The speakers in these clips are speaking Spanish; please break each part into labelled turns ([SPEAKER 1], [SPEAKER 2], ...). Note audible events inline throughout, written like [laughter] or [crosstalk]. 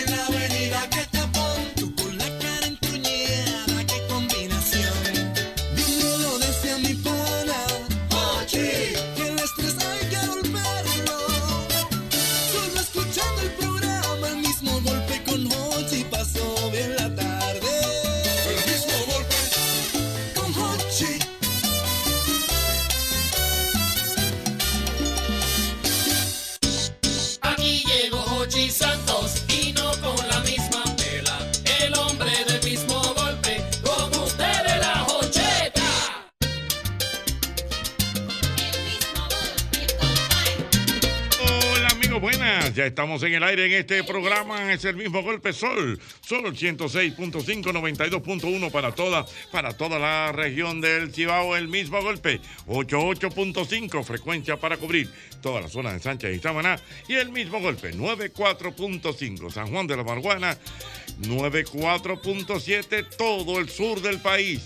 [SPEAKER 1] en la avenida que tapón. Tú con la cara entruñada, qué combinación. Dímelo desde a mi pana, Ochi, que el estrés hay que volverlo. Solo escuchando el programa, el mismo golpe con Hochi pasó bien la tarde. El mismo golpe con Hochi.
[SPEAKER 2] Aquí llegó Hochi Santos y no con la misma tela. El hombre del mismo golpe, como ustedes la hocheta.
[SPEAKER 3] Hola amigos, buenas. Ya estamos en el aire en este programa. Es el mismo golpe Sol. Sol 106.5, 92.1 para toda, para toda la región del Cibao. El mismo golpe. 88.5 frecuencia para cubrir toda la zona de Sánchez y Samaná. Y el mismo golpe. 94.5 San Juan de la Marguana. 94.7 todo el sur del país.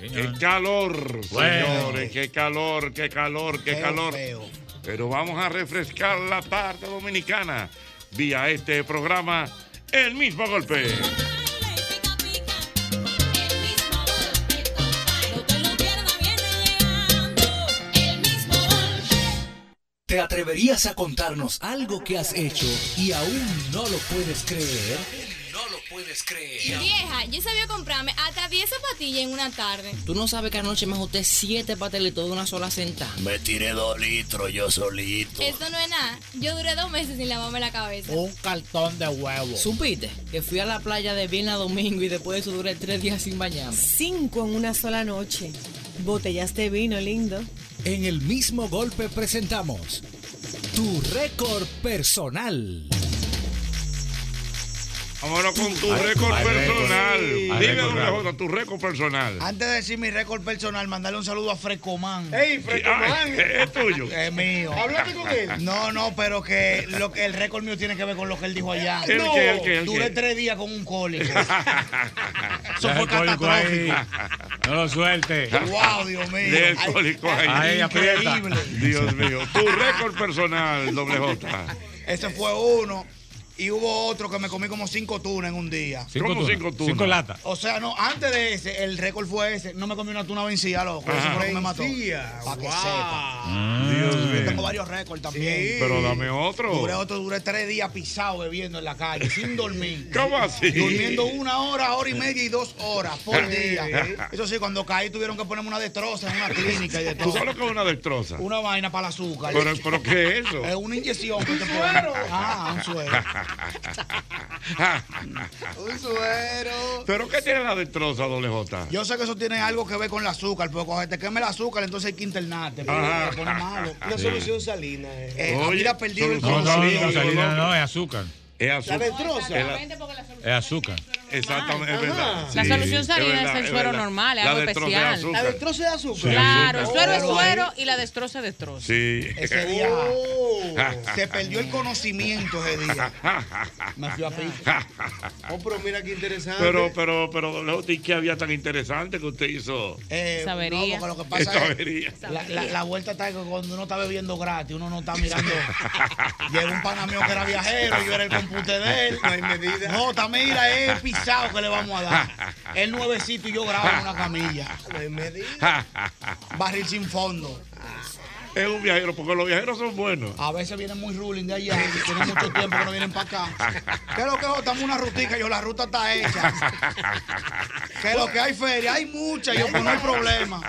[SPEAKER 3] ¡Qué calor,
[SPEAKER 4] Bueno.
[SPEAKER 3] señores! ¡Qué calor, qué calor, qué
[SPEAKER 4] Feo,
[SPEAKER 3] calor!
[SPEAKER 4] feo.
[SPEAKER 3] Pero vamos a refrescar la tarde dominicana vía este programa El mismo golpe.
[SPEAKER 5] ¿Te atreverías a contarnos algo que has hecho y aún no lo puedes creer? No lo puedes creer.
[SPEAKER 6] Vieja, yo sabía comprarme hasta 10 zapatillas en una tarde.
[SPEAKER 7] Tú no sabes que anoche me ajusté siete patelitos de una sola sentada.
[SPEAKER 8] Me tiré dos litros yo solito.
[SPEAKER 6] Esto no es nada. Yo duré dos meses sin lavarme la cabeza.
[SPEAKER 7] Un cartón de huevo. ¿Supiste? Que fui a la playa de Viena domingo y después de eso duré tres días sin bañarme.
[SPEAKER 9] Cinco en una sola noche. Botellas de vino lindo.
[SPEAKER 5] En el mismo golpe presentamos tu récord personal.
[SPEAKER 3] Vámonos con tu
[SPEAKER 5] Ay,
[SPEAKER 3] récord
[SPEAKER 5] ay,
[SPEAKER 3] personal.
[SPEAKER 5] récord. Ay,
[SPEAKER 3] Dime,
[SPEAKER 5] récord,
[SPEAKER 3] don
[SPEAKER 5] claro.
[SPEAKER 3] Jota, tu récord personal.
[SPEAKER 4] Antes de decir mi récord personal, mandarle un saludo a Frescoman.
[SPEAKER 10] ¡Ey,
[SPEAKER 3] Ay,
[SPEAKER 4] [laughs]
[SPEAKER 3] [laughs] es tuyo.
[SPEAKER 4] Es mío.
[SPEAKER 10] ¿Hablaste con él?
[SPEAKER 4] No, no, pero que, lo que el récord mío tiene que ver con lo que él dijo allá.
[SPEAKER 10] ¿El
[SPEAKER 4] no.
[SPEAKER 10] qué, el qué, el
[SPEAKER 4] Duré
[SPEAKER 10] qué?
[SPEAKER 4] tres días con un cólico.
[SPEAKER 10] Deja el cólico ahí. No lo suelte.
[SPEAKER 4] [laughs] Wow, oh, Dios mío.
[SPEAKER 3] Deja el cólico ahí.
[SPEAKER 10] Ahí, aprieta.
[SPEAKER 3] Dios mío. Tu récord personal, doble J.
[SPEAKER 4] Ese fue uno. Y hubo otro que me comí como cinco tunas en un día.
[SPEAKER 3] Cinco ¿Cómo tunas? cinco tunas? Cinco latas.
[SPEAKER 4] O sea, no, antes de ese, el récord fue ese. No me comí una tuna vencida, loco. Eso
[SPEAKER 3] Ajá.
[SPEAKER 4] fue lo que me mató.
[SPEAKER 10] Vencida.
[SPEAKER 4] Para que
[SPEAKER 3] Dios
[SPEAKER 4] sepa.
[SPEAKER 5] Ah.
[SPEAKER 3] mío.
[SPEAKER 4] Ah. Yo tengo varios récords también.
[SPEAKER 3] Sí. Pero dame otro.
[SPEAKER 4] Duré otro, duré tres días pisado bebiendo en la
[SPEAKER 3] [laughs]
[SPEAKER 4] calle, sin dormir.
[SPEAKER 3] ¿Cómo así?
[SPEAKER 4] Durmiendo una hora, hora y media y dos horas
[SPEAKER 3] [laughs]
[SPEAKER 4] por día.
[SPEAKER 3] Sí.
[SPEAKER 4] Eso sí, cuando caí tuvieron que ponerme una
[SPEAKER 3] [laughs]
[SPEAKER 4] destroza en una clínica y de
[SPEAKER 3] ¿Tú
[SPEAKER 4] todo.
[SPEAKER 3] sabes lo que es una destroza?
[SPEAKER 4] Una vaina para el azúcar.
[SPEAKER 3] ¿Pero, pero qué es eso?
[SPEAKER 4] Es una inyección. que te ponen. Ah, un
[SPEAKER 3] [laughs]
[SPEAKER 4] suero. Un suero.
[SPEAKER 3] ¿Pero qué tiene la destroza, doble J?
[SPEAKER 4] Yo sé que eso tiene algo que ver con el azúcar, porque cuando te quema el azúcar, entonces hay que internarte. porque
[SPEAKER 3] Ajá.
[SPEAKER 4] te
[SPEAKER 3] [laughs]
[SPEAKER 4] pone malo.
[SPEAKER 3] Una solución
[SPEAKER 4] salina. Eh.
[SPEAKER 3] Oye,
[SPEAKER 4] a mí la perdí el
[SPEAKER 10] No, no, no,
[SPEAKER 3] Sí,
[SPEAKER 10] Salina,
[SPEAKER 3] no.
[SPEAKER 10] no, es azúcar.
[SPEAKER 3] Es azúcar.
[SPEAKER 4] La destroza.
[SPEAKER 3] Es la-
[SPEAKER 10] Es azúcar.
[SPEAKER 3] Exactamente, es
[SPEAKER 11] Ajá.
[SPEAKER 3] verdad.
[SPEAKER 11] La
[SPEAKER 3] Ah. Sí,
[SPEAKER 11] solución salina
[SPEAKER 3] verdad,
[SPEAKER 11] es el suero
[SPEAKER 3] verdad.
[SPEAKER 11] normal, es
[SPEAKER 3] La
[SPEAKER 11] algo
[SPEAKER 3] destroza de
[SPEAKER 11] especial.
[SPEAKER 3] azúcar.
[SPEAKER 4] de azúcar.
[SPEAKER 11] Claro, el
[SPEAKER 3] azúcar.
[SPEAKER 11] suero es
[SPEAKER 3] Oh.
[SPEAKER 11] suero y la destroza es destroza.
[SPEAKER 3] Sí.
[SPEAKER 4] Ese día se perdió el conocimiento ese día. Me fui a pique.
[SPEAKER 10] Oh, pero mira qué interesante.
[SPEAKER 3] [laughs] Pero, pero, pero, doble J, ¿y qué había tan interesante que usted hizo?
[SPEAKER 4] Eh, No,
[SPEAKER 11] Sabería.
[SPEAKER 4] porque lo que pasa
[SPEAKER 3] Sabería.
[SPEAKER 4] es la, la- la vuelta está que cuando uno está bebiendo gratis, uno no está mirando. Llega un pana mío que era viajero, yo era
[SPEAKER 3] [laughs]
[SPEAKER 4] el compute de él.
[SPEAKER 10] No hay medida.
[SPEAKER 4] Jota, mira, es pisado que le vamos a dar. El nuevecito y yo grabo en una camilla. Barril sin fondo.
[SPEAKER 3] Es un viajero, porque los viajeros son buenos.
[SPEAKER 4] A veces vienen muy ruling de allá, y tienen
[SPEAKER 3] [laughs]
[SPEAKER 4] mucho tiempo que no vienen para acá. ¿Qué es lo que es? Estamos en una rutica, yo la ruta está hecha. Que lo que hay feria, hay mucha, yo pues no hay problema.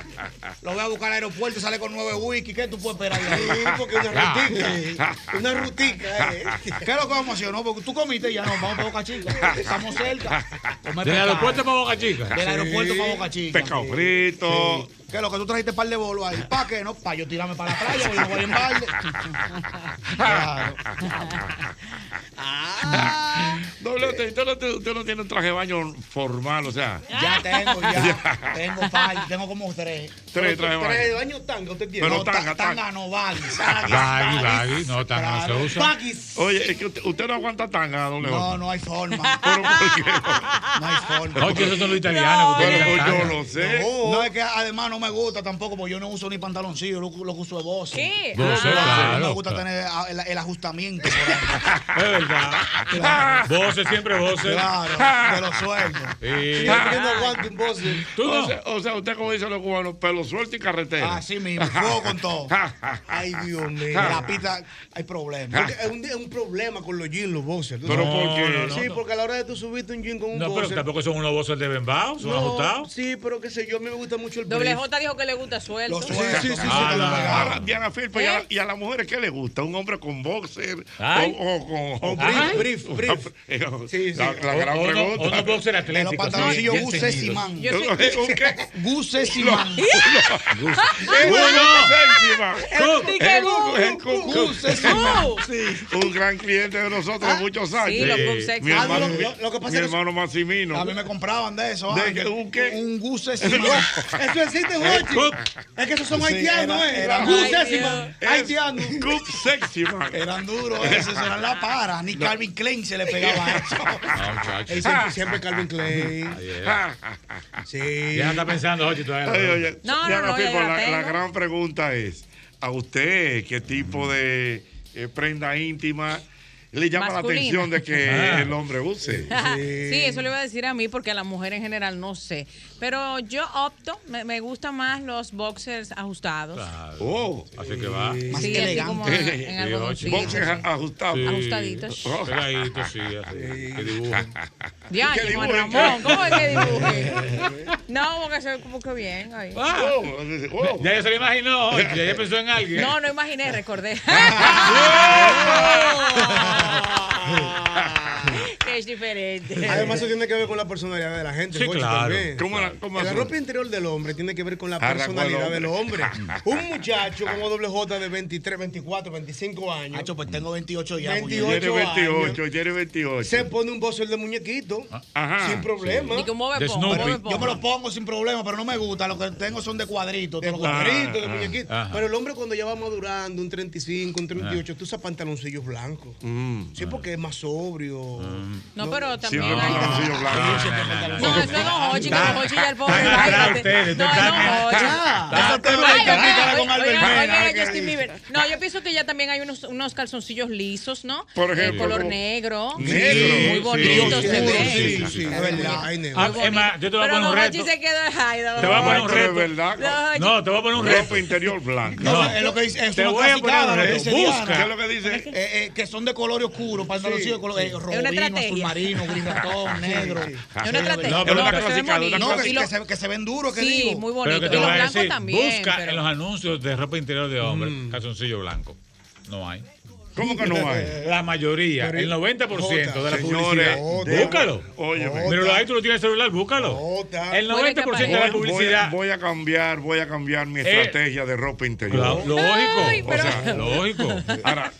[SPEAKER 4] Lo voy a buscar al aeropuerto, sale con nueve wiki, ¿qué tú puedes esperar? de ahí?
[SPEAKER 10] Sí, porque una
[SPEAKER 11] [laughs]
[SPEAKER 10] rutica,
[SPEAKER 4] una rutica.
[SPEAKER 10] eh.
[SPEAKER 4] ¿Qué es lo que vamos a hacer? No, porque tú comiste y ya no, vamos para Boca Chica, estamos cerca. Come
[SPEAKER 10] Del
[SPEAKER 4] pescado.
[SPEAKER 10] aeropuerto para Boca Chica.
[SPEAKER 4] Del aeropuerto para Boca Chica.
[SPEAKER 3] Pescado frito.
[SPEAKER 4] ¿Qué es lo que tú trajiste par de bolos ahí? ¿Para qué? No, para yo tirarme para la playa, porque yo voy en balde. Claro.
[SPEAKER 3] Doble no, te- usted no te- usted no tiene un traje de baño formal, o sea.
[SPEAKER 4] Ya tengo, ya. tengo par, tengo como tres.
[SPEAKER 3] Tres trajes de baño.
[SPEAKER 4] Traje de baño tanga, usted tiene.
[SPEAKER 3] Pero
[SPEAKER 4] no, ta-
[SPEAKER 3] tanga, tanga.
[SPEAKER 4] no vale.
[SPEAKER 10] Baggy, baggy. No, tan no se usa.
[SPEAKER 3] Oye, es que usted, usted no aguanta tanga, don León.
[SPEAKER 4] No, no hay forma.
[SPEAKER 3] [laughs] Pero ¿por qué?
[SPEAKER 4] No hay forma.
[SPEAKER 10] No, que esos son los italianos, que
[SPEAKER 3] Pero
[SPEAKER 10] tienen la
[SPEAKER 3] yo
[SPEAKER 10] tanga.
[SPEAKER 3] lo sé.
[SPEAKER 4] No, es que además no me gusta tampoco, porque yo no uso ni pantaloncillo, lo, lo que uso es voz.
[SPEAKER 11] ¿Qué?
[SPEAKER 10] Boxer,
[SPEAKER 4] No me
[SPEAKER 10] claro,
[SPEAKER 4] gusta
[SPEAKER 10] claro.
[SPEAKER 4] tener ah, el,
[SPEAKER 3] [laughs]
[SPEAKER 4] el ajustamiento.
[SPEAKER 10] Es verdad. Voces, siempre voces.
[SPEAKER 4] Claro, te lo suelto.
[SPEAKER 10] Sí.
[SPEAKER 3] Tú no- eh. o, sea, o sea, usted como dicen los cubanos, pelo suelto y
[SPEAKER 12] Ah,
[SPEAKER 3] carretera.
[SPEAKER 4] Así mismo, fuego
[SPEAKER 3] [laughs]
[SPEAKER 10] [laughs]
[SPEAKER 4] con todo.
[SPEAKER 3] Ay, Dios mío.
[SPEAKER 4] La pita, hay problemas.
[SPEAKER 12] Porque Es un, es un problema con los jeans, los boxers. ¿tú
[SPEAKER 10] Pero
[SPEAKER 12] sabes?
[SPEAKER 10] ¿por qué?
[SPEAKER 12] Sí,
[SPEAKER 10] No, no.
[SPEAKER 12] porque a la hora de tú subirte un jean con un
[SPEAKER 10] No, pero
[SPEAKER 12] boxer.
[SPEAKER 10] tampoco son unos voces de bembao, son
[SPEAKER 12] No,
[SPEAKER 10] ajustados.
[SPEAKER 12] Sí, pero qué sé yo, a mí me gusta mucho el
[SPEAKER 11] Doble
[SPEAKER 12] brief.
[SPEAKER 11] J dijo que le gusta suelto.
[SPEAKER 12] Los sueltos. Sí, sí, sí,
[SPEAKER 10] Ah,
[SPEAKER 12] sí,
[SPEAKER 10] no.
[SPEAKER 12] claro.
[SPEAKER 3] Ahora, Diana Filpo, y, a la- y a las mujeres, ¿qué le gusta? ¿Un hombre con boxer?
[SPEAKER 10] ¿Eh? Ay.
[SPEAKER 3] ¿O, o con.?
[SPEAKER 4] Oh,
[SPEAKER 10] O brief,
[SPEAKER 3] Ay.
[SPEAKER 10] brief,
[SPEAKER 3] La, la
[SPEAKER 10] O-
[SPEAKER 3] gran
[SPEAKER 10] o uno-
[SPEAKER 3] pregunta.
[SPEAKER 10] o unos boxer atléticos,
[SPEAKER 4] Los pantaloncillos
[SPEAKER 10] sí, bien
[SPEAKER 4] Guse
[SPEAKER 10] ceñidos.
[SPEAKER 3] [laughs]
[SPEAKER 4] Simán.
[SPEAKER 11] Yo soy-
[SPEAKER 3] ¿Un qué?
[SPEAKER 10] [laughs]
[SPEAKER 4] Guse Simán.
[SPEAKER 3] Un gran cliente de nosotros de muchos años.
[SPEAKER 11] sí, los boxers.
[SPEAKER 3] Mi
[SPEAKER 11] Ah,
[SPEAKER 3] hermano,
[SPEAKER 4] lo- lo- lo que pasa
[SPEAKER 3] mi
[SPEAKER 4] es que-
[SPEAKER 3] hermano Massimino. [laughs]
[SPEAKER 4] A mí me compraban de eso.
[SPEAKER 3] ¿De
[SPEAKER 4] antes.
[SPEAKER 3] qué? ¿Un qué? [laughs]
[SPEAKER 4] Un Guse Simán.
[SPEAKER 12] Eso existe, Jochi. Es que esos son
[SPEAKER 4] Sí,
[SPEAKER 12] haitianos,
[SPEAKER 4] era-
[SPEAKER 12] ¿eh?
[SPEAKER 4] era-
[SPEAKER 12] Buses,
[SPEAKER 11] Ay, Dios.
[SPEAKER 12] man.
[SPEAKER 3] Es
[SPEAKER 12] Haitianos.
[SPEAKER 3] Cup sexy, man.
[SPEAKER 4] Eran duros esos, eran la para. Ni Calvin Klein se le pegaba a eso.
[SPEAKER 3] [laughs]
[SPEAKER 10] Ah,
[SPEAKER 12] Él siempre, siempre
[SPEAKER 10] [laughs]
[SPEAKER 12] Calvin Klein. Sí.
[SPEAKER 10] Ya está pensando, oye, todavía.
[SPEAKER 3] Oye, oye,
[SPEAKER 11] No, no,
[SPEAKER 3] Diana
[SPEAKER 11] no, ya
[SPEAKER 3] Firpo,
[SPEAKER 11] la
[SPEAKER 3] la, la
[SPEAKER 11] tengo.
[SPEAKER 3] gran pregunta es, ¿a usted qué tipo de eh, prenda íntima le llama la
[SPEAKER 11] Masculina.
[SPEAKER 3] atención de que
[SPEAKER 10] Ah.
[SPEAKER 3] el hombre use?
[SPEAKER 11] [laughs] Sí, eso le iba a decir a mí porque a la mujer en general no sé. Pero yo opto, me, me gustan más los boxers ajustados.
[SPEAKER 3] Oh,
[SPEAKER 10] Así que va.
[SPEAKER 4] Más
[SPEAKER 11] Sí, así
[SPEAKER 4] elegante.
[SPEAKER 11] como en, en algodoncillo,
[SPEAKER 3] boxer
[SPEAKER 11] sí.
[SPEAKER 3] ajustado.
[SPEAKER 10] Sí.
[SPEAKER 11] Ajustaditos.
[SPEAKER 10] [laughs] Pegadito, sí, así. Que dibujen.
[SPEAKER 11] Ya,
[SPEAKER 3] ¿Qué
[SPEAKER 11] Juan
[SPEAKER 3] dibujen?
[SPEAKER 11] Ramón, ¿cómo es que
[SPEAKER 12] [laughs]
[SPEAKER 11] dibuje? No, porque se ve como que bien ahí.
[SPEAKER 10] Ah,
[SPEAKER 3] Oh, oh.
[SPEAKER 10] ya, ya se lo imaginó, oye, ya, ya pensó en alguien.
[SPEAKER 11] No, no imaginé,
[SPEAKER 12] [laughs]
[SPEAKER 11] recordé. que [laughs] es diferente.
[SPEAKER 12] Además, eso tiene que ver con la personalidad de la gente.
[SPEAKER 10] Sí,
[SPEAKER 12] Jochi,
[SPEAKER 10] claro.
[SPEAKER 12] también.
[SPEAKER 3] Eh, ¿Cómo la- cómo
[SPEAKER 12] la
[SPEAKER 3] hace?
[SPEAKER 12] ropa interior del hombre tiene que ver con la
[SPEAKER 3] Arrancó el
[SPEAKER 12] personalidad
[SPEAKER 3] hombre. [laughs]
[SPEAKER 12] del hombre. Un muchacho como doble J de 23, 24, 25 años
[SPEAKER 4] Hacho, pues tengo 28 ya.
[SPEAKER 12] 28.
[SPEAKER 3] Tiene 28, tiene
[SPEAKER 12] se
[SPEAKER 3] 28.
[SPEAKER 12] pone un boxer de muñequito
[SPEAKER 3] Ajá.
[SPEAKER 12] sin problema.
[SPEAKER 11] Ni como me
[SPEAKER 10] De
[SPEAKER 11] pongo,
[SPEAKER 10] Snoopy.
[SPEAKER 11] me
[SPEAKER 10] Yo
[SPEAKER 4] puñeta. Yo
[SPEAKER 11] pongo.
[SPEAKER 4] me lo pongo sin problema, pero no me gusta. Lo que tengo son de cuadritos.
[SPEAKER 12] De
[SPEAKER 4] todo lo que-
[SPEAKER 12] cuadrito, de
[SPEAKER 3] Ajá,
[SPEAKER 12] muñequito.
[SPEAKER 10] ajá.
[SPEAKER 12] Pero el hombre cuando ya va madurando, un 35, un 38, tú usas pantaloncillos blancos.
[SPEAKER 3] Mm.
[SPEAKER 12] Sí, porque es más sobrio.
[SPEAKER 11] No, pero
[SPEAKER 3] Sí,
[SPEAKER 11] también
[SPEAKER 3] un
[SPEAKER 11] hay...
[SPEAKER 3] pantaloncillo blanco.
[SPEAKER 11] No, eso es Don Hochi, que Don Hochi ya el pobre
[SPEAKER 10] Están atrás
[SPEAKER 11] baila.
[SPEAKER 10] ustedes,
[SPEAKER 11] No,
[SPEAKER 10] están
[SPEAKER 11] no, Hochi.
[SPEAKER 4] Ah,
[SPEAKER 10] Está-
[SPEAKER 4] esa te
[SPEAKER 11] Ay,
[SPEAKER 4] molesta,
[SPEAKER 11] oiga,
[SPEAKER 4] pícala con
[SPEAKER 11] oiga,
[SPEAKER 4] Albert
[SPEAKER 11] oiga,
[SPEAKER 4] Mena,
[SPEAKER 11] oiga,
[SPEAKER 4] ¿qué
[SPEAKER 11] Justin
[SPEAKER 4] dice?
[SPEAKER 11] Bieber. No, yo pienso que ya también hay unos, unos calzoncillos lisos, ¿no?
[SPEAKER 3] Por
[SPEAKER 11] De
[SPEAKER 3] ejemplo,
[SPEAKER 11] color
[SPEAKER 3] como-
[SPEAKER 11] negro.
[SPEAKER 3] Negro.
[SPEAKER 11] Muy
[SPEAKER 10] Sí,
[SPEAKER 11] bonitos
[SPEAKER 10] sí,
[SPEAKER 11] se
[SPEAKER 10] sí,
[SPEAKER 11] ven.
[SPEAKER 10] sí, sí,
[SPEAKER 12] Sí,
[SPEAKER 10] sí.
[SPEAKER 12] es verdad. Ay, nene.
[SPEAKER 10] Ah, Emma, yo te voy a
[SPEAKER 11] Pero
[SPEAKER 10] poner un
[SPEAKER 11] Don Hochi
[SPEAKER 10] reto.
[SPEAKER 11] se quedó... Ay, Don
[SPEAKER 10] Te voy a poner un
[SPEAKER 3] Esto es
[SPEAKER 10] reto.
[SPEAKER 3] verdad.
[SPEAKER 11] Don Hochi.
[SPEAKER 10] No, te voy a poner un
[SPEAKER 3] Ropa
[SPEAKER 10] reto.
[SPEAKER 3] interior blanca.
[SPEAKER 4] No,
[SPEAKER 10] No.
[SPEAKER 4] es lo que dice. Es
[SPEAKER 10] Te
[SPEAKER 4] una
[SPEAKER 10] voy a poner
[SPEAKER 4] clasicada,
[SPEAKER 10] un
[SPEAKER 4] lo que
[SPEAKER 10] reto.
[SPEAKER 4] dice
[SPEAKER 10] Busca.
[SPEAKER 3] ¿Qué
[SPEAKER 4] Diana.
[SPEAKER 3] es lo que dice?
[SPEAKER 4] Eh, eh, que son de color oscuro, pantaloncillos de color eh, robino,
[SPEAKER 11] estrategia.
[SPEAKER 4] azul marino, gris ratón, negro.
[SPEAKER 11] Es una estrategia.
[SPEAKER 10] No, pero
[SPEAKER 11] No,
[SPEAKER 10] una
[SPEAKER 11] pero se ven
[SPEAKER 3] clasicada, una
[SPEAKER 11] bonitos.
[SPEAKER 4] No, que,
[SPEAKER 11] Y los-
[SPEAKER 4] que se, que se ven duros, que
[SPEAKER 11] Sí,
[SPEAKER 4] digo.
[SPEAKER 11] muy
[SPEAKER 10] Pero
[SPEAKER 11] bonitos.
[SPEAKER 10] que
[SPEAKER 11] Y
[SPEAKER 10] te
[SPEAKER 11] los
[SPEAKER 10] voy a
[SPEAKER 11] blancos
[SPEAKER 10] decir,
[SPEAKER 11] también.
[SPEAKER 10] busca
[SPEAKER 11] pero-
[SPEAKER 10] en los anuncios de ropa interior de hombre, calzoncillo blanco. No hay.
[SPEAKER 3] ¿Cómo que no hay?
[SPEAKER 10] La mayoría, el 90% de la
[SPEAKER 3] Señores,
[SPEAKER 10] publicidad. búscalo.
[SPEAKER 3] Óyeme.
[SPEAKER 10] Pero ahí tú lo tienes en el celular, búscalo.
[SPEAKER 12] Jota.
[SPEAKER 10] El
[SPEAKER 11] Puede que
[SPEAKER 10] 90% de la
[SPEAKER 11] aparezca.
[SPEAKER 3] Voy, voy a-
[SPEAKER 10] publicidad.
[SPEAKER 3] voy a cambiar, voy a cambiar mi
[SPEAKER 10] Eh,
[SPEAKER 3] estrategia de ropa interior.
[SPEAKER 10] Claro, Lógico.
[SPEAKER 11] Ay,
[SPEAKER 10] o
[SPEAKER 11] pero-
[SPEAKER 10] sea, lógico.
[SPEAKER 3] Ahora,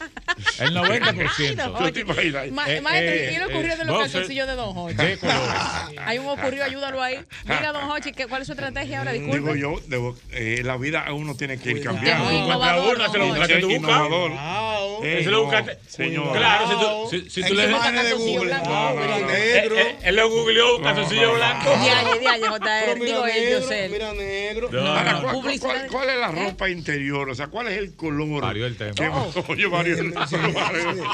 [SPEAKER 10] El
[SPEAKER 3] [laughs] tú
[SPEAKER 10] 90%.
[SPEAKER 3] te imaginas.
[SPEAKER 11] Ma-
[SPEAKER 10] Eh,
[SPEAKER 11] maestro,
[SPEAKER 10] eh,
[SPEAKER 11] ¿y
[SPEAKER 10] eh,
[SPEAKER 11] lo ocurrió de los
[SPEAKER 10] boxer.
[SPEAKER 11] calzoncillos de Don Hochi?
[SPEAKER 10] De colores.
[SPEAKER 11] [laughs] Hay un ocurrió, ayúdalo ahí.
[SPEAKER 10] Ah.
[SPEAKER 11] Mira, Don Hochi, ¿qué- ¿cuál es su estrategia
[SPEAKER 10] Mm,
[SPEAKER 11] ahora?
[SPEAKER 3] Digo
[SPEAKER 11] Disculpe.
[SPEAKER 3] yo, debo- eh, la vida a uno tiene que ir cambiando.
[SPEAKER 11] Muy
[SPEAKER 10] Tú encuentras
[SPEAKER 11] innovador,
[SPEAKER 10] una, se lo-
[SPEAKER 11] ¿no?
[SPEAKER 10] la que tú
[SPEAKER 3] Sí,
[SPEAKER 10] buscas.
[SPEAKER 3] innovador.
[SPEAKER 12] Wow.
[SPEAKER 3] Eh,
[SPEAKER 10] Ese
[SPEAKER 3] no,
[SPEAKER 10] lo buscaste.
[SPEAKER 3] señor.
[SPEAKER 10] Claro, si tú, si, si tú le
[SPEAKER 12] Imágenes de
[SPEAKER 11] calzoncillo
[SPEAKER 12] Google.
[SPEAKER 11] blanco.
[SPEAKER 12] Ah,
[SPEAKER 3] No,
[SPEAKER 12] mira,
[SPEAKER 3] no, no.
[SPEAKER 12] negro.
[SPEAKER 10] Eh, eh, Él lo googleó, calzoncillo
[SPEAKER 3] no,
[SPEAKER 10] blanco.
[SPEAKER 11] Dialle, dialle,
[SPEAKER 12] Pero mira
[SPEAKER 11] JR. Ah, Digo, eh,
[SPEAKER 12] negro,
[SPEAKER 11] Yosel.
[SPEAKER 12] mira negro.
[SPEAKER 10] No,
[SPEAKER 3] Ahora,
[SPEAKER 10] no,
[SPEAKER 3] ¿cuál, cuál-
[SPEAKER 11] Publicidad.
[SPEAKER 3] cuál es la ropa interior? O sea, ¿cuál es el color?
[SPEAKER 10] Varió el tema.
[SPEAKER 3] Que-
[SPEAKER 4] Oh.
[SPEAKER 3] [laughs] Oye, [laughs] varió el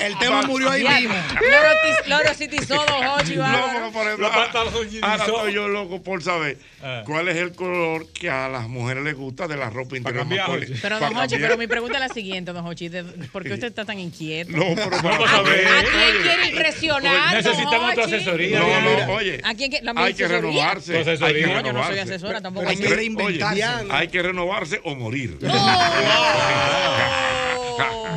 [SPEAKER 4] El tema murió ahí mismo.
[SPEAKER 11] Loro, Loro Citizó, Don Hochi,
[SPEAKER 3] Loco,
[SPEAKER 11] bárbaro.
[SPEAKER 3] por ejemplo,
[SPEAKER 10] Los pantalones
[SPEAKER 3] ahora
[SPEAKER 10] son-
[SPEAKER 3] estoy yo loco por saber
[SPEAKER 10] Ah.
[SPEAKER 3] cuál es el color que a las mujeres les gusta de la ropa interior.
[SPEAKER 10] cambiar,
[SPEAKER 3] masculina.
[SPEAKER 10] oye.
[SPEAKER 11] Pero,
[SPEAKER 3] Pa'
[SPEAKER 11] Don Hochi,
[SPEAKER 3] cambiar.
[SPEAKER 11] pero mi pregunta es la siguiente, Don Hochi. ¿de- ¿Por qué usted está tan inquieto?
[SPEAKER 3] No, pero para
[SPEAKER 10] Vamos a ver.
[SPEAKER 11] ¿A quién quiere impresionar, Don
[SPEAKER 10] Necesitamos tu
[SPEAKER 11] Hochi?
[SPEAKER 10] asesoría.
[SPEAKER 3] No,
[SPEAKER 10] Diana.
[SPEAKER 3] no, oye.
[SPEAKER 11] ¿A quién que- la
[SPEAKER 3] hay que
[SPEAKER 11] asesoría?
[SPEAKER 3] renovarse.
[SPEAKER 10] Tu
[SPEAKER 3] Hay que
[SPEAKER 10] Pues asesoría.
[SPEAKER 11] No, yo no soy
[SPEAKER 3] renovarse.
[SPEAKER 11] asesora tampoco.
[SPEAKER 4] Hay que
[SPEAKER 3] Oye,
[SPEAKER 4] reinventarse.
[SPEAKER 3] [laughs] hay que renovarse o morir.
[SPEAKER 11] ¡Oh!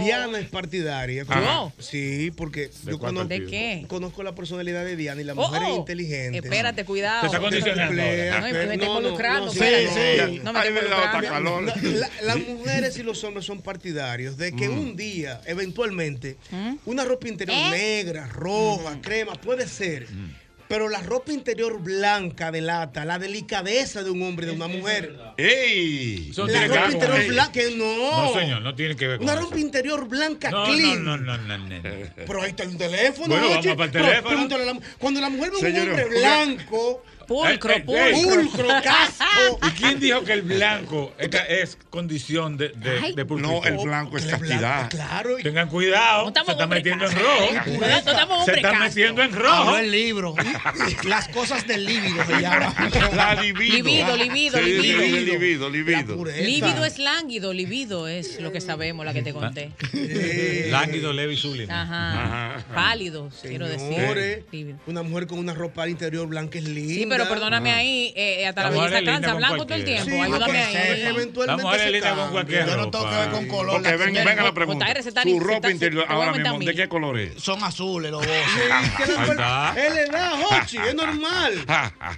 [SPEAKER 12] Diana es partidaria.
[SPEAKER 11] Ajá.
[SPEAKER 12] Yo, Sí, porque yo
[SPEAKER 11] cuál
[SPEAKER 12] conozco,
[SPEAKER 11] partido? ¿De qué?
[SPEAKER 12] conozco la personalidad de Diana y la
[SPEAKER 11] Oh,
[SPEAKER 12] mujer es
[SPEAKER 11] oh.
[SPEAKER 12] inteligente.
[SPEAKER 11] Espérate, cuidado. Te está condicionando
[SPEAKER 12] Completa.
[SPEAKER 11] ahora. No, y me está
[SPEAKER 12] no,
[SPEAKER 11] involucrando,
[SPEAKER 12] no, sí,
[SPEAKER 11] espérate.
[SPEAKER 12] sí.
[SPEAKER 11] No me está Ay, me da hasta involucrando. calor.
[SPEAKER 12] La- Las mujeres y los hombres son partidarios de que un día, eventualmente, una ropa interior negra, roja, crema, puede ser. Pero la ropa interior blanca delata la delicadeza de un hombre y de una mujer.
[SPEAKER 3] ¡Ey!
[SPEAKER 10] Eso
[SPEAKER 12] La
[SPEAKER 10] tiene que
[SPEAKER 12] ropa
[SPEAKER 10] ver con-
[SPEAKER 12] interior
[SPEAKER 10] Ey.
[SPEAKER 12] blanca, que no.
[SPEAKER 10] No, señor, no tiene que ver con
[SPEAKER 12] Una
[SPEAKER 10] eso.
[SPEAKER 12] ropa interior blanca
[SPEAKER 10] No, no,
[SPEAKER 12] clean.
[SPEAKER 10] no, no, no, no.
[SPEAKER 12] Pero ahí está un teléfono.
[SPEAKER 10] Bueno,
[SPEAKER 12] oye.
[SPEAKER 10] vamos para el
[SPEAKER 12] Pero
[SPEAKER 10] teléfono.
[SPEAKER 12] pregúntale a la mu- cuando la mujer ve un
[SPEAKER 10] Señores,
[SPEAKER 12] hombre
[SPEAKER 10] una-
[SPEAKER 12] blanco.
[SPEAKER 10] Ey, ey, ey.
[SPEAKER 12] pulcro, casco.
[SPEAKER 10] ¿Y quién dijo que el blanco esta es condición de, de,
[SPEAKER 12] Ay.
[SPEAKER 10] de pulcritud?
[SPEAKER 3] No, el blanco es castidad.
[SPEAKER 12] Claro.
[SPEAKER 10] Tengan cuidado, se está metiendo en rojo. se está metiendo en rojo.
[SPEAKER 4] Abrió el libro. [laughs] Las cosas del líbido se llama.
[SPEAKER 3] La libido.
[SPEAKER 11] Libido, libido,
[SPEAKER 3] Sí,
[SPEAKER 11] libido.
[SPEAKER 3] el libido, libido.
[SPEAKER 11] Lívido es lánguido, libido es lo que sabemos, la que te conté.
[SPEAKER 10] Lánguido, Levi Zulin.
[SPEAKER 11] Ajá. Pálido, quiero decir.
[SPEAKER 12] Señores, una mujer con una ropa interior blanca es linda.
[SPEAKER 11] Sí, pero perdóname ahí, eh, eh, hasta la
[SPEAKER 12] La mujer
[SPEAKER 11] belleza
[SPEAKER 12] es linda
[SPEAKER 11] cansa,
[SPEAKER 12] con
[SPEAKER 11] blanco todo el
[SPEAKER 12] cualquiera.
[SPEAKER 11] tiempo,
[SPEAKER 12] Sí,
[SPEAKER 11] ayúdame
[SPEAKER 12] porque
[SPEAKER 11] ahí.
[SPEAKER 12] se- eventualmente La mujer se es linda con cambia. cualquier Yo no tengo que ver ropa. con color,
[SPEAKER 3] Porque
[SPEAKER 12] la
[SPEAKER 3] ven-
[SPEAKER 12] señora-
[SPEAKER 3] venga la
[SPEAKER 12] Con
[SPEAKER 3] pregunta.
[SPEAKER 12] Tyra se está-
[SPEAKER 3] Su
[SPEAKER 12] se
[SPEAKER 3] ropa
[SPEAKER 12] está-
[SPEAKER 3] interior
[SPEAKER 12] te voy a
[SPEAKER 3] ahora
[SPEAKER 12] aumentar
[SPEAKER 3] mismo, ¿de
[SPEAKER 12] a mí.
[SPEAKER 3] qué color es?
[SPEAKER 4] Son azules los
[SPEAKER 3] Ahí está.
[SPEAKER 4] dos.
[SPEAKER 12] Es la edad, Jochi, es normal.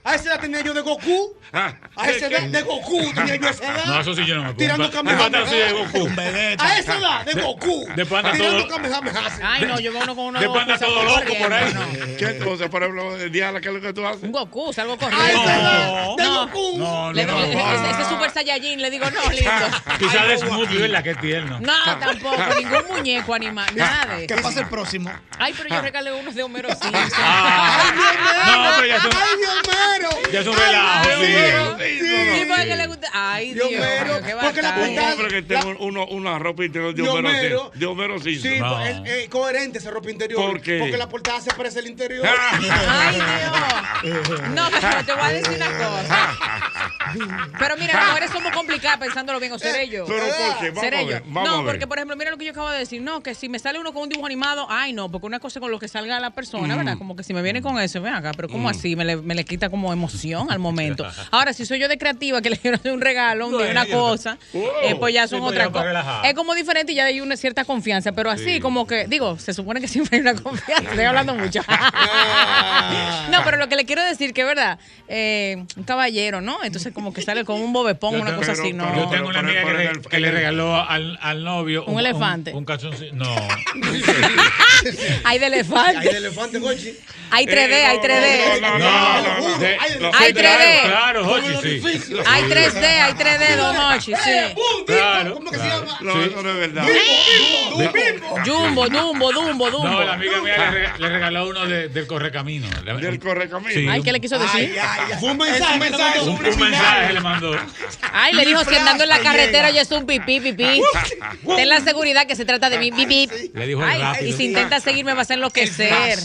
[SPEAKER 12] A esa edad tenía yo de Goku. A esa edad de Goku tenía yo esa edad.
[SPEAKER 10] No, Ah, eso sí yo no me acuerdo.
[SPEAKER 12] Ah, Tirando
[SPEAKER 10] De
[SPEAKER 12] Kamehameha.
[SPEAKER 10] pata sí de Goku.
[SPEAKER 12] A esa edad de Goku.
[SPEAKER 10] De pana
[SPEAKER 12] Tirando
[SPEAKER 10] todo.
[SPEAKER 12] Kamehameha.
[SPEAKER 11] Ay, no, yo veo uno con uno
[SPEAKER 10] De pana todo loco por ahí.
[SPEAKER 3] ¿Qué cosa, por ejemplo, Diana, qué es lo que tú haces?
[SPEAKER 11] Un Goku, salgo
[SPEAKER 3] No.
[SPEAKER 11] corriendo. No,
[SPEAKER 10] No,
[SPEAKER 11] Le doy-
[SPEAKER 10] no.
[SPEAKER 11] ese, ese Super Saiyajin, le digo, no, lindo.
[SPEAKER 10] Quizás de Smoothie, ¿verdad? Qué tierno.
[SPEAKER 11] No,
[SPEAKER 12] [laughs]
[SPEAKER 11] tampoco, ningún muñeco animal, nada. de
[SPEAKER 4] ¿Qué
[SPEAKER 11] eso.
[SPEAKER 4] pasa el próximo?
[SPEAKER 11] Ay, pero yo regalé unos de Homero Simpson. [laughs]
[SPEAKER 10] No, pero ya son-
[SPEAKER 12] ¡Ay, Dios mío!
[SPEAKER 10] Ya es un relajo,
[SPEAKER 3] Ay,
[SPEAKER 10] sí.
[SPEAKER 11] Sí, porque le gusta. Ay, Dios, mío, qué
[SPEAKER 3] Un
[SPEAKER 11] batalla.
[SPEAKER 3] hombre que tenga uno- una ropa interior de
[SPEAKER 12] De
[SPEAKER 3] Homero
[SPEAKER 12] Homero.
[SPEAKER 3] Simpson. De Homero Simpson.
[SPEAKER 12] Sí,
[SPEAKER 3] No.
[SPEAKER 12] es, es coherente esa ropa interior.
[SPEAKER 3] ¿Por qué?
[SPEAKER 12] Porque la portada se parece al interior.
[SPEAKER 11] Ay, Dios. No, pero te voy a decir una cosa. Pero mira, las mujeres somos complicadas pensándolo bien, o seré yo.
[SPEAKER 3] Pero, ¿por qué? Vamos
[SPEAKER 11] Seré
[SPEAKER 3] a ver,
[SPEAKER 11] yo.
[SPEAKER 3] vamos a
[SPEAKER 11] no,
[SPEAKER 3] ver.
[SPEAKER 11] porque por ejemplo, mira lo que yo acabo de decir. No, que si me sale uno con un dibujo animado, ay no, porque una cosa es con lo que salga la persona,
[SPEAKER 13] Mm.
[SPEAKER 11] ¿verdad? Como que si me viene con eso, ven acá, pero ¿cómo
[SPEAKER 13] Mm.
[SPEAKER 11] así? Me le, me le quita como emoción al momento. Ahora, si soy yo de creativa que le quiero hacer un regalo, un día
[SPEAKER 13] Bueno,
[SPEAKER 11] una
[SPEAKER 13] yo no-
[SPEAKER 11] cosa,
[SPEAKER 13] Wow.
[SPEAKER 11] eh, pues ya
[SPEAKER 13] Sí,
[SPEAKER 11] son
[SPEAKER 13] pues
[SPEAKER 11] otra
[SPEAKER 13] ya para
[SPEAKER 11] cosa.
[SPEAKER 13] relajar.
[SPEAKER 11] Es como diferente y ya hay una cierta confianza, pero así
[SPEAKER 13] Sí.
[SPEAKER 11] como que, digo, se supone que siempre hay una confianza. Estoy
[SPEAKER 10] [laughs]
[SPEAKER 11] hablando mucho.
[SPEAKER 10] Ah.
[SPEAKER 11] No, pero lo que le quiero decir que es verdad, eh, un caballero, ¿no? Entonces como que sale con un bobepón,
[SPEAKER 10] Yo
[SPEAKER 11] una
[SPEAKER 10] tengo-
[SPEAKER 11] cosa así,
[SPEAKER 10] pero-
[SPEAKER 11] ¿no?
[SPEAKER 10] Yo tengo una amiga que, re- que le regaló al, al novio
[SPEAKER 11] Un elefante.
[SPEAKER 10] Un, calzoncillo.
[SPEAKER 12] [laughs]
[SPEAKER 10] No.
[SPEAKER 11] Hay de elefante.
[SPEAKER 12] Hay de elefante, Gochi.
[SPEAKER 11] Hay 3D, hay 3D.
[SPEAKER 10] Eh, No, no, no, de-
[SPEAKER 11] Hay
[SPEAKER 10] sí,
[SPEAKER 11] 3D.
[SPEAKER 10] Claro, claro, Jochi, sí.
[SPEAKER 11] Hay 3D, hay 3D, don Hochi, sí.
[SPEAKER 10] Claro.
[SPEAKER 3] No, eso no es verdad.
[SPEAKER 11] Jumbo, Dumbo, Dumbo, Dumbo.
[SPEAKER 10] No, la amiga mía le, re- le regaló uno de- del correcamino.
[SPEAKER 3] Del correcamino.
[SPEAKER 11] Ay, ¿qué le quiso decir?
[SPEAKER 12] Fue un mensaje,
[SPEAKER 10] un mensaje, un, mensaje le mandó.
[SPEAKER 11] Ay, le dijo, si andando en la
[SPEAKER 10] Disfraz te
[SPEAKER 11] carretera
[SPEAKER 10] llega.
[SPEAKER 11] yo es un pipí, pipí. Ten la seguridad que se trata de mí, pipí.
[SPEAKER 10] Le dijo
[SPEAKER 11] Ay,
[SPEAKER 10] rápido.
[SPEAKER 11] y si intenta seguirme vas a enloquecer.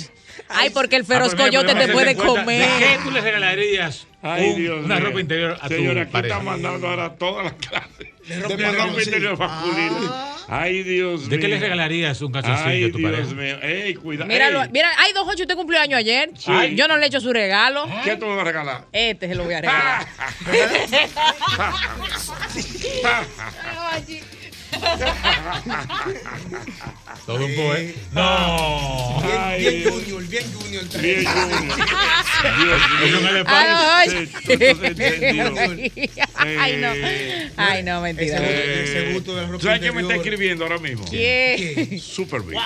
[SPEAKER 11] Ay, porque el
[SPEAKER 10] Ah, pero
[SPEAKER 11] feroz
[SPEAKER 10] mira,
[SPEAKER 11] coyote
[SPEAKER 10] podemos
[SPEAKER 11] te
[SPEAKER 10] hacer
[SPEAKER 11] puede
[SPEAKER 10] encuesta. ¿De
[SPEAKER 11] comer.
[SPEAKER 10] qué tú le regalarías
[SPEAKER 3] Ay,
[SPEAKER 10] un-
[SPEAKER 3] Dios
[SPEAKER 10] una
[SPEAKER 3] mío.
[SPEAKER 10] ropa interior a
[SPEAKER 3] Señora,
[SPEAKER 10] tu
[SPEAKER 3] aquí
[SPEAKER 10] pareja?
[SPEAKER 3] está mandando ahora todas las clases de ropa,
[SPEAKER 10] interior,
[SPEAKER 3] interior masculina. Ay, Dios mío.
[SPEAKER 10] ¿De qué le regalarías un calzoncillo
[SPEAKER 3] Ay,
[SPEAKER 10] a tu
[SPEAKER 3] Dios
[SPEAKER 10] pareja?
[SPEAKER 3] mío. Ey, cuidado.
[SPEAKER 11] Míralo,
[SPEAKER 3] Ey,
[SPEAKER 11] mira, ay, don Jochi, usted cumplió año ayer.
[SPEAKER 3] Sí.
[SPEAKER 11] Ay, Yo no le he hecho su regalo.
[SPEAKER 3] ¿Qué tú me vas a regalar?
[SPEAKER 11] Este se lo voy a regalar.
[SPEAKER 5] Ah.
[SPEAKER 10] Todo un poe. No.
[SPEAKER 12] Bien junior, bien junior.
[SPEAKER 3] Bien junior.
[SPEAKER 10] Es un
[SPEAKER 11] Ay,
[SPEAKER 10] elefante.
[SPEAKER 11] don
[SPEAKER 10] Sí,
[SPEAKER 11] Jochi.
[SPEAKER 10] entonces,
[SPEAKER 11] [laughs]
[SPEAKER 10] Dios.
[SPEAKER 11] Ay, no. Ay, no, mentira.
[SPEAKER 3] Eh, ¿Sabes quién me está escribiendo ahora mismo?
[SPEAKER 11] ¿Quién?
[SPEAKER 3] Super Big.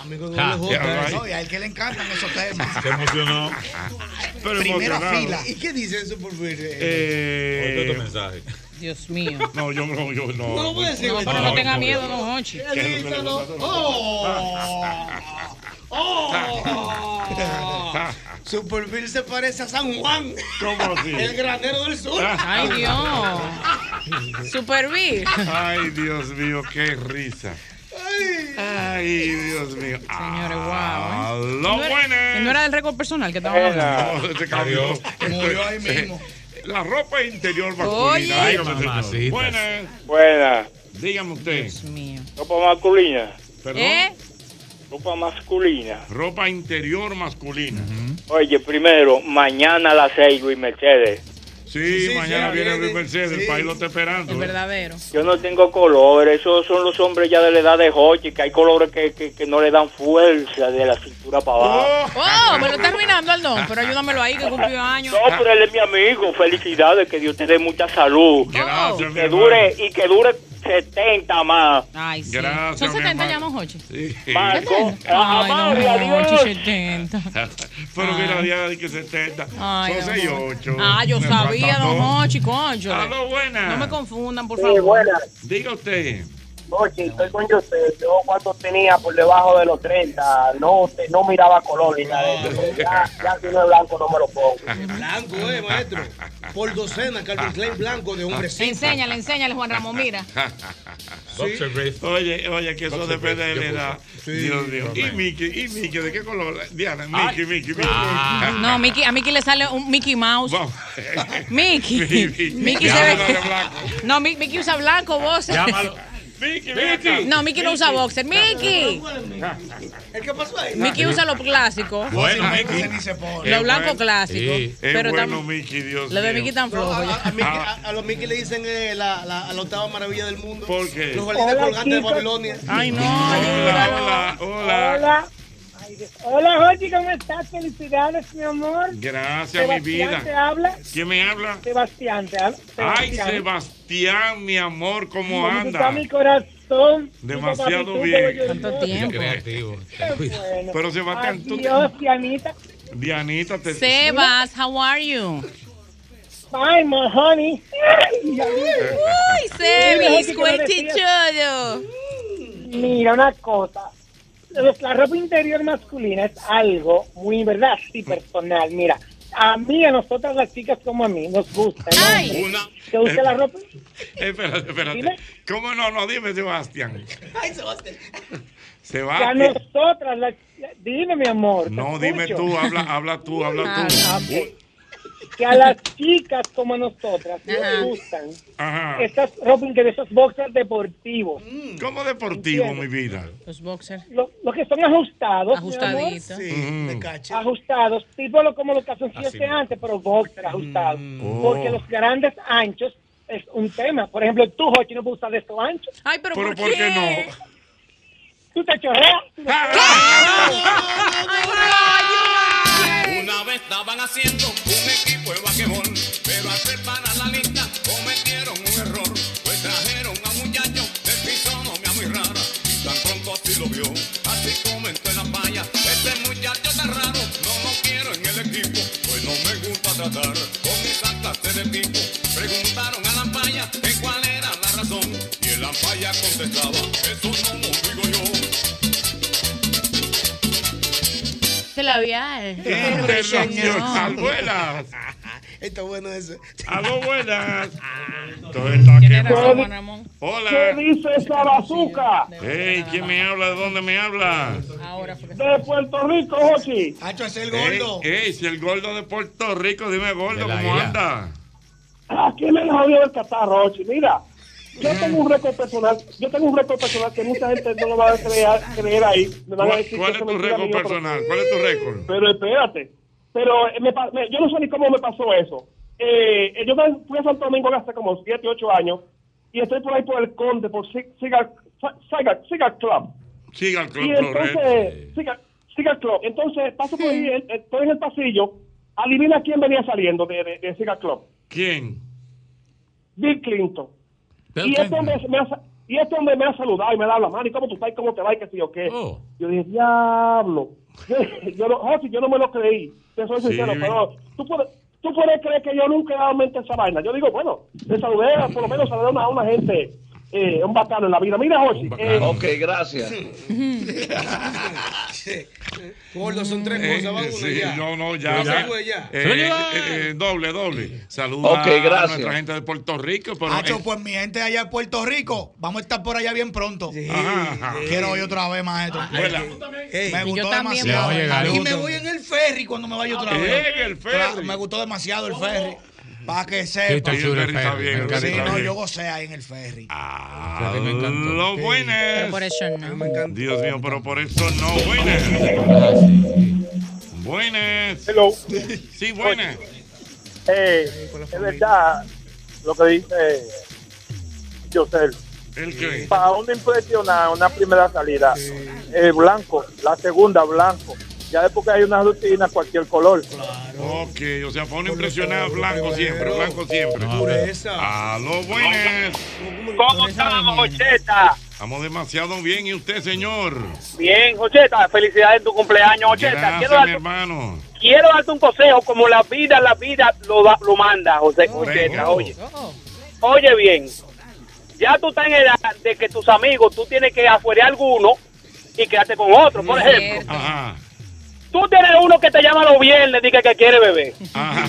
[SPEAKER 4] Amigo
[SPEAKER 3] Ja, ya,
[SPEAKER 4] de
[SPEAKER 3] right.
[SPEAKER 4] No, y a él que le encantan esos temas.
[SPEAKER 10] Se emocionó.
[SPEAKER 3] Pero
[SPEAKER 4] Primera
[SPEAKER 3] emocionado.
[SPEAKER 4] fila.
[SPEAKER 12] ¿Y qué dice eso por ver?
[SPEAKER 3] Eh,
[SPEAKER 10] Otro mensaje.
[SPEAKER 11] Dios mío.
[SPEAKER 3] No, yo no, yo no.
[SPEAKER 12] No lo voy a decir, No,
[SPEAKER 11] pero no tenga miedo, don Jochi.
[SPEAKER 3] Que no se lo-
[SPEAKER 12] ¡Oh! [laughs] Su perfil se parece a San Juan.
[SPEAKER 3] ¿Cómo así?
[SPEAKER 12] El granero
[SPEAKER 3] [laughs]
[SPEAKER 12] del sur.
[SPEAKER 11] Ay,
[SPEAKER 10] [laughs]
[SPEAKER 11] Dios. Super Big.
[SPEAKER 3] Ay, Dios mío, qué risa. Ay, Dios mío. Señores, wow.
[SPEAKER 11] ¿eh? ¿No
[SPEAKER 3] Lo
[SPEAKER 11] era-
[SPEAKER 3] bueno.
[SPEAKER 11] ¿No Este, era del récord personal que estábamos hablando?
[SPEAKER 3] No, se cambió.
[SPEAKER 10] Adiós.
[SPEAKER 3] Esto
[SPEAKER 10] Murió
[SPEAKER 3] es-
[SPEAKER 10] ahí mismo.
[SPEAKER 3] La ropa interior
[SPEAKER 10] Oye.
[SPEAKER 3] masculina.
[SPEAKER 10] Ay,
[SPEAKER 3] Ay,
[SPEAKER 10] mamacitas.
[SPEAKER 3] Buenas.
[SPEAKER 14] Buena.
[SPEAKER 3] Dígame usted.
[SPEAKER 14] Ropa masculina.
[SPEAKER 3] Perdón.
[SPEAKER 11] ¿Eh?
[SPEAKER 14] Ropa masculina.
[SPEAKER 3] Ropa interior masculina.
[SPEAKER 14] Oye, primero, mañana a las seis, Luis Mercedes.
[SPEAKER 3] Sí,
[SPEAKER 15] Sí, sí,
[SPEAKER 3] mañana
[SPEAKER 15] sí,
[SPEAKER 3] viene
[SPEAKER 15] viene.
[SPEAKER 3] el Mercedes, el
[SPEAKER 15] Sí.
[SPEAKER 3] país lo está esperando.
[SPEAKER 11] El
[SPEAKER 3] ¿eh?
[SPEAKER 11] verdadero.
[SPEAKER 15] Yo no tengo color, esos son los hombres ya de la edad de Hochi, que hay colores que, que, que no le dan fuerza de la cintura para abajo.
[SPEAKER 11] Oh, me lo está arruinando al don, pero ayúdamelo ahí que cumplió años.
[SPEAKER 15] No, pero él es mi amigo, felicidades, que Dios te dé mucha salud.
[SPEAKER 3] Gracias,
[SPEAKER 15] y
[SPEAKER 3] mi
[SPEAKER 15] que dure,
[SPEAKER 3] hermano.
[SPEAKER 15] y que dure 70 más.
[SPEAKER 11] Ay,
[SPEAKER 15] sí.
[SPEAKER 3] Gracias,
[SPEAKER 11] Son
[SPEAKER 3] mi
[SPEAKER 11] 70
[SPEAKER 3] hermano.
[SPEAKER 11] llamos Hochi.
[SPEAKER 3] Sí.
[SPEAKER 15] Marco, a-
[SPEAKER 11] Ay,
[SPEAKER 15] amable,
[SPEAKER 11] don
[SPEAKER 15] adiós.
[SPEAKER 11] Hochi, 70.
[SPEAKER 3] [laughs] Pero mira,
[SPEAKER 11] Ay.
[SPEAKER 3] ya de que 70.
[SPEAKER 11] Ay,
[SPEAKER 3] Son
[SPEAKER 11] don
[SPEAKER 3] 6
[SPEAKER 11] Hochi.
[SPEAKER 3] 8.
[SPEAKER 11] Ah, yo sabía, don Hochi, concho.
[SPEAKER 3] Aló, buena.
[SPEAKER 11] No me confundan, por
[SPEAKER 16] Sí,
[SPEAKER 11] favor.
[SPEAKER 16] buena.
[SPEAKER 3] Diga usted.
[SPEAKER 16] Oye, estoy con José. Yo cuando tenía por debajo de los 30, no, te- no miraba color ni nada
[SPEAKER 3] [laughs]
[SPEAKER 16] de eso. Ya, ya si no es blanco, no me lo pongo.
[SPEAKER 12] Blanco, eh, maestro. Por docena, Calvin Klein blanco de hombre simple.
[SPEAKER 11] Enséñale, enséñale, Juan Ramón, mira.
[SPEAKER 3] Boxer Oye, eh, oye, que eso depende de la edad. Dios mío. Y Mickey, y Mickey, ¿de qué color? Diana, Mickey, Mickey, Mickey.
[SPEAKER 11] Ah. No,
[SPEAKER 3] [laughs]
[SPEAKER 11] Mickey, a Mickey le sale un Mickey Mouse. [laughs] Mickey. Mickey se
[SPEAKER 3] Llámalo de
[SPEAKER 11] ve. [laughs] No, Mi- Mickey usa blanco, boxer.
[SPEAKER 3] Llámalo. Mickey, Mickey.
[SPEAKER 11] No, Mickey no usa boxer. Mickey.
[SPEAKER 12] ¿El qué pasó ahí?
[SPEAKER 11] Mickey usa lo clásico.
[SPEAKER 3] Bueno, Mickey.
[SPEAKER 11] Lo blanco clásico.
[SPEAKER 3] Pero
[SPEAKER 11] Pero
[SPEAKER 3] bueno,
[SPEAKER 11] tam-
[SPEAKER 3] Mickey, Dios
[SPEAKER 11] Lo de
[SPEAKER 3] mío. Ah,
[SPEAKER 11] Mickey tan flojo.
[SPEAKER 12] A,
[SPEAKER 11] ya.
[SPEAKER 12] a- a Mickey- a- a los Mickey le dicen eh, la, la, la octava maravilla del mundo.
[SPEAKER 3] ¿Por qué?
[SPEAKER 12] Los jardines
[SPEAKER 3] Hola,
[SPEAKER 12] colgantes de
[SPEAKER 3] chicos.
[SPEAKER 12] Babilonia.
[SPEAKER 11] Ay, no.
[SPEAKER 3] Hola, hola, hola.
[SPEAKER 17] Hola. Ay, Dios. Hola, Jorge, ¿cómo estás? Felicidades, mi amor.
[SPEAKER 3] Gracias, mi
[SPEAKER 17] Sebastián, ¿te
[SPEAKER 3] vida.
[SPEAKER 17] habla?
[SPEAKER 3] ¿Quién me habla?
[SPEAKER 17] Sebastián, te habla.
[SPEAKER 3] Ay, Sebastián, mi amor, ¿cómo
[SPEAKER 17] ¿Cómo está
[SPEAKER 3] anda?
[SPEAKER 17] mi corazón?
[SPEAKER 3] Demasiado
[SPEAKER 17] Papito,
[SPEAKER 3] bien.
[SPEAKER 17] papito, Tanto tiempo.
[SPEAKER 3] creativo.
[SPEAKER 17] Bueno.
[SPEAKER 3] Pero Sebastián, tú.
[SPEAKER 17] Adiós, Dianita.
[SPEAKER 3] Dianita, te.
[SPEAKER 11] Sebas, how are you?
[SPEAKER 17] Bye, my honey.
[SPEAKER 11] Uy, Sebis, cuentichudo.
[SPEAKER 17] Mira, una cosa. Los- La ropa interior masculina es algo muy, ¿verdad?
[SPEAKER 3] Mm.
[SPEAKER 17] Sí, personal. Mira, a mí, a nosotras las chicas como a mí, nos gusta. ¿no? Que use la ropa
[SPEAKER 3] Eh, espérate, espérate. ¿Cómo no? No, dime, Sebastián.
[SPEAKER 12] Ay, Sebastián.
[SPEAKER 17] que a
[SPEAKER 3] Sebastián.
[SPEAKER 17] nosotras las... Dime, mi amor. te
[SPEAKER 3] No, dime
[SPEAKER 17] escucho.
[SPEAKER 3] tú, habla, habla tú, habla
[SPEAKER 17] Ah,
[SPEAKER 3] tú.
[SPEAKER 17] ok. que a las chicas como a nosotras
[SPEAKER 3] Ajá.
[SPEAKER 17] nos gustan
[SPEAKER 3] Ajá.
[SPEAKER 17] estas ropa interior, esos boxers deportivos.
[SPEAKER 3] ¿Cómo deportivo, mi
[SPEAKER 17] Entiendo.
[SPEAKER 3] vida?
[SPEAKER 11] Mm. Los boxers.
[SPEAKER 17] Los que son ajustados. mi amor.
[SPEAKER 11] Ajustaditos. Sí,
[SPEAKER 3] Mm. de
[SPEAKER 17] Ajustados, tipo lo, como los calzoncillos
[SPEAKER 3] Así
[SPEAKER 17] de
[SPEAKER 3] mismo.
[SPEAKER 17] antes, pero boxer ajustados.
[SPEAKER 3] Ah, Oh.
[SPEAKER 17] Porque los grandes anchos es un tema. Por ejemplo, tú, Jochi, no puedes usar de estos anchos.
[SPEAKER 11] Ay, pero,
[SPEAKER 3] ¿Pero por qué no?
[SPEAKER 17] Tú te
[SPEAKER 3] ¿Eh?
[SPEAKER 17] chorreas.
[SPEAKER 3] Ah,
[SPEAKER 5] Una vez estaban haciendo un equipo de vaquebol, pero al preparar la lista cometieron un error. Pues trajeron a un muchacho de fisonomía muy rara, y tan pronto así lo vio, así comentó en la valla. Este muchacho está raro, no lo quiero en el equipo, pues no me gusta tratar con esa clase de tipo. Preguntaron a la valla que cuál era la razón, y el ampaya contestaba, eso no lo digo yo.
[SPEAKER 11] Te la labial.
[SPEAKER 3] Internacional, buenas.
[SPEAKER 12] Está bueno eso.
[SPEAKER 3] Aló, buenas. Todo está quemado.
[SPEAKER 17] ¿Qué
[SPEAKER 3] Hola.
[SPEAKER 17] dice esa bazooka?
[SPEAKER 3] Hey, ¿quién me habla? ¿De dónde me habla?
[SPEAKER 17] De Puerto Rico, Jochi.
[SPEAKER 12] el
[SPEAKER 3] Ey, ey, si el gordo de Puerto Rico, dime gordo, ¿cómo anda?
[SPEAKER 17] Aquí me han jodido el catarro, Ochi. Mira, yo tengo un récord personal, yo tengo un récord personal que mucha gente no lo va a creer, creer ahí. Me van a
[SPEAKER 3] ¿Cuál,
[SPEAKER 17] decir
[SPEAKER 3] cuál
[SPEAKER 17] que
[SPEAKER 3] es
[SPEAKER 17] eso
[SPEAKER 3] tu
[SPEAKER 17] mentira
[SPEAKER 3] récord
[SPEAKER 17] mío, pero-
[SPEAKER 3] personal? ¿Cuál es tu récord?
[SPEAKER 17] Pero espérate, pero eh, me pa- me- yo no sé ni cómo me pasó eso. Eh, eh, yo me- fui a Santo Domingo hace como 7, 8 años y estoy por ahí por el Conde, por Sig- Siga, Siga, Siga Club.
[SPEAKER 3] Siga el
[SPEAKER 17] Y
[SPEAKER 3] club correcto.
[SPEAKER 17] entonces, siga, siga el club. Entonces, paso por ahí, eh, estoy en el pasillo. Adivina quién venía saliendo de, de, de Siga Club.
[SPEAKER 3] ¿Quién?
[SPEAKER 17] Bill Clinton. Y este, hombre me ha, sa- y este hombre me ha saludado y me ha dado la mano. ¿Y cómo tú estás? ¿Y ¿Cómo te va? ¿Y qué sé yo qué?
[SPEAKER 15] Oh.
[SPEAKER 17] Yo dije, diablo. [laughs] yo, no, José, yo no me lo creí. Te soy
[SPEAKER 3] Sí.
[SPEAKER 17] sincero, pero tú puedes, tú puedes creer que yo nunca he dado mente a esa vaina. Yo digo, bueno, le saludé, por lo menos saludé a una, a una gente, eh, un bacano en la vida. Mira, José.
[SPEAKER 3] Ah,
[SPEAKER 17] eh,
[SPEAKER 18] Ok, gracias.
[SPEAKER 12] [laughs] Gordo, son tres
[SPEAKER 3] Eh,
[SPEAKER 12] cosas, va
[SPEAKER 3] eh,
[SPEAKER 12] uno
[SPEAKER 3] sí,
[SPEAKER 12] ya.
[SPEAKER 3] No, no,
[SPEAKER 12] Pero
[SPEAKER 3] ya.
[SPEAKER 12] esa
[SPEAKER 3] ya.
[SPEAKER 12] fue ya.
[SPEAKER 3] Eh,
[SPEAKER 12] Soy yo.
[SPEAKER 3] eh, eh, doble, doble. Saludos
[SPEAKER 18] Ok,
[SPEAKER 3] a
[SPEAKER 18] gracias.
[SPEAKER 3] nuestra gente de Puerto Rico. Pero,
[SPEAKER 12] Ah,
[SPEAKER 4] Hacho,
[SPEAKER 3] eh,
[SPEAKER 4] pues mi gente allá en Puerto Rico, vamos a estar por allá bien pronto.
[SPEAKER 3] Ajá, ajá.
[SPEAKER 4] Quiero ir otra vez, maestro.
[SPEAKER 3] Vuela.
[SPEAKER 4] Ey, me
[SPEAKER 3] Y yo
[SPEAKER 4] gustó
[SPEAKER 3] también
[SPEAKER 4] demasiado.
[SPEAKER 3] voy. Le voy a llegar.
[SPEAKER 4] y me voy en el ferry cuando me vaya otra
[SPEAKER 3] En
[SPEAKER 4] vez.
[SPEAKER 3] el ferry. Oh.
[SPEAKER 4] Claro, me gustó demasiado el ferry. Para que sepa.
[SPEAKER 3] Sí, está Sí, el chulo el ferry está ferry, bien, me el encanta.
[SPEAKER 4] Sí,
[SPEAKER 3] ferry está
[SPEAKER 4] no,
[SPEAKER 3] bien. Ah.
[SPEAKER 4] yo gocé ahí en el ferry.
[SPEAKER 3] me encantó. Los buenas.
[SPEAKER 11] Por eso no.
[SPEAKER 3] Dios mío, pero por eso no. Buenas. Buenas.
[SPEAKER 15] Hello.
[SPEAKER 3] Sí, buenas.
[SPEAKER 15] eh, es verdad lo que dice José.
[SPEAKER 3] ¿El qué?
[SPEAKER 15] Para una impresionada, una primera salida, eh, blanco, la segunda, blanco. Ya después que hay una rutina, cualquier color.
[SPEAKER 3] Ok, o sea, fue una impresionada blanco siempre, blanco siempre. A los buenos.
[SPEAKER 15] ¿Cómo estamos, Jocheta?
[SPEAKER 3] Estamos demasiado bien. ¿Y usted, señor?
[SPEAKER 15] Bien, Jocheta, felicidades en tu cumpleaños, Jocheta.
[SPEAKER 3] Gracias, mi
[SPEAKER 15] Quiero darte,
[SPEAKER 3] hermano.
[SPEAKER 15] quiero darte un consejo, como la vida, la vida lo, da- lo manda, José, Jocheta,
[SPEAKER 3] Vengo.
[SPEAKER 15] oye. Oye bien, ya tú estás en edad de que tus amigos, tú tienes que afuera alguno y quedarte con otro, por ejemplo.
[SPEAKER 3] Ajá.
[SPEAKER 15] Tú tienes uno que te llama los viernes y que, que quiere beber.
[SPEAKER 3] Ah.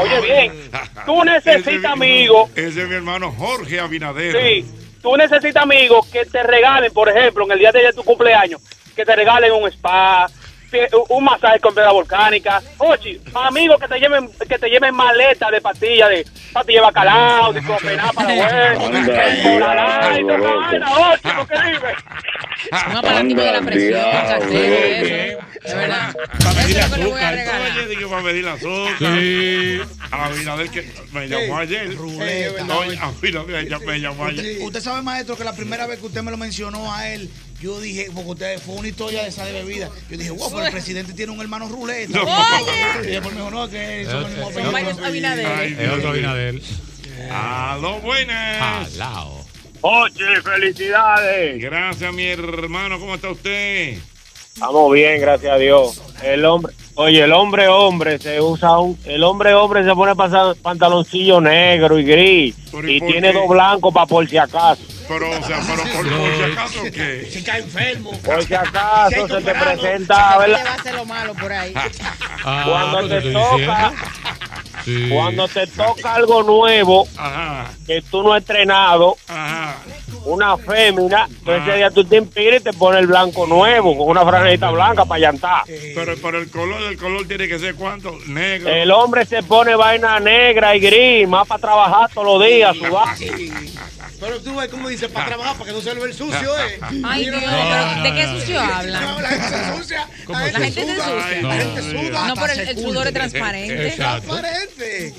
[SPEAKER 15] Oye bien, tú necesitas amigos.
[SPEAKER 3] Ese es mi hermano Jorge Abinader.
[SPEAKER 15] Sí, tú necesitas amigos que te regalen, por ejemplo, en el día de ayer de tu cumpleaños, que te regalen un spa, que- un masaje con piedra volcánica. Ochi, amigos que te lleven que te lleven maleta de pastillas, de pastillas de bacalao,
[SPEAKER 3] Ah,
[SPEAKER 15] de clopidogrel para huevo, de Coralá y toda esa vaina, Ochi, porque
[SPEAKER 3] [laughs]
[SPEAKER 15] dime.
[SPEAKER 11] Un
[SPEAKER 3] Ah,
[SPEAKER 11] aparatico de la presión, saqué eso.
[SPEAKER 3] Para medir el
[SPEAKER 11] Eso es lo que le voy a
[SPEAKER 3] azúcar.
[SPEAKER 11] regalar.
[SPEAKER 3] Oye, dije, para medir el azúcar. Abinader que me llamó
[SPEAKER 4] Sí.
[SPEAKER 3] ayer.
[SPEAKER 4] Ruleta.
[SPEAKER 3] No, Abinader ya me llamó ayer.
[SPEAKER 4] Usted, usted sabe, maestro, que la primera vez que usted me lo mencionó a él, yo dije, porque usted fue una historia de esa de bebida. Yo dije, wow, pero el presidente tiene un hermano ruleta.
[SPEAKER 3] No.
[SPEAKER 4] Y después me dijo, no, que son el mismo
[SPEAKER 10] Son
[SPEAKER 4] apellido.
[SPEAKER 10] varios
[SPEAKER 3] Ay,
[SPEAKER 10] Es otro Abinader.
[SPEAKER 3] A los buenas. Jalao.
[SPEAKER 15] Oye, felicidades.
[SPEAKER 3] Gracias, mi hermano. ¿Cómo está usted?
[SPEAKER 17] Estamos bien, gracias a Dios. El hombre, oye, el hombre hombre se usa un, el hombre hombre se pone pasa- pantaloncillo negro y gris
[SPEAKER 3] ¿y
[SPEAKER 17] y
[SPEAKER 3] por
[SPEAKER 17] tiene
[SPEAKER 3] qué?
[SPEAKER 17] dos blancos para por si acaso.
[SPEAKER 3] Pero, o sea, pero por, por si acaso que.
[SPEAKER 4] Si cae enfermo.
[SPEAKER 17] Por si acaso se te presenta,
[SPEAKER 11] Te
[SPEAKER 17] Ah, ¿verdad?
[SPEAKER 11] va a hacer lo malo por ahí.
[SPEAKER 3] Ah,
[SPEAKER 17] cuando
[SPEAKER 11] pues,
[SPEAKER 17] te
[SPEAKER 11] te estoy
[SPEAKER 17] toca, cuando te toca algo nuevo que tú no has estrenado, una fémina, entonces ese día tú te inspiras y te pones el blanco nuevo con una franelita blanca para llantar.
[SPEAKER 3] Pero, pero el color, el color tiene que ser cuánto? Negro.
[SPEAKER 17] El hombre se pone vaina negra y gris, más para trabajar todos los días, sudar.
[SPEAKER 3] Ah,
[SPEAKER 12] Pero tú ves cómo dice, para trabajar, para que no se le vea el
[SPEAKER 3] [laughs]
[SPEAKER 12] sucio, ¿eh?
[SPEAKER 11] Ay,
[SPEAKER 12] Mira,
[SPEAKER 11] Dios,
[SPEAKER 12] no,
[SPEAKER 11] pero
[SPEAKER 12] no,
[SPEAKER 11] ¿de
[SPEAKER 12] no,
[SPEAKER 11] qué
[SPEAKER 12] no. [laughs]
[SPEAKER 11] sucio hablan?
[SPEAKER 12] La gente se sucia.
[SPEAKER 11] La gente se sucia.
[SPEAKER 12] La gente suda.
[SPEAKER 11] No, pero el,
[SPEAKER 12] hasta
[SPEAKER 11] el
[SPEAKER 12] se
[SPEAKER 11] sudor es
[SPEAKER 12] curte.
[SPEAKER 11] transparente.
[SPEAKER 3] Exacto.
[SPEAKER 12] Transparente.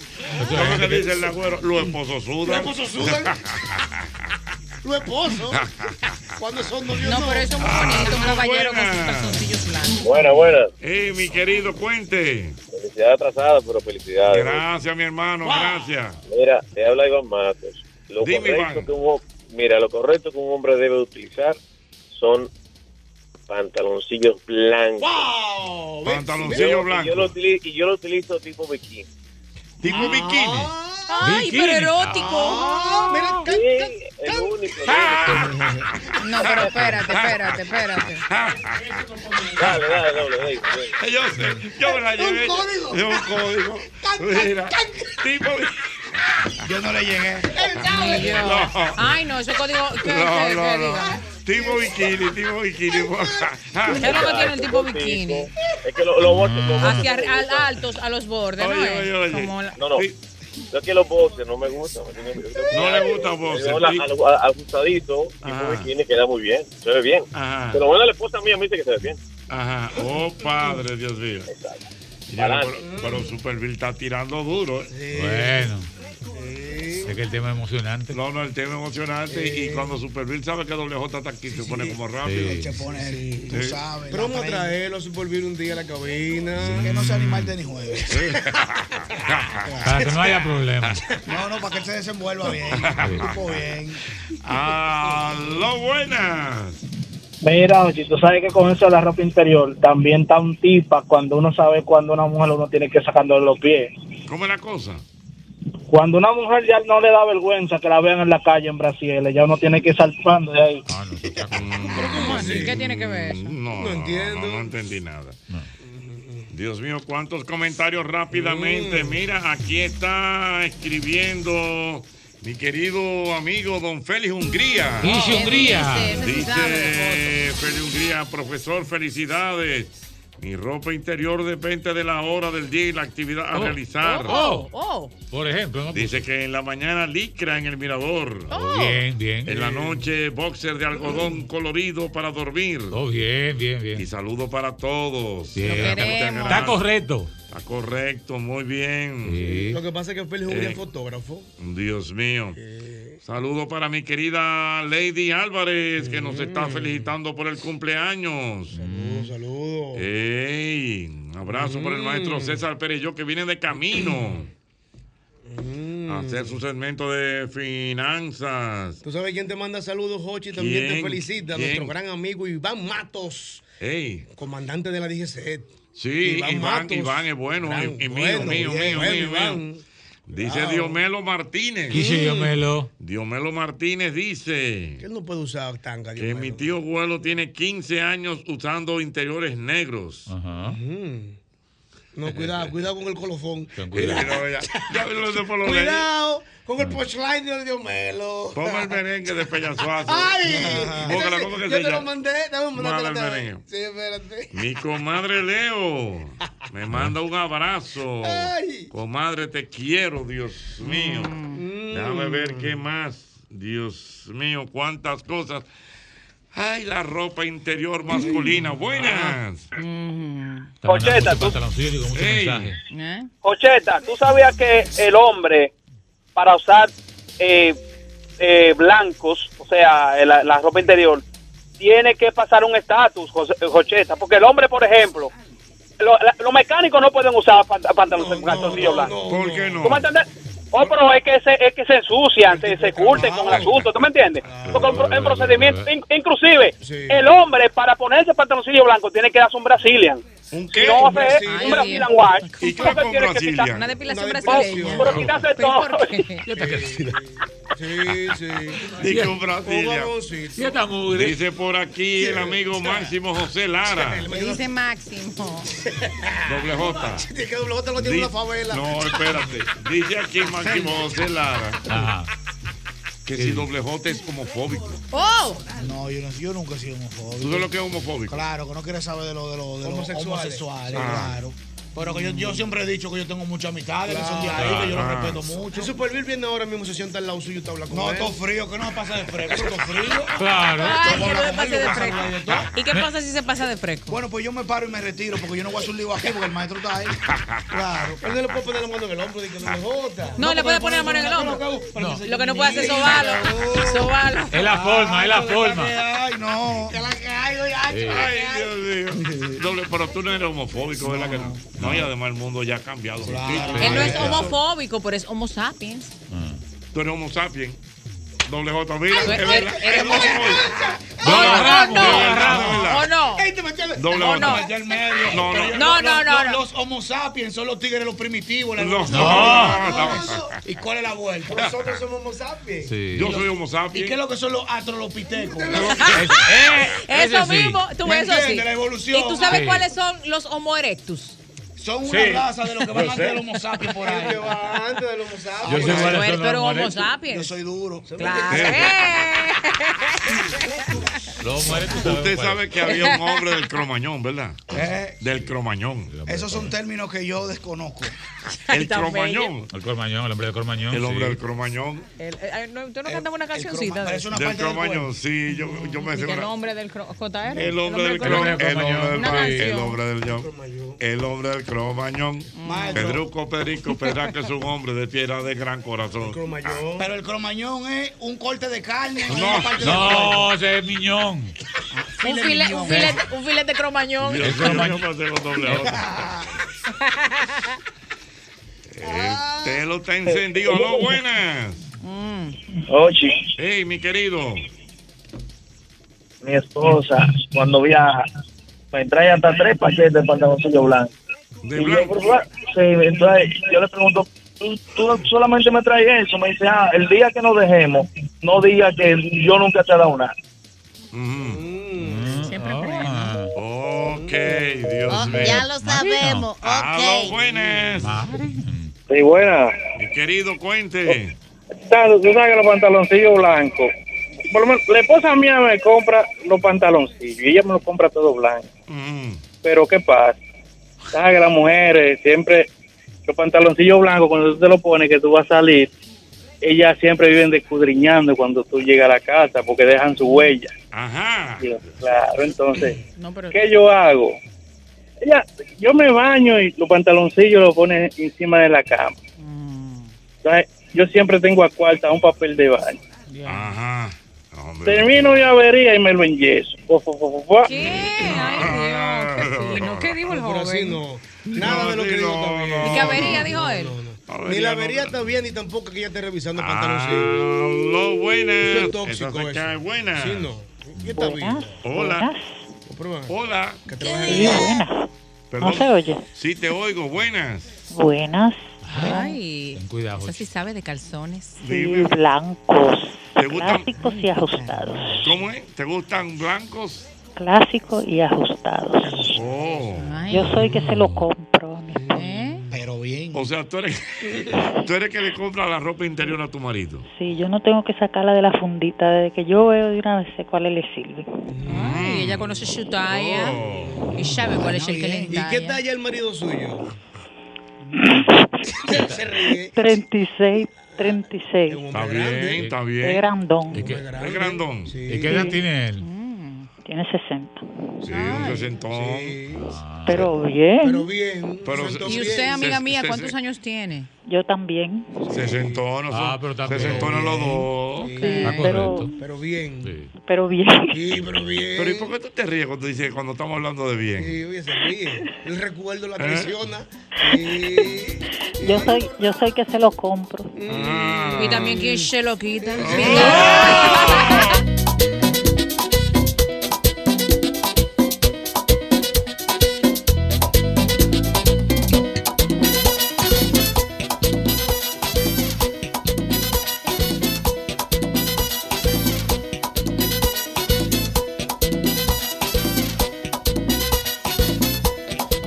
[SPEAKER 3] ¿Cómo que dice el agüero? Los esposos sudan.
[SPEAKER 12] Los esposos
[SPEAKER 5] [laughs]
[SPEAKER 12] sudan. Los esposos. Cuando son novios.
[SPEAKER 11] No, pero eso es muy bonito, un caballero con sus calzoncillos blancos.
[SPEAKER 5] Buenas, buenas.
[SPEAKER 3] Eh, mi querido, cuente.
[SPEAKER 5] Felicidades atrasadas, pero felicidades.
[SPEAKER 3] Gracias, mi hermano, gracias.
[SPEAKER 5] Mira, te habla Iván Matos. Lo
[SPEAKER 3] Dime,
[SPEAKER 5] correcto
[SPEAKER 3] Iván.
[SPEAKER 5] que un ho- mira, lo correcto que un hombre debe utilizar son pantaloncillos blancos.
[SPEAKER 3] Pantaloncillo
[SPEAKER 5] Y yo lo
[SPEAKER 3] blanco.
[SPEAKER 5] utilizo, y yo lo utilizo tipo bikini.
[SPEAKER 3] Tipo bikini.
[SPEAKER 11] Ay, pero
[SPEAKER 5] Ah,
[SPEAKER 11] erótico.
[SPEAKER 5] Sí, el único. Ah.
[SPEAKER 11] No, pero espérate, espérate, espérate.
[SPEAKER 5] Dale, dale, dale, dale, dale.
[SPEAKER 3] Eh, Yo sé, yo me la llevé.
[SPEAKER 5] Un código.
[SPEAKER 3] Es un código. Mira, tipo. Yo no le llegué.
[SPEAKER 11] Ay, Dios.
[SPEAKER 3] No.
[SPEAKER 11] Ay, no, eso código. ¿Qué,
[SPEAKER 3] No,
[SPEAKER 11] qué-
[SPEAKER 3] no,
[SPEAKER 11] qué
[SPEAKER 3] no.
[SPEAKER 11] diga?
[SPEAKER 3] Tipo bikini, tipo [laughs] bikini. Ah.
[SPEAKER 11] ¿Qué es lo que tiene el tipo bikini?
[SPEAKER 5] Es que lo, lo botes, lo botes
[SPEAKER 11] Hacia
[SPEAKER 5] no me
[SPEAKER 11] al-
[SPEAKER 5] gustan.
[SPEAKER 11] altos, a los bordes, ¿no?
[SPEAKER 5] Oye,
[SPEAKER 11] es?
[SPEAKER 5] oye, oye.
[SPEAKER 11] Como la-
[SPEAKER 5] No, no. Es que los boxes no me gustan. me tienen-
[SPEAKER 3] No le gusta boxer.
[SPEAKER 5] Yo la- al- al- Ajustadito,
[SPEAKER 3] Ajá.
[SPEAKER 5] tipo bikini, queda muy bien. Se ve bien.
[SPEAKER 3] Ajá.
[SPEAKER 5] Pero bueno, la esposa mía me dice que se ve bien.
[SPEAKER 3] Ajá. Oh, padre, Dios mío. Ya, pero, pero Superville está tirando duro. ¿eh?
[SPEAKER 10] Bueno. Es que el tema es emocionante.
[SPEAKER 3] No, no, el tema emocionante. Y cuando Superville sabe que doble J está aquí, se pone como rápido.
[SPEAKER 10] Sí. Se
[SPEAKER 4] pone,
[SPEAKER 3] Sí.
[SPEAKER 12] Pero vamos a traerlo a Supervivir un día a la cabina.
[SPEAKER 4] Que no sea animal de ni
[SPEAKER 12] [laughs]
[SPEAKER 3] [laughs]
[SPEAKER 4] jueves.
[SPEAKER 10] Para que no haya problemas.
[SPEAKER 4] No, no, para que él se desenvuelva bien. Tipo bien.
[SPEAKER 3] Aló, buenas.
[SPEAKER 19] Mira, Ochi, tú sabes que con eso de la ropa interior también está un tipa cuando uno sabe cuando una mujer uno tiene que ir sacándole los pies.
[SPEAKER 3] ¿Cómo es la cosa?
[SPEAKER 19] Cuando una mujer ya no le da vergüenza que la vean en la calle en Brasil, ya uno tiene que ir saltando de ahí.
[SPEAKER 3] Ah,
[SPEAKER 11] ¿Qué tiene que ver?
[SPEAKER 3] No, entiendo. No, no entendí nada. Dios mío, cuántos comentarios rápidamente. Mira, aquí está escribiendo mi querido amigo don Félix Hungría.
[SPEAKER 10] Dice Hungría. Dice, ese sí sabe
[SPEAKER 3] Dice Félix Hungría, profesor, felicidades. Mi ropa interior depende de la hora del día y la actividad a
[SPEAKER 10] Oh,
[SPEAKER 3] realizar.
[SPEAKER 10] oh,
[SPEAKER 11] Oh.
[SPEAKER 10] Por ejemplo, ¿no? Oh,
[SPEAKER 3] Dice que en la mañana licra en el mirador.
[SPEAKER 10] Bien, bien.
[SPEAKER 3] En la noche, boxer de algodón colorido para dormir.
[SPEAKER 10] Oh, bien, bien, bien.
[SPEAKER 3] Y saludo para todos.
[SPEAKER 10] Bien.
[SPEAKER 3] Muchas gracias.
[SPEAKER 10] Está correcto.
[SPEAKER 3] Ah, correcto, muy bien.
[SPEAKER 12] Lo que pasa es que Félix es un
[SPEAKER 3] Eh.
[SPEAKER 12] buen fotógrafo.
[SPEAKER 3] Dios mío. Saludo para mi querida Lady Álvarez, que nos está felicitando por el cumpleaños.
[SPEAKER 12] Saludos, saludos.
[SPEAKER 3] Ey, un abrazo para
[SPEAKER 10] Mm.
[SPEAKER 3] el maestro César Pérez, yo que viene de camino. A hacer su segmento de finanzas.
[SPEAKER 12] Ah, ¿Tú sabes quién te manda saludos, Jochi? También
[SPEAKER 3] ¿Quién?
[SPEAKER 12] te felicita
[SPEAKER 3] ¿Quién?
[SPEAKER 12] nuestro gran amigo Iván Matos,
[SPEAKER 3] Ey,
[SPEAKER 12] comandante de la DGC.
[SPEAKER 3] sí, Iván,
[SPEAKER 12] Iván
[SPEAKER 3] Iván,
[SPEAKER 12] Matos.
[SPEAKER 3] es bueno,
[SPEAKER 12] Gran,
[SPEAKER 3] y- y mío,
[SPEAKER 12] bueno,
[SPEAKER 3] mío,
[SPEAKER 12] bien,
[SPEAKER 3] mío,
[SPEAKER 12] bueno,
[SPEAKER 3] mío,
[SPEAKER 12] Iván.
[SPEAKER 3] mío. Dice
[SPEAKER 12] Wow.
[SPEAKER 3] Diomelo Martínez.
[SPEAKER 10] Dice Diomelo.
[SPEAKER 3] Diomelo Martínez dice.
[SPEAKER 12] Él no puede usar tanga, Dios
[SPEAKER 3] Que mi tío abuelo tiene 15 años usando interiores negros. Ajá.
[SPEAKER 12] Mm. No, [laughs] cuidado, cuidado con el colofón. [laughs]
[SPEAKER 3] Cuidado. ya- ya vi lo de por lo de-
[SPEAKER 12] Cuidado con el punchline de Diomelo.
[SPEAKER 3] Ponga el merengue de Peñasuazo.
[SPEAKER 12] Ah, ¡Ay! [laughs]
[SPEAKER 3] Bócala, ¿cómo que se
[SPEAKER 12] Yo te lo
[SPEAKER 3] llama?
[SPEAKER 12] mandé, dame un
[SPEAKER 3] Mándale el
[SPEAKER 12] mandate.
[SPEAKER 3] merengue.
[SPEAKER 12] Sí, espérate.
[SPEAKER 3] Mi comadre Leo me manda un
[SPEAKER 12] Oh.
[SPEAKER 3] abrazo.
[SPEAKER 12] Ay.
[SPEAKER 3] Comadre, te quiero, Dios mío.
[SPEAKER 12] Mm.
[SPEAKER 3] Déjame ver qué más. Dios mío, cuántas cosas. Ay, la ropa interior masculina. Buenas.
[SPEAKER 13] Cocheta, tú,
[SPEAKER 3] Ey.
[SPEAKER 13] Cocheta, ¿tú sabías que el hombre, para usar eh, eh, blancos, o sea, eh, la, la ropa interior, tiene que pasar un estatus, José- eh, Cocheta? Porque el hombre, por ejemplo, lo- la- los mecánicos no pueden usar pant- pantalones con calzoncillos blancos.
[SPEAKER 3] ¿Por qué no?
[SPEAKER 13] ¿Tú me entiendes? Oh, pero es que se, es que se ensucian, se, se curten con el asunto, ¿tú me entiendes? Porque el, pro- el procedimiento, in- inclusive, el hombre para ponerse pantaloncillo blanco tiene que darse un Brazilian.
[SPEAKER 3] ¿Un
[SPEAKER 11] qué?
[SPEAKER 13] No,
[SPEAKER 11] ¿Un
[SPEAKER 13] hace-
[SPEAKER 15] este
[SPEAKER 11] Brazilian?
[SPEAKER 13] un Brazilian
[SPEAKER 11] Ay,
[SPEAKER 13] Wash.
[SPEAKER 11] ¿Y
[SPEAKER 13] ¿Tú
[SPEAKER 11] qué
[SPEAKER 13] lo que
[SPEAKER 11] con
[SPEAKER 13] tienes que
[SPEAKER 3] Brasilia?
[SPEAKER 13] quitar?
[SPEAKER 11] Una depilación
[SPEAKER 13] Una
[SPEAKER 11] brasileña.
[SPEAKER 13] Pero quitarse todo.
[SPEAKER 12] Sí, sí.
[SPEAKER 3] [laughs] Dice un Brasilia.
[SPEAKER 12] Sí,
[SPEAKER 10] está mugre.
[SPEAKER 3] Dice por aquí el amigo Máximo José Lara.
[SPEAKER 11] Le dice Máximo.
[SPEAKER 3] Doble J.
[SPEAKER 12] Tiene que doble te lo tiene
[SPEAKER 3] Di-
[SPEAKER 12] una favela.
[SPEAKER 3] No, espérate. Dice aquí Máximo José Lara que si doble J es homofóbico.
[SPEAKER 11] ¡Oh!
[SPEAKER 20] No, yo, no- yo nunca he sido homofóbico.
[SPEAKER 3] ¿Tú sabes lo que es homofóbico?
[SPEAKER 20] Claro, que no quieres saber de los de lo, de los homosexuales,
[SPEAKER 12] Homosexuales.
[SPEAKER 3] Ah.
[SPEAKER 20] claro. Pero que yo, yo siempre he dicho que yo tengo muchas amistades, que son de ahí,
[SPEAKER 12] Claro.
[SPEAKER 20] que yo los
[SPEAKER 12] Ah.
[SPEAKER 20] respeto mucho.
[SPEAKER 12] Eso por viene ahora mismo, se sienta al lado suyo y está hablando con
[SPEAKER 20] No,
[SPEAKER 12] él.
[SPEAKER 20] todo frío, que no me pasa de fresco, todo frío.
[SPEAKER 10] Claro.
[SPEAKER 11] Ay,
[SPEAKER 20] Yo
[SPEAKER 11] que no
[SPEAKER 20] hablo
[SPEAKER 11] me
[SPEAKER 20] con
[SPEAKER 11] pase
[SPEAKER 20] él,
[SPEAKER 11] de
[SPEAKER 20] yo paso por ahí
[SPEAKER 11] fresco.
[SPEAKER 20] todo.
[SPEAKER 11] ¿Y qué pasa si se pasa de fresco?
[SPEAKER 20] Bueno, pues yo me paro y me retiro porque yo no voy a hacer un lío aquí porque el maestro está ahí. Claro.
[SPEAKER 12] Él no le puede poner la mano en el hombro, dice que no le jota.
[SPEAKER 11] No, le puede poner la mano en el hombro. Lo que no puede hacer es sobalo. Sobalo.
[SPEAKER 10] Es la
[SPEAKER 3] Ah,
[SPEAKER 10] forma, es
[SPEAKER 12] Ah,
[SPEAKER 10] la forma.
[SPEAKER 20] Ay, no.
[SPEAKER 3] Eh, Ay, Dios mío. Doble, pero tú no eres homofóbico, ¿verdad que no? No, y además el mundo ya ha cambiado. muchísimo.
[SPEAKER 11] Él no es homofóbico, pero es homo sapiens.
[SPEAKER 3] Tú eres homo sapiens. Doble J, mira.
[SPEAKER 11] Ay,
[SPEAKER 3] es
[SPEAKER 11] tú
[SPEAKER 3] verdad,
[SPEAKER 11] eres-
[SPEAKER 3] es
[SPEAKER 11] eres
[SPEAKER 3] homofóbico.
[SPEAKER 11] No,
[SPEAKER 3] Doble J,
[SPEAKER 11] no,
[SPEAKER 3] de verdad, de
[SPEAKER 11] no.
[SPEAKER 3] verdad.
[SPEAKER 11] ¿O no?
[SPEAKER 3] Doble
[SPEAKER 20] No,
[SPEAKER 3] J.
[SPEAKER 20] no.
[SPEAKER 3] No, no.
[SPEAKER 20] Pero
[SPEAKER 11] No, no,
[SPEAKER 20] los-
[SPEAKER 11] no,
[SPEAKER 20] los-
[SPEAKER 11] no.
[SPEAKER 20] Los homo sapiens son los tigres, los primitivos. la
[SPEAKER 3] No,
[SPEAKER 20] evolución.
[SPEAKER 3] no, no.
[SPEAKER 20] ¿Y cuál es la vuelta?
[SPEAKER 12] Nosotros somos homo sapiens.
[SPEAKER 3] Sí. Yo soy homo
[SPEAKER 20] ¿Y
[SPEAKER 3] sapiens.
[SPEAKER 20] qué es lo que son los astrolopitecos?
[SPEAKER 11] Eso mismo, tú
[SPEAKER 20] ¿Me
[SPEAKER 11] ves eso sí.
[SPEAKER 20] entiendes? La evolución.
[SPEAKER 11] ¿Y tú sabes
[SPEAKER 20] Sí.
[SPEAKER 11] cuáles son los homo erectus?
[SPEAKER 20] Son
[SPEAKER 11] una
[SPEAKER 20] una raza de los que van
[SPEAKER 12] Yo
[SPEAKER 20] antes
[SPEAKER 12] sé.
[SPEAKER 20] del homo sapiens
[SPEAKER 12] [laughs]
[SPEAKER 20] por ahí.
[SPEAKER 12] Antes del homo sapiens.
[SPEAKER 20] Yo sé cuáles
[SPEAKER 11] Pero
[SPEAKER 20] son
[SPEAKER 11] tú eres
[SPEAKER 20] los
[SPEAKER 11] homo
[SPEAKER 20] moretos.
[SPEAKER 11] sapiens.
[SPEAKER 20] Yo soy duro.
[SPEAKER 11] Claro.
[SPEAKER 3] Usted sabe que había un hombre del cromañón, ¿verdad?
[SPEAKER 20] Eh.
[SPEAKER 3] Del cromañón.
[SPEAKER 20] Esos son términos que
[SPEAKER 3] [laughs]
[SPEAKER 20] yo desconozco.
[SPEAKER 3] El cromañón.
[SPEAKER 10] El Cormañón, el hombre del Cormañón.
[SPEAKER 3] El hombre del Cromañón.
[SPEAKER 11] El- eh, ay, no, ¿Tú no cantabas una cancioncita? de eso?
[SPEAKER 3] Del cromañón, sí, yo, yo me
[SPEAKER 11] Dice
[SPEAKER 3] sé
[SPEAKER 11] el
[SPEAKER 3] una-
[SPEAKER 11] hombre del cro- JR.
[SPEAKER 3] El hombre del
[SPEAKER 11] cro-
[SPEAKER 3] cromañón. El hombre del
[SPEAKER 11] Una
[SPEAKER 3] pa- El
[SPEAKER 11] canción.
[SPEAKER 3] hombre del yo- El hombre del cromañón.
[SPEAKER 20] Maestro.
[SPEAKER 3] Pedruco Perico Pedra, que es un hombre de piedra de gran corazón.
[SPEAKER 20] Pero el cromañón es un corte de carne. en
[SPEAKER 3] No, [laughs]
[SPEAKER 20] una parte del cuerpo.
[SPEAKER 10] No, ese es Miñón.
[SPEAKER 11] Un filete, un filete, un filete de cromañón.
[SPEAKER 3] Dios mío, yo pasé con doble J. El pelo Este está encendido. ¡Aló, buenas!
[SPEAKER 11] Mm.
[SPEAKER 15] Ochi,
[SPEAKER 3] ¡Ey, mi querido!
[SPEAKER 15] mi esposa, cuando viaja, me trae hasta tres paquetes de pantaloncillo blanco.
[SPEAKER 3] De
[SPEAKER 15] Y yo,
[SPEAKER 3] blanco.
[SPEAKER 15] "Pero, va", sí, entonces yo le pregunto, ¿tú, tú solamente me traes eso? Me dice, ah, el día que nos dejemos, no diga que yo nunca te he dado nada.
[SPEAKER 3] Siempre
[SPEAKER 10] Ah.
[SPEAKER 3] Ok, Dios
[SPEAKER 1] Oh,
[SPEAKER 3] mío.
[SPEAKER 1] ya lo sabemos,
[SPEAKER 10] Ah,
[SPEAKER 3] ¡Aló,
[SPEAKER 1] ok.
[SPEAKER 3] buenas!
[SPEAKER 15] Sí, buena.
[SPEAKER 3] Mi querido, cuente.
[SPEAKER 15] Tanto, tú sabes que los pantaloncillos blancos. Por lo menos, la esposa mía me compra los pantaloncillos y ella me los compra todo blanco. Pero ¿qué pasa? Sabes que las mujeres siempre, los pantaloncillos blancos, cuando tú te los pones, que tú vas a salir, ellas siempre viven descudriñando cuando tú llegas a la casa porque dejan su huella.
[SPEAKER 3] Ajá.
[SPEAKER 15] Claro, entonces,
[SPEAKER 11] No, pero
[SPEAKER 15] ¿qué yo hago? ella, yo me baño y los pantaloncillos los pone encima de la cama. Entonces, yo siempre tengo a cuarta un papel de baño.
[SPEAKER 3] Ajá.
[SPEAKER 15] Termino de avería y me lo enyeso. Fua, fua, fua, fua, fua.
[SPEAKER 11] no, ¿qué dijo el
[SPEAKER 12] Pero así
[SPEAKER 11] joven?
[SPEAKER 12] no. Nada de lo que digo también.
[SPEAKER 11] ¿Y qué avería dijo él?
[SPEAKER 12] Ni la avería está bien, ni tampoco que ella esté revisando pantaloncillos.
[SPEAKER 3] Aló, Ah, buenas.
[SPEAKER 12] Eso es
[SPEAKER 3] Esa
[SPEAKER 12] tóxico.
[SPEAKER 3] se
[SPEAKER 12] eso.
[SPEAKER 3] cae, buenas.
[SPEAKER 12] Sí, no. ¿Qué está bien?
[SPEAKER 3] Hola. Hola.
[SPEAKER 12] Sí, buenas.
[SPEAKER 3] Perdón.
[SPEAKER 21] No se oye.
[SPEAKER 3] Sí, te oigo. Buenas.
[SPEAKER 21] Buenas.
[SPEAKER 11] Ay. Ten
[SPEAKER 3] cuidado,
[SPEAKER 11] Eso sí sabe de calzones.
[SPEAKER 21] Sí, blancos.
[SPEAKER 3] ¿Te gustan,
[SPEAKER 21] Clásicos y ajustados.
[SPEAKER 3] ¿Cómo es? ¿Te gustan blancos? Oh.
[SPEAKER 21] Clásicos y ajustados. Yo soy que se lo compro. mi esposo.
[SPEAKER 3] Pero bien. O sea, tú eres, [laughs] tú eres que le compras la ropa interior a tu marido.
[SPEAKER 21] Sí, yo no tengo que sacarla de la fundita. Desde que yo veo de una vez sé cuáles le sirve.
[SPEAKER 11] Ay, ella conoce su talla y sabe cuál es el que le
[SPEAKER 12] ¿Y
[SPEAKER 11] entalla.
[SPEAKER 12] qué talla el marido suyo?
[SPEAKER 21] 36, 36.
[SPEAKER 3] Está bien, está bien.
[SPEAKER 21] Es grandón.
[SPEAKER 3] ¿Es, grandón?
[SPEAKER 21] ¿Y qué edad tiene
[SPEAKER 3] él?
[SPEAKER 11] Mm.
[SPEAKER 21] Tiene 60.
[SPEAKER 3] Sí, un sesentón.
[SPEAKER 21] Pero bien.
[SPEAKER 12] Pero bien.
[SPEAKER 3] Pero se-
[SPEAKER 11] Y usted, amiga mía,
[SPEAKER 3] se-
[SPEAKER 11] ¿cuántos
[SPEAKER 3] se-
[SPEAKER 11] años tiene?
[SPEAKER 21] Yo también.
[SPEAKER 3] Sesentón, no Ah, pero también. Sesentón los dos.
[SPEAKER 21] Está pero- correcto.
[SPEAKER 12] Pero bien.
[SPEAKER 21] Pero bien.
[SPEAKER 12] Sí, pero bien.
[SPEAKER 3] Pero ¿y por qué tú te ríes cuando dices cuando estamos hablando de bien?
[SPEAKER 12] Sí, oye, se ríe. El recuerdo la
[SPEAKER 3] ¿Eh?
[SPEAKER 12] traiciona.
[SPEAKER 21] [laughs] Yo soy, yo soy que se lo compro.
[SPEAKER 11] Y también quién se lo quita.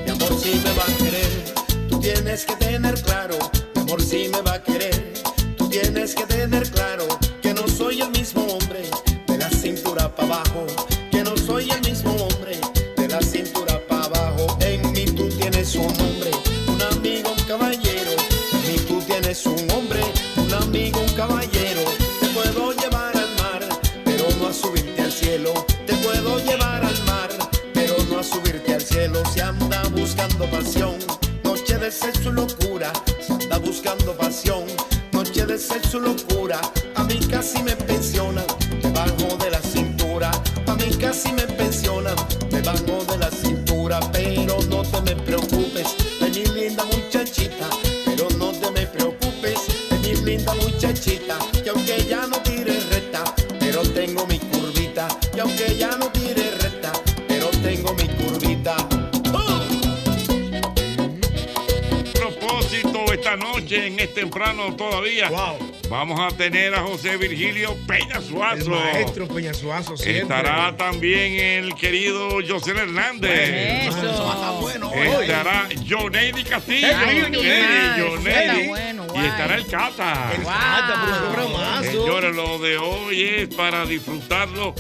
[SPEAKER 22] Mi amor sí me va a querer, tú tienes que tener claro. Mi amor sí me va a querer, tú tienes que tener claro que no soy el mismo hombre de la cintura para abajo. Que no soy el mismo hombre de la cintura para abajo. En mí tú tienes un hombre, un amigo, un caballero. En mí tú tienes un hombre, un amigo, un caballero. Te puedo llevar al mar, pero no a subirte al cielo. Te puedo llevar al mar, pero no a subirte al cielo. Se anda buscando pasión, noche de sexo y locura. Se anda buscando pasión, noche de sexo y locura. A mí casi me pensionan, debajo de la cintura. A mí casi me pensionan, debajo de la cintura. Pero no te me preocupes, de mi linda muchachita. Pero no te me preocupes, de mi linda muchachita. Que aunque ya no tire recta, pero tengo mi curvita. Y aunque ya no tire recta, pero tengo mi curvita.
[SPEAKER 3] propósito esta noche, en este temprano todavía. Vamos a tener a José Virgilio Peña
[SPEAKER 12] El
[SPEAKER 3] Suazo.
[SPEAKER 12] maestro Peñasuazo siempre.
[SPEAKER 3] Estará también el querido José Hernández. Estará Johnny Castillo.
[SPEAKER 12] Ey,
[SPEAKER 3] Johnny,
[SPEAKER 12] Jonelli.
[SPEAKER 3] Jonelli.
[SPEAKER 12] Eso está
[SPEAKER 3] Y estará el Cata. El
[SPEAKER 12] Cata, pero un programazo.
[SPEAKER 3] Señores, lo de hoy es para disfrutarlo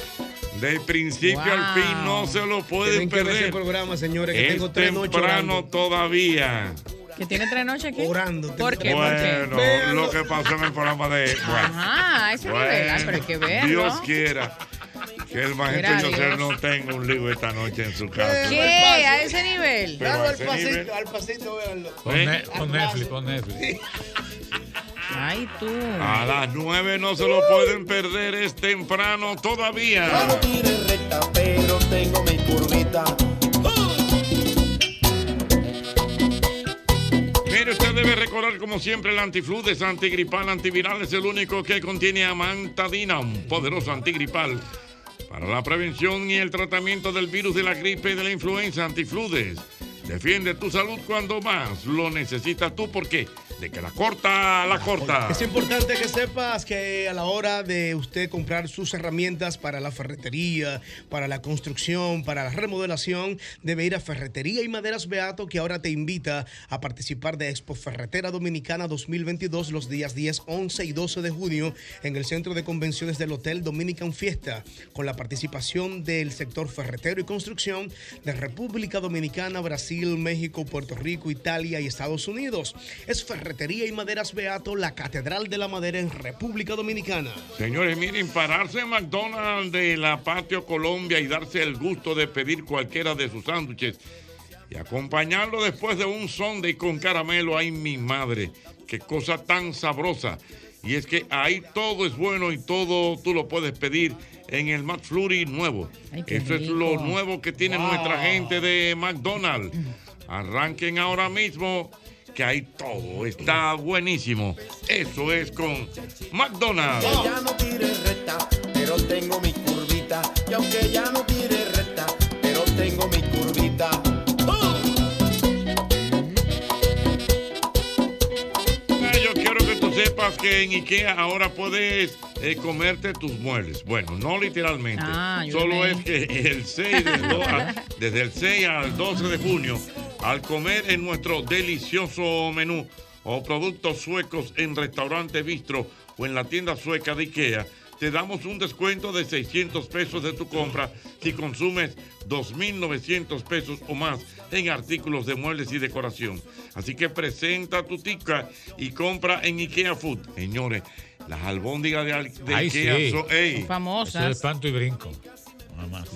[SPEAKER 3] de principio al fin. No se lo pueden
[SPEAKER 12] Tienen que ver ese
[SPEAKER 3] perder.
[SPEAKER 12] programa, señores, que
[SPEAKER 3] Es
[SPEAKER 12] tengo tres noches
[SPEAKER 3] temprano
[SPEAKER 12] orando.
[SPEAKER 3] todavía.
[SPEAKER 11] ¿Que tiene tres noches aquí? Orando. ¿Por qué? ¿Por qué?
[SPEAKER 3] Bueno, lo que pasó en el programa
[SPEAKER 12] [laughs]
[SPEAKER 3] de.
[SPEAKER 12] Ah,
[SPEAKER 3] bueno,
[SPEAKER 11] Ajá, eso es verdad, ah, pero hay que verlo.
[SPEAKER 3] Dios quiera que el
[SPEAKER 11] Mira,
[SPEAKER 3] maestro José
[SPEAKER 11] Dios.
[SPEAKER 3] no tenga un lío esta noche en su casa.
[SPEAKER 11] ¿Qué? ¿A ese nivel?
[SPEAKER 3] Pero a ese nivel.
[SPEAKER 12] al pasito, véanlo.
[SPEAKER 3] Pon Ne-
[SPEAKER 23] Pon Netflix, pon Netflix.
[SPEAKER 11] Ay, tú.
[SPEAKER 3] A las 9 no se lo pueden perder, es temprano
[SPEAKER 22] Ya no
[SPEAKER 3] todavía.
[SPEAKER 22] tire recta, pero tengo mi curvita.
[SPEAKER 3] Mire, usted debe recordar como siempre el antifludes, antigripal, antiviral es el único que contiene amantadina, un poderoso antigripal. Para la prevención y el tratamiento del virus de la gripe y de la influenza, antifludes. Defiende tu salud cuando más lo necesitas tú, porque de que la corta, la corta.
[SPEAKER 12] Es importante que sepas que a la hora de usted comprar sus herramientas para la ferretería, para la construcción, para la remodelación, debe ir a Ferretería y Maderas Beato, que ahora te invita a participar de Expo Ferretera Dominicana 2022 los días 10, 11 y 12 de junio en el Centro de Convenciones del Hotel Dominican Fiesta, con la participación del sector ferretero y construcción de República Dominicana, Brasil, México, Puerto Rico, Italia y Estados Unidos. Es Ferretería y Maderas Beato, la Catedral de la Madera en República Dominicana.
[SPEAKER 3] Señores, miren, pararse en McDonald's de la Patio Colombia y darse el gusto de pedir cualquiera de sus sándwiches y acompañarlo después de un sonde con caramelo. Ay, mi madre, qué cosa tan sabrosa. Y es que ahí todo es bueno y todo tú lo puedes pedir en el McFlurry nuevo.
[SPEAKER 5] Ay, qué
[SPEAKER 3] Eso es
[SPEAKER 5] rico.
[SPEAKER 3] lo nuevo que tiene
[SPEAKER 5] Wow.
[SPEAKER 3] nuestra gente de McDonald's. Arranquen ahora mismo que ahí todo está buenísimo. Eso es con McDonald's.
[SPEAKER 24] ya no tire recta, pero tengo mi curvita. Y aunque ya no tire recta, pero tengo mi curvita.
[SPEAKER 3] Ah, Yo quiero que tú sepas que en IKEA ahora puedes eh, comerte tus muebles. Bueno, no literalmente.
[SPEAKER 5] Ah, yo
[SPEAKER 3] Solo
[SPEAKER 5] me-
[SPEAKER 3] es que el 6 del do- al- desde el 6 al 12 de junio, al comer en nuestro delicioso menú o productos suecos en restaurante bistro o en la tienda sueca de IKEA, te damos un descuento de 600 pesos de tu compra si consumes 2.900 pesos o más en artículos de muebles y decoración. Así que presenta tu tica y compra en IKEA Food. Señores, las albóndigas de, al- de
[SPEAKER 10] Ay,
[SPEAKER 3] IKEA
[SPEAKER 10] sí.
[SPEAKER 3] son... ey,
[SPEAKER 11] Son famosas. Eso es
[SPEAKER 10] espanto y brinco.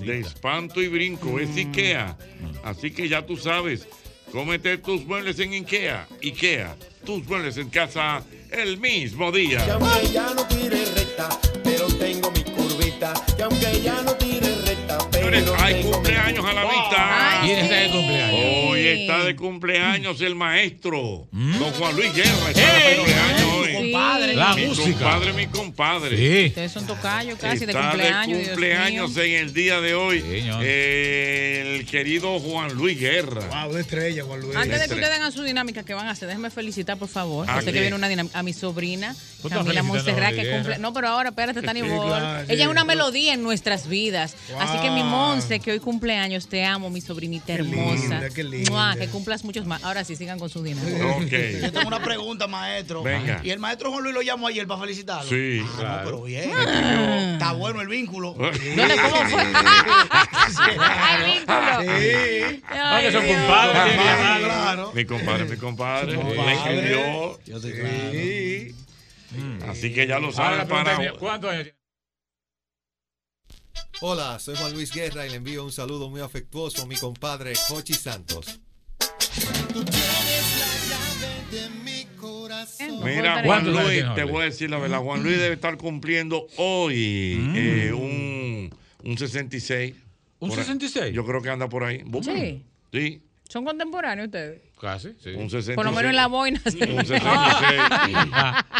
[SPEAKER 3] de espanto y brinco, es IKEA. Así que ya tú sabes, cómete tus muebles en IKEA. IKEA, tus muebles en casa el mismo día.
[SPEAKER 24] Y aunque ya no tire recta, pero tengo mi curvita. Y aunque ya no tire recta, pero
[SPEAKER 3] Señores, hay
[SPEAKER 24] tengo mi
[SPEAKER 3] cumpleaños a la
[SPEAKER 24] curvita.
[SPEAKER 3] vista.
[SPEAKER 24] ¿Quién está de
[SPEAKER 10] cumpleaños?
[SPEAKER 3] Hoy está de cumpleaños el maestro, don Juan Luis Guerra. Está de cumpleaños hoy.
[SPEAKER 11] compadre. La
[SPEAKER 3] mi
[SPEAKER 10] música.
[SPEAKER 3] compadre, mi compadre.
[SPEAKER 11] Ustedes son tocayos casi de
[SPEAKER 3] Está
[SPEAKER 11] cumpleaños.
[SPEAKER 3] de
[SPEAKER 11] Dios
[SPEAKER 3] cumpleaños
[SPEAKER 11] mío.
[SPEAKER 3] en el día de hoy. eh, el querido Juan Luis Guerra.
[SPEAKER 12] Wow, una estrella, Juan Luis.
[SPEAKER 11] Antes de que
[SPEAKER 3] Entre-
[SPEAKER 11] ustedes hagan su dinámica que van a hacer, déjenme felicitar, por favor.
[SPEAKER 3] ¿A
[SPEAKER 11] Yo sé que
[SPEAKER 3] quién?
[SPEAKER 11] viene una dinámica. A mi sobrina,
[SPEAKER 3] Ah, estás
[SPEAKER 11] Camila
[SPEAKER 3] felicitando a
[SPEAKER 11] Monserrat, que
[SPEAKER 3] Valeria?
[SPEAKER 11] cumple. No, pero ahora, espérate, Tani
[SPEAKER 3] Sí,
[SPEAKER 11] Bol.
[SPEAKER 3] claro, sí.
[SPEAKER 11] Ella es una melodía en nuestras vidas. Así que mi
[SPEAKER 3] Wow.
[SPEAKER 11] Monse, que hoy cumpleaños, te amo, mi sobrinita hermosa.
[SPEAKER 4] linda, qué linda.
[SPEAKER 11] Mua, que cumplas muchos más. Ahora sí, sigan con su dinámica.
[SPEAKER 4] Yo tengo una pregunta, maestro.
[SPEAKER 3] Venga.
[SPEAKER 4] Y el maestro Juan Luis lo llamó ayer para felicitarlo.
[SPEAKER 3] Sí,
[SPEAKER 4] Ah,
[SPEAKER 3] claro.
[SPEAKER 4] no, pero bien.
[SPEAKER 3] Ah.
[SPEAKER 4] Está bueno
[SPEAKER 3] [laughs]
[SPEAKER 4] el vínculo.
[SPEAKER 3] ¿Dónde, cómo
[SPEAKER 5] [laughs]
[SPEAKER 3] fue?
[SPEAKER 4] Sí.
[SPEAKER 3] Ah, que son
[SPEAKER 4] Dios.
[SPEAKER 3] compadres, tiene que
[SPEAKER 4] Compadre,
[SPEAKER 3] llamarlo.
[SPEAKER 4] claro.
[SPEAKER 3] Mi compadre, mi compadre.
[SPEAKER 10] Su
[SPEAKER 3] Me
[SPEAKER 10] compadre.
[SPEAKER 3] escribió. Sí.
[SPEAKER 10] Mm.
[SPEAKER 3] Mm. Así que
[SPEAKER 10] Eh,
[SPEAKER 3] ya lo saben para.
[SPEAKER 10] ¿Cuántos años
[SPEAKER 25] Hola, soy Juan Luis Guerra y le envío un saludo muy afectuoso a mi compadre Jochi Santos.
[SPEAKER 3] Mira, Juan Luis, te voy a decir la verdad. Juan Luis debe estar cumpliendo hoy
[SPEAKER 11] Mm.
[SPEAKER 3] eh, un, un 66.
[SPEAKER 10] ¿Un
[SPEAKER 3] Por ahí.
[SPEAKER 10] 66?
[SPEAKER 3] Yo creo que anda por ahí. Bum.
[SPEAKER 11] Sí.
[SPEAKER 3] Sí,
[SPEAKER 11] Son contemporáneos ustedes.
[SPEAKER 10] Casi, sí.
[SPEAKER 3] un 66.
[SPEAKER 11] Por lo menos en la boina. sí.
[SPEAKER 3] Un 66.
[SPEAKER 11] Ah. [laughs]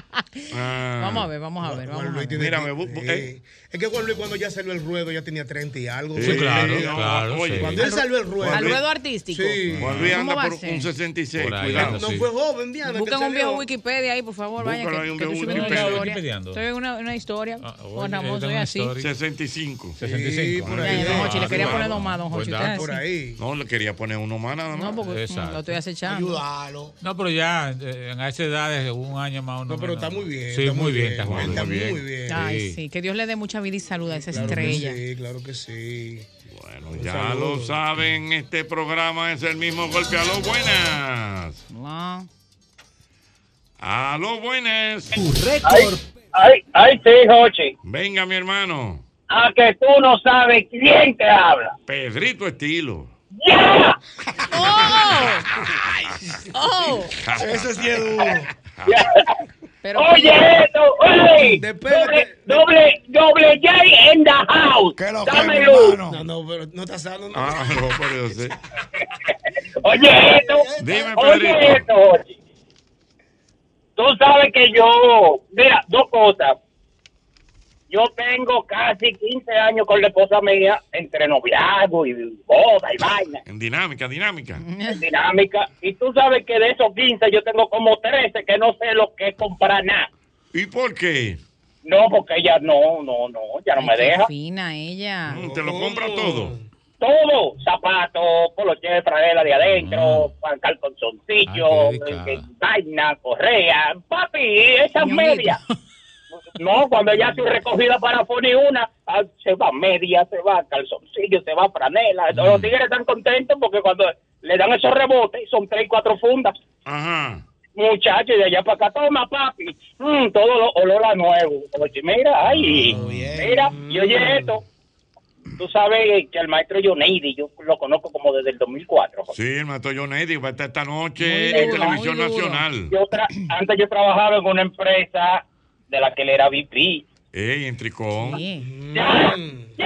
[SPEAKER 11] Vamos a ver, vamos a ver. Vamos a ver.
[SPEAKER 3] Mírame, eh.
[SPEAKER 12] Es que Juan Luis cuando ya salió el ruedo ya tenía 30 y algo.
[SPEAKER 3] Sí, claro, claro, sí.
[SPEAKER 12] Cuando él salió el ruedo.
[SPEAKER 11] Al ruedo artístico.
[SPEAKER 12] Sí.
[SPEAKER 3] Juan Luis
[SPEAKER 11] ¿Cómo
[SPEAKER 3] anda
[SPEAKER 11] va a
[SPEAKER 3] por
[SPEAKER 11] ser?
[SPEAKER 3] un 66.
[SPEAKER 10] Por ahí
[SPEAKER 3] cuidado.
[SPEAKER 10] anda,
[SPEAKER 12] No fue joven, Diana. que
[SPEAKER 11] Busquen
[SPEAKER 12] él
[SPEAKER 11] un viejo
[SPEAKER 12] salió.
[SPEAKER 11] Wikipedia ahí, por favor. Vaya, que,
[SPEAKER 3] Búscalo ahí, un
[SPEAKER 11] que estoy
[SPEAKER 3] viejo
[SPEAKER 11] subiendo una
[SPEAKER 3] Wikipedia. Ah,
[SPEAKER 11] historia.
[SPEAKER 3] Wikipediando.
[SPEAKER 11] Estoy en una, una historia. Juan Ramón, soy así.
[SPEAKER 3] 65.
[SPEAKER 10] 65.
[SPEAKER 11] por ahí. Ya, ya, don Jochi, le quería poner dos más, don Jochi,
[SPEAKER 3] Cuidado.
[SPEAKER 11] usted es Por así.
[SPEAKER 3] No, le quería poner uno más nada más.
[SPEAKER 11] No, porque mm, lo estoy acechando.
[SPEAKER 4] Ayúdalo.
[SPEAKER 10] No, pero ya eh, en esa edad es un año más o menos. No, pero está muy bien. Sí, muy bien, está Juan.
[SPEAKER 12] está
[SPEAKER 10] Luis.
[SPEAKER 12] muy bien.
[SPEAKER 11] Ay, sí. Que Dios le dé mucha vida y salud a esa
[SPEAKER 12] Claro que
[SPEAKER 11] estrella.
[SPEAKER 12] sí, claro que sí.
[SPEAKER 3] Bueno, Ya lo saben, este programa es el mismo golpe a los buenas. A los buenas.
[SPEAKER 24] Ay, ay, sí, Jochi.
[SPEAKER 3] Venga, mi hermano.
[SPEAKER 17] Ah,
[SPEAKER 24] A que tú no sabes quién te habla.
[SPEAKER 3] Pedrito Estilo.
[SPEAKER 11] ¡Oh!
[SPEAKER 24] Eso sí es
[SPEAKER 11] Pero-
[SPEAKER 24] Oye, esto, oye, doble, doble, doble J in the house. Dame luz.
[SPEAKER 12] No, no, pero no está sano. No.
[SPEAKER 3] Ah, no, pero yo sé.
[SPEAKER 24] [laughs] Oye, esto,
[SPEAKER 3] Dime,
[SPEAKER 24] oye,
[SPEAKER 3] Pedrito.
[SPEAKER 24] esto, oye. Tú sabes que yo, mira, dos cosas. Yo tengo casi 15 años con la esposa mía, entre noviazgo y boda y vaina,
[SPEAKER 3] En dinámica, dinámica.
[SPEAKER 24] en dinámica. Y tú sabes que de esos 15 yo tengo como 13 que no sé lo que es comprar nada.
[SPEAKER 3] ¿Y por qué?
[SPEAKER 24] No, porque ella no, no, no, ya no me
[SPEAKER 11] Ay, qué
[SPEAKER 24] deja.
[SPEAKER 11] fina ella.
[SPEAKER 3] [laughs] Te lo compra todo.
[SPEAKER 24] Todo, zapatos, poloche, franela de adentro,
[SPEAKER 3] Ah.
[SPEAKER 24] pan calzoncillo, eh, vaina, correa, papi, esas medias. No, cuando ya su recogida para poner una, ah, se va media, se va calzoncillo, se va franela.
[SPEAKER 3] Mm.
[SPEAKER 24] Los tigres están contentos porque cuando le dan esos rebotes, son tres y cuatro fundas.
[SPEAKER 3] Ajá.
[SPEAKER 24] Muchachos, de allá para acá, toma papi, Mm, todo lo, olor a nuevo. Oye, mira, ay, mira, y oye esto, Tú sabes que el maestro Yoneidi, yo lo conozco como desde el 2004. José.
[SPEAKER 3] Sí, el maestro Johnny va a estar esta
[SPEAKER 24] Muy
[SPEAKER 3] noche en
[SPEAKER 24] duro,
[SPEAKER 3] Televisión
[SPEAKER 24] muy duro.
[SPEAKER 3] Nacional.
[SPEAKER 24] Yo tra- antes yo trabajaba en una empresa de la que él era VP.
[SPEAKER 3] Ey, en Tricón. Mm.
[SPEAKER 24] ¿Qué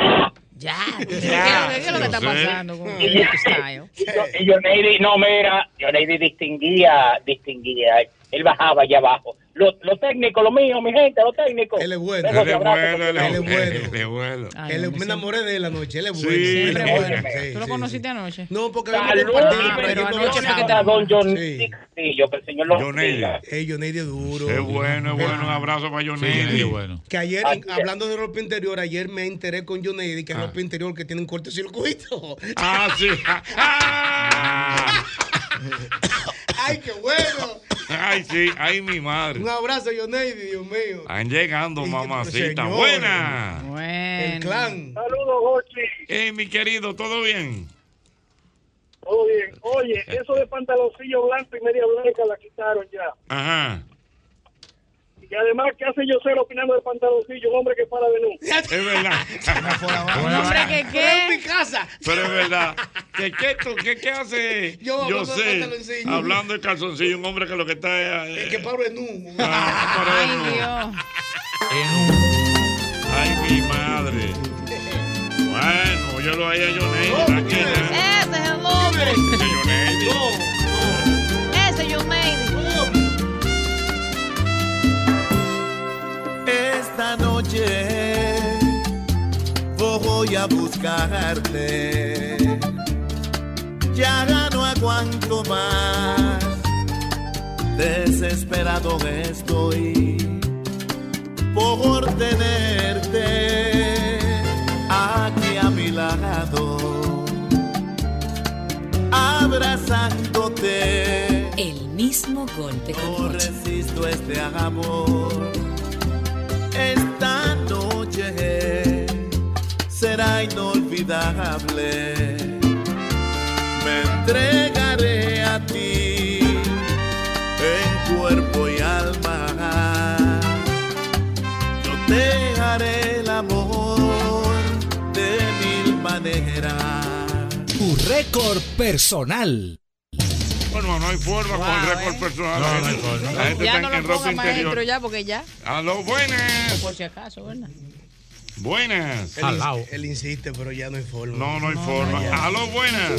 [SPEAKER 24] es lo que está pasando con Y Yoneidi, no, mira, Yoneidi distinguía, distinguía. Él bajaba allá abajo. Los lo técnicos, lo mío, mi gente, los técnicos. Él es bueno.
[SPEAKER 12] Él es
[SPEAKER 3] bueno, él es bueno. Él es bueno.
[SPEAKER 12] Él- me enamoré de él anoche, él es
[SPEAKER 3] Sí.
[SPEAKER 12] bueno.
[SPEAKER 3] Sí,
[SPEAKER 12] Él es
[SPEAKER 3] óyeme.
[SPEAKER 12] bueno. Sí,
[SPEAKER 11] ¿Tú lo
[SPEAKER 12] sí,
[SPEAKER 11] conociste anoche?
[SPEAKER 12] No, porque
[SPEAKER 24] Salud,
[SPEAKER 12] habíamos compartido,
[SPEAKER 24] ah,
[SPEAKER 12] pero
[SPEAKER 24] pero
[SPEAKER 12] yo no
[SPEAKER 24] anoche
[SPEAKER 12] lo
[SPEAKER 24] fue que te
[SPEAKER 12] sabía.
[SPEAKER 24] don John
[SPEAKER 12] Sí.
[SPEAKER 24] Castillo, que el señor lo bendiga.
[SPEAKER 12] Ey, Yoneidi es duro.
[SPEAKER 3] Es bueno, es bueno. Un
[SPEAKER 24] Ah.
[SPEAKER 3] abrazo para Johnny. bueno.
[SPEAKER 12] Que ayer,
[SPEAKER 3] Así es.
[SPEAKER 12] hablando de ropa interior, ayer me enteré con Yoneidi que es
[SPEAKER 3] Ah.
[SPEAKER 12] ropa interior que tiene un cortocircuito.
[SPEAKER 3] Ah,
[SPEAKER 12] [laughs]
[SPEAKER 3] sí. Ah.
[SPEAKER 12] ¡Ay, qué
[SPEAKER 3] [laughs]
[SPEAKER 12] bueno!
[SPEAKER 3] Ay, sí. Ay, mi madre.
[SPEAKER 12] Un abrazo, Yoneidi, Dios mío.
[SPEAKER 3] Están llegando, mamacita.
[SPEAKER 12] señor.
[SPEAKER 3] Buena.
[SPEAKER 12] El clan.
[SPEAKER 17] Saludos, Gochi.
[SPEAKER 3] Ey, mi querido, ¿todo bien?
[SPEAKER 17] Todo bien. Oye,
[SPEAKER 3] Eh.
[SPEAKER 17] eso de pantaloncillo blanco y media blanca la quitaron ya.
[SPEAKER 3] Ajá.
[SPEAKER 17] Y además, ¿qué hace yo ser opinando de pantaloncillo? Un hombre que para de luz.
[SPEAKER 3] Es verdad.
[SPEAKER 24] que
[SPEAKER 12] qué? En mi casa.
[SPEAKER 3] Pero es verdad. ¿Qué, qué, tú- qué, qué hace?
[SPEAKER 12] Yo
[SPEAKER 3] Yo,
[SPEAKER 12] hablo de
[SPEAKER 3] sé.
[SPEAKER 12] pantaloncillo.
[SPEAKER 3] Hablando de calzoncillo, un hombre que lo que está es. eh,
[SPEAKER 12] Que Pablo es nu. [laughs]
[SPEAKER 3] Ay,
[SPEAKER 11] Dios.
[SPEAKER 3] Ay, mi madre. Bueno, yo lo haya
[SPEAKER 11] Oh,
[SPEAKER 3] Johnny.
[SPEAKER 11] Ese es el hombre. Ese yo
[SPEAKER 25] Esta noche vos voy a buscarte. Ya no aguanto más. Desesperado estoy por tenerte aquí a mi lado, abrazándote.
[SPEAKER 26] El mismo golpe
[SPEAKER 25] No
[SPEAKER 26] con Rochi.
[SPEAKER 25] resisto este amor. Esta noche será inolvidable. Me entregaré a ti en cuerpo y alma. Yo te haré el amor de mil maneras.
[SPEAKER 5] Tu récord personal.
[SPEAKER 3] Bueno, no hay forma con
[SPEAKER 11] eh.
[SPEAKER 3] récord personal.
[SPEAKER 5] No, no hay
[SPEAKER 3] La
[SPEAKER 5] forma.
[SPEAKER 3] gente- La gente
[SPEAKER 11] Ya
[SPEAKER 3] está
[SPEAKER 11] no
[SPEAKER 3] en
[SPEAKER 11] lo
[SPEAKER 3] ropa
[SPEAKER 11] ponga maestro
[SPEAKER 3] interior.
[SPEAKER 11] ya porque ya.
[SPEAKER 3] A lo buenas.
[SPEAKER 11] Por si acaso, ¿verdad?
[SPEAKER 3] Buenas.
[SPEAKER 12] Él, él insiste, pero ya no hay forma.
[SPEAKER 3] No, no hay forma. A lo buenas.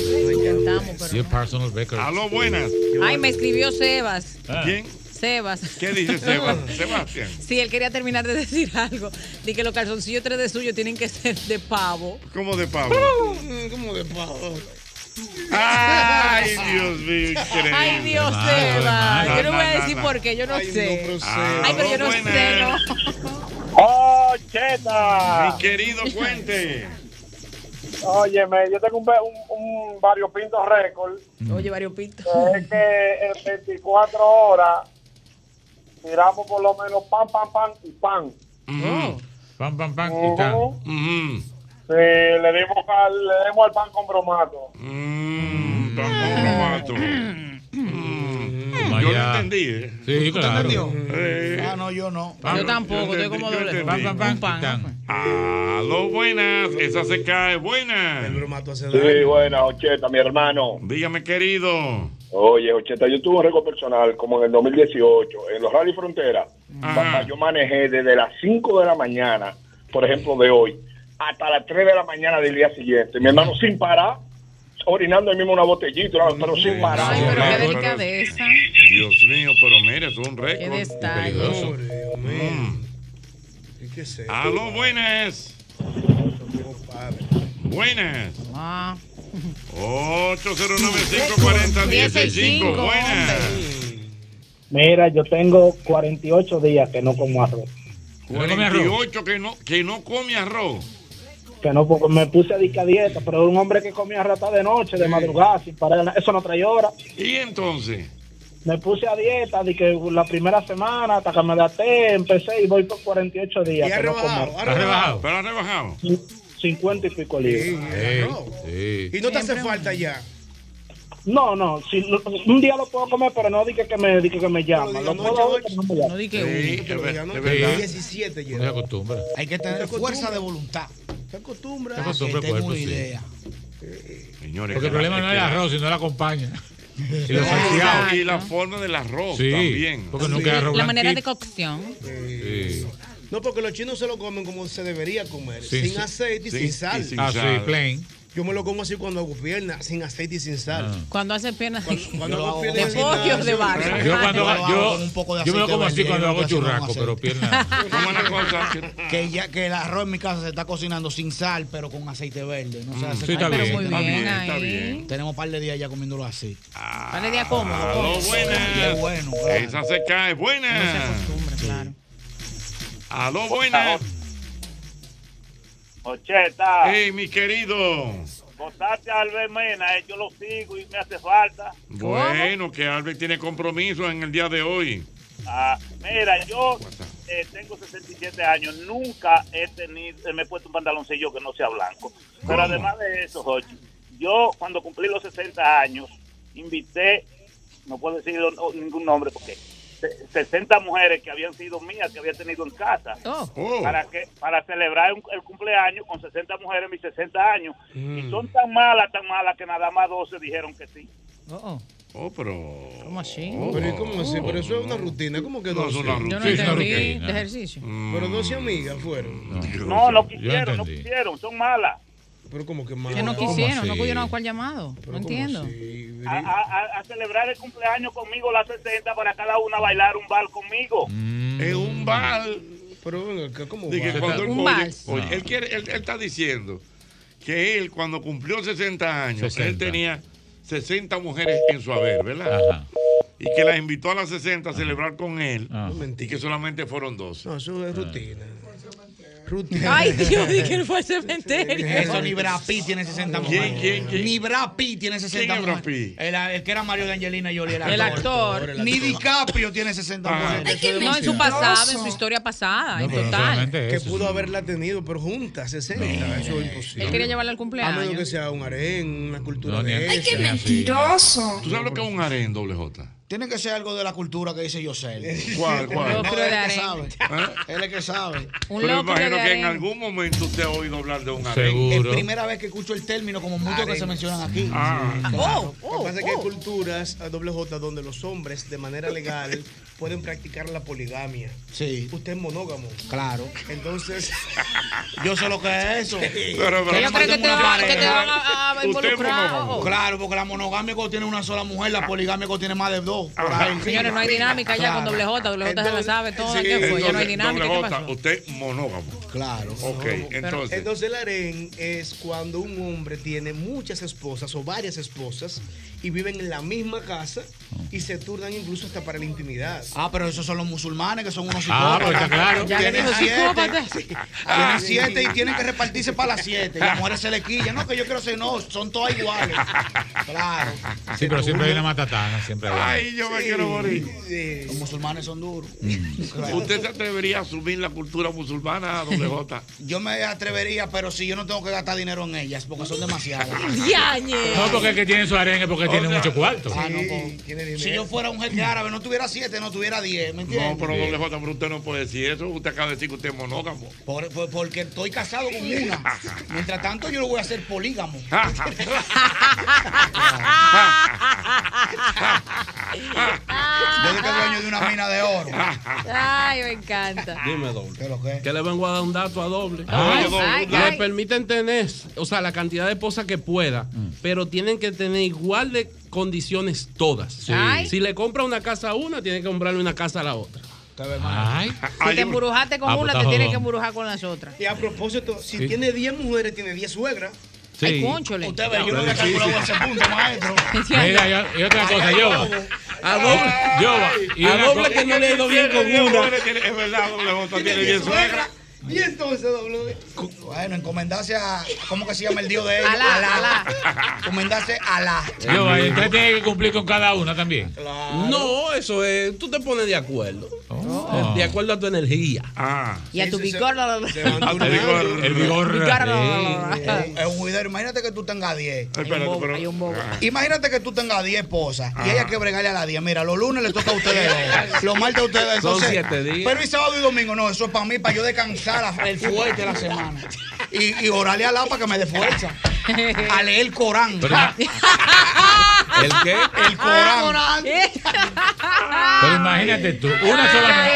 [SPEAKER 10] Sí, es personal record.
[SPEAKER 3] A lo buenas.
[SPEAKER 11] Ay, me escribió Sebas.
[SPEAKER 10] Ah.
[SPEAKER 3] ¿Quién?
[SPEAKER 11] Sebas.
[SPEAKER 3] ¿Qué
[SPEAKER 11] [laughs]
[SPEAKER 3] dice Seba- Sebastián?
[SPEAKER 11] Sí, él quería terminar de decir algo. De que los calzoncillos 3 de suyo tienen que ser de pavo.
[SPEAKER 3] ¿Cómo de pavo?
[SPEAKER 12] Mm, ¿Cómo de pavo?
[SPEAKER 3] Ay, Dios mío. increíble.
[SPEAKER 11] Ay, Dios, Sebas. Yo no voy a decir por qué, yo no sé.
[SPEAKER 3] Ah,
[SPEAKER 11] Ay, pero yo no sé, no.
[SPEAKER 17] ¡Oh, cheta!
[SPEAKER 3] Mi querido, cuente.
[SPEAKER 17] Óyeme, yo tengo un, ve- un, un variopinto récord.
[SPEAKER 11] Oye, varios pitos.
[SPEAKER 17] que Es que en 24 horas tiramos por lo menos pan, pan, pan y pan.
[SPEAKER 10] Mm. Pam, pam, pam. Y Mm-hmm. tan.
[SPEAKER 17] Ujú. Sí, le dimos, al, le dimos al pan con bromato.
[SPEAKER 11] Mm.
[SPEAKER 3] Mm. Yo lo entendí. ¿eh?
[SPEAKER 10] Sí, claro.
[SPEAKER 3] Eh,
[SPEAKER 4] Ah, no, yo no.
[SPEAKER 3] Pablo, Yo tampoco, yo estoy entendí, como yo doble. entendí. Pam, pam, pam, A lo buenas. Esa se cae. Buenas. El
[SPEAKER 12] bromato hace
[SPEAKER 17] Sí, buena, Ocheta, mi hermano.
[SPEAKER 3] Dígame, querido.
[SPEAKER 17] Oye, Ocheta, yo tuve un récord personal como en el 2018 en los Rally Frontera. Papá, yo manejé desde las 5 de la mañana, por ejemplo, de hoy, hasta las 3 de la mañana del día siguiente. Mi hermano sin parar, orinando ahí mismo una botellita, ¿no? pero sin parar.
[SPEAKER 3] Ay, pero qué
[SPEAKER 17] Pero-
[SPEAKER 11] Cabeza.
[SPEAKER 3] Dios mío, pero mire, es un récord.
[SPEAKER 11] Qué detalle.
[SPEAKER 3] Peligroso. Mm. A lo
[SPEAKER 5] eh.
[SPEAKER 3] buenas. Buenas.
[SPEAKER 11] Ah.
[SPEAKER 3] 809-540-165. Buenas.
[SPEAKER 15] Mira, yo tengo 48 días que no como arroz.
[SPEAKER 3] 48 que no, que no come arroz.
[SPEAKER 15] Que no porque me puse a disca dieta, pero un hombre que comía arroz hasta de noche, de madrugada, sin parar, eso no trae hora.
[SPEAKER 3] Y entonces,
[SPEAKER 15] Me puse a dieta de que la primera semana hasta que me daté, empecé y voy por 48 días. que no como arroz.
[SPEAKER 3] Pero ha rebajado.
[SPEAKER 15] 50 y pico libras.
[SPEAKER 12] Y no te hace falta ya.
[SPEAKER 15] No, no, si, lo- un día lo puedo comer, pero no di que, que me, di que, que me llama. Lo puedo, pero no me llama.
[SPEAKER 12] Sí,
[SPEAKER 15] Sí,
[SPEAKER 12] pero ya no.
[SPEAKER 15] es verdad.
[SPEAKER 12] 17 ya.
[SPEAKER 15] No se acostumbra.
[SPEAKER 4] Hay que tener fuerza de voluntad.
[SPEAKER 12] Te acostumbras.
[SPEAKER 10] Te acostumbras,
[SPEAKER 12] Que tengo
[SPEAKER 10] cuerpo,
[SPEAKER 12] una
[SPEAKER 10] Pues sí.
[SPEAKER 12] idea.
[SPEAKER 3] Señores,
[SPEAKER 10] Porque el
[SPEAKER 3] que la-
[SPEAKER 10] problema no es el
[SPEAKER 3] que la-
[SPEAKER 10] arroz, sino la
[SPEAKER 4] [laughs]
[SPEAKER 10] compaña. Y lo
[SPEAKER 3] No,
[SPEAKER 10] salteado.
[SPEAKER 3] y la forma del arroz
[SPEAKER 10] Sí,
[SPEAKER 3] también.
[SPEAKER 10] porque nunca es arroz
[SPEAKER 11] La manera de cocción.
[SPEAKER 3] Sí.
[SPEAKER 12] No, porque los chinos se lo comen como se debería comer,
[SPEAKER 10] Sí,
[SPEAKER 12] sin
[SPEAKER 10] sí.
[SPEAKER 12] aceite y
[SPEAKER 10] Sí,
[SPEAKER 12] sin
[SPEAKER 10] y
[SPEAKER 12] sal.
[SPEAKER 10] sin Ah, sí, sal. plain. Ah.
[SPEAKER 12] Yo me lo como así cuando hago pierna, sin aceite y sin sal.
[SPEAKER 11] Cuando hace piernas de,
[SPEAKER 12] cuando hago
[SPEAKER 11] de
[SPEAKER 12] piernas sin
[SPEAKER 11] pollo,
[SPEAKER 12] nada.
[SPEAKER 11] de vaca.
[SPEAKER 10] Yo cuando
[SPEAKER 4] Yo lo hago
[SPEAKER 10] yo,
[SPEAKER 4] con un poco de
[SPEAKER 10] yo me lo
[SPEAKER 4] aceite
[SPEAKER 10] como así
[SPEAKER 4] virgen,
[SPEAKER 10] cuando
[SPEAKER 4] lo
[SPEAKER 10] hago
[SPEAKER 4] que hacemos
[SPEAKER 10] churraco,
[SPEAKER 4] aceite.
[SPEAKER 10] pero pierna.
[SPEAKER 4] que ya que el arroz en mi casa se está cocinando sin sal, pero con aceite verde. No
[SPEAKER 10] Mm,
[SPEAKER 4] se hace
[SPEAKER 10] sí, está
[SPEAKER 4] caldo.
[SPEAKER 10] bien, Pero muy está bien, bien está ahí. bien.
[SPEAKER 4] Tenemos un par de días ya comiéndolo así.
[SPEAKER 11] Par de días pues. cómodo,
[SPEAKER 3] Ah,
[SPEAKER 11] cómodo.
[SPEAKER 3] lo buena.
[SPEAKER 4] Qué bueno, claro.
[SPEAKER 3] Esa se cae buena. A lo buena.
[SPEAKER 18] Ocheta.
[SPEAKER 3] Hey, mi querido.
[SPEAKER 18] Votaste a Albert Mena, eh, yo lo sigo y me hace falta.
[SPEAKER 3] Bueno, que Albert tiene compromiso en el día de hoy.
[SPEAKER 18] Ah, mira, yo eh, tengo 67 años, nunca he tenido, eh, me he puesto un pantaloncillo que no sea blanco. Pero
[SPEAKER 3] ¿Cómo?
[SPEAKER 18] además de eso, Jochi, yo cuando cumplí los 60 años, invité, no puedo decir no, ningún nombre porque se- 60 mujeres que habían sido mías, que había tenido en casa,
[SPEAKER 3] Oh.
[SPEAKER 18] para que para celebrar un- el cumpleaños con 60 mujeres en mis 60 años.
[SPEAKER 3] Mm.
[SPEAKER 18] Y son tan malas, tan malas, que nada más 12 dijeron que sí.
[SPEAKER 3] Oh, pero. Oh.
[SPEAKER 11] ¿Cómo así?
[SPEAKER 12] Pero ¿y cómo así? Pero eso es una rutina. ¿Cómo que no?
[SPEAKER 3] No, es una Mm.
[SPEAKER 12] así?
[SPEAKER 11] Yo no entendí de ejercicio.
[SPEAKER 12] Pero no se amigas fueron.
[SPEAKER 18] No, no quisieron, no quisieron, son malas.
[SPEAKER 12] Pero como que malas.
[SPEAKER 11] Que no quisieron, no pudieron cual llamado. No entiendo.
[SPEAKER 18] a, a- a- a celebrar el cumpleaños conmigo las 60 para cada una bailar un bal conmigo.
[SPEAKER 3] Es un bal.
[SPEAKER 12] Pero venga, acá, ¿cómo
[SPEAKER 3] De que
[SPEAKER 12] va?
[SPEAKER 3] cuando él- oye, oye, él, quiere- él- él está diciendo que él, cuando cumplió 60 años, él
[SPEAKER 10] 60.
[SPEAKER 3] tenía 60 mujeres en su haber, ¿verdad? Y que las invitó a las 60 a celebrar con él. Y que solamente fueron 12.
[SPEAKER 12] No, eso es rutina.
[SPEAKER 11] Ay, Dios, di que él fue al cementerio.
[SPEAKER 4] Eso ni Brad Pitt tiene 60
[SPEAKER 3] ¿Quién,
[SPEAKER 4] mujeres.
[SPEAKER 3] quién, quién?
[SPEAKER 4] Ni Brad Pitt tiene 60
[SPEAKER 3] ¿Quién es Brad
[SPEAKER 4] mujeres. El, el que era Mario de Angelina Jolie.
[SPEAKER 11] El actor.
[SPEAKER 4] Ni DiCaprio tiene 60
[SPEAKER 11] Ajá.
[SPEAKER 3] Ah.
[SPEAKER 4] mujeres. Eso es
[SPEAKER 11] No, en su
[SPEAKER 4] demasiado.
[SPEAKER 11] pasado, en su historia pasada, en total.
[SPEAKER 12] Que pudo haberla tenido, pero juntas, 60. Eso es imposible.
[SPEAKER 11] Él quería llevarla al
[SPEAKER 12] A menos que
[SPEAKER 11] cumpleaños.
[SPEAKER 12] sea un harén, una cultura
[SPEAKER 3] No, ni-
[SPEAKER 12] de
[SPEAKER 3] Ay, qué
[SPEAKER 12] esa.
[SPEAKER 3] mentiroso. ¿Tú sabes lo que es un harén, doble J?
[SPEAKER 4] Tiene que ser algo de la cultura que dice Yosel.
[SPEAKER 3] [laughs] ¿Cuál, cuál? ¿Eh?
[SPEAKER 4] No, él es el que
[SPEAKER 11] harén.
[SPEAKER 3] [laughs]
[SPEAKER 4] sabe. Él es el que sabe.
[SPEAKER 3] Pero imagino que en algún momento usted ha oído hablar de un harén.
[SPEAKER 4] Es primera vez que escucho el término, como muchos que se mencionan aquí.
[SPEAKER 3] Ah.
[SPEAKER 4] Claro.
[SPEAKER 11] oh,
[SPEAKER 12] Lo que pasa es que hay culturas a doble J donde los hombres de manera legal pueden practicar la poligamia.
[SPEAKER 4] Sí.
[SPEAKER 12] Usted es monógamo.
[SPEAKER 4] Claro.
[SPEAKER 12] Entonces,
[SPEAKER 4] Yo sé lo que es eso.
[SPEAKER 12] Pero, pero,
[SPEAKER 4] Que
[SPEAKER 12] Yo
[SPEAKER 4] más
[SPEAKER 12] creo
[SPEAKER 4] de
[SPEAKER 12] que te
[SPEAKER 4] una
[SPEAKER 12] va- que te
[SPEAKER 4] pareja.
[SPEAKER 12] van a- a Usted involucrar, Oh. monógamo. ojo.
[SPEAKER 4] Claro, porque la monogamia cuando tiene una sola mujer, la poligamia cuando tiene más de dos. por
[SPEAKER 3] Ah. Ajá.
[SPEAKER 4] ahí.
[SPEAKER 11] Señores, no hay dinámica ya con
[SPEAKER 4] Claro.
[SPEAKER 11] doble J. Doble J se la sabe todo.
[SPEAKER 4] sí,
[SPEAKER 11] ¿Qué fue? Ya no hay
[SPEAKER 3] Entonces,
[SPEAKER 11] dinámica.
[SPEAKER 3] doble
[SPEAKER 11] ¿Qué
[SPEAKER 3] J,
[SPEAKER 11] pasó?
[SPEAKER 3] Usted monógamo.
[SPEAKER 4] Claro.
[SPEAKER 3] Ok,
[SPEAKER 12] entonces.
[SPEAKER 3] entonces.
[SPEAKER 12] el harén es cuando un hombre tiene muchas esposas o varias esposas y viven en la misma casa y se turnan incluso hasta para la intimidad.
[SPEAKER 4] Ah, pero esos son los musulmanes que son unos
[SPEAKER 12] Ah,
[SPEAKER 4] psicópatas.
[SPEAKER 12] pues está claro. Ya le
[SPEAKER 4] Tienen
[SPEAKER 12] dijo
[SPEAKER 4] siete.
[SPEAKER 12] psicópata.
[SPEAKER 4] Sí. Tienen
[SPEAKER 12] Ah, sí.
[SPEAKER 4] siete y tienen que repartirse para las siete. Y las mujeres se le quillan. No, que yo quiero ser, no, son todas iguales. Claro.
[SPEAKER 10] Sí, pero siempre hay una matatana, siempre hay.
[SPEAKER 3] Ay, yo me quiero morir. Mm.
[SPEAKER 4] Los musulmanes son duros.
[SPEAKER 3] ¿Usted se atrevería a asumir la cultura musulmana,
[SPEAKER 4] [laughs]
[SPEAKER 3] doble J?
[SPEAKER 4] Yo me atrevería, pero si yo no tengo que gastar dinero en ellas, porque son demasiadas.
[SPEAKER 11] ¡Diañe!
[SPEAKER 10] No, porque el que tiene su harén es porque tiene mucho cuarto.
[SPEAKER 4] Ah, no, pues, si yo fuera un jeque árabe, no tuviera siete, no tuviera diez, ¿me entiendes?
[SPEAKER 3] No, pero doble J, pero usted no puede decir eso. Usted acaba de decir que usted es monógamo.
[SPEAKER 4] Por- por- porque estoy casado con una.
[SPEAKER 3] [laughs]
[SPEAKER 4] Mientras tanto, yo lo voy a hacer polígamo. [laughs] Yo que dueño de una mina de oro.
[SPEAKER 11] Ay, me encanta.
[SPEAKER 6] Dime, doble.
[SPEAKER 4] ¿Qué lo que?
[SPEAKER 6] le vengo a dar un dato a doble.
[SPEAKER 11] Ay,
[SPEAKER 6] Le
[SPEAKER 11] ay,
[SPEAKER 6] le
[SPEAKER 11] ay.
[SPEAKER 6] permiten tener, o sea, la cantidad de esposas que pueda, pero tienen que tener igual de condiciones todas.
[SPEAKER 11] Ay.
[SPEAKER 6] Si le compra una casa a una, tiene que comprarle una casa a la otra. Ay.
[SPEAKER 11] Si te embrujaste con
[SPEAKER 6] Ah, pues,
[SPEAKER 11] una, te
[SPEAKER 6] está
[SPEAKER 11] tienes
[SPEAKER 6] jodón.
[SPEAKER 11] que embrujar con las otras.
[SPEAKER 12] Y a propósito, si
[SPEAKER 6] Sí.
[SPEAKER 12] tiene 10 mujeres, tiene 10 suegras.
[SPEAKER 10] Sí. Ay, cónchole.
[SPEAKER 12] Usted ve, yo no
[SPEAKER 10] Pero
[SPEAKER 12] había
[SPEAKER 10] difícil.
[SPEAKER 12] calculado ese punto, maestro.
[SPEAKER 10] Mira, yo- y otra cosa, yo.
[SPEAKER 3] Ah,
[SPEAKER 6] A doble,
[SPEAKER 10] yo- y
[SPEAKER 6] a
[SPEAKER 10] una
[SPEAKER 6] doble
[SPEAKER 10] cosa-
[SPEAKER 6] que no le ha ido bien con una.
[SPEAKER 3] Es verdad, doble J tiene
[SPEAKER 4] diez
[SPEAKER 3] 10 suegras.
[SPEAKER 4] Y entonces doble. Bueno, encomendarse a. ¿Cómo que se llama el dios de ellos?
[SPEAKER 11] Alá,
[SPEAKER 4] Encomendarse a la.
[SPEAKER 10] Yo, eh, usted tiene que cumplir con cada una también.
[SPEAKER 6] No, eso es, tú te pones de acuerdo. De acuerdo a tu energía.
[SPEAKER 3] Ah.
[SPEAKER 11] Y a tu picor. [laughs]
[SPEAKER 3] El vigor.
[SPEAKER 4] Es un cuidado. Imagínate que tú tengas 10.
[SPEAKER 3] Espérate, pero- Ah.
[SPEAKER 4] Imagínate que tú tengas 10 esposas y
[SPEAKER 3] Ajá.
[SPEAKER 6] Ah.
[SPEAKER 4] haya que bregarle a las 10. Mira, los lunes le toca a ustedes
[SPEAKER 11] [laughs]
[SPEAKER 4] dos. Los martes a ustedes dos.
[SPEAKER 6] Son
[SPEAKER 4] Entonces,
[SPEAKER 6] siete días.
[SPEAKER 4] Pero y sábado y domingo, no, eso es para mí, para yo descansar la- el fuerte de la semana. Y, y orarle a la para que me dé fuerza. A leer el Corán.
[SPEAKER 10] ¿El qué?
[SPEAKER 4] El Corán.
[SPEAKER 10] Pero imagínate tú, una sola.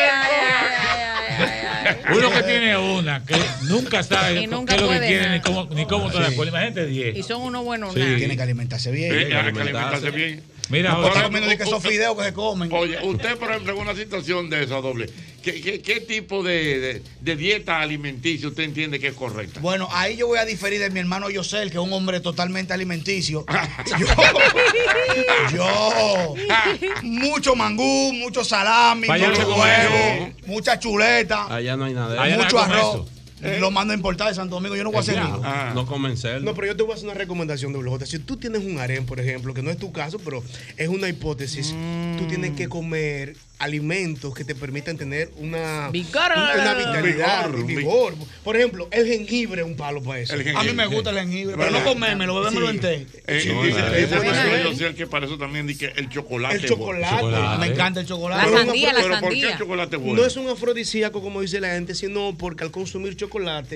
[SPEAKER 10] Uno que tiene una, que nunca sabe
[SPEAKER 11] Y
[SPEAKER 10] qué
[SPEAKER 11] nunca
[SPEAKER 10] es lo que
[SPEAKER 11] puede
[SPEAKER 10] tiene,
[SPEAKER 11] nada.
[SPEAKER 10] ni cómo, ni cómo está de acuerdo. Imagínate
[SPEAKER 11] Y
[SPEAKER 10] 10.
[SPEAKER 11] son unos buenos
[SPEAKER 10] Sí.
[SPEAKER 11] nada.
[SPEAKER 10] Tiene que
[SPEAKER 4] alimentarse bien.
[SPEAKER 3] Sí, hay que alimentarse bien.
[SPEAKER 10] Mira,
[SPEAKER 4] No, está comiendo ni que esos fideos que se comen.
[SPEAKER 3] Oye, usted, por ejemplo, en una situación de esa doble, ¿qué, qué, qué tipo de, de- de dieta alimenticia usted entiende que es correcta?
[SPEAKER 4] Bueno, ahí yo voy a diferir de mi hermano Yosel, que es un hombre totalmente alimenticio. Yo, yo mucho mangú, mucho salami,
[SPEAKER 6] Vaya
[SPEAKER 4] mucho
[SPEAKER 6] no come
[SPEAKER 4] huevo, mucha
[SPEAKER 10] Ah.
[SPEAKER 4] chuleta,
[SPEAKER 6] Allá no hay nada de eso.
[SPEAKER 4] mucho arroz. Lo mando a importar de Santo Domingo, yo no voy a hacer nada.
[SPEAKER 3] Ah.
[SPEAKER 6] No comen cerdo.
[SPEAKER 12] No, pero yo te voy a hacer una recomendación de WJ. Si tú tienes un harén, por ejemplo, que no es tu caso, pero es una hipótesis, tú tienes que comer alimentos que te permitan tener una,
[SPEAKER 4] Vigor.
[SPEAKER 12] una, una vitalidad,
[SPEAKER 4] Vigor,
[SPEAKER 12] y vigor. Por ejemplo, el jengibre es un palo para eso.
[SPEAKER 3] El jengibre. A mí me gusta
[SPEAKER 4] el jengibre,
[SPEAKER 3] pero no
[SPEAKER 4] comérmelo, bebémelo entero.
[SPEAKER 3] Eh,
[SPEAKER 12] Sí,
[SPEAKER 3] dice
[SPEAKER 12] claro.
[SPEAKER 3] dice
[SPEAKER 12] Buena,
[SPEAKER 3] Manuel
[SPEAKER 12] ¿eh?
[SPEAKER 3] José que para eso también dice el chocolate.
[SPEAKER 12] El chocolate.
[SPEAKER 4] Me encanta el chocolate.
[SPEAKER 3] Pero- pero ¿por qué el chocolate es bueno?
[SPEAKER 12] No es un afrodisíaco, como dice la gente, sino porque al consumir chocolate.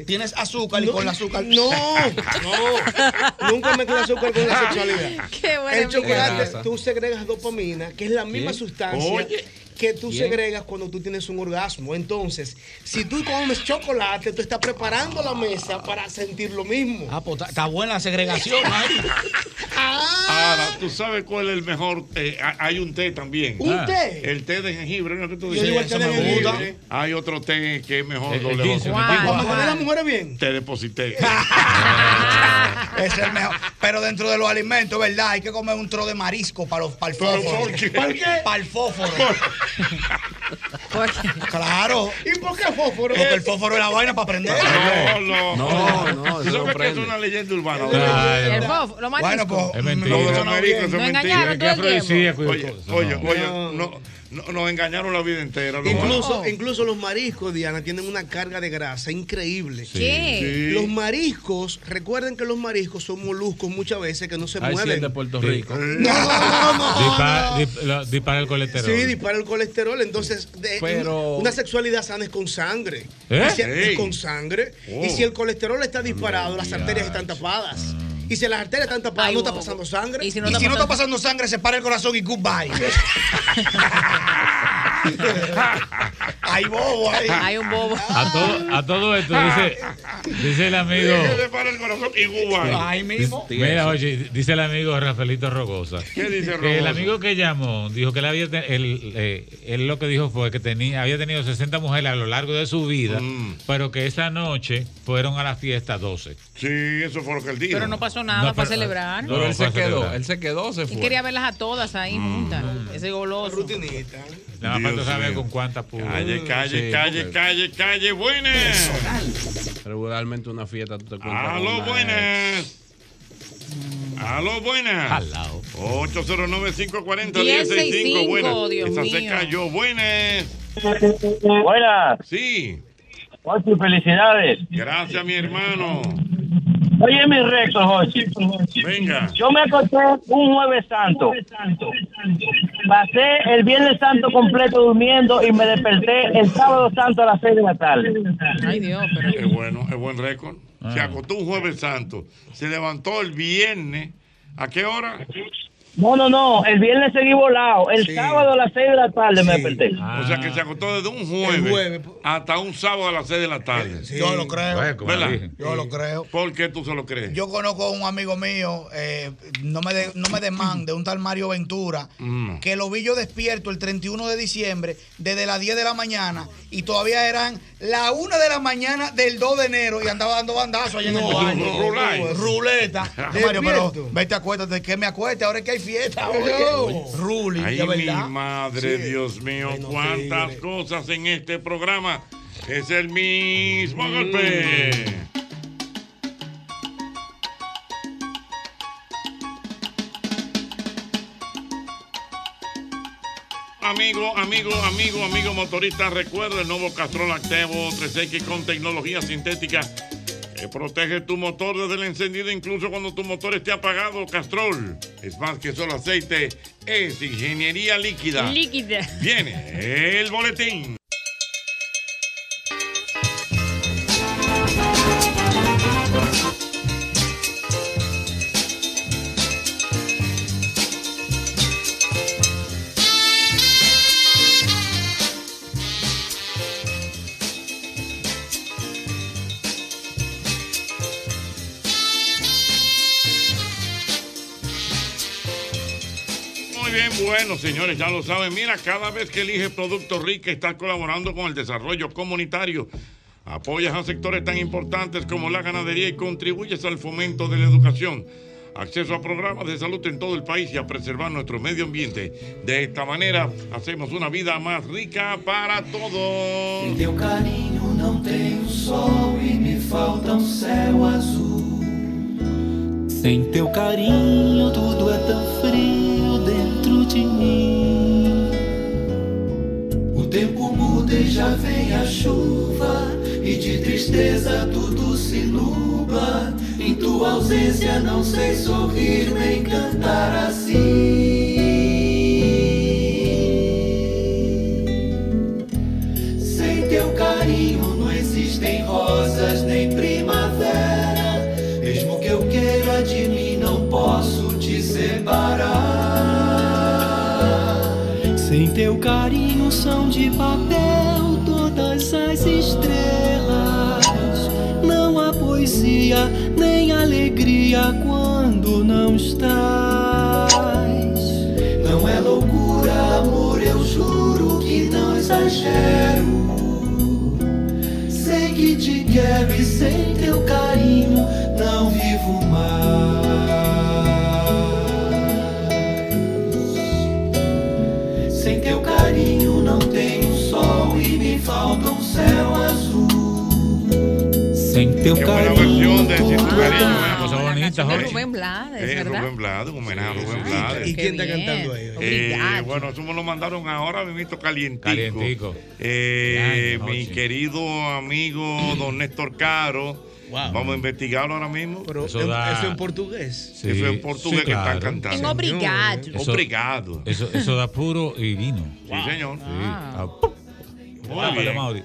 [SPEAKER 4] Tienes azúcar y con el azúcar- [laughs]
[SPEAKER 12] No, no. Nunca mezclo azúcar con la sexualidad.
[SPEAKER 4] Qué buena
[SPEAKER 12] el chocolate,
[SPEAKER 4] mezcla.
[SPEAKER 12] tú segregas dopamina, que es la misma sustancia.
[SPEAKER 4] Oye.
[SPEAKER 12] que tú
[SPEAKER 4] Bien.
[SPEAKER 12] segregas cuando tú tienes un orgasmo. Entonces, si tú comes chocolate, tú estás preparando la mesa para sentir lo mismo.
[SPEAKER 4] Ah, pues está- está buena
[SPEAKER 3] [laughs]
[SPEAKER 4] la segregación. ahí. Ah.
[SPEAKER 3] Ahora, ¿tú sabes cuál es el mejor? Eh, ha- hay un té también.
[SPEAKER 4] ¿Un
[SPEAKER 3] Ah.
[SPEAKER 4] té?
[SPEAKER 3] El té de jengibre, ¿no? Que tú
[SPEAKER 4] Yo
[SPEAKER 3] dices.
[SPEAKER 4] digo el té de
[SPEAKER 3] Ese me gusta.
[SPEAKER 4] jengibre. Eh,
[SPEAKER 3] Hay otro té que es
[SPEAKER 10] El-
[SPEAKER 3] mejor.
[SPEAKER 10] el
[SPEAKER 3] doble
[SPEAKER 10] 15, ¿no? ¿Cuál?
[SPEAKER 3] dosis.
[SPEAKER 4] ¿Para mantener a las mujeres bien?
[SPEAKER 3] Te
[SPEAKER 4] [laughs]
[SPEAKER 3] deposité.
[SPEAKER 4] Es el mejor. Pero dentro de los alimentos, ¿verdad? Hay que comer un tro de marisco para, los- para el
[SPEAKER 3] ¿Pero
[SPEAKER 4] fósforo.
[SPEAKER 3] por qué?
[SPEAKER 4] ¿Para Para el fósforo. Claro.
[SPEAKER 12] ¿Y por qué fósforo?
[SPEAKER 4] Porque el fósforo es la vaina para prender.
[SPEAKER 3] No, no.
[SPEAKER 4] No, no,
[SPEAKER 3] ¿Tú sabes
[SPEAKER 4] eso no
[SPEAKER 3] que es una leyenda urbana?
[SPEAKER 11] El
[SPEAKER 3] doble?
[SPEAKER 11] bof, lo marisco.
[SPEAKER 10] Es
[SPEAKER 4] pues,
[SPEAKER 3] Lo de
[SPEAKER 10] mentira.
[SPEAKER 3] los americanos es
[SPEAKER 11] No
[SPEAKER 3] mentira.
[SPEAKER 11] engañaron todo el
[SPEAKER 3] Qué afrodisíaco y
[SPEAKER 10] tiempo.
[SPEAKER 3] Oye, oye, oye, no, no- nos engañaron la vida entera. lo
[SPEAKER 12] Incluso,
[SPEAKER 3] malo.
[SPEAKER 12] incluso los mariscos, Diana, tienen una carga de grasa increíble.
[SPEAKER 3] Sí. ¿Qué?
[SPEAKER 12] Los mariscos, recuerden que los mariscos son moluscos muchas veces que no se
[SPEAKER 6] Hay 100
[SPEAKER 12] mueven.
[SPEAKER 6] de Puerto Rico.
[SPEAKER 12] No, no,
[SPEAKER 10] Dispara, dip- la- dispara el colesterol.
[SPEAKER 12] Sí, dispara el colesterol. Entonces, de-
[SPEAKER 10] Pero-
[SPEAKER 12] una sexualidad sana es con sangre.
[SPEAKER 10] ¿Eh?
[SPEAKER 12] Y si- es
[SPEAKER 10] Ey.
[SPEAKER 12] con sangre.
[SPEAKER 10] Oh.
[SPEAKER 12] Y si el colesterol está disparado, las arterias están tapadas. Y si las arterias están tapadas, no está pasando sangre.
[SPEAKER 4] Y si no, está, pasando... sangre, se para el corazón y goodbye. Hay bobo ahí.
[SPEAKER 11] Hay un bobo.
[SPEAKER 10] A todo, a todo esto
[SPEAKER 3] Ah.
[SPEAKER 10] dice, dice el amigo.
[SPEAKER 3] Que le para el corazón y Cuba.
[SPEAKER 10] Mira, oye, dice el amigo Rafaelito Rogosa.
[SPEAKER 3] ¿Qué dice
[SPEAKER 10] Que El
[SPEAKER 3] Rogosa?
[SPEAKER 10] amigo que llamó dijo que él, había te- él, eh, él lo que dijo fue que tenía, había tenido 60 mujeres a lo largo de su vida, pero que esa noche fueron a la fiesta 12.
[SPEAKER 3] Sí, eso fue lo que él dijo.
[SPEAKER 11] Pero no pasó nada,
[SPEAKER 10] No,
[SPEAKER 11] para
[SPEAKER 10] pero-
[SPEAKER 11] celebrar.
[SPEAKER 10] No,
[SPEAKER 11] Él
[SPEAKER 10] fue a celebrar.
[SPEAKER 6] Él se quedó, se fue.
[SPEAKER 11] quería verlas a todas ahí juntas. Ese goloso.
[SPEAKER 12] Rutinita.
[SPEAKER 10] Nada más
[SPEAKER 3] Dios
[SPEAKER 10] tú sabes
[SPEAKER 3] mío.
[SPEAKER 10] con cuántas pudo.
[SPEAKER 3] Calle, calle,
[SPEAKER 6] Sí,
[SPEAKER 3] calle,
[SPEAKER 6] porque-
[SPEAKER 3] calle, calle, buenas.
[SPEAKER 6] Regularmente una fiesta tú te encuentras. con
[SPEAKER 3] Aló,
[SPEAKER 6] una
[SPEAKER 3] buenas. Aló, buenas. Aló. 809-540-1065.
[SPEAKER 11] 1065,
[SPEAKER 3] Buenas.
[SPEAKER 11] Dios
[SPEAKER 3] Esa se
[SPEAKER 11] mío.
[SPEAKER 3] cayó. Buenas.
[SPEAKER 18] Buenas.
[SPEAKER 3] Sí.
[SPEAKER 18] Ochi, felicidades.
[SPEAKER 3] Gracias, mi hermano.
[SPEAKER 18] Oye, mi recto, Ochi.
[SPEAKER 3] Venga.
[SPEAKER 18] Yo me acosté un jueves santo. Pasé el viernes santo completo durmiendo y me desperté el sábado santo a las 6 de la tarde.
[SPEAKER 11] Ay, Dios, pero.
[SPEAKER 3] Es bueno, es buen récord. Se acostó un jueves santo. Se levantó el viernes. ¿A qué hora?
[SPEAKER 18] No, no, no. El viernes seguí volado. El sábado a las 6 de la tarde me desperté.
[SPEAKER 3] O sea que se acostó desde un jueves, hasta un sábado a las 6 de la tarde.
[SPEAKER 4] pues. Yo lo creo. Bueno, como
[SPEAKER 3] ¿Verdad?
[SPEAKER 4] dije. Yo lo creo.
[SPEAKER 3] ¿Por qué tú se lo crees?
[SPEAKER 4] Yo conozco a un amigo mío, eh, no me de- no me demande, un tal Mario Ventura,
[SPEAKER 3] Mm. [laughs]
[SPEAKER 4] que lo vi yo despierto el 31 de diciembre desde las 10 de la mañana y todavía eran la 1 de la mañana del 2 de enero y andaba dando bandazos allá en el
[SPEAKER 3] No,
[SPEAKER 4] baño.
[SPEAKER 3] no, rulay.
[SPEAKER 4] Ruleta. Mario,
[SPEAKER 3] Ah, Despierto.
[SPEAKER 4] pero vete acuérdate que me acueste ahora es que hay fiesta.
[SPEAKER 3] Yo.
[SPEAKER 4] Oye, Ruli,
[SPEAKER 3] Ay,
[SPEAKER 4] de
[SPEAKER 3] mi
[SPEAKER 4] verdad.
[SPEAKER 3] madre, Dios mío, cuántas cosas en este programa. Es el mismo golpe. amigo, amigo, amigo, amigo motorista, recuerda el nuevo Castrol Activo 3X con tecnología sintética que protege tu motor desde el encendido incluso cuando tu motor esté apagado. Castrol es más que solo aceite, es ingeniería líquida.
[SPEAKER 11] Líquida.
[SPEAKER 3] Viene el boletín. Muy bien, bueno, señores, ya lo saben. Mira, cada vez que elige Productos Rica, estás colaborando con el desarrollo comunitario. Apoyas a sectores tan importantes como la ganadería y contribuyes al fomento de la educación. Acceso a programas de salud en todo el país y a preservar nuestro medio ambiente. De esta manera, hacemos una vida más rica para todos.
[SPEAKER 1] Em teu carinho não tenho sol e me falta um céu azul. Sem teu carinho tudo é tão frio dentro de mim. O tempo muda e já vem a chuva, e de tristeza tudo se nubla. Em tua ausência não sei sorrir nem cantar assim. Sem teu carinho não existem rosas nem primavera. Mesmo que eu queira de mim, não posso te separar. Sem teu carinho, são de papel todas as estrelas. Não há poesia nem alegria quando não estás. Não é loucura, amor, eu juro que não exagero. Sei que te quero e sem teu carinho não vivo mais. Sem teu carinho não tenho sol e me falta um céu azul.
[SPEAKER 25] Sem teu
[SPEAKER 3] Qué buena versión de Sin tu cariño.
[SPEAKER 11] Ah,
[SPEAKER 3] ¿eh?
[SPEAKER 10] Cosa bonita,
[SPEAKER 11] De
[SPEAKER 10] Jorge.
[SPEAKER 11] Rubén Blades,
[SPEAKER 3] Eh,
[SPEAKER 11] ¿verdad?
[SPEAKER 3] Rubén Blades, un homenaje a Rubén
[SPEAKER 11] Ay,
[SPEAKER 3] Blades.
[SPEAKER 11] ¿y quién está Qué bien. cantando ahí?
[SPEAKER 3] Eh,
[SPEAKER 11] Obligado.
[SPEAKER 3] bueno, eso me lo mandaron ahora, mimito calientico.
[SPEAKER 10] Calientico.
[SPEAKER 3] Eh,
[SPEAKER 10] Ya,
[SPEAKER 3] mi
[SPEAKER 10] noche.
[SPEAKER 3] querido amigo don Néstor Caro. Vamos a investigarlo ahora mismo.
[SPEAKER 12] Eso, eso en portugués.
[SPEAKER 3] Sí, Eso en portugués
[SPEAKER 10] sí,
[SPEAKER 3] que
[SPEAKER 10] claro.
[SPEAKER 3] están cantando.
[SPEAKER 11] En obrigado.
[SPEAKER 10] Eso-
[SPEAKER 3] Obrigado.
[SPEAKER 10] Eso, eso da puro y vino.
[SPEAKER 3] Sí, señor.
[SPEAKER 10] Ah.
[SPEAKER 3] Muy
[SPEAKER 10] Ah,
[SPEAKER 3] bien.
[SPEAKER 10] Mauri.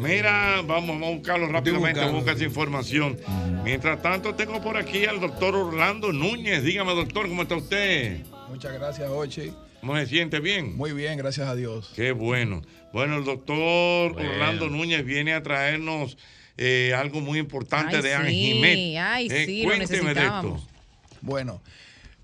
[SPEAKER 3] Mira, vamos, vamos a buscarlo rápidamente, a buscar esa información. Mientras tanto, tengo por aquí al doctor Orlando Núñez. Dígame, doctor, ¿cómo está usted?
[SPEAKER 7] Muchas gracias, Ochi.
[SPEAKER 3] ¿Cómo se siente bien?
[SPEAKER 7] Muy bien, gracias a Dios.
[SPEAKER 3] Qué bueno. Bueno, el doctor Orlando Núñez viene a traernos eh, algo muy importante
[SPEAKER 7] Ay,
[SPEAKER 3] de
[SPEAKER 7] sí,
[SPEAKER 3] Anjimet.
[SPEAKER 7] ay, sí, lo
[SPEAKER 3] cuénteme de esto.
[SPEAKER 7] necesitábamos. Bueno,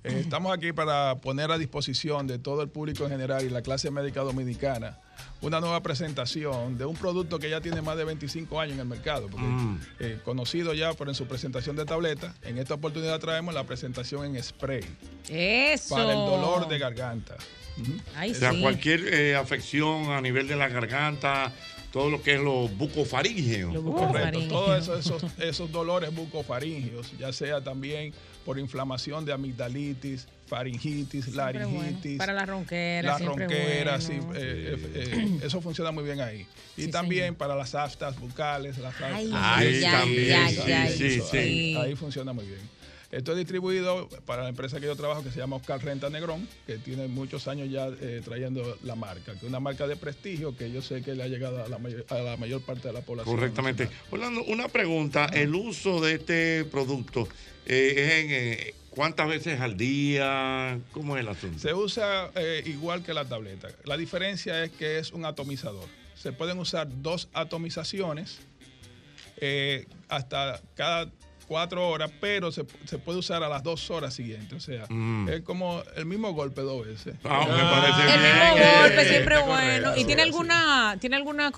[SPEAKER 7] eh, estamos aquí para poner a disposición de todo el público en general y la clase médica dominicana una nueva presentación de un producto que ya tiene más de 25 años en el mercado, porque,
[SPEAKER 1] Mm.
[SPEAKER 7] eh, conocido ya por en su presentación de tableta. En esta oportunidad traemos la presentación en spray
[SPEAKER 11] Eso.
[SPEAKER 7] para el dolor de garganta. Ujú.
[SPEAKER 11] Ay,
[SPEAKER 3] O sea,
[SPEAKER 11] sí.
[SPEAKER 3] cualquier eh, afección a nivel de la garganta, todo lo que es los bucofaríngeos.
[SPEAKER 11] Uh,
[SPEAKER 7] Correcto, todos esos, esos- esos dolores bucofaringios, ya sea también por inflamación de amigdalitis, faringitis,
[SPEAKER 11] Siempre bueno.
[SPEAKER 7] laringitis.
[SPEAKER 11] Para la ronquera.
[SPEAKER 7] La
[SPEAKER 11] siempre
[SPEAKER 7] ronquera,
[SPEAKER 11] bueno.
[SPEAKER 7] sí, eh, eh, eh, eso funciona muy bien ahí. Y también para las aftas bucales, las aftas.
[SPEAKER 1] Ay, Ay, ya, también, ya, sí, ya, sí,
[SPEAKER 7] eso,
[SPEAKER 1] sí.
[SPEAKER 7] Ahí, ahí funciona muy bien. Esto es distribuido para la empresa que yo trabajo que se llama Oscar Renta Negrón, que tiene muchos años ya eh, trayendo la marca, que es una marca de prestigio que yo sé que le ha llegado a la mayor, a la mayor parte de la población.
[SPEAKER 3] Correctamente. Orlando, una pregunta. El uso de este producto, eh, es en, eh, ¿cuántas veces al día? ¿Cómo es el asunto?
[SPEAKER 7] Se usa eh, igual que la tableta. La diferencia es que es un atomizador. Se pueden usar dos atomizaciones eh, hasta cada cuatro horas, pero se, se puede usar a las dos horas siguientes. O sea,
[SPEAKER 1] Mm.
[SPEAKER 7] es como el mismo golpe dos veces.
[SPEAKER 3] Ah, me parece
[SPEAKER 7] El
[SPEAKER 3] bien.
[SPEAKER 7] mismo
[SPEAKER 3] eh.
[SPEAKER 7] golpe,
[SPEAKER 11] Pero siempre
[SPEAKER 7] Correcto,
[SPEAKER 11] bueno. ¿Y
[SPEAKER 7] correcto,
[SPEAKER 11] tiene
[SPEAKER 7] sí.
[SPEAKER 11] alguna, tiene alguna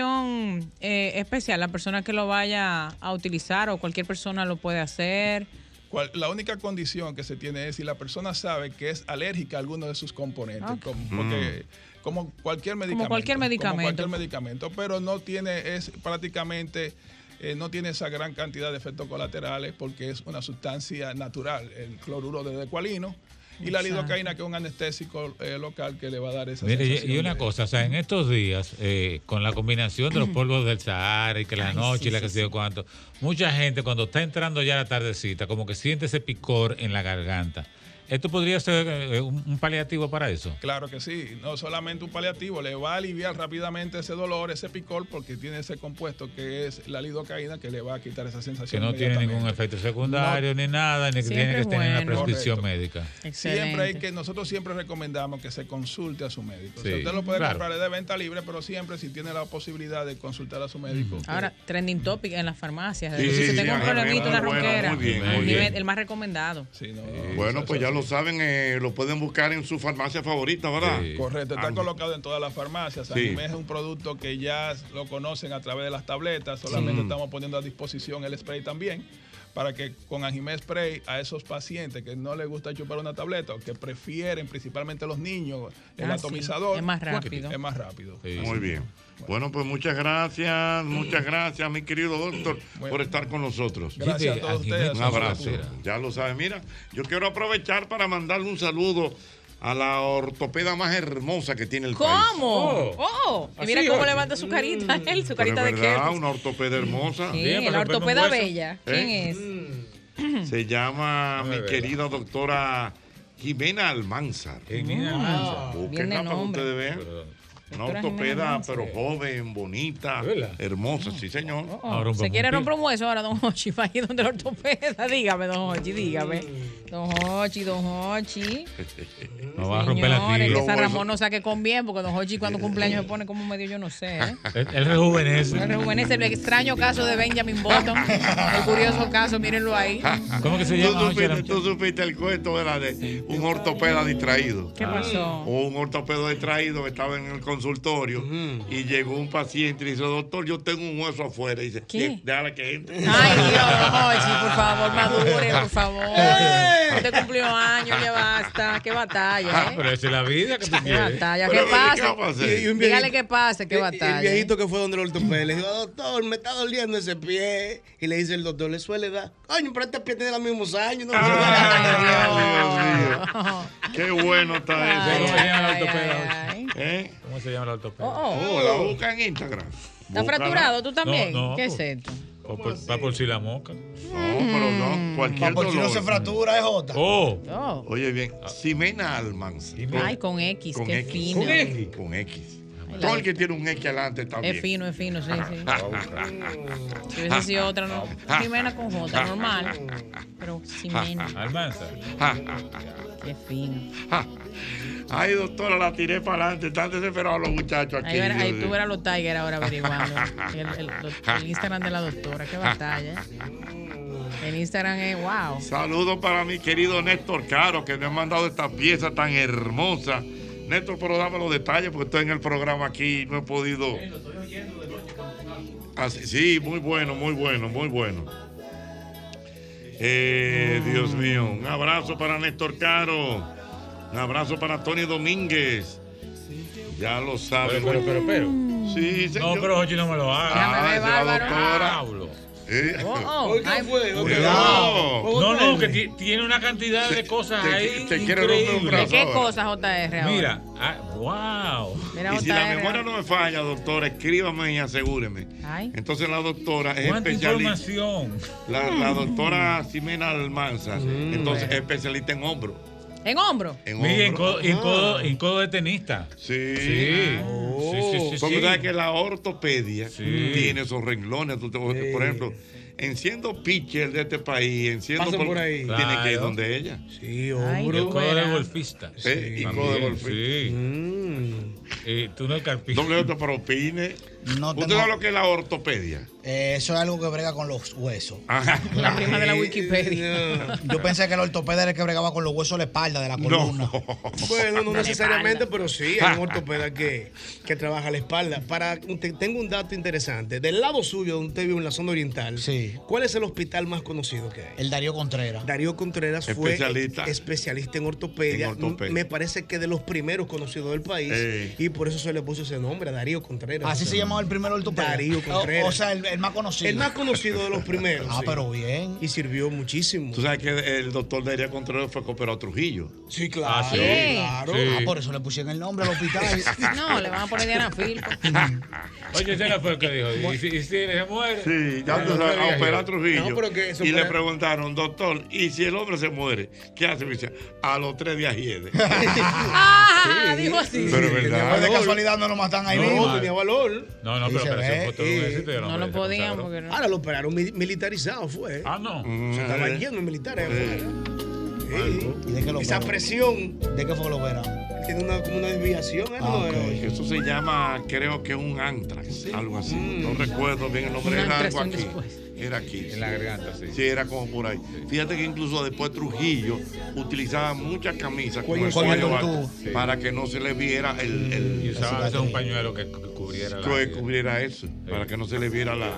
[SPEAKER 11] condición eh, especial? La persona que lo vaya a utilizar o cualquier persona lo puede hacer.
[SPEAKER 7] Cual- la única condición que se tiene es si la persona sabe que es alérgica a alguno de sus componentes,
[SPEAKER 11] Ok.
[SPEAKER 7] como, porque-
[SPEAKER 10] Mm.
[SPEAKER 7] como cualquier medicamento.
[SPEAKER 11] cualquier
[SPEAKER 7] Como
[SPEAKER 11] medicamento.
[SPEAKER 7] cualquier medicamento, pero no tiene, es prácticamente, eh, no tiene esa gran cantidad de efectos colaterales porque es una sustancia natural, el cloruro de decualino. y la lidocaína, que es un anestésico eh, local que le va a dar esa
[SPEAKER 10] Mire, y-
[SPEAKER 7] sensación
[SPEAKER 10] y una
[SPEAKER 7] de-
[SPEAKER 10] cosa, o sea, en estos días, eh, con la combinación de los polvos del Sahara y que la
[SPEAKER 7] Ay,
[SPEAKER 10] noche
[SPEAKER 7] sí,
[SPEAKER 10] y la que
[SPEAKER 7] sí,
[SPEAKER 10] sé yo cuánto, mucha gente cuando está entrando ya la tardecita, como que siente ese picor en la garganta. ¿Esto podría ser eh, un, un paliativo para eso?
[SPEAKER 7] Claro que sí, no solamente un paliativo, le va a aliviar rápidamente ese dolor, ese picor, porque tiene ese compuesto que es la lidocaína que le va a quitar esa
[SPEAKER 10] Que
[SPEAKER 7] sensación.
[SPEAKER 10] no tiene
[SPEAKER 7] inmediatamente.
[SPEAKER 10] ningún efecto secundario ni nada, ni que tiene
[SPEAKER 7] Siempre
[SPEAKER 10] que tener una
[SPEAKER 7] bueno.
[SPEAKER 10] prescripción médica.
[SPEAKER 7] Siempre hay que, nosotros siempre recomendamos que se consulte a su médico. O sea,
[SPEAKER 10] Sí,
[SPEAKER 7] usted lo puede
[SPEAKER 10] claro.
[SPEAKER 7] comprar es de venta libre, pero siempre si tiene la posibilidad de consultar a su médico.
[SPEAKER 11] Ahora, trending topic en las farmacias.
[SPEAKER 7] Sí,
[SPEAKER 11] si
[SPEAKER 7] sí,
[SPEAKER 11] tengo un
[SPEAKER 7] sí,
[SPEAKER 11] problemita, una
[SPEAKER 7] bueno, bueno,
[SPEAKER 11] ronquera,
[SPEAKER 7] muy bien,
[SPEAKER 3] muy
[SPEAKER 11] el, nivel-
[SPEAKER 3] bien.
[SPEAKER 11] el más recomendado.
[SPEAKER 3] Bueno, pues ya lo saben, eh, lo pueden buscar en su farmacia favorita, ¿verdad?
[SPEAKER 7] Correcto, está
[SPEAKER 3] Ah,
[SPEAKER 7] colocado en todas las farmacias.
[SPEAKER 3] Sí.
[SPEAKER 7] Sanimé es un producto que ya lo conocen a través de las tabletas, solamente
[SPEAKER 3] Mm.
[SPEAKER 7] estamos poniendo a disposición el spray también, para que con Anjimé Spray a esos pacientes que no les gusta chupar una tableta o que prefieren, principalmente los niños, el
[SPEAKER 3] Ah, sí,
[SPEAKER 7] atomizador. pues,
[SPEAKER 3] es más rápido.
[SPEAKER 7] Es más rápido.
[SPEAKER 3] Muy bien. Bueno, pues muchas gracias, muchas gracias, mi querido doctor, por estar con nosotros.
[SPEAKER 7] Mm. Gracias a todos ustedes.
[SPEAKER 3] Un abrazo. Ya lo saben. Mira, yo quiero aprovechar para mandarle un saludo a la ortopeda más hermosa que tiene el país.
[SPEAKER 11] ¿Cómo? Oh, y mira
[SPEAKER 3] Así,
[SPEAKER 11] cómo
[SPEAKER 3] oye.
[SPEAKER 11] levanta su carita
[SPEAKER 2] Mm.
[SPEAKER 11] él, su
[SPEAKER 3] Pero
[SPEAKER 11] carita
[SPEAKER 3] es
[SPEAKER 11] de
[SPEAKER 3] verdad,
[SPEAKER 11] qué.
[SPEAKER 3] una ortopeda hermosa.
[SPEAKER 11] Sí, la ortopeda bella. ¿Quién
[SPEAKER 9] [laughs]
[SPEAKER 3] ¿Eh?
[SPEAKER 11] es?
[SPEAKER 3] Se llama mi
[SPEAKER 11] verdad.
[SPEAKER 3] querida doctora Jimena Almanzar.
[SPEAKER 10] Jimena Almanzar.
[SPEAKER 11] Bien de
[SPEAKER 3] Búsquenla para que
[SPEAKER 11] Mm. nombre.
[SPEAKER 3] ustedes vean. Una
[SPEAKER 11] Doctora Jimena
[SPEAKER 3] ortopeda,
[SPEAKER 11] Almanzar.
[SPEAKER 3] pero joven, bonita, hermosa, sí señor.
[SPEAKER 11] Oh, se
[SPEAKER 3] [laughs]
[SPEAKER 11] quiere romper un hueso ahora, don Hochi. Va a ir donde el ortopeda. [laughs] Dígame, don Hochi, dígame. Don Hochi, don Hochi.
[SPEAKER 10] No va a romper la
[SPEAKER 11] Señores, que
[SPEAKER 10] tibia.
[SPEAKER 11] San Ramón no saque con bien, porque don Hochi cuando cumpleaños se pone como medio, yo no sé. ¿eh?
[SPEAKER 10] Él él rejuvenece.
[SPEAKER 11] El rejuvenece el extraño caso de Benjamin Button. El curioso caso, mírenlo ahí.
[SPEAKER 10] ¿Cómo que se
[SPEAKER 3] llama? Tú supiste, tú supiste el cuento de, la de un ortopeda distraído.
[SPEAKER 10] Ah.
[SPEAKER 11] ¿Qué pasó?
[SPEAKER 3] Un ortopeda distraído que estaba en el consultorio y llegó un paciente y dice, doctor, yo tengo un hueso afuera. Y dice, "Bien, déjala que entre.
[SPEAKER 11] Ay, Dios, Jochi, por favor, madure,
[SPEAKER 3] [laughs]
[SPEAKER 11] por favor. Usted Este cumplió años, ya basta. Qué batalla,
[SPEAKER 10] Ah,
[SPEAKER 11] ¿eh?
[SPEAKER 10] pero esa es la vida que tú
[SPEAKER 11] Qué
[SPEAKER 10] quieres.
[SPEAKER 11] batalla,
[SPEAKER 12] Pero,
[SPEAKER 11] qué
[SPEAKER 12] ¿qué va a
[SPEAKER 11] pasa.
[SPEAKER 12] hacer? Y- y un
[SPEAKER 11] Dígale
[SPEAKER 12] viejito-
[SPEAKER 11] qué pasa, qué
[SPEAKER 12] El
[SPEAKER 11] batalla.
[SPEAKER 12] viejito que fue donde el ortopeda le dijo, doctor, me está doliendo ese pie. Y le dice el doctor, le suele dar. Coño, pero este pie tiene los mismos años. ¿no? [laughs]
[SPEAKER 3] Qué bueno está
[SPEAKER 10] ¿Cómo
[SPEAKER 3] eso.
[SPEAKER 10] se llama la ortopeda?
[SPEAKER 3] ¿Eh?
[SPEAKER 10] ¿Cómo se llama la ortopeda?
[SPEAKER 11] Oh, oh.
[SPEAKER 3] la busca en Instagram.
[SPEAKER 11] ¿Está
[SPEAKER 10] Búscala.
[SPEAKER 11] fracturado tú también?
[SPEAKER 10] No, no,
[SPEAKER 11] ¿Qué
[SPEAKER 10] por-
[SPEAKER 11] es esto?
[SPEAKER 10] o por- Va por si la moca.
[SPEAKER 3] pero no, cualquier
[SPEAKER 10] Papo chino
[SPEAKER 3] dolor.
[SPEAKER 10] se fractura, es otra. Oh.
[SPEAKER 11] Oh.
[SPEAKER 3] Oye bien, Ximena Almanza.
[SPEAKER 11] Ay, con X,
[SPEAKER 3] Con
[SPEAKER 11] qué
[SPEAKER 3] X.
[SPEAKER 11] fino.
[SPEAKER 3] Con X. Con X. Todo el que tiene un X adelante está bien.
[SPEAKER 11] Es fino, es fino,
[SPEAKER 3] [laughs]
[SPEAKER 11] sí, sí. Si hubiese sido otra, no.
[SPEAKER 3] Ah.
[SPEAKER 11] Jimena con J, normal. Pero Jimena.
[SPEAKER 3] [laughs]
[SPEAKER 10] Almanza.
[SPEAKER 11] Qué fino.
[SPEAKER 3] Ay, doctora, la tiré para adelante. Están desesperados los muchachos aquí.
[SPEAKER 11] Ahí, verás- ahí
[SPEAKER 3] Dios
[SPEAKER 11] tú
[SPEAKER 3] mío.
[SPEAKER 11] verás los Tiger ahora averiguando. El, el- el Instagram de la doctora, qué batalla. El Instagram es wow.
[SPEAKER 3] Saludos para mi querido Néstor Caro, que me ha mandado esta pieza tan hermosa. Néstor, pero dame los detalles, porque estoy en el programa aquí y no he podido. Ah, sí, sí, muy bueno, muy bueno, muy bueno. Eh, Dios mío, un abrazo para Néstor Caro. Un abrazo para Tony Domínguez. Ya lo saben.
[SPEAKER 10] Pero, pero, pero, pero.
[SPEAKER 3] Sí, señor.
[SPEAKER 10] No, pero Jochi no me lo haga.
[SPEAKER 3] Ah,
[SPEAKER 10] Ay,
[SPEAKER 3] ese
[SPEAKER 10] se
[SPEAKER 3] va,
[SPEAKER 10] va,
[SPEAKER 3] doctora.
[SPEAKER 10] Pablo.
[SPEAKER 5] [laughs]
[SPEAKER 3] Eh.
[SPEAKER 11] Oh,
[SPEAKER 5] Oh,
[SPEAKER 11] ay,
[SPEAKER 3] Cuidado.
[SPEAKER 10] No, no, que ti- tiene una cantidad de cosas
[SPEAKER 3] te-
[SPEAKER 10] ahí.
[SPEAKER 3] te quiero romper un
[SPEAKER 10] increíbles.
[SPEAKER 11] ¿De qué cosa JR ahora?
[SPEAKER 10] Mira, ah, wow.
[SPEAKER 11] Mira,
[SPEAKER 3] Y si la
[SPEAKER 11] JR.
[SPEAKER 3] memoria no me falla, doctora, escríbame y asegúreme.
[SPEAKER 11] Ay.
[SPEAKER 3] Entonces la doctora es
[SPEAKER 10] ¿Cuánta
[SPEAKER 3] especialista.
[SPEAKER 10] información?
[SPEAKER 3] La, la doctora Ximena Almanza, entonces es especialista en hombro.
[SPEAKER 11] ¿En hombro?
[SPEAKER 3] En
[SPEAKER 10] Mira, en
[SPEAKER 3] hombro.
[SPEAKER 10] codo,
[SPEAKER 12] Ah.
[SPEAKER 10] en codo- en codo de tenista.
[SPEAKER 3] Sí.
[SPEAKER 10] Sí.
[SPEAKER 12] Oh.
[SPEAKER 10] Sí, sí, sí,
[SPEAKER 3] Porque
[SPEAKER 10] sí.
[SPEAKER 3] sabes que la ortopedia tiene esos renglones. Tú te- Por ejemplo, enciendo pitcher de este país, enciendo
[SPEAKER 12] Pasan por ahí.
[SPEAKER 3] Tiene que ir
[SPEAKER 12] Claro.
[SPEAKER 3] donde ella.
[SPEAKER 12] Sí,
[SPEAKER 10] hombro. Y el codo de golfista.
[SPEAKER 3] Eh, y codo de
[SPEAKER 10] También, Sí.
[SPEAKER 3] golfista.
[SPEAKER 12] Mm.
[SPEAKER 10] Y tú no carpista.
[SPEAKER 3] Doble otro para opine.
[SPEAKER 20] No
[SPEAKER 3] ¿Usted
[SPEAKER 20] tengo-
[SPEAKER 3] sabe lo que es la ortopedia?
[SPEAKER 20] Eh, eso es algo que brega con los huesos.
[SPEAKER 3] Ajá.
[SPEAKER 11] La prima de la
[SPEAKER 4] [laughs]
[SPEAKER 11] Wikipedia.
[SPEAKER 20] Yo pensé que el ortopeda era el que bregaba con los huesos de la espalda, de la columna.
[SPEAKER 3] [laughs]
[SPEAKER 12] Bueno, no
[SPEAKER 20] De
[SPEAKER 4] [laughs]
[SPEAKER 20] la
[SPEAKER 12] necesariamente, pero sí, hay un ortopeda que, que trabaja la espalda. Para, te- tengo un dato interesante. Del lado suyo, donde usted vive en la zona oriental, ¿cuál es el hospital más conocido que hay?
[SPEAKER 20] El Darío Contreras.
[SPEAKER 12] Darío Contreras fue
[SPEAKER 20] Especialista.
[SPEAKER 12] especialista en ortopedia.
[SPEAKER 20] En ortopedia.
[SPEAKER 12] Me parece que de los primeros conocidos del país.
[SPEAKER 20] Ey.
[SPEAKER 12] Y por eso se le puso ese nombre a Darío Contreras.
[SPEAKER 20] Así se llama
[SPEAKER 4] llamado el primer ortopeda?
[SPEAKER 12] Darío Contreras.
[SPEAKER 4] O, o sea, el, el más conocido.
[SPEAKER 12] El más conocido de los primeros.
[SPEAKER 4] Ah,
[SPEAKER 12] sí.
[SPEAKER 4] pero bien.
[SPEAKER 12] Y sirvió muchísimo.
[SPEAKER 3] Tú sabes que el doctor Daría Contreras fue cooperado a Trujillo.
[SPEAKER 4] Sí, claro.
[SPEAKER 3] Ah, sí.
[SPEAKER 4] claro.
[SPEAKER 3] Sí.
[SPEAKER 4] Ah,
[SPEAKER 3] [laughs]
[SPEAKER 4] por eso le pusieron el nombre al hospital.
[SPEAKER 11] [laughs] No, le van a poner Diana Filpo.
[SPEAKER 10] Oye, ese no fue el que dijo. Y si, y si se muere.
[SPEAKER 3] Sí, ya tú
[SPEAKER 10] No,
[SPEAKER 3] sabes,
[SPEAKER 10] no
[SPEAKER 3] a
[SPEAKER 10] digas
[SPEAKER 3] operar
[SPEAKER 10] eso.
[SPEAKER 3] a Trujillo.
[SPEAKER 10] No, pero que eso
[SPEAKER 3] y le
[SPEAKER 10] fuera-
[SPEAKER 3] preguntaron, doctor, ¿y si el hombre se muere? ¿Qué hace? Me dice, a los tres días
[SPEAKER 12] [laughs]
[SPEAKER 3] hiede.
[SPEAKER 4] ah,
[SPEAKER 3] dijo así. Pero es verdad.
[SPEAKER 4] Después de casualidad no lo matan ahí
[SPEAKER 3] No,
[SPEAKER 4] mismo.
[SPEAKER 3] tenía
[SPEAKER 12] valor.
[SPEAKER 10] No, no,
[SPEAKER 12] Y
[SPEAKER 10] pero,
[SPEAKER 12] se
[SPEAKER 10] pero
[SPEAKER 12] ve,
[SPEAKER 10] eso fue todo un
[SPEAKER 12] y-
[SPEAKER 10] éxito. yo
[SPEAKER 12] No
[SPEAKER 10] me
[SPEAKER 12] lo
[SPEAKER 10] sé,
[SPEAKER 12] podían
[SPEAKER 10] ¿sabes?
[SPEAKER 11] no.
[SPEAKER 12] Eh, Ahora lo operaron mi- militarizado, fue.
[SPEAKER 10] Ah, no. Eh.
[SPEAKER 12] Se estaba lleno de militares. afuera. Sí. Esa presión.
[SPEAKER 4] ¿De qué fue que lo operaron?
[SPEAKER 12] Tiene una, como una desviación, ¿eh?
[SPEAKER 4] Ah,
[SPEAKER 12] No, eh,
[SPEAKER 3] Eso se llama, creo que un antrax, algo así. No recuerdo bien el nombre.
[SPEAKER 12] Mm. Un
[SPEAKER 3] Era
[SPEAKER 12] antrax,
[SPEAKER 3] algo
[SPEAKER 12] un
[SPEAKER 3] aquí. Era aquí. En la garganta, sí. Sí, era como por ahí. Fíjate que incluso después Trujillo utilizaba muchas camisas con
[SPEAKER 10] Cuello
[SPEAKER 3] el
[SPEAKER 10] con
[SPEAKER 3] cuello
[SPEAKER 10] el
[SPEAKER 3] bajo
[SPEAKER 10] tubo. Sí.
[SPEAKER 3] para que no se le viera el. el
[SPEAKER 10] Y usaba a veces un pañuelo que cu- cubriera la.
[SPEAKER 3] que cubriera eso, para que no se le viera la.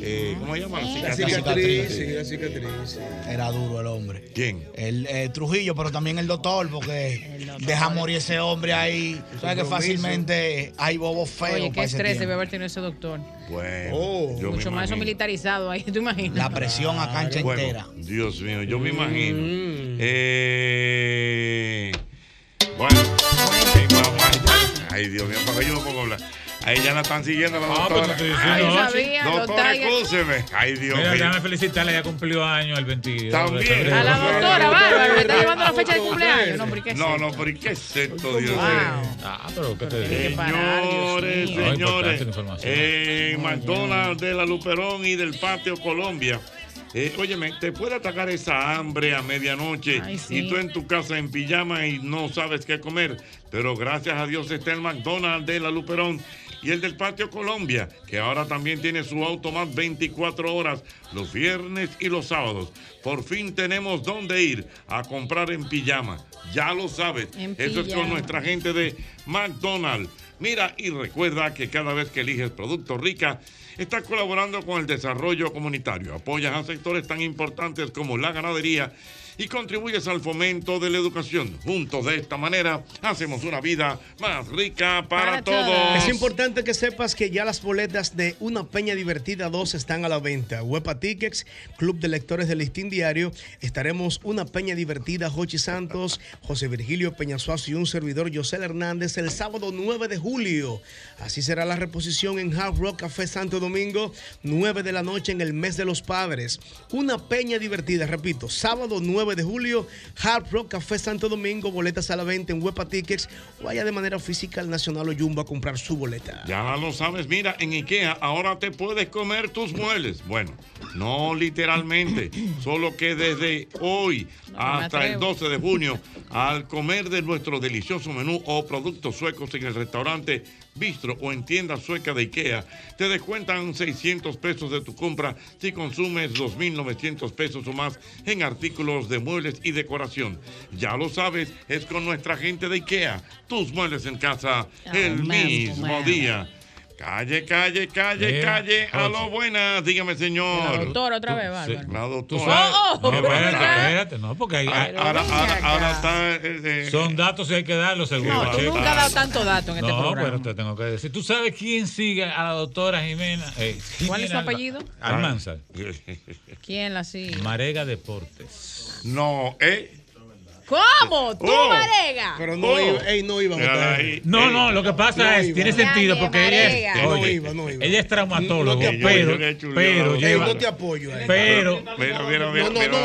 [SPEAKER 3] eh, ¿Cómo se llama? La
[SPEAKER 12] La
[SPEAKER 3] cicatriz.
[SPEAKER 12] cicatriz, sí, la cicatriz. sí.
[SPEAKER 4] Era duro el hombre.
[SPEAKER 3] ¿Quién?
[SPEAKER 4] El eh, Trujillo, pero también el doctor, porque deja morir ese hombre ahí. Sabes que
[SPEAKER 11] compromiso.
[SPEAKER 4] fácilmente hay bobos feos.
[SPEAKER 11] Oye, qué
[SPEAKER 4] para pues, ese
[SPEAKER 11] estrés debe
[SPEAKER 4] tiempo.
[SPEAKER 11] haber tenido ese doctor.
[SPEAKER 3] Bueno, yo me
[SPEAKER 11] Mucho más eso
[SPEAKER 3] imagino.
[SPEAKER 11] militarizado ahí, [laughs] ¿tú imaginas?
[SPEAKER 4] La presión a cancha
[SPEAKER 3] Bueno,
[SPEAKER 4] entera. Mm.
[SPEAKER 3] Dios mío, yo me imagino. Eh, bueno, ahí vamos, ahí ya. ay Dios mío, para que yo no puedo hablar. Ahí ya la están siguiendo la
[SPEAKER 10] Ah,
[SPEAKER 3] doctora.
[SPEAKER 10] pero te estoy
[SPEAKER 3] Ay,
[SPEAKER 10] diciendo,
[SPEAKER 3] doctora,
[SPEAKER 10] Ochi.
[SPEAKER 11] sabía, los
[SPEAKER 3] doctora,
[SPEAKER 11] Tigers.
[SPEAKER 3] escúcheme. Ay Dios
[SPEAKER 10] Mira,
[SPEAKER 3] mío.
[SPEAKER 10] déjame felicitarle, ya cumplió año el 22.
[SPEAKER 3] También.
[SPEAKER 11] A la doctora, bárbaro, me está llevando la fecha de cumpleaños. No, porque
[SPEAKER 3] No, no, pero ¿y qué es esto, Dios mío?
[SPEAKER 10] Ah, pero ¿qué te digo?
[SPEAKER 3] Señores,
[SPEAKER 10] mío. No,
[SPEAKER 3] señores,
[SPEAKER 10] importante la información.
[SPEAKER 3] en McDonald's de la Luperón y del Patio Colombia. eh, óyeme, te puede atacar esa hambre a medianoche
[SPEAKER 8] Ay, sí.
[SPEAKER 3] y tú en tu casa en pijama y no sabes qué comer. Pero gracias a Dios está el McDonald's de la Luperón y el del Patio Colombia, que ahora también tiene su auto más 24 horas los viernes y los sábados. Por fin tenemos dónde ir a comprar en pijama. Ya lo sabes.
[SPEAKER 8] En
[SPEAKER 3] Eso es
[SPEAKER 8] pijama.
[SPEAKER 3] con nuestra gente de McDonald's. Mira y recuerda que cada vez que eliges Producto Rica, estás colaborando con el desarrollo comunitario, apoyas a sectores tan importantes como la ganadería y contribuyes al fomento de la educación. Juntos de esta manera hacemos una vida más rica para, todos.
[SPEAKER 12] Es importante que sepas que ya las boletas de Una Peña Divertida 2 están a la venta. Huepa Tickets, Club de Lectores del Listín Diario. Estaremos Una Peña Divertida, Jochi Santos, José Virgilio Peñasuazo y un servidor, José Hernández, el sábado 9 de julio. Así será la reposición en Hard Rock Café Santo Domingo, 9 de la noche en el mes de los padres. Una peña divertida, repito, sábado 9 de julio, Hard Rock Café Santo Domingo, boletas a la venta en Huepa Tickets. Vaya de manera física al Nacional o Jumbo a comprar su boleta.
[SPEAKER 3] Ya lo sabes, mira, en IKEA ahora te puedes comer tus muebles. Bueno, no literalmente, solo que desde hoy hasta el
[SPEAKER 8] atrevo.
[SPEAKER 3] 12 de junio, al comer de nuestro delicioso menú o productos suecos en el restaurante Bistro o en tienda sueca de IKEA, te descuentan 600 pesos de tu compra si consumes 2.900 pesos o más en artículos de muebles y decoración. Ya lo sabes, es con nuestra gente de IKEA. Tus muebles en casa Ah, el
[SPEAKER 8] man,
[SPEAKER 3] mismo
[SPEAKER 8] man.
[SPEAKER 3] día. Calle, calle, calle,
[SPEAKER 8] Eh,
[SPEAKER 3] calle. A lo
[SPEAKER 8] oye.
[SPEAKER 3] buenas, dígame, señor.
[SPEAKER 11] La doctora otra vez,
[SPEAKER 3] Sí,
[SPEAKER 11] bárbaro.
[SPEAKER 3] la
[SPEAKER 10] Tú
[SPEAKER 3] doctora.
[SPEAKER 10] sabes.
[SPEAKER 11] Oh,
[SPEAKER 10] no,
[SPEAKER 11] pero
[SPEAKER 10] espérate,
[SPEAKER 11] ya.
[SPEAKER 10] espérate, no, porque hay,
[SPEAKER 3] Ahora- ahora- ahora- ahora está.
[SPEAKER 10] Son datos y hay que darlos, seguro.
[SPEAKER 11] No, tú
[SPEAKER 10] Checa.
[SPEAKER 11] nunca has dado tanto dato en este
[SPEAKER 10] No,
[SPEAKER 11] programa.
[SPEAKER 10] pero te tengo que decir. ¿Tú sabes quién sigue a la doctora Jimena? eh,
[SPEAKER 11] ¿Cuál es su
[SPEAKER 10] Jimena Alba-
[SPEAKER 11] apellido?
[SPEAKER 10] Almanzar.
[SPEAKER 11] ¿Quién la sigue?
[SPEAKER 10] Marega Deportes.
[SPEAKER 3] No, ¿eh?
[SPEAKER 11] ¿Cómo? ¡Tú,
[SPEAKER 10] Oh.
[SPEAKER 11] Marega!
[SPEAKER 12] Pero no
[SPEAKER 10] Oh.
[SPEAKER 12] iba, ey, no iba a
[SPEAKER 10] Mírala
[SPEAKER 12] votar.
[SPEAKER 10] ahí. No, no, lo que pasa
[SPEAKER 12] No
[SPEAKER 10] es,
[SPEAKER 12] iba.
[SPEAKER 10] tiene sentido, porque ella es,
[SPEAKER 12] Marega. No
[SPEAKER 10] oye,
[SPEAKER 12] iba, no iba.
[SPEAKER 10] ella es traumatólogo,
[SPEAKER 12] No te apoyo.
[SPEAKER 10] pero,
[SPEAKER 12] Yo le he hecho un
[SPEAKER 10] pero
[SPEAKER 12] lado.
[SPEAKER 10] lleva,
[SPEAKER 12] Ey, no te apoyo ahí.
[SPEAKER 10] pero,
[SPEAKER 12] no, no, no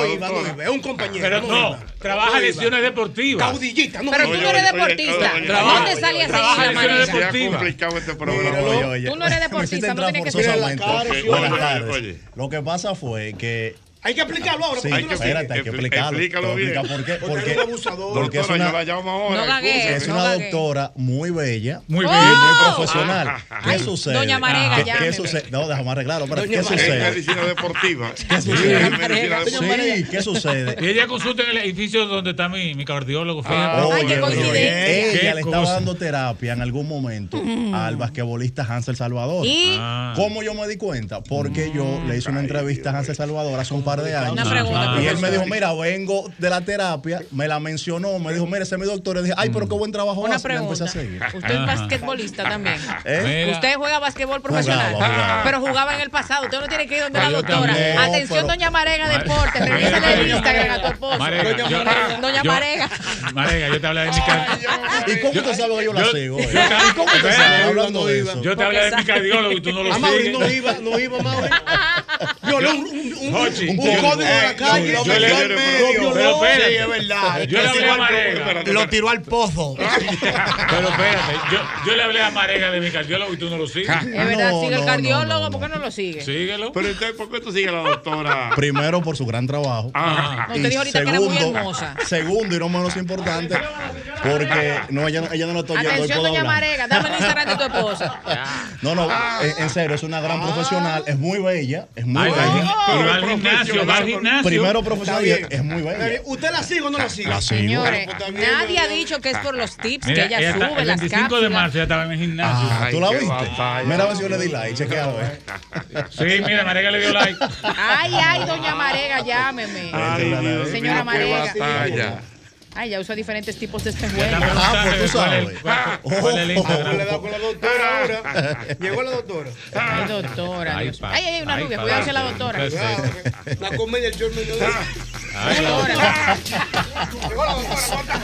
[SPEAKER 12] iba, no iba. Es un compañero.
[SPEAKER 10] pero no,
[SPEAKER 12] iba.
[SPEAKER 10] trabaja
[SPEAKER 12] No iba.
[SPEAKER 10] lesiones deportivas.
[SPEAKER 12] Caudillita, no.
[SPEAKER 11] Pero
[SPEAKER 12] no
[SPEAKER 11] tú
[SPEAKER 12] iba.
[SPEAKER 11] no eres deportista.
[SPEAKER 10] oye,
[SPEAKER 11] ¿Dónde
[SPEAKER 10] oye,
[SPEAKER 11] salías
[SPEAKER 10] oye,
[SPEAKER 11] así,
[SPEAKER 10] oye,
[SPEAKER 11] Marega?
[SPEAKER 10] oye, deportiva.
[SPEAKER 3] complicado este programa.
[SPEAKER 9] Oye, oye.
[SPEAKER 11] Tú no eres deportista, no tienes que ser
[SPEAKER 9] Forzosamente.
[SPEAKER 3] Ok,
[SPEAKER 9] Buenas
[SPEAKER 3] oye,
[SPEAKER 9] tardes.
[SPEAKER 3] oye.
[SPEAKER 9] Lo que pasa fue que.
[SPEAKER 12] Hay que explicarlo ahora.
[SPEAKER 9] Sí,
[SPEAKER 12] porque tú no sabes.
[SPEAKER 9] espérate, hay que explicarlo.
[SPEAKER 3] Explícalo
[SPEAKER 9] Te voy a
[SPEAKER 3] bien.
[SPEAKER 9] explicar por qué,
[SPEAKER 12] Porque
[SPEAKER 9] porque-
[SPEAKER 12] eres un abusador.
[SPEAKER 9] porque es
[SPEAKER 3] Doctora,
[SPEAKER 9] una-
[SPEAKER 3] yo la llamo ahora,
[SPEAKER 11] No gaguees,
[SPEAKER 9] porque es
[SPEAKER 11] no
[SPEAKER 9] una
[SPEAKER 11] gaguees.
[SPEAKER 9] doctora muy bella, muy
[SPEAKER 11] bella.
[SPEAKER 9] muy
[SPEAKER 11] ¡Oh!
[SPEAKER 9] profesional.
[SPEAKER 3] Ah,
[SPEAKER 9] ¿Qué
[SPEAKER 3] ay,
[SPEAKER 9] sucede?
[SPEAKER 11] doña Marega,
[SPEAKER 9] ¿Qué-
[SPEAKER 11] llame.
[SPEAKER 9] ¿Qué, sucede? No, déjame arreglarlo. espérate,
[SPEAKER 3] Doña
[SPEAKER 9] ¿Qué
[SPEAKER 3] Marega. Es
[SPEAKER 9] sucede?
[SPEAKER 3] medicina deportiva.
[SPEAKER 9] ¿Qué
[SPEAKER 3] Es
[SPEAKER 9] sucede?
[SPEAKER 3] medicina
[SPEAKER 9] Sí,
[SPEAKER 3] deportiva.
[SPEAKER 9] ¿qué sucede?
[SPEAKER 10] Y ella consulta en el edificio donde está mi, mi cardiólogo.
[SPEAKER 9] Ah,
[SPEAKER 10] fíjate.
[SPEAKER 9] oye, oye, Ella
[SPEAKER 10] Qué
[SPEAKER 9] le
[SPEAKER 10] cosa.
[SPEAKER 9] estaba dando terapia en algún momento
[SPEAKER 10] Mm.
[SPEAKER 9] al basquetbolista Hansel Salvador.
[SPEAKER 10] ¿Y? Ah.
[SPEAKER 9] ¿Cómo yo me di cuenta? Porque yo le hice una entrevista a Hansel Salvador hace un par de años.
[SPEAKER 1] Una pregunta,
[SPEAKER 9] y él
[SPEAKER 1] profesor.
[SPEAKER 9] me dijo, mira, vengo de la terapia, me la mencionó, me dijo, mira, ese es mi doctor. Y dije, ay, pero qué buen trabajo
[SPEAKER 11] Una Ah.
[SPEAKER 9] hace. Y la empecé a seguir.
[SPEAKER 11] Usted es basquetbolista también.
[SPEAKER 9] ¿Eh? Mira.
[SPEAKER 11] Usted juega basquetbol profesional.
[SPEAKER 9] Jugaba, jugaba.
[SPEAKER 11] Pero jugaba en el pasado. Usted no tiene que ir donde la
[SPEAKER 10] Yo
[SPEAKER 11] doctora.
[SPEAKER 10] también,
[SPEAKER 11] Atención,
[SPEAKER 10] pero-
[SPEAKER 11] doña Marega Deporte.
[SPEAKER 10] Marega,
[SPEAKER 11] Revísale el
[SPEAKER 10] Marega.
[SPEAKER 11] Instagram a tu esposo.
[SPEAKER 10] Marega, yo-
[SPEAKER 11] doña Marega. Doña
[SPEAKER 10] yo-
[SPEAKER 11] Marega.
[SPEAKER 10] Marega, yo te hablé de mi cardiólogo.
[SPEAKER 9] ¿Y cómo tú sabes que yo la sigo? eh? ¿Y cómo tú
[SPEAKER 10] Espera,
[SPEAKER 9] sabes? Hablando de eso.
[SPEAKER 10] Yo te hablé de mi cardiólogo y tú no lo
[SPEAKER 12] Ah, Mauri,
[SPEAKER 10] sigues.
[SPEAKER 12] no iba, no iba,
[SPEAKER 10] [laughs]
[SPEAKER 12] Mauri. Violó un, un, un,
[SPEAKER 10] Jochi,
[SPEAKER 12] un
[SPEAKER 10] yo-
[SPEAKER 12] código de
[SPEAKER 10] eh,
[SPEAKER 12] la calle.
[SPEAKER 10] yo le-
[SPEAKER 12] Lo metió al
[SPEAKER 10] pero-
[SPEAKER 12] medio.
[SPEAKER 10] pero espérate.
[SPEAKER 12] Sí, es verdad.
[SPEAKER 10] Yo le hablé a Marega.
[SPEAKER 12] Lo tiró al pozo.
[SPEAKER 10] [laughs] Pero espérate, yo, yo le hablé a Marega de mi cardiólogo y tú no lo sigues.
[SPEAKER 11] Es verdad, sigue el cardiólogo. ¿Por qué no lo sigue?
[SPEAKER 10] Síguelo.
[SPEAKER 3] Pero entonces, ¿por qué tú sigues a la doctora?
[SPEAKER 9] Primero, por su gran trabajo.
[SPEAKER 3] Ajá.
[SPEAKER 11] Ah. No, usted dijo ahorita que era muy hermosa.
[SPEAKER 9] Segundo, y no menos importante, porque no, ella, no- ella no lo está oyendo. hoy
[SPEAKER 11] Atención,
[SPEAKER 9] puedo
[SPEAKER 11] doña
[SPEAKER 9] hablar.
[SPEAKER 11] Marega. Dame el Instagram de tu esposa.
[SPEAKER 9] No, no,
[SPEAKER 3] Ah.
[SPEAKER 9] en- en serio, es una gran profesional, es muy bella, es muy
[SPEAKER 10] Ay,
[SPEAKER 9] bella.
[SPEAKER 10] y va al gimnasio, va al gimnasio.
[SPEAKER 9] Primero profesional y
[SPEAKER 10] Está
[SPEAKER 9] es,
[SPEAKER 10] bien.
[SPEAKER 9] es muy bella.
[SPEAKER 12] ¿Usted la sigue o no la sigue?
[SPEAKER 9] La sigo.
[SPEAKER 11] Señores, nadie ha dicho que es por los tips
[SPEAKER 10] Mira,
[SPEAKER 11] que ella
[SPEAKER 10] está-
[SPEAKER 11] sube
[SPEAKER 10] el
[SPEAKER 11] las
[SPEAKER 10] 25 de
[SPEAKER 11] cápsulas.
[SPEAKER 10] marzo ya estaba en el gimnasio.
[SPEAKER 9] Ah, ¿Tú la viste? Mira a ver si yo le di like, eh. chequea a ver.
[SPEAKER 10] Sí, mira, Marega le dio like.
[SPEAKER 11] Ay, ay, doña Marega, llámeme. Señora Marega. Ay, ya usa diferentes tipos de este espejuelos.
[SPEAKER 9] Ah, pues tú sabes.
[SPEAKER 12] Llegó la doctora.
[SPEAKER 11] Ay, doctora.
[SPEAKER 12] Ay,
[SPEAKER 11] Dios.
[SPEAKER 12] pa-
[SPEAKER 11] Ay, ay, hay una
[SPEAKER 12] ay,
[SPEAKER 11] rubia.
[SPEAKER 12] pa-
[SPEAKER 11] Cuidado, sea la doctora.
[SPEAKER 12] Perfecto. La comedia del George Mendoza.
[SPEAKER 11] Ay, la doctora.
[SPEAKER 12] Llegó la doctora.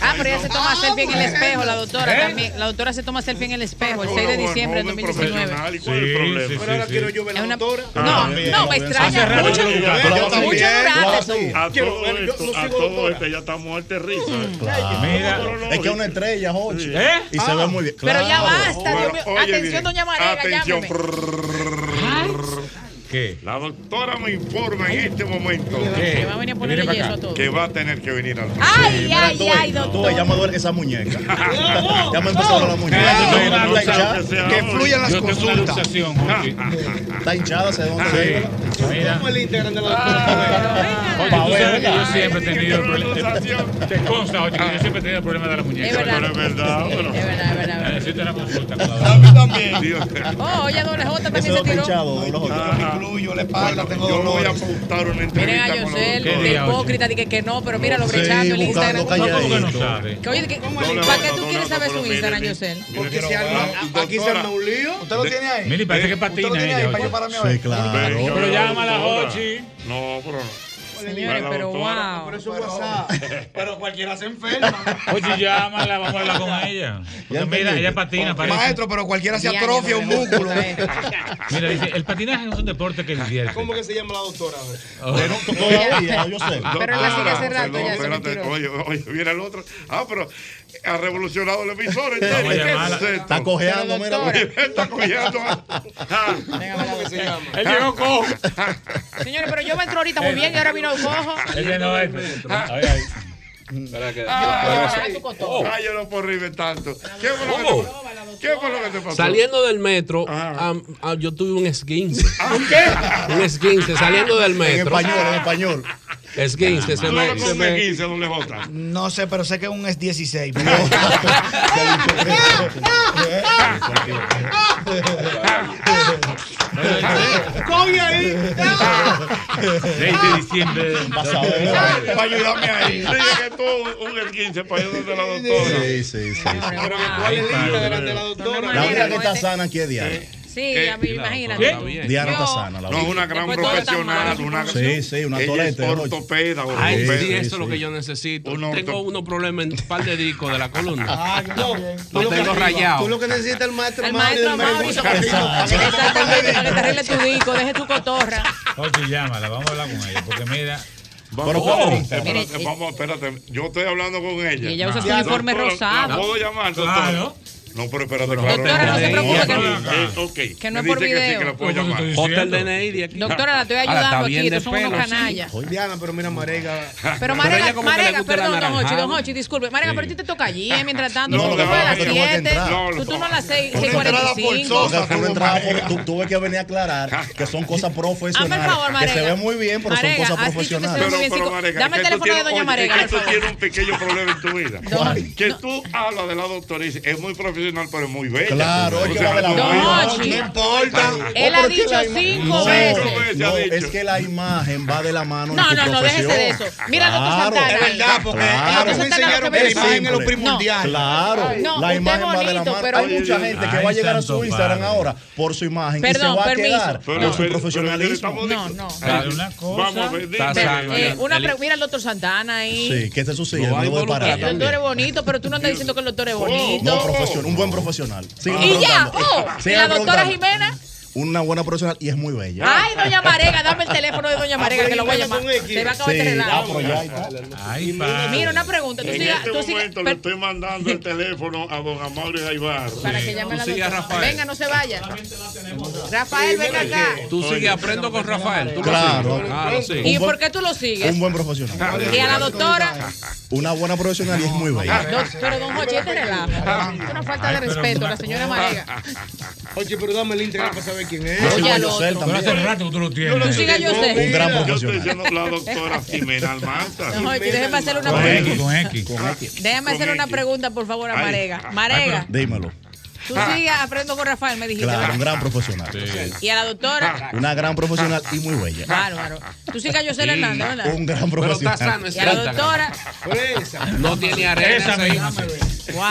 [SPEAKER 11] Ah, pero ella se toma selfie en el espejo, la doctora
[SPEAKER 12] ¿Eh?
[SPEAKER 11] también. La doctora se toma selfie en el espejo el 6 de
[SPEAKER 3] bueno,
[SPEAKER 11] diciembre de
[SPEAKER 3] joven
[SPEAKER 11] 2019.
[SPEAKER 3] profesional, ¿y cuál es el problema?
[SPEAKER 12] Pero ahora quiero yo ver la doctora.
[SPEAKER 3] Ah,
[SPEAKER 11] No, pues,
[SPEAKER 3] bien.
[SPEAKER 11] no, me
[SPEAKER 3] Hace
[SPEAKER 11] extraña
[SPEAKER 3] rato
[SPEAKER 11] mucho.
[SPEAKER 3] que lo buscaba.
[SPEAKER 11] mucho durante tú.
[SPEAKER 3] A todo
[SPEAKER 9] ver, yo
[SPEAKER 3] esto,
[SPEAKER 9] no
[SPEAKER 3] a
[SPEAKER 9] sigo
[SPEAKER 3] todo
[SPEAKER 9] doctora.
[SPEAKER 3] esto, ya está muerta de risa. eh.
[SPEAKER 9] Claro.
[SPEAKER 3] Mira,
[SPEAKER 9] es que es una estrella, Jochi.
[SPEAKER 3] ¿Eh?
[SPEAKER 9] Y se ve muy bien.
[SPEAKER 11] Pero ya
[SPEAKER 9] Claro.
[SPEAKER 11] basta, Dios mío.
[SPEAKER 3] Oye,
[SPEAKER 11] Atención,
[SPEAKER 3] bien.
[SPEAKER 11] doña Marega,
[SPEAKER 3] Atención.
[SPEAKER 11] llámeme.
[SPEAKER 10] ¿Qué?
[SPEAKER 3] La doctora me informa en este momento
[SPEAKER 9] ¿Qué? Que va a venir a ponerle
[SPEAKER 3] Mira para
[SPEAKER 9] yeso
[SPEAKER 3] acá.
[SPEAKER 9] a todo.
[SPEAKER 3] que va a tener que venir al
[SPEAKER 11] Ay, ay,
[SPEAKER 9] Tú ves,
[SPEAKER 11] ay,
[SPEAKER 9] tú ves, ya
[SPEAKER 11] doctor.
[SPEAKER 9] me duele
[SPEAKER 3] [laughs]
[SPEAKER 9] esa muñeca. ya
[SPEAKER 11] [laughs]
[SPEAKER 9] me empezó a
[SPEAKER 11] Oh.
[SPEAKER 9] doler la muñeca.
[SPEAKER 10] Yo tengo una
[SPEAKER 9] Está
[SPEAKER 10] luxa-
[SPEAKER 9] hinchada.
[SPEAKER 10] que sea hoy. Yo tengo una luxación,
[SPEAKER 3] [laughs]
[SPEAKER 10] Jochi.
[SPEAKER 9] Está hinchada, se dónde.
[SPEAKER 10] Mira.
[SPEAKER 12] ¿Cómo el Instagram de la doctora?
[SPEAKER 10] Oye,
[SPEAKER 9] Pa'
[SPEAKER 10] tú
[SPEAKER 9] ver,
[SPEAKER 10] sabes que yo
[SPEAKER 9] ¿verdad?
[SPEAKER 10] siempre he tenido el problema. Te consta, oye, que yo siempre he tenido el problema de la muñeca.
[SPEAKER 11] Es verdad.
[SPEAKER 3] Es verdad, bueno.
[SPEAKER 11] Es verdad, es verdad.
[SPEAKER 10] Necesito una consulta. con la
[SPEAKER 3] también.
[SPEAKER 11] Oh, oye, doble J también se tiró.
[SPEAKER 3] incluyo la espalda, tengo Ah, Yo voy a apuntar una
[SPEAKER 11] Miren a
[SPEAKER 3] entrevista con la
[SPEAKER 11] Yosel, de hipócrita, dije que no, pero mira, lo brechando el Instagram. Que oye, que- ¿para qué tú quieres saber su Instagram, Yosel?
[SPEAKER 12] Porque se arma- aquí se arma un lío. ¿Usted lo tiene ahí?
[SPEAKER 10] Mili, parece que patina ella. oye.
[SPEAKER 9] Sí, claro.
[SPEAKER 10] Pero llámala, Jochi.
[SPEAKER 3] No, pero
[SPEAKER 11] Señores, pero wow.
[SPEAKER 12] Por eso WhatsApp. Pero cualquiera se enferma.
[SPEAKER 11] [laughs]
[SPEAKER 10] Oye, llámala, vamos a hablar con ella. Porque mira, ella patina, parece.
[SPEAKER 4] Maestro, pero cualquiera se
[SPEAKER 12] Ya,
[SPEAKER 4] atrofia
[SPEAKER 12] yo
[SPEAKER 4] un
[SPEAKER 12] no me
[SPEAKER 4] músculo.
[SPEAKER 10] Mira, dice, el patinaje es un deporte que divierte.
[SPEAKER 12] ¿Cómo que se llama la doctora? [laughs]
[SPEAKER 10] Bueno,
[SPEAKER 9] todavía, yo sé.
[SPEAKER 12] Pero la sigue hace rato, ya se
[SPEAKER 3] Ah, espérate,
[SPEAKER 12] retiró.
[SPEAKER 3] oye, oye, viene el otro. Ah, pero ha revolucionado el emisor. ¿en serio?
[SPEAKER 10] Vamos a
[SPEAKER 3] ¿Qué
[SPEAKER 10] llamarla.
[SPEAKER 3] es esto?
[SPEAKER 9] Está cojeando, mira.
[SPEAKER 3] [laughs] Está cojeando. Ah.
[SPEAKER 10] Él llegó cojo.
[SPEAKER 11] Señores, pero yo me entro ahorita muy bien y ahora vino cojo.
[SPEAKER 10] Ese no es. Ay, ay.
[SPEAKER 11] Ay,
[SPEAKER 3] Oh. Ay, yo no puedo reírme tanto. ¿Qué fue lo que te- ¿Qué fue lo que te pasó?
[SPEAKER 8] Saliendo del metro, am- am- yo tuve un esguince. ¿Un qué? Un esguince, saliendo del metro.
[SPEAKER 9] En español, en español.
[SPEAKER 8] Esguince, se me. se me-
[SPEAKER 4] [laughs] No sé, pero sé que un es 16. [laughs]
[SPEAKER 12] ¡Coge ahí!
[SPEAKER 10] 6 de diciembre.
[SPEAKER 3] Para ayudarme ahí. Dije que tú un esquince para ayudarme a la doctora.
[SPEAKER 9] Sí, sí, sí.
[SPEAKER 12] ¿Cuál es el Instagram de la
[SPEAKER 9] La
[SPEAKER 12] doctora?
[SPEAKER 9] única que está sana aquí es Diana.
[SPEAKER 11] Sí, a mí, imagínate.
[SPEAKER 9] Diana está sana. La
[SPEAKER 3] No, es
[SPEAKER 9] única.
[SPEAKER 3] una gran
[SPEAKER 11] Después todo está
[SPEAKER 3] profesional.
[SPEAKER 11] mal.
[SPEAKER 3] Una
[SPEAKER 9] Sí, sí, una
[SPEAKER 3] Ella es
[SPEAKER 9] tolete. oye.
[SPEAKER 3] ortopeda,
[SPEAKER 8] Ay,
[SPEAKER 3] ortopeda.
[SPEAKER 8] sí, eso es lo que yo necesito. Tengo unos problemas en un par de discos de la columna. Lo
[SPEAKER 12] No, tú que-
[SPEAKER 8] tengo rayado.
[SPEAKER 12] Tú lo que necesitas es el maestro
[SPEAKER 11] El
[SPEAKER 12] Mauri del
[SPEAKER 11] maestro Mauri.
[SPEAKER 12] Mariposa Castillo.
[SPEAKER 11] Exactamente, para que te arregle tu disco, deje tu cotorra.
[SPEAKER 10] Jochi, llámala, vamos a hablar con ella. Porque mira.
[SPEAKER 3] [laughs] Vamos,
[SPEAKER 10] Oh.
[SPEAKER 3] espérate, vamos, espérate. Yo estoy hablando con ella.
[SPEAKER 11] eh, Y ella usa su uniforme
[SPEAKER 3] Doctora,
[SPEAKER 11] rosado.
[SPEAKER 3] ¿La puedo llamar, doctora?
[SPEAKER 10] Claro.
[SPEAKER 3] No, pero espérate, claro.
[SPEAKER 11] Doctora, no se preocupe que-
[SPEAKER 3] Eh, ok.
[SPEAKER 11] que
[SPEAKER 3] Me
[SPEAKER 11] no es por
[SPEAKER 3] dice que sí,
[SPEAKER 11] video.
[SPEAKER 3] que la puedo
[SPEAKER 8] Lo que
[SPEAKER 3] llamar.
[SPEAKER 8] estoy Ponte el diciendo. DNI de aquí.
[SPEAKER 11] Doctora, la estoy
[SPEAKER 8] Ahora, está
[SPEAKER 11] ayudando
[SPEAKER 8] bien
[SPEAKER 11] aquí.
[SPEAKER 8] de
[SPEAKER 11] Estos son unos
[SPEAKER 8] pelo, sí.
[SPEAKER 11] canallas.
[SPEAKER 12] Diana, pero mira, Marega.
[SPEAKER 11] Pero Marega,
[SPEAKER 12] ella como que le
[SPEAKER 11] Marega,
[SPEAKER 12] gusta la
[SPEAKER 11] perdón, don Hochi,
[SPEAKER 12] naranjada.
[SPEAKER 11] don Hochi, disculpe. Marega, pero a ti te toca allí, ¿eh? mientras tanto.
[SPEAKER 9] No,
[SPEAKER 11] No, tú
[SPEAKER 9] no,
[SPEAKER 11] fue a las
[SPEAKER 9] no, tengo que
[SPEAKER 11] 7.
[SPEAKER 9] entrar.
[SPEAKER 11] Tú tomas a las seis-
[SPEAKER 9] Una entrada
[SPEAKER 11] 6:45.
[SPEAKER 9] forzosa, tú no entrabas por- tú- Tuve que venir a aclarar que son cosas
[SPEAKER 11] Hazme
[SPEAKER 9] profesionales.
[SPEAKER 11] el favor,
[SPEAKER 9] que
[SPEAKER 11] Marega.
[SPEAKER 9] se ve muy bien, pero
[SPEAKER 11] Marega,
[SPEAKER 9] son cosas
[SPEAKER 11] has dicho que se ve
[SPEAKER 9] profesionales.
[SPEAKER 11] muy bien, sí, Dame el
[SPEAKER 3] que tú
[SPEAKER 11] teléfono de
[SPEAKER 3] tienes-
[SPEAKER 11] doña
[SPEAKER 3] oye,
[SPEAKER 11] Marega,
[SPEAKER 3] que
[SPEAKER 11] por
[SPEAKER 3] tú
[SPEAKER 11] favor.
[SPEAKER 3] tienes un pequeño problema en tu vida. Que tú hablas de la doctora y dices, es muy profesional. constitucional, pero es muy bella.
[SPEAKER 9] Claro,
[SPEAKER 3] O
[SPEAKER 9] es que
[SPEAKER 3] sea,
[SPEAKER 9] va de la
[SPEAKER 3] no,
[SPEAKER 9] mano.
[SPEAKER 3] no, no
[SPEAKER 9] importa.
[SPEAKER 11] Él
[SPEAKER 9] Oh,
[SPEAKER 11] ha
[SPEAKER 9] pero es que
[SPEAKER 11] dicho
[SPEAKER 9] la ima-
[SPEAKER 11] cinco
[SPEAKER 9] No,
[SPEAKER 11] veces.
[SPEAKER 9] no, es que la imagen va de la mano.
[SPEAKER 11] No,
[SPEAKER 9] en
[SPEAKER 11] no,
[SPEAKER 9] tu
[SPEAKER 11] no, déjese
[SPEAKER 9] profesión.
[SPEAKER 11] de eso. Mira, doctor
[SPEAKER 9] Claro,
[SPEAKER 11] Santana.
[SPEAKER 9] claro.
[SPEAKER 11] Doctor Santana, lo que
[SPEAKER 9] Es
[SPEAKER 11] me-
[SPEAKER 9] simple. Claro,
[SPEAKER 11] No,
[SPEAKER 9] la
[SPEAKER 11] usted
[SPEAKER 9] imagen va de la
[SPEAKER 11] bonito,
[SPEAKER 9] mano.
[SPEAKER 11] pero-
[SPEAKER 9] Hay mucha gente que
[SPEAKER 10] Ay,
[SPEAKER 9] va a llegar a su
[SPEAKER 10] santo
[SPEAKER 9] Instagram
[SPEAKER 10] padre.
[SPEAKER 9] ahora por su imagen y
[SPEAKER 11] Perdón,
[SPEAKER 9] se va a
[SPEAKER 11] permiso.
[SPEAKER 9] quedar
[SPEAKER 11] Pero-
[SPEAKER 9] por su
[SPEAKER 11] pero-
[SPEAKER 3] Ah.
[SPEAKER 9] profesionalismo.
[SPEAKER 11] No, no.
[SPEAKER 10] una cosa.
[SPEAKER 3] Vamos a ver,
[SPEAKER 10] Está
[SPEAKER 11] Pero,
[SPEAKER 10] sano, ya.
[SPEAKER 11] eh, una
[SPEAKER 10] El-
[SPEAKER 11] pre- mira el doctor Santana ahí.
[SPEAKER 9] Sí, que ese sucede,
[SPEAKER 10] No hay
[SPEAKER 9] no de
[SPEAKER 10] voluntad
[SPEAKER 9] parar.
[SPEAKER 11] El doctor es bonito, pero tú no estás diciendo que el doctor es
[SPEAKER 9] No,
[SPEAKER 11] bonito.
[SPEAKER 9] profesion- un buen profesional. Sigan
[SPEAKER 11] y ya,
[SPEAKER 9] preguntando.
[SPEAKER 11] oh, y
[SPEAKER 9] Sigan
[SPEAKER 11] la doctora
[SPEAKER 9] preguntando.
[SPEAKER 11] Jimena.
[SPEAKER 9] Una buena profesional y es muy bella.
[SPEAKER 11] Ay, doña Marega, dame el teléfono de doña Marega que lo voy a llamar. Se va a acabar
[SPEAKER 9] Sí,
[SPEAKER 11] el
[SPEAKER 9] ah,
[SPEAKER 11] relajo.
[SPEAKER 9] pero ya está.
[SPEAKER 11] Mira, una pregunta. Tú
[SPEAKER 3] en
[SPEAKER 11] sigas,
[SPEAKER 3] este
[SPEAKER 11] tú sigas.
[SPEAKER 3] momento le estoy mandando el teléfono a don Amaury Jaibar.
[SPEAKER 11] Para que llame a la doctora. Venga, no se vaya. Rafael, venga acá.
[SPEAKER 6] Tú sigue, aprendo con Rafael. Tú lo
[SPEAKER 9] Claro.
[SPEAKER 6] sigues. Claro, sí.
[SPEAKER 11] ¿Y por qué tú lo sigues?
[SPEAKER 9] Un buen profesional.
[SPEAKER 11] Y a la doctora.
[SPEAKER 9] Una buena profesional y es muy bella.
[SPEAKER 11] No, pero don Jochi, este relajo. Es una falta de respeto a la señora Marega.
[SPEAKER 9] Ah.
[SPEAKER 12] Oye, pero dame el internet para saber quién es.
[SPEAKER 9] Yo sigo a Yosel
[SPEAKER 10] Pero hace
[SPEAKER 9] también.
[SPEAKER 10] rato que tú lo
[SPEAKER 9] Yo lo
[SPEAKER 10] tienes.
[SPEAKER 11] sigo a Yosel.
[SPEAKER 9] Un gran
[SPEAKER 3] Yo estoy
[SPEAKER 9] profesional.
[SPEAKER 3] diciendo la doctora Jimena Almanza.
[SPEAKER 11] Don Jochi, déjeme hacerle una
[SPEAKER 10] Con X,
[SPEAKER 11] pregunta.
[SPEAKER 10] con X.
[SPEAKER 11] Déjame hacerle una pregunta, por favor, a Marega. Marega,
[SPEAKER 9] Ah, Dímelo.
[SPEAKER 11] tú sigas aprendo con Rafael, me dijiste.
[SPEAKER 9] Claro, un
[SPEAKER 11] ¿verdad?
[SPEAKER 9] gran profesional.
[SPEAKER 11] Y a la doctora.
[SPEAKER 9] Una gran profesional y muy bella.
[SPEAKER 11] Bárbaro. Tú sigas a Yosel Hernández, ¿verdad?
[SPEAKER 9] Un gran
[SPEAKER 11] Pero está
[SPEAKER 9] profesional.
[SPEAKER 11] sano, es Pues, Y a la
[SPEAKER 6] santa.
[SPEAKER 11] doctora.
[SPEAKER 6] No tiene arena.
[SPEAKER 9] Esa
[SPEAKER 6] esa hija.
[SPEAKER 11] Wow.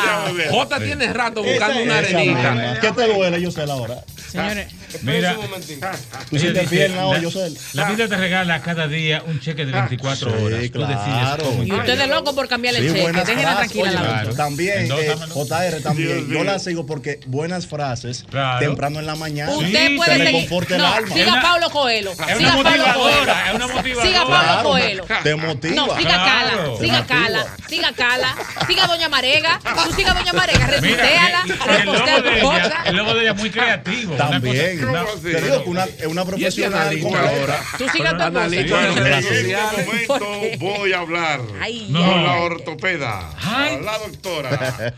[SPEAKER 6] Jota tiene rato buscando una
[SPEAKER 9] Esa
[SPEAKER 6] arenita.
[SPEAKER 9] misma. ¿Qué te duele, Yosel, ahora?
[SPEAKER 11] Señores.
[SPEAKER 10] Mira, ah.
[SPEAKER 9] Tú sí
[SPEAKER 10] ella
[SPEAKER 9] te
[SPEAKER 10] dice,
[SPEAKER 9] piernas hoy,
[SPEAKER 10] la-
[SPEAKER 9] Yosel.
[SPEAKER 10] La vida te regala cada día un cheque de 24 horas. Tú decides
[SPEAKER 9] claro.
[SPEAKER 10] cómo
[SPEAKER 11] Ah. Y ustedes locos por cambiarle el
[SPEAKER 9] Sí,
[SPEAKER 11] cheque.
[SPEAKER 9] buenas
[SPEAKER 11] Déjenla
[SPEAKER 9] frases.
[SPEAKER 11] tranquila
[SPEAKER 9] Oye,
[SPEAKER 11] la doctora.
[SPEAKER 10] doctora.
[SPEAKER 9] También,
[SPEAKER 10] Entonces,
[SPEAKER 9] eh, JR, también.
[SPEAKER 10] Dios
[SPEAKER 9] Yo
[SPEAKER 10] mío.
[SPEAKER 9] la sigo porque buenas frases temprano en la mañana.
[SPEAKER 11] Usted
[SPEAKER 9] que
[SPEAKER 11] puede
[SPEAKER 9] me
[SPEAKER 11] seguir.
[SPEAKER 9] conforta el
[SPEAKER 11] no,
[SPEAKER 9] alma.
[SPEAKER 11] Siga a Pablo Coelho.
[SPEAKER 9] una
[SPEAKER 11] siga a Pablo Coelho.
[SPEAKER 10] motivadora, es una motivadora.
[SPEAKER 11] Siga a
[SPEAKER 9] Claro,
[SPEAKER 11] Pablo Coelho.
[SPEAKER 9] Te motiva.
[SPEAKER 11] No, siga Cala, siga
[SPEAKER 9] Claro. Te motiva.
[SPEAKER 11] Cala, siga Cala, siga Doña Marega, tú siga Doña Marega, retuiteala,
[SPEAKER 10] El logo,
[SPEAKER 11] repostea
[SPEAKER 10] de
[SPEAKER 11] tu
[SPEAKER 10] ella,
[SPEAKER 11] cosa.
[SPEAKER 10] el logo de ella es muy creativo. una
[SPEAKER 9] También.
[SPEAKER 10] cosa- una-
[SPEAKER 9] Te digo que una, es una profesional
[SPEAKER 10] analista
[SPEAKER 9] completa.
[SPEAKER 10] ahora.
[SPEAKER 11] Tú siga tu cosa.
[SPEAKER 3] Bueno, en este
[SPEAKER 11] sociales. ¿Por
[SPEAKER 3] momento
[SPEAKER 11] qué?
[SPEAKER 3] voy a hablar
[SPEAKER 11] Ay,
[SPEAKER 3] con
[SPEAKER 11] ay,
[SPEAKER 3] la
[SPEAKER 11] ay.
[SPEAKER 3] ortopeda,
[SPEAKER 11] Ay.
[SPEAKER 3] la doctora.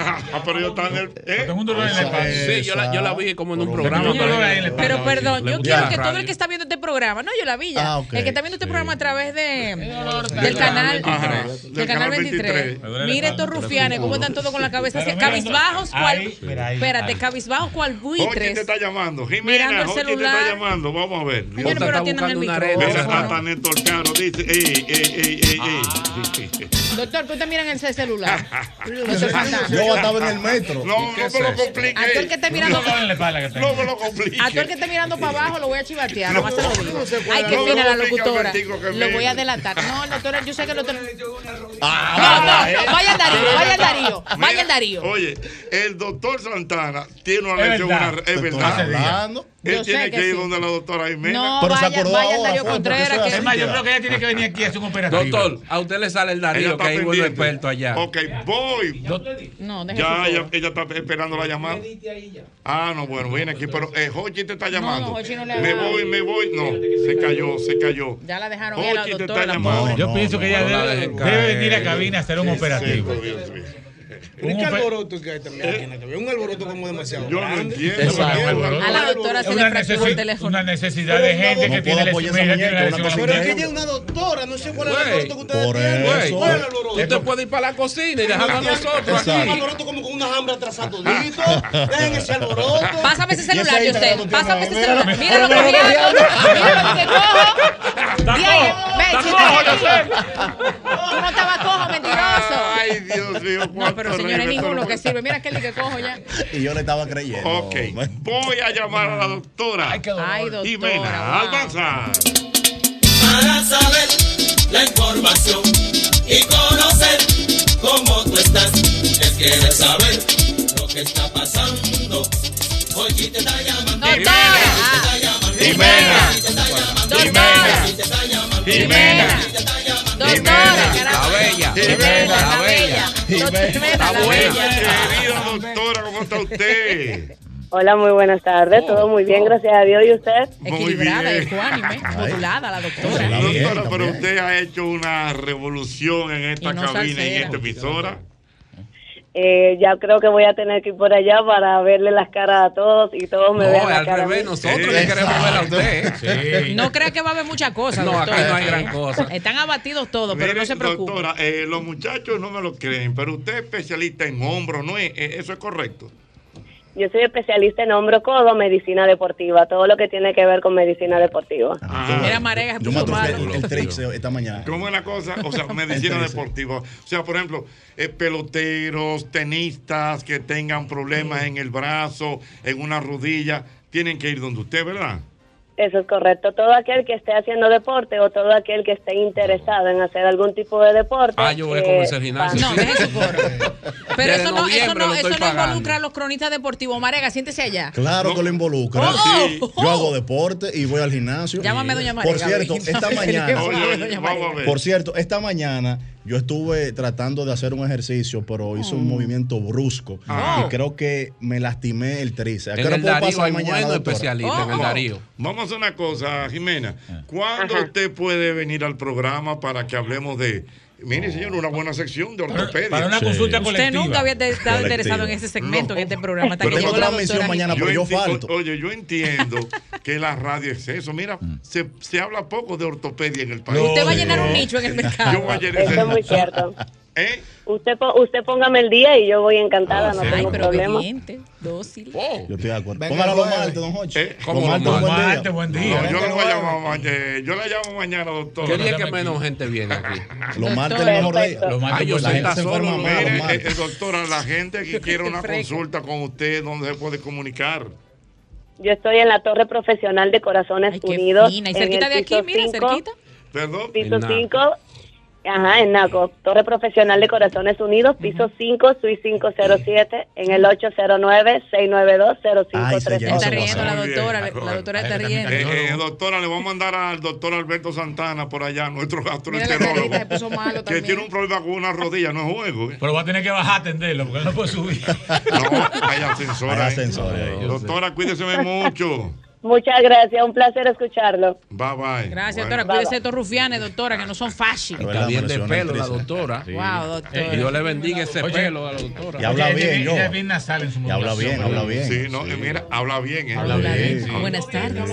[SPEAKER 3] Ah, Pero yo estaba en el. ¿eh?
[SPEAKER 6] Sí, yo la, yo la vi como en un programa.
[SPEAKER 10] Tengo un dolor ahí en la espalda.
[SPEAKER 11] Pero perdón,
[SPEAKER 6] Le
[SPEAKER 11] yo
[SPEAKER 6] gusta la
[SPEAKER 11] quiero que todo
[SPEAKER 6] radio.
[SPEAKER 11] el que está viendo este programa, no, yo la vi ya,
[SPEAKER 10] Ah, ok,
[SPEAKER 11] el que está viendo este programa a través de, del
[SPEAKER 10] del
[SPEAKER 11] canal,
[SPEAKER 10] canal
[SPEAKER 11] ajá,
[SPEAKER 10] 23.
[SPEAKER 11] del canal 23,
[SPEAKER 10] Me duele la
[SPEAKER 11] mire
[SPEAKER 10] espalda,
[SPEAKER 11] estos
[SPEAKER 10] me duele
[SPEAKER 11] rufianes,
[SPEAKER 10] el
[SPEAKER 11] cómo
[SPEAKER 10] culo.
[SPEAKER 11] están todos con la cabeza así,
[SPEAKER 10] Pero mira,
[SPEAKER 11] cabizbajos,
[SPEAKER 10] ahí,
[SPEAKER 11] cual,
[SPEAKER 10] mira, ahí,
[SPEAKER 11] espérate,
[SPEAKER 10] ahí.
[SPEAKER 11] cabizbajos, cual
[SPEAKER 3] Jochi te
[SPEAKER 11] buitres,
[SPEAKER 3] está llamando.
[SPEAKER 11] Mirando
[SPEAKER 3] Jimena,
[SPEAKER 11] el
[SPEAKER 3] Jochi te
[SPEAKER 11] celular.
[SPEAKER 3] está llamando. Vamos a ver.
[SPEAKER 11] Señores, pero Está tienen el buscando una red,
[SPEAKER 3] Mira,
[SPEAKER 11] teléfono.
[SPEAKER 3] Nathan Néstor Caro dice: ¡Ey, ey, ey, ey, ey!
[SPEAKER 11] doctor, que usted miran
[SPEAKER 3] [laughs]
[SPEAKER 11] el celular, doctor Santana.
[SPEAKER 9] Yo estaba en el metro.
[SPEAKER 3] No, no me lo complique.
[SPEAKER 11] A todo el que esté mirando-
[SPEAKER 10] Dolor en la espalda que tengo.
[SPEAKER 3] No me lo complique.
[SPEAKER 11] A todo el que esté mirando para abajo lo voy a chivatear, nomás se lo digo. Ay, que
[SPEAKER 3] No,
[SPEAKER 11] fina
[SPEAKER 3] no,
[SPEAKER 11] la
[SPEAKER 3] no,
[SPEAKER 11] locutora.
[SPEAKER 3] diga, Albertico, que
[SPEAKER 11] Lo
[SPEAKER 3] me-
[SPEAKER 11] voy a delatar. No, el doctor, yo sé que el doctor.
[SPEAKER 3] Ah,
[SPEAKER 11] No, no,
[SPEAKER 3] eh.
[SPEAKER 11] vaya el Darío,
[SPEAKER 3] Pero
[SPEAKER 11] vaya el
[SPEAKER 3] verdad.
[SPEAKER 11] Darío,
[SPEAKER 3] Mira,
[SPEAKER 11] vaya el Darío.
[SPEAKER 3] Oye, el doctor Santana tiene una
[SPEAKER 9] Es
[SPEAKER 3] lesión.
[SPEAKER 9] verdad.
[SPEAKER 3] una-
[SPEAKER 9] Te
[SPEAKER 3] Es
[SPEAKER 9] estoy
[SPEAKER 3] verdad.
[SPEAKER 9] hablando.
[SPEAKER 3] Él
[SPEAKER 11] Yo sé
[SPEAKER 3] tiene
[SPEAKER 11] que
[SPEAKER 3] que ir
[SPEAKER 11] sí.
[SPEAKER 3] donde la doctora Jimena.
[SPEAKER 11] No, Pero se vaya- acordó vaya ahora, Darío fue, porque Contreras, eso es que-
[SPEAKER 10] Es más, yo creo que ella tiene que venir aquí a hacer un operativo.
[SPEAKER 6] Doctor, a usted le sale el
[SPEAKER 3] Ella
[SPEAKER 6] Darío,
[SPEAKER 3] está
[SPEAKER 6] que ahí vuelve
[SPEAKER 3] pendiente.
[SPEAKER 6] experto allá.
[SPEAKER 3] Ok, voy.
[SPEAKER 11] No, déjese
[SPEAKER 3] Ya,
[SPEAKER 11] todo.
[SPEAKER 3] ya, ella está esperando la llamada. Ah, no, bueno, viene aquí, pero eh, Jochi te está llamando.
[SPEAKER 11] no, Jochi no le
[SPEAKER 3] me
[SPEAKER 11] habla.
[SPEAKER 3] voy, me voy. No, se cayó, se cayó.
[SPEAKER 11] Ya la dejaron ir a la
[SPEAKER 3] Jochi te
[SPEAKER 11] doctora.
[SPEAKER 3] está
[SPEAKER 11] la
[SPEAKER 3] llamando.
[SPEAKER 10] Yo pienso que ella
[SPEAKER 6] no la
[SPEAKER 10] debe,
[SPEAKER 6] dejen
[SPEAKER 10] debe
[SPEAKER 6] caer.
[SPEAKER 10] venir a cabina a hacer un operativo.
[SPEAKER 12] Pero ¿y qué
[SPEAKER 10] Un ope-
[SPEAKER 12] alboroto que hay también aquí en la cabeza? Un alboroto como demasiado
[SPEAKER 3] Yo no
[SPEAKER 12] grande.
[SPEAKER 3] entiendo.
[SPEAKER 10] Ah, Exacto.
[SPEAKER 11] A la doctora se le fracturó el
[SPEAKER 10] necesi-
[SPEAKER 11] teléfono.
[SPEAKER 10] una necesidad de gente que tiene lesión. ella tiene lesión en la
[SPEAKER 12] Pero es que
[SPEAKER 10] muñeca.
[SPEAKER 12] ella es una doctora, no sé cuál es el
[SPEAKER 6] Güey,
[SPEAKER 12] alboroto que ustedes
[SPEAKER 9] por
[SPEAKER 12] tienen.
[SPEAKER 9] eso.
[SPEAKER 12] ¿Cuál es el alboroto?
[SPEAKER 6] Usted puede ir para la cocina y dejarlo a nosotros
[SPEAKER 12] Un
[SPEAKER 6] aquí.
[SPEAKER 12] alboroto como con una hambre atrasadito. Dejen ese alboroto.
[SPEAKER 11] Pásame ese celular,
[SPEAKER 12] Y ese
[SPEAKER 11] yo
[SPEAKER 12] Instagram
[SPEAKER 11] sé.
[SPEAKER 12] no tiene
[SPEAKER 11] Pásame ese
[SPEAKER 12] nada. Mira,
[SPEAKER 11] celular. Mira lo que
[SPEAKER 12] mira,
[SPEAKER 11] diablo.
[SPEAKER 12] mira,
[SPEAKER 11] Mira lo que cojo. Di ahí, Ve,
[SPEAKER 1] cojo,
[SPEAKER 11] chiste. Tú no estabas cojo, mentiroso.
[SPEAKER 3] Ay, Dios mío,
[SPEAKER 11] No, pero
[SPEAKER 3] cuánto
[SPEAKER 11] señores,
[SPEAKER 3] reír me
[SPEAKER 11] ninguno
[SPEAKER 3] tocó.
[SPEAKER 11] que sirve. Mira aquel que cojo ya.
[SPEAKER 9] Y yo le estaba creyendo.
[SPEAKER 3] Ok,
[SPEAKER 9] hombre.
[SPEAKER 3] voy a llamar a la doctora
[SPEAKER 11] Ay, doctora, wow.
[SPEAKER 3] Jimena Almanza.
[SPEAKER 1] Para saber la información y conocer cómo tú estás. Es que de saber lo que está pasando. Hoy te está llamando.
[SPEAKER 11] Doctora.
[SPEAKER 1] Jimena.
[SPEAKER 11] Doctora. Jimena. Doctora.
[SPEAKER 6] La bella.
[SPEAKER 11] Jimena.
[SPEAKER 6] La bella.
[SPEAKER 11] Jimena. La bella.
[SPEAKER 3] Querida doctora, ¿cómo está usted?
[SPEAKER 13] Hola, muy buenas
[SPEAKER 14] Oh.
[SPEAKER 13] tardes. Todo muy bien, gracias a Dios. ¿Y usted?
[SPEAKER 11] Equilibrada,
[SPEAKER 3] bien.
[SPEAKER 11] ecuánime, modulada la doctora.
[SPEAKER 3] Doctora, pero usted ha hecho una revolución en esta
[SPEAKER 11] Y no
[SPEAKER 3] cabina, y en
[SPEAKER 11] salsera.
[SPEAKER 3] esta emisora.
[SPEAKER 13] Eh, ya creo que voy a tener que ir por allá para verle las caras a todos y todos me
[SPEAKER 14] No,
[SPEAKER 13] vean
[SPEAKER 14] es
[SPEAKER 13] la
[SPEAKER 14] al
[SPEAKER 13] cara. a
[SPEAKER 14] revés,
[SPEAKER 13] mí.
[SPEAKER 14] nosotros le queremos ver
[SPEAKER 3] [laughs]
[SPEAKER 14] a usted.
[SPEAKER 11] No crea que va a haber muchas cosas.
[SPEAKER 14] No, acá
[SPEAKER 11] doctor.
[SPEAKER 14] no hay gran cosa.
[SPEAKER 11] Están abatidos todos, pero
[SPEAKER 3] Mire,
[SPEAKER 11] no se preocupen.
[SPEAKER 3] Doctora, eh, los muchachos no me lo creen, pero usted es especialista en hombros, ¿no es? Eh, ¿Eso es correcto?
[SPEAKER 13] Yo soy especialista en hombro codo, medicina deportiva, todo lo que tiene que ver con medicina deportiva.
[SPEAKER 14] Ah.
[SPEAKER 8] Ah.
[SPEAKER 11] Mira, Marega se
[SPEAKER 9] Yo
[SPEAKER 11] puso
[SPEAKER 9] me atrofié
[SPEAKER 11] malo.
[SPEAKER 9] el triceo esta mañana.
[SPEAKER 3] ¿Cómo es la cosa? O
[SPEAKER 9] [laughs]
[SPEAKER 3] sea, medicina deportiva. O sea, por ejemplo, eh, peloteros, tenistas que tengan problemas en el brazo, en una rodilla, tienen que ir donde usted, ¿verdad?
[SPEAKER 13] Eso es correcto. Todo aquel que esté haciendo deporte o todo aquel que esté interesado en hacer algún tipo de deporte.
[SPEAKER 8] Ah, yo voy a
[SPEAKER 13] eh,
[SPEAKER 8] comenzar el gimnasio.
[SPEAKER 13] va.
[SPEAKER 8] No, deje
[SPEAKER 11] su
[SPEAKER 8] [laughs]
[SPEAKER 11] Pero
[SPEAKER 8] Desde
[SPEAKER 11] eso no, eso
[SPEAKER 8] noviembre
[SPEAKER 11] no,
[SPEAKER 8] lo
[SPEAKER 11] eso
[SPEAKER 8] estoy
[SPEAKER 11] no
[SPEAKER 8] pagando.
[SPEAKER 11] involucra a los cronistas deportivos. Marega, siéntese allá.
[SPEAKER 9] Claro que lo involucra.
[SPEAKER 11] Oh, sí.
[SPEAKER 9] Yo hago deporte y voy al gimnasio.
[SPEAKER 11] Llámame, doña
[SPEAKER 9] Por
[SPEAKER 11] Marega,
[SPEAKER 9] cierto,
[SPEAKER 11] oye. [laughs]
[SPEAKER 9] esta mañana.
[SPEAKER 11] Oye, oye, Doña vamos Marega. a ver.
[SPEAKER 9] Por cierto, esta mañana yo estuve tratando de hacer un ejercicio, pero hice un movimiento brusco
[SPEAKER 3] Ah.
[SPEAKER 9] y creo que me lastimé el tríceps. ¿A
[SPEAKER 8] En
[SPEAKER 9] qué hora
[SPEAKER 8] el
[SPEAKER 9] puedo
[SPEAKER 8] Darío
[SPEAKER 9] pasar
[SPEAKER 8] hay
[SPEAKER 9] mañana,
[SPEAKER 8] buenos
[SPEAKER 9] doctora? Oh.
[SPEAKER 8] especialistas, en el
[SPEAKER 3] Vamos-
[SPEAKER 8] Darío.
[SPEAKER 3] Oh, Vamos a hacer una cosa, Jimena.
[SPEAKER 9] Ah.
[SPEAKER 3] ¿Cuándo usted puede venir al programa para que hablemos de... Mire, señor,
[SPEAKER 9] Oh.
[SPEAKER 3] una buena sección de ortopedia.
[SPEAKER 10] para una Sí. consulta
[SPEAKER 11] Usted nunca había estado interesado en este segmento, en este programa, hasta que llegó la doctora. Jiménez.
[SPEAKER 3] enti- o- Oye, yo entiendo que la radio es eso. Mira,
[SPEAKER 9] Mm.
[SPEAKER 3] se, se habla poco de ortopedia en el país.
[SPEAKER 11] Usted va a llenar un nicho en el mercado.
[SPEAKER 3] Yo voy a llenar
[SPEAKER 13] Eso es
[SPEAKER 3] [laughs]
[SPEAKER 13] muy cierto. Usted, po- usted póngame el día y yo voy
[SPEAKER 8] Ah,
[SPEAKER 13] encantada, no
[SPEAKER 11] Ay,
[SPEAKER 13] tengo
[SPEAKER 11] pero
[SPEAKER 13] problema.
[SPEAKER 11] obediente, dócil.
[SPEAKER 9] Yo estoy de acuerdo.
[SPEAKER 3] Venga,
[SPEAKER 9] Póngalo los
[SPEAKER 3] jueves.
[SPEAKER 9] martes, don Jochi.
[SPEAKER 3] ¿Cómo
[SPEAKER 9] Los martes,
[SPEAKER 3] no?
[SPEAKER 9] buen día.
[SPEAKER 3] Martes, buen día. No, yo, la voy a
[SPEAKER 9] Venga,
[SPEAKER 3] llamar mañana- yo la llamo mañana, doctor.
[SPEAKER 8] ¿Qué día que menos gente viene aquí?
[SPEAKER 9] Los martes es el mejor día.
[SPEAKER 8] Los martes
[SPEAKER 3] Ah, yo
[SPEAKER 8] la
[SPEAKER 3] sé,
[SPEAKER 8] gente
[SPEAKER 3] está
[SPEAKER 8] se
[SPEAKER 3] solo.
[SPEAKER 8] enferma más los
[SPEAKER 3] Mire, eh,
[SPEAKER 8] martes.
[SPEAKER 3] eh, doctora, la gente
[SPEAKER 11] [laughs]
[SPEAKER 3] que quiere una
[SPEAKER 13] Freca.
[SPEAKER 3] consulta con usted, ¿dónde se puede comunicar?
[SPEAKER 13] Yo estoy en la Torre Profesional de Corazones Unidos.
[SPEAKER 11] fina. Y
[SPEAKER 13] en
[SPEAKER 11] cerquita
[SPEAKER 13] el
[SPEAKER 11] de aquí,
[SPEAKER 13] piso
[SPEAKER 11] mira,
[SPEAKER 13] cinco.
[SPEAKER 11] cerquita.
[SPEAKER 3] Perdón.
[SPEAKER 13] Piso
[SPEAKER 3] En Naco.
[SPEAKER 13] 5, ajá, en Naco, Torre Profesional de Corazones Unidos, piso 5, Suite 507, en el 809-692-0536.
[SPEAKER 11] la doctora, la- la doctora está riendo.
[SPEAKER 3] Eh, eh, doctora, le voy a mandar al doctor Alberto Santana por allá, nuestro gastroenterólogo, que tiene un problema con una rodilla, no es juego. ¿eh?
[SPEAKER 10] Pero va a tener que bajar a atenderlo porque no puede subir.
[SPEAKER 3] No, hay ascensores.
[SPEAKER 10] Hay
[SPEAKER 3] ahí. Doctora, cuídese mucho.
[SPEAKER 13] Muchas gracias, un placer escucharlo.
[SPEAKER 3] Bye, bye.
[SPEAKER 11] Gracias,
[SPEAKER 3] Bueno.
[SPEAKER 11] doctora. Cuídese de estos rufianes, doctora, que no son fáciles.
[SPEAKER 8] Está bien de pelo la doctora.
[SPEAKER 9] Eh,
[SPEAKER 11] Wow, doctora.
[SPEAKER 8] Y Dios le bendiga ese pelo a la doctora.
[SPEAKER 9] Y habla
[SPEAKER 10] Oye,
[SPEAKER 9] bien,
[SPEAKER 10] ella-
[SPEAKER 9] yo.
[SPEAKER 10] ella es bien nasal en su
[SPEAKER 9] Y habla
[SPEAKER 10] modulación,
[SPEAKER 9] bien, habla
[SPEAKER 10] ¿verdad?
[SPEAKER 9] bien.
[SPEAKER 3] Sí, no, eh, mira, habla bien. ¿eh?
[SPEAKER 9] Habla Habla bien. bien.
[SPEAKER 3] Sí.
[SPEAKER 11] Buenas tardes.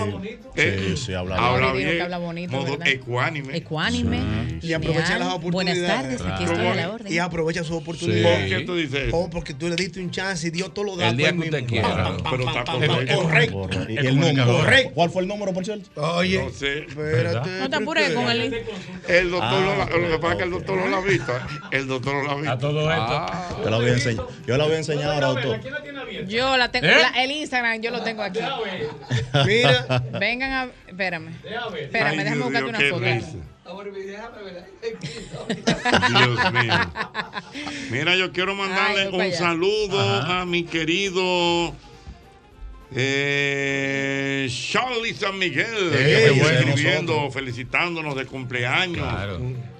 [SPEAKER 3] Eh,
[SPEAKER 9] Sí, habla bien.
[SPEAKER 3] habla
[SPEAKER 11] Yo digo que
[SPEAKER 3] bien.
[SPEAKER 11] habla bonito,
[SPEAKER 3] Modo
[SPEAKER 11] ¿verdad?
[SPEAKER 3] ecuánime.
[SPEAKER 11] Ecuánime.
[SPEAKER 12] Y aprovecha
[SPEAKER 11] Genial.
[SPEAKER 12] las oportunidades.
[SPEAKER 11] Buenas tardes, aquí
[SPEAKER 12] Claro.
[SPEAKER 11] estoy a la orden.
[SPEAKER 12] Y aprovecha sus oportunidades.
[SPEAKER 3] Sí. ¿Por qué tú dices eso?
[SPEAKER 12] Oh, porque tú le diste un chance y dio todos los datos.
[SPEAKER 8] El día
[SPEAKER 12] ahí
[SPEAKER 8] que usted
[SPEAKER 12] mismo.
[SPEAKER 8] quiera.
[SPEAKER 12] Pam, pam, pam,
[SPEAKER 3] Pero
[SPEAKER 12] pam,
[SPEAKER 3] está
[SPEAKER 12] pam, pam.
[SPEAKER 3] correcto.
[SPEAKER 12] Correcto.
[SPEAKER 9] Y
[SPEAKER 12] El
[SPEAKER 9] el
[SPEAKER 12] correcto.
[SPEAKER 9] número. ¿Cuál fue el número, por cierto?
[SPEAKER 12] Oye.
[SPEAKER 3] No sé.
[SPEAKER 12] Espérate.
[SPEAKER 11] No te apures con el.
[SPEAKER 3] El doctor,
[SPEAKER 9] Ah,
[SPEAKER 3] Lola- lo que pasa es que el doctor no la ha visto. ¿eh? El doctor no la ha visto. A
[SPEAKER 10] todo
[SPEAKER 3] esto.
[SPEAKER 9] Yo la voy a enseñar. Yo la voy a enseñar ahora, doctor.
[SPEAKER 11] Yo la tengo,
[SPEAKER 9] ¿Eh?
[SPEAKER 11] la- el Instagram yo lo tengo aquí.
[SPEAKER 9] [laughs] Mira.
[SPEAKER 11] Vengan a. Espérame. Espérame,
[SPEAKER 3] Ay,
[SPEAKER 11] déjame
[SPEAKER 3] Dios
[SPEAKER 11] buscarte
[SPEAKER 3] mío,
[SPEAKER 11] una
[SPEAKER 3] qué
[SPEAKER 11] foto.
[SPEAKER 3] risa.
[SPEAKER 27] ah,
[SPEAKER 3] Dios mío. Mira, yo quiero mandarle
[SPEAKER 11] Ay, voy
[SPEAKER 3] un
[SPEAKER 11] para allá.
[SPEAKER 3] saludo a mi querido eh, Charlie San Miguel, que
[SPEAKER 9] Ey,
[SPEAKER 3] me fue
[SPEAKER 9] ese de
[SPEAKER 3] escribiendo, felicitándonos de cumpleaños.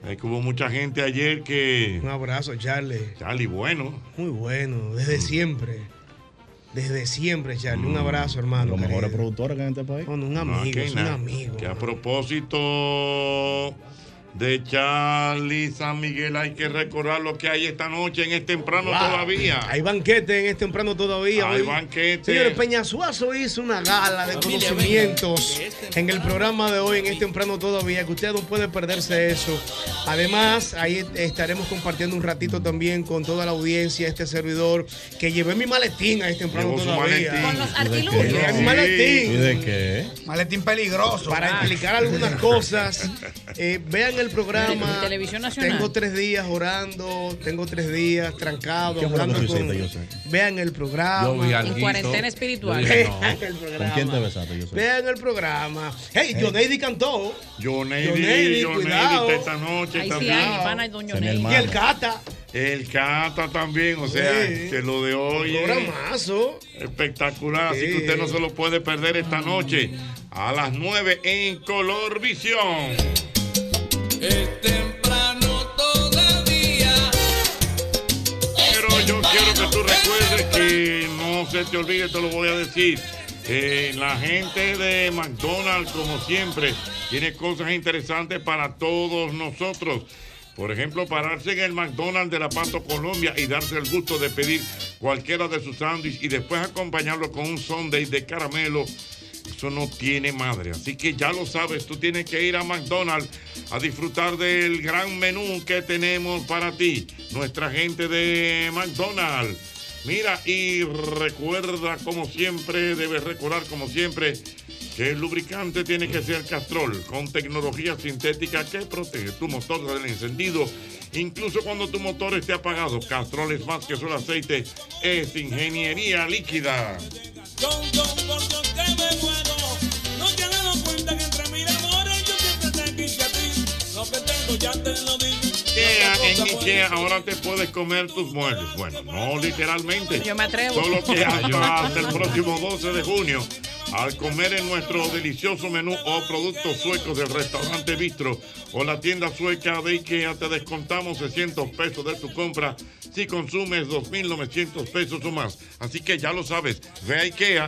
[SPEAKER 3] Eh, que hubo mucha gente ayer que.
[SPEAKER 12] Un abrazo, Charlie.
[SPEAKER 3] Charlie, bueno.
[SPEAKER 12] Muy bueno, desde siempre. Desde siempre, Charlie. Un abrazo, hermano.
[SPEAKER 9] Los mejores
[SPEAKER 12] querido.
[SPEAKER 9] productores que hay en este país.
[SPEAKER 12] un
[SPEAKER 3] No,
[SPEAKER 12] amigo,
[SPEAKER 3] aquí hay
[SPEAKER 12] es un
[SPEAKER 3] nada.
[SPEAKER 12] amigo.
[SPEAKER 3] Que a propósito de Charlie San Miguel, hay que recordar lo que hay esta noche en este temprano
[SPEAKER 12] Wow.
[SPEAKER 3] todavía.
[SPEAKER 12] Hay banquete en este temprano todavía.
[SPEAKER 3] Hay
[SPEAKER 12] hoy.
[SPEAKER 3] banquete.
[SPEAKER 12] Señores, Peñasuazo hizo una gala de
[SPEAKER 3] Este, Familia,
[SPEAKER 12] conocimientos en el programa de hoy, en este temprano todavía, que usted no puede perderse eso. Además, ahí estaremos compartiendo un ratito también con toda la audiencia, este servidor, que llevé mi maletín a este temprano
[SPEAKER 3] Llevó su
[SPEAKER 12] todavía.
[SPEAKER 3] maletín. Con los
[SPEAKER 12] artilugios. Llevé mi
[SPEAKER 3] Sí.
[SPEAKER 12] maletín.
[SPEAKER 3] ¿Y
[SPEAKER 9] de qué?
[SPEAKER 12] Maletín peligroso. Ah. Para explicar algunas cosas. Eh, vean el programa.
[SPEAKER 11] En Televisión Nacional.
[SPEAKER 12] Tengo tres días orando, tengo tres días trancado.
[SPEAKER 9] ¿Qué fue lo que
[SPEAKER 12] hablando
[SPEAKER 9] tú hiciste,
[SPEAKER 12] con-
[SPEAKER 9] yo sé?
[SPEAKER 12] Vean el programa.
[SPEAKER 9] Yo vi alguito. En
[SPEAKER 11] cuarentena espiritual.
[SPEAKER 9] Yo dije, no.
[SPEAKER 12] Vean el
[SPEAKER 9] ¿Con
[SPEAKER 12] programa.
[SPEAKER 9] quién te besaste? Yo sé.
[SPEAKER 12] Vean el programa. Hey, Johnny cantó.
[SPEAKER 3] Johnny,
[SPEAKER 12] Johnny,
[SPEAKER 3] Johnny,
[SPEAKER 12] cuidado.
[SPEAKER 3] está esta noche
[SPEAKER 11] Ahí sí
[SPEAKER 3] también.
[SPEAKER 11] hay, pana y doña Ney.
[SPEAKER 12] Y el Cata.
[SPEAKER 3] El Cata también, o sea, que lo de hoy es
[SPEAKER 12] Programazo.
[SPEAKER 3] espectacular, así que
[SPEAKER 12] Sí.
[SPEAKER 3] usted no se lo puede perder esta noche a las 9 en Color Visión.
[SPEAKER 1] Es temprano todavía.
[SPEAKER 3] Pero yo quiero que tú recuerdes que no se te olvide, te lo voy a decir. Eh, la gente de McDonald's, como siempre, tiene cosas interesantes para todos nosotros. Por ejemplo, pararse en el McDonald's de La Pato, Colombia y darse el gusto de pedir cualquiera de sus sándwiches y después acompañarlo con un sundae de caramelo. Eso no tiene madre. Así que ya lo sabes, tú tienes que ir a McDonald's a disfrutar del gran menú que tenemos para ti. Nuestra gente de McDonald's. Mira, y recuerda como siempre, debes recordar como siempre, que el lubricante tiene que ser Castrol, con tecnología sintética que protege tu motor del encendido. Incluso cuando tu motor esté apagado, Castrol es más que solo aceite, es ingeniería líquida.
[SPEAKER 5] Don, don, por lo que me muero. No te has dado cuenta que entre mil amores yo siempre te quise a ti. Lo que tengo ya te lo di.
[SPEAKER 3] Ikea, en Ikea ahora te puedes comer tus muebles. Bueno, no literalmente.
[SPEAKER 11] Yo me atrevo.
[SPEAKER 3] Solo
[SPEAKER 11] [laughs]
[SPEAKER 3] que hasta, hasta el próximo 12 de junio, al comer en nuestro delicioso menú o productos suecos del restaurante Bistro o la tienda sueca de Ikea, te descontamos 600 pesos de tu compra si consumes 2.900 pesos o más. Así que ya lo sabes, ve a Ikea,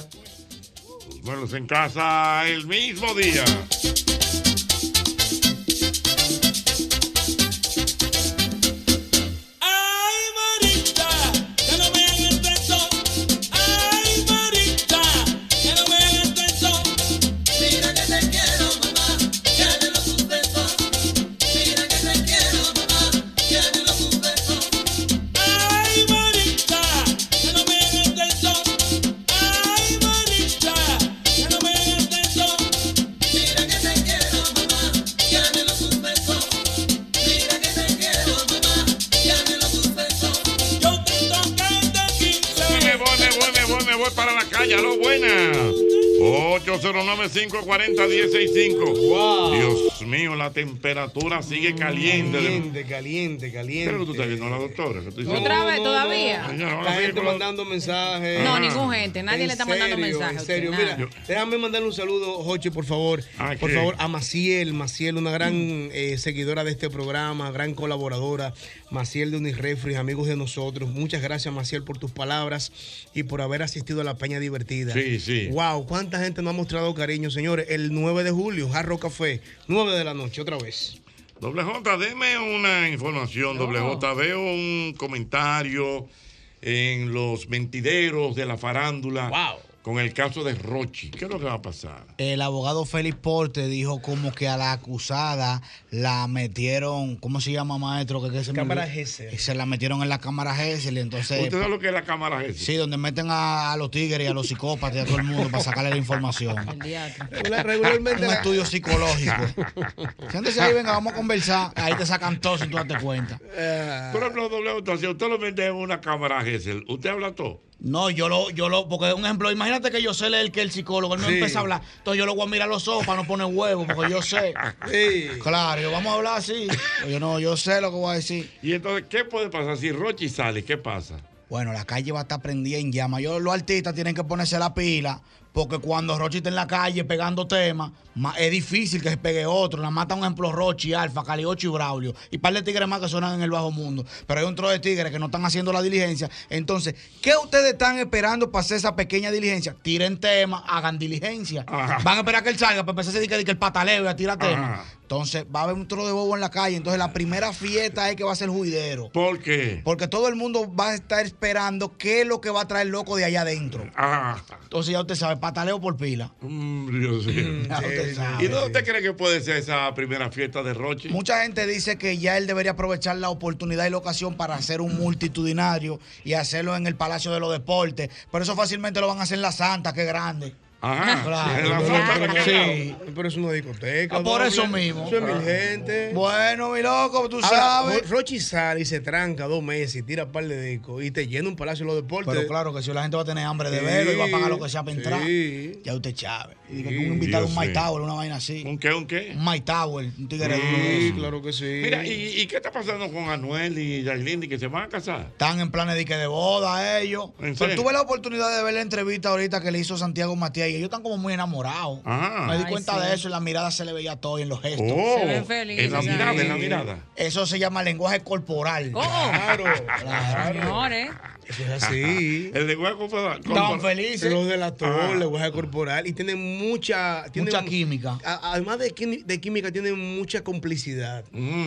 [SPEAKER 3] tus muebles en casa el mismo día.
[SPEAKER 5] Ay, Marita, que no me hagas esto. Ay, Marita, que no me hagas esto. Mira que te quiero, mamá, que de los sucesos. Mira que te quiero, mamá, que de los sucesos. Ay, Marita, que no me hagas esto. Ay, Marita, que no me hagas esto. Mira que te quiero, mamá, que de los sucesos. Mira que te quiero, mamá, que de los sucesos. Yo te toqué de 15.
[SPEAKER 3] Me voy, me voy, me voy, me voy para la calle, lo buena. 809-540-165. Dios mío, la temperatura sigue caliente.
[SPEAKER 12] Mm, Caliente, caliente, caliente.
[SPEAKER 3] Pero tú estás viendo a la doctora. que tú dices-
[SPEAKER 11] Otra vez, todavía.
[SPEAKER 12] La gente mandando mensajes.
[SPEAKER 11] No, ningún gente, nadie le está mandando mensaje a
[SPEAKER 12] En
[SPEAKER 11] usted,
[SPEAKER 12] serio,
[SPEAKER 11] nada.
[SPEAKER 12] mira, déjame mandarle un saludo, Jochi, por favor. por
[SPEAKER 3] Ah, ¿qué?
[SPEAKER 12] favor, a Maciel, Maciel, una gran eh, seguidora de este programa, gran colaboradora. Maciel de Unirefri, amigos de nosotros. Muchas gracias, Maciel, por tus palabras y por haber asistido a la Peña Divertida.
[SPEAKER 3] Sí, sí.
[SPEAKER 12] Wow, cuánta gente nos ha mostrado cariño, señores. El 9 de julio, Jarro Café, 9 de la noche, otra vez.
[SPEAKER 3] Doble J, deme una información, doble J. Veo un comentario en los mentideros de la farándula con el caso de Rochi. ¿Qué es lo que va a pasar?
[SPEAKER 4] El abogado Félix Porte dijo como que a la acusada la metieron, ¿cómo se llama maestro? Que, que se me
[SPEAKER 12] Cámara
[SPEAKER 4] olvidó.
[SPEAKER 12] Gesell.
[SPEAKER 4] Se la metieron en la cámara Gesell y entonces...
[SPEAKER 3] ¿Usted sabe lo que es la cámara Gesell?
[SPEAKER 4] Sí, donde meten a, a los tigres y a los psicópatas y a todo el mundo para sacarle la información.
[SPEAKER 12] Regular- regularmente
[SPEAKER 4] Un
[SPEAKER 12] la-
[SPEAKER 4] estudio psicológico. Siéntese ahí, venga, vamos a conversar. Ahí te sacan todo sin tú darte cuenta. Eh.
[SPEAKER 3] Por ejemplo, doble J, si usted lo vende en una cámara Gesell, ¿usted habla todo?
[SPEAKER 4] No, yo lo, yo lo, porque un ejemplo, imagínate que yo sé leer que el psicólogo, él me
[SPEAKER 3] Sí.
[SPEAKER 4] empieza a hablar, entonces yo lo voy a mirar a los ojos para no poner huevo, porque yo sé. Claro, yo vamos a hablar así. Yo no, yo sé lo que voy a decir.
[SPEAKER 3] [laughs] Y entonces, ¿qué puede pasar si Rochi sale? ¿Qué pasa?
[SPEAKER 4] Bueno, la calle va a estar prendida en llama. Yo, los artistas tienen que ponerse la pila, porque cuando Rochi está en la calle pegando temas, ma- es difícil que se pegue otro. Nada más está un ejemplo Rochi, Alfa, Caliocho y Braulio. Y par de tigres más que suenan en el bajo mundo. Pero hay un tro de tigres que no están haciendo la diligencia. Entonces, ¿qué ustedes están esperando para hacer esa pequeña diligencia? Tiren temas, hagan diligencia. Van a esperar que él salga para empezar a decir que- que el pataleo y a tirar temas. Entonces, va a haber un tro de bobo en la calle. Entonces, la primera fiesta es que va a ser juidero.
[SPEAKER 3] ¿Por qué?
[SPEAKER 4] Porque todo el mundo va a estar esperando qué es lo que va a traer loco de allá adentro.
[SPEAKER 3] Ah,
[SPEAKER 4] Entonces ya usted sabe, pataleo por pila.
[SPEAKER 3] mm, Dios mío.
[SPEAKER 4] Ya usted sabe.
[SPEAKER 3] ¿Y dónde usted cree que puede ser esa primera fiesta de Rochi?
[SPEAKER 4] Mucha gente dice que ya él debería aprovechar la oportunidad y la ocasión para hacer un multitudinario y hacerlo en el Palacio de los Deportes. Pero eso fácilmente lo van a hacer en la Santa, qué grande.
[SPEAKER 3] Ajá.
[SPEAKER 4] Claro.
[SPEAKER 12] En la Santa
[SPEAKER 4] Claro.
[SPEAKER 12] Raquel.
[SPEAKER 4] Sí.
[SPEAKER 12] Pero es una discoteca.
[SPEAKER 4] Ah, por
[SPEAKER 12] doble.
[SPEAKER 4] eso mismo.
[SPEAKER 12] Eso es mil gente.
[SPEAKER 4] Bueno, mi loco, tú
[SPEAKER 12] Ahora,
[SPEAKER 4] sabes.
[SPEAKER 12] Ro- Rochi sale y se tranca dos meses y tira un par de discos y te llena un palacio de los deportes.
[SPEAKER 4] Pero claro que si la gente va a tener hambre de verlo y va a pagar lo que sea para entrar.
[SPEAKER 12] Sí.
[SPEAKER 4] Ya usted chave. Y diga que un invitado
[SPEAKER 3] Dios
[SPEAKER 4] un Mike
[SPEAKER 3] mío.
[SPEAKER 4] Tower, una vaina así.
[SPEAKER 3] ¿Un qué, un qué?
[SPEAKER 4] Un Mike Tower, un tigre
[SPEAKER 3] Sí,
[SPEAKER 12] claro que sí.
[SPEAKER 3] Mira, ¿y, y qué está pasando con Anuel y Yailin, que se van a casar?
[SPEAKER 4] Están en planes de que de boda ellos.
[SPEAKER 3] ¿En
[SPEAKER 4] Pero
[SPEAKER 3] serio?
[SPEAKER 4] tuve la oportunidad de ver la entrevista ahorita que le hizo Santiago Matías y ellos están como muy enamorados.
[SPEAKER 3] Ah.
[SPEAKER 4] Me di
[SPEAKER 3] Ay,
[SPEAKER 4] cuenta
[SPEAKER 3] sí.
[SPEAKER 4] de eso, en la mirada se le veía todo y en los gestos.
[SPEAKER 3] Oh, Se ven felices. en la mirada, en la mirada.
[SPEAKER 4] Eso se llama lenguaje corporal.
[SPEAKER 11] Oh,
[SPEAKER 3] Claro, [laughs]
[SPEAKER 11] Señores.
[SPEAKER 12] Eso es así.
[SPEAKER 3] El lenguaje corporal.
[SPEAKER 12] Tan felices. Los de la
[SPEAKER 3] Ah.
[SPEAKER 12] torre, lenguaje corporal. Y tienen mucha. Tienen,
[SPEAKER 4] Mucha química.
[SPEAKER 12] a- además de, quimi- de química, tienen mucha complicidad.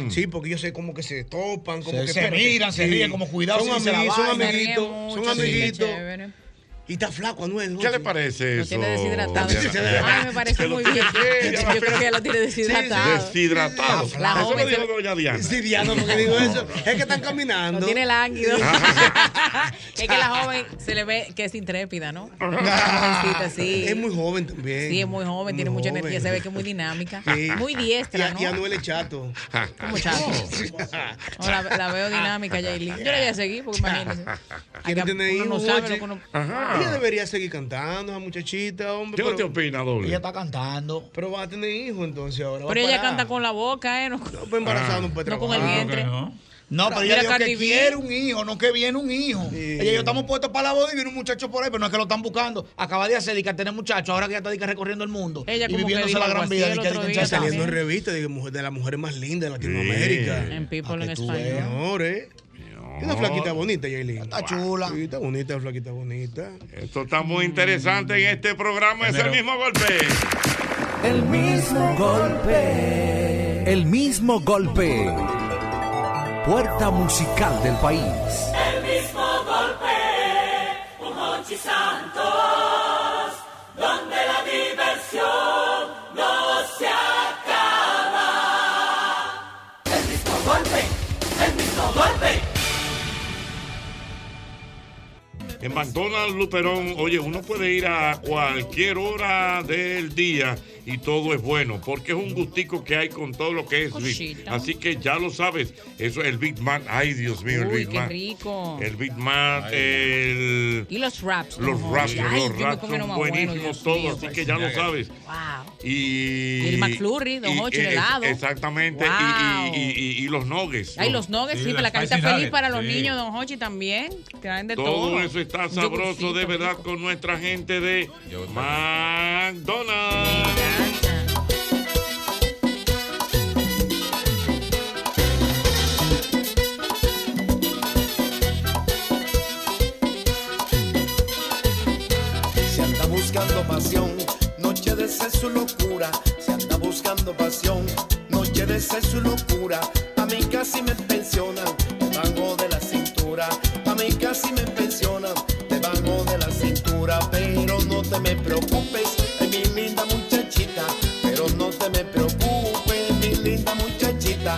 [SPEAKER 12] Sí, porque ellos se, como que se topan, como
[SPEAKER 4] Mm. Se-
[SPEAKER 12] que.
[SPEAKER 4] se
[SPEAKER 12] espérate.
[SPEAKER 4] miran, se ríen, como cuidado
[SPEAKER 12] Son
[SPEAKER 4] si se la
[SPEAKER 12] amiguitos, son
[SPEAKER 4] vaina.
[SPEAKER 12] amiguitos.
[SPEAKER 4] Se
[SPEAKER 12] Son
[SPEAKER 4] ríen mucho, sí,
[SPEAKER 12] amiguitos.
[SPEAKER 4] qué
[SPEAKER 12] Y está flaco, Anuel.
[SPEAKER 3] ¿Qué le parece
[SPEAKER 12] Lo
[SPEAKER 3] eso?
[SPEAKER 12] tiene deshidratado.
[SPEAKER 3] Diana?
[SPEAKER 12] Sí, se
[SPEAKER 3] [laughs]
[SPEAKER 12] ve.
[SPEAKER 11] Ay, me parece muy bien. Yo creo que ya lo tiene deshidratado.
[SPEAKER 3] Deshidratado.
[SPEAKER 11] La- la
[SPEAKER 3] Eso lo
[SPEAKER 11] joven
[SPEAKER 3] dijo
[SPEAKER 11] se-
[SPEAKER 3] doña Diana.
[SPEAKER 12] Sí, Diana, porque digo eso. Es que están caminando.
[SPEAKER 11] Lo tiene lánguido. es que la joven se le ve que es
[SPEAKER 12] [laughs]
[SPEAKER 11] intrépida, ¿no? Una [laughs] jovencita, sí.
[SPEAKER 12] Es muy joven también.
[SPEAKER 11] Sí, es muy joven, tiene mucha
[SPEAKER 12] joven.
[SPEAKER 11] energía, se ve que es muy dinámica.
[SPEAKER 12] Sí.
[SPEAKER 11] Muy diestra,
[SPEAKER 12] Y a-
[SPEAKER 11] ¿no?
[SPEAKER 12] Y Anuel es chato.
[SPEAKER 11] ¿Cómo chato? No, la, la veo dinámica, Yailin. Yo la voy a
[SPEAKER 12] [laughs]
[SPEAKER 11] seguir, porque imagínense.
[SPEAKER 12] Quiere
[SPEAKER 11] Acá
[SPEAKER 12] tener
[SPEAKER 11] uno no
[SPEAKER 12] hijos,
[SPEAKER 11] sabe
[SPEAKER 12] oye.
[SPEAKER 11] lo que uno-
[SPEAKER 3] Ajá.
[SPEAKER 12] Ella debería seguir cantando, esa muchachita, hombre.
[SPEAKER 3] ¿Qué usted opina, doble? Ella
[SPEAKER 12] está cantando. Pero va a tener hijos entonces ahora. va
[SPEAKER 11] Pero
[SPEAKER 12] a
[SPEAKER 11] ella
[SPEAKER 12] parar.
[SPEAKER 11] canta con la boca, ¿eh? No,
[SPEAKER 3] Ah.
[SPEAKER 12] pues embarazada no puede
[SPEAKER 11] con el
[SPEAKER 12] trabajar.
[SPEAKER 11] vientre.
[SPEAKER 4] No, pero
[SPEAKER 11] Mira,
[SPEAKER 4] ella dijo
[SPEAKER 11] Cardi
[SPEAKER 4] que
[SPEAKER 11] B.
[SPEAKER 4] quiere un hijo, no que viene un hijo. Ella y yo estamos puestos para la boda y viene un muchacho por ahí, pero no es que lo están buscando. Acaba de hacer y que tener muchachos, ahora que ya está di que recorriendo el mundo
[SPEAKER 11] Ella
[SPEAKER 4] y
[SPEAKER 11] como que
[SPEAKER 4] viviéndose
[SPEAKER 11] dijo
[SPEAKER 4] la
[SPEAKER 11] algo
[SPEAKER 4] gran
[SPEAKER 11] así
[SPEAKER 4] vida.
[SPEAKER 11] el
[SPEAKER 4] di que
[SPEAKER 11] otro
[SPEAKER 4] di que
[SPEAKER 12] Está
[SPEAKER 4] en
[SPEAKER 12] saliendo en
[SPEAKER 4] Chacalén.
[SPEAKER 12] revistas de, que mujer- de las mujeres más lindas de Latinoamérica. Ah,
[SPEAKER 11] En People en español.
[SPEAKER 12] Señores. Una flaquita bonita, Yailin. Está
[SPEAKER 4] chula.
[SPEAKER 12] Está bonita, flaquita bonita.
[SPEAKER 3] Esto está muy interesante en este programa. Es el mismo golpe.
[SPEAKER 5] El mismo golpe. El mismo golpe. Puerta musical del país.
[SPEAKER 1] El mismo golpe, un Hochi Santos, donde la diversión no se acaba. El mismo golpe, el mismo golpe.
[SPEAKER 3] En McDonald's Luperón, oye, uno puede ir a cualquier hora del día y todo es bueno, porque es un gustico que hay con todo lo que es Big.
[SPEAKER 11] Cosita.
[SPEAKER 3] Así que ya lo sabes, eso es el Big Mac. Ay, Dios mío, el
[SPEAKER 11] Uy,
[SPEAKER 3] Big
[SPEAKER 11] qué
[SPEAKER 3] Mac.
[SPEAKER 11] rico.
[SPEAKER 3] El Big Mac, el...
[SPEAKER 11] Y los raps.
[SPEAKER 3] Eh, Los
[SPEAKER 11] ¿no?
[SPEAKER 3] raps,
[SPEAKER 11] Ay, yo
[SPEAKER 3] los
[SPEAKER 11] me
[SPEAKER 3] raps
[SPEAKER 11] comí uno
[SPEAKER 3] son
[SPEAKER 11] más
[SPEAKER 3] buenísimos
[SPEAKER 11] bueno, Dios
[SPEAKER 3] todos,
[SPEAKER 11] mío, pues
[SPEAKER 3] así que ya lo
[SPEAKER 11] parece.
[SPEAKER 3] sabes.
[SPEAKER 11] Wow.
[SPEAKER 3] Y,
[SPEAKER 11] El McFlurry, Don
[SPEAKER 3] y- e-
[SPEAKER 11] Hochi, el
[SPEAKER 3] es-
[SPEAKER 11] helado.
[SPEAKER 3] Exactamente,
[SPEAKER 11] Wow.
[SPEAKER 3] y, y- y- y- y los nuggets.
[SPEAKER 11] Ay, los nuggets, sí, pues la carita
[SPEAKER 3] spicy
[SPEAKER 11] feliz para los
[SPEAKER 3] nuggets, sí.
[SPEAKER 11] niños, Don Hochi también. Traen de todo.
[SPEAKER 3] Todo eso está sabroso de verdad con nuestra gente de McDonald's.
[SPEAKER 1] Se anda buscando pasión, noche de ser su locura. Se anda buscando pasión, noche de ser su locura. A mí casi me pensionan, te bango de la cintura. A mí casi me pensionan, te bango de la cintura. Pero no te me preocupes, ay, mi linda muchachita. Pero no te me preocupes, mi linda muchachita.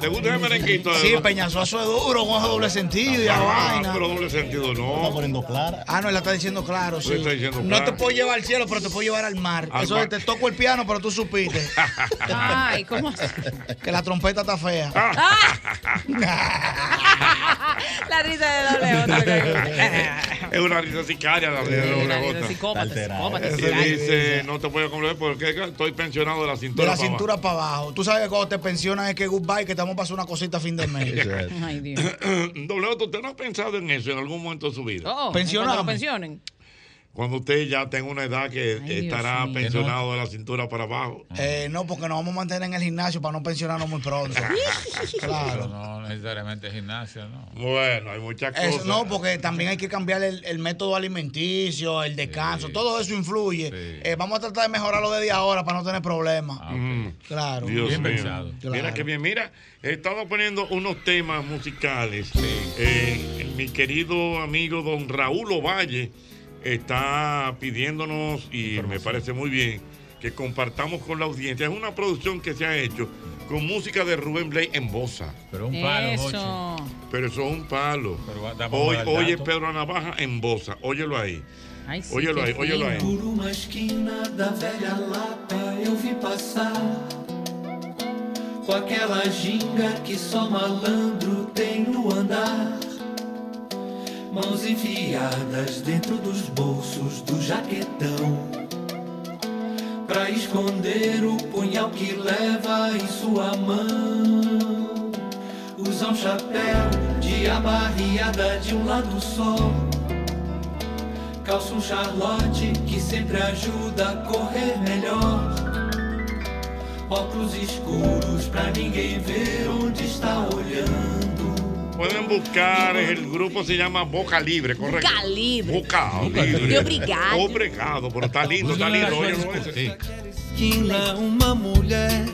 [SPEAKER 3] ¿Te gusta el merenguito?
[SPEAKER 4] Sí, Peñazuazo es duro, con ese doble sentido y la
[SPEAKER 3] Ah,
[SPEAKER 4] vaina.
[SPEAKER 3] pero doble sentido, no.
[SPEAKER 9] Está poniendo clara.
[SPEAKER 4] Ah, no, él la está diciendo claro,
[SPEAKER 3] Tú
[SPEAKER 4] sí.
[SPEAKER 3] estás diciendo
[SPEAKER 4] no
[SPEAKER 3] claro.
[SPEAKER 4] te puedo llevar al cielo, pero te puedo llevar al mar.
[SPEAKER 3] Al
[SPEAKER 4] Eso
[SPEAKER 3] mar.
[SPEAKER 4] es, te toco el piano, pero
[SPEAKER 3] [laughs]
[SPEAKER 4] tú supiste.
[SPEAKER 11] Ay, ¿cómo así?
[SPEAKER 4] Que la trompeta está fea.
[SPEAKER 3] Ah,
[SPEAKER 11] La risa de doble otra que-
[SPEAKER 3] [laughs] Es una risa sicaria la risa de una gota.
[SPEAKER 11] psicópata, Alterada. psicópata,
[SPEAKER 3] Ese
[SPEAKER 11] sicaria.
[SPEAKER 3] dice, no te puedo comprar porque estoy pensionado de la
[SPEAKER 4] De
[SPEAKER 3] cintura.
[SPEAKER 4] la
[SPEAKER 3] para
[SPEAKER 4] cintura para abajo. Tú sabes que cuando te pensionas es que goodbye, que estamos pasando una cosita a fin de mes.
[SPEAKER 3] Exacto.
[SPEAKER 11] Ay,
[SPEAKER 3] [coughs]
[SPEAKER 11] Dios.
[SPEAKER 3] abajo. Doble Otto, ¿usted no ha pensado en eso en algún momento de su vida?
[SPEAKER 11] Oh, cuando lo pensionen.
[SPEAKER 3] Cuando usted ya tenga una edad que estará
[SPEAKER 4] mío.
[SPEAKER 3] pensionado de la cintura para abajo.
[SPEAKER 4] Eh, no, porque nos vamos a mantener en el gimnasio para no pensionarnos muy pronto.
[SPEAKER 3] [laughs]
[SPEAKER 10] Pero
[SPEAKER 4] claro.
[SPEAKER 10] no necesariamente gimnasia, ¿no?
[SPEAKER 3] Bueno, hay muchas
[SPEAKER 4] Eso, no, porque también hay que cambiar el, el método alimenticio, el descanso, todo eso influye. Eh, vamos a tratar de mejorarlo desde ahora para no tener problemas.
[SPEAKER 3] Mm.
[SPEAKER 4] Claro.
[SPEAKER 3] Dios
[SPEAKER 4] Ah, Bien
[SPEAKER 3] mío.
[SPEAKER 4] pensado.
[SPEAKER 3] Mira
[SPEAKER 4] Claro.
[SPEAKER 3] que bien, mira, estaba poniendo unos temas musicales. Eh, mi querido amigo don Raúl Ovalle está pidiéndonos, y me parece muy bien, que compartamos con la audiencia. Es una producción que se ha hecho con música de Rubén Blay en Bosa. Pero
[SPEAKER 11] Eso.
[SPEAKER 3] Pero eso es un palo.
[SPEAKER 10] vamos a
[SPEAKER 3] Hoy,
[SPEAKER 10] dar
[SPEAKER 3] oye
[SPEAKER 10] dato.
[SPEAKER 3] Pedro Navaja en Bosa. Óyelo ahí.
[SPEAKER 11] Ay, sí,
[SPEAKER 3] óyelo
[SPEAKER 11] qué
[SPEAKER 3] ahí, óyelo ahí.
[SPEAKER 1] Por uma esquina da velha lata eu vi passar Com aquela ginga que só malandro tem no andar Mãos enfiadas dentro dos bolsos do jaquetão Pra esconder o punhal que leva em sua mão Usa um chapéu de abarriada de um lado só calça um charlotte que sempre ajuda a correr melhor. Óculos escuros pra ninguém ver onde está olhando.
[SPEAKER 3] Pueden buscar, el grupo se llama Boca Libre, correcto.
[SPEAKER 11] Boca Libre.
[SPEAKER 3] Boca
[SPEAKER 1] Boca
[SPEAKER 3] Libre.
[SPEAKER 1] Libre. Obrigado.
[SPEAKER 3] Obrigado, pero está lindo, está lindo.
[SPEAKER 10] Pues,
[SPEAKER 3] Oye, sí.
[SPEAKER 1] esquina uma mulher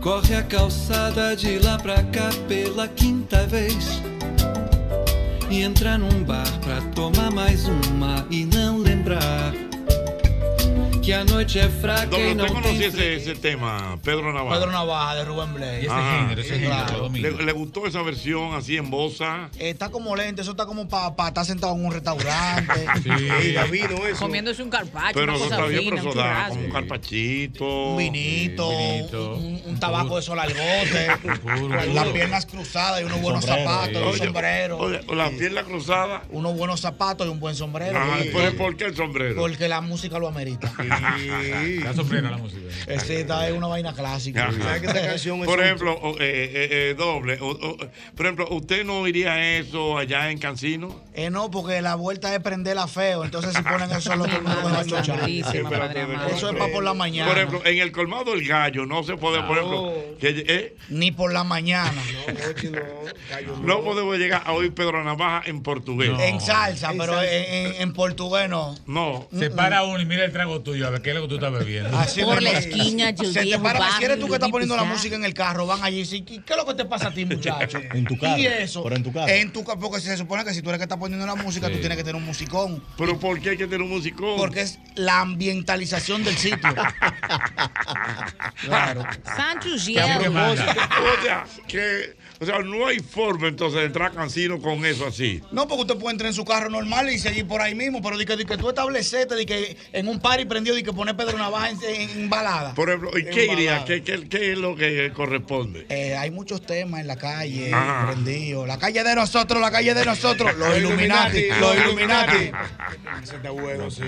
[SPEAKER 1] corre a calçada de lá pra cá pela quinta vez e entra num bar pra tomar mais uma e não lembrar que a noite é fraca
[SPEAKER 3] Doble,
[SPEAKER 1] e
[SPEAKER 3] ¿usted
[SPEAKER 1] não tem
[SPEAKER 3] conocía ese, ese tema, Pedro Navaja?
[SPEAKER 4] Pedro Navaja de Rubén Blades.
[SPEAKER 3] Ajá.
[SPEAKER 4] Sí, claro.
[SPEAKER 3] ¿Le, le gustó esa versión así en bosa?
[SPEAKER 4] Eh, Está como lento, eso está como para estar sentado en un
[SPEAKER 3] [laughs]
[SPEAKER 4] restaurante.
[SPEAKER 11] Comiéndose un carpaccio,
[SPEAKER 3] Pero
[SPEAKER 11] una
[SPEAKER 3] eso
[SPEAKER 11] cosa
[SPEAKER 3] está bien,
[SPEAKER 11] fina,
[SPEAKER 3] pero eso
[SPEAKER 11] un
[SPEAKER 3] da
[SPEAKER 11] churrasco.
[SPEAKER 3] como un carpachito. Un
[SPEAKER 4] vinito, un, tabaco de sol al bote, las piernas cruzadas y unos buenos
[SPEAKER 3] sombrero,
[SPEAKER 4] zapatos,
[SPEAKER 3] sí.
[SPEAKER 4] y un sombrero.
[SPEAKER 3] Oye, oye, las piernas cruzadas.
[SPEAKER 4] Unos buenos zapatos y un buen sombrero.
[SPEAKER 3] Ajá,
[SPEAKER 4] Sí.
[SPEAKER 3] entonces, ¿por qué el sombrero?
[SPEAKER 4] Porque la música lo amerita. [laughs]
[SPEAKER 10] Está sombrero la música.
[SPEAKER 28] ¿eh?
[SPEAKER 4] Esa es una vaina clásica.
[SPEAKER 3] Ajá.
[SPEAKER 4] ¿Sabes que esta canción es
[SPEAKER 3] por
[SPEAKER 4] un-
[SPEAKER 3] ejemplo, o- eh, eh, eh, doble. o- o- por ejemplo, ¿usted no iría eso allá en Cancino?
[SPEAKER 4] Eh, no, porque la vuelta es prenderla feo. Entonces, si ponen
[SPEAKER 3] [laughs]
[SPEAKER 4] eso, lo que me van a chochar. Eso es para por la mañana.
[SPEAKER 3] Por ejemplo, en el colmado el gallo no se puede, por ejemplo, que- eh,
[SPEAKER 4] Ni por la mañana.
[SPEAKER 3] [laughs] no podemos llegar a oír Pedro Navaja en portugués.
[SPEAKER 4] En salsa, pero en, en- en portugués no.
[SPEAKER 3] No.
[SPEAKER 10] Se para uno y mira el trago tuyo, a ver qué es lo que tú estás bebiendo.
[SPEAKER 4] Así es, hermano. Se te para, si eres tú que estás poniendo la
[SPEAKER 10] Pizarro.
[SPEAKER 4] música en el carro, van allí y dicen, ¿qué qué es lo que te pasa a ti, muchacho?
[SPEAKER 28] [laughs] En tu carro,
[SPEAKER 4] Y eso.
[SPEAKER 28] pero en tu carro.
[SPEAKER 4] En tu ca- porque se supone que si tú eres que estás poniendo la música,
[SPEAKER 28] Sí.
[SPEAKER 4] tú tienes que tener un musicón.
[SPEAKER 3] ¿Pero por qué hay que tener un musicón?
[SPEAKER 4] Porque es la ambientalización del sitio.
[SPEAKER 3] [laughs]
[SPEAKER 4] claro.
[SPEAKER 11] Sancho
[SPEAKER 3] Que a
[SPEAKER 11] Giel.
[SPEAKER 3] propósito, o sea, que, o sea, no hay forma entonces de entrar a Cancino con eso así.
[SPEAKER 4] No, porque usted puede entrar en su carro normal y seguir por ahí mismo, pero di que, di que tú establecete, di que en un party prendido, di que poner Pedro Navaja en, en- en balada.
[SPEAKER 3] Por ejemplo, ¿y
[SPEAKER 4] En
[SPEAKER 3] qué
[SPEAKER 4] balada.
[SPEAKER 3] iría? ¿Qué, qué, qué es lo que corresponde?
[SPEAKER 4] Eh, hay muchos temas en la calle,
[SPEAKER 3] Ajá.
[SPEAKER 4] Eh, prendido. La calle de nosotros, la calle de nosotros. Los Illuminati, los Illuminati.
[SPEAKER 12] Ese está bueno, sí.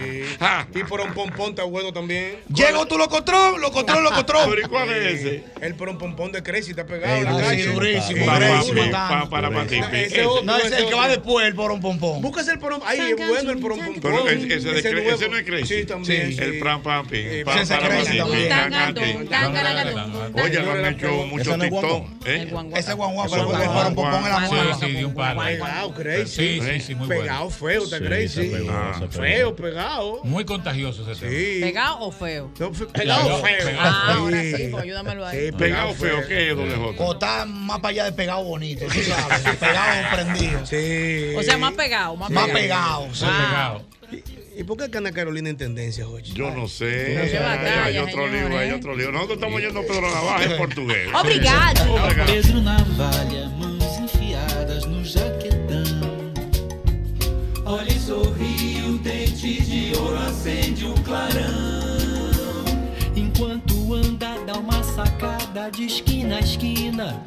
[SPEAKER 12] Tipo era un pompón, está bueno también.
[SPEAKER 4] Llego tú, locotrón, locotrón, locotrón.
[SPEAKER 12] Pero
[SPEAKER 4] ¿y cuál es
[SPEAKER 12] ese? El pero un pompón de Crazy está pegado.
[SPEAKER 4] Ey,
[SPEAKER 12] en la
[SPEAKER 4] durísimo,
[SPEAKER 12] calle.
[SPEAKER 4] durísimo,
[SPEAKER 12] Sí.
[SPEAKER 4] durísimo, tanto.
[SPEAKER 12] Sí. Pa- para
[SPEAKER 4] Durísimo.
[SPEAKER 12] Matipi.
[SPEAKER 4] Ese otro,
[SPEAKER 12] No, ese
[SPEAKER 4] ese
[SPEAKER 12] es el
[SPEAKER 4] otro.
[SPEAKER 12] que va
[SPEAKER 4] después, el porón pompón.
[SPEAKER 12] Buscas el porón. Ahí es bueno el porón pompón.
[SPEAKER 3] Pero es- ese, de Cre-
[SPEAKER 12] nuevo.
[SPEAKER 3] ese no es Crazy.
[SPEAKER 12] Sí, también. sí.
[SPEAKER 3] El Pran Pam Pim.
[SPEAKER 12] Eh,
[SPEAKER 3] Pam,
[SPEAKER 12] ese
[SPEAKER 3] para,
[SPEAKER 12] Crazy
[SPEAKER 3] pam, pim,
[SPEAKER 12] también.
[SPEAKER 3] pam,
[SPEAKER 12] Tan,
[SPEAKER 3] pam,
[SPEAKER 12] tan,
[SPEAKER 3] pim. Oye, lo han hecho muchos
[SPEAKER 12] Ese no es
[SPEAKER 3] TikTok.
[SPEAKER 12] guapo.
[SPEAKER 3] ¿eh?
[SPEAKER 4] Ese guanguá,
[SPEAKER 3] Ese
[SPEAKER 4] pero porque
[SPEAKER 3] guanguá.
[SPEAKER 4] fueron pompón en la
[SPEAKER 3] Sí,
[SPEAKER 4] mano.
[SPEAKER 3] sí, de un palo.
[SPEAKER 12] Pegado, Crazy.
[SPEAKER 10] Sí, sí, sí, muy bueno.
[SPEAKER 12] Pegado, feo, está
[SPEAKER 10] Sí,
[SPEAKER 12] Crazy.
[SPEAKER 10] está pegado,
[SPEAKER 12] Ah.
[SPEAKER 10] está pegado.
[SPEAKER 12] Feo, pegado.
[SPEAKER 10] Muy contagioso ese tema.
[SPEAKER 11] ¿Pegado o feo?
[SPEAKER 12] No, fe- pegado
[SPEAKER 10] Pegado,
[SPEAKER 12] feo.
[SPEAKER 10] pegado.
[SPEAKER 11] Ah, ahora sí, pues ayúdamelo ahí.
[SPEAKER 10] Sí, pegado feo, ¿qué es, doble J?
[SPEAKER 4] O está más para allá de pegado bonito, tú sabes.
[SPEAKER 10] [laughs]
[SPEAKER 4] Pegado prendido.
[SPEAKER 12] Sí.
[SPEAKER 11] O sea, más pegado, más
[SPEAKER 12] Sí.
[SPEAKER 11] pegado.
[SPEAKER 12] Sí,
[SPEAKER 11] Ah.
[SPEAKER 12] ¿Y- ¿Y por qué que anda Carolina en tendencia, Jorge?
[SPEAKER 3] Yo no sé.
[SPEAKER 12] No se batalla,
[SPEAKER 3] hay otro
[SPEAKER 12] señores.
[SPEAKER 3] libro, hay otro libro. Nosotros estamos yendo a Pedro Navaja en portugués.
[SPEAKER 11] Oh,
[SPEAKER 1] Obrigado.
[SPEAKER 3] Obrigado.
[SPEAKER 1] Pedro Navalha, mãos enfiadas no jaquetão. Olha e sorri, o dente de ouro acende um clarão. Enquanto anda, dá uma sacada de esquina a esquina.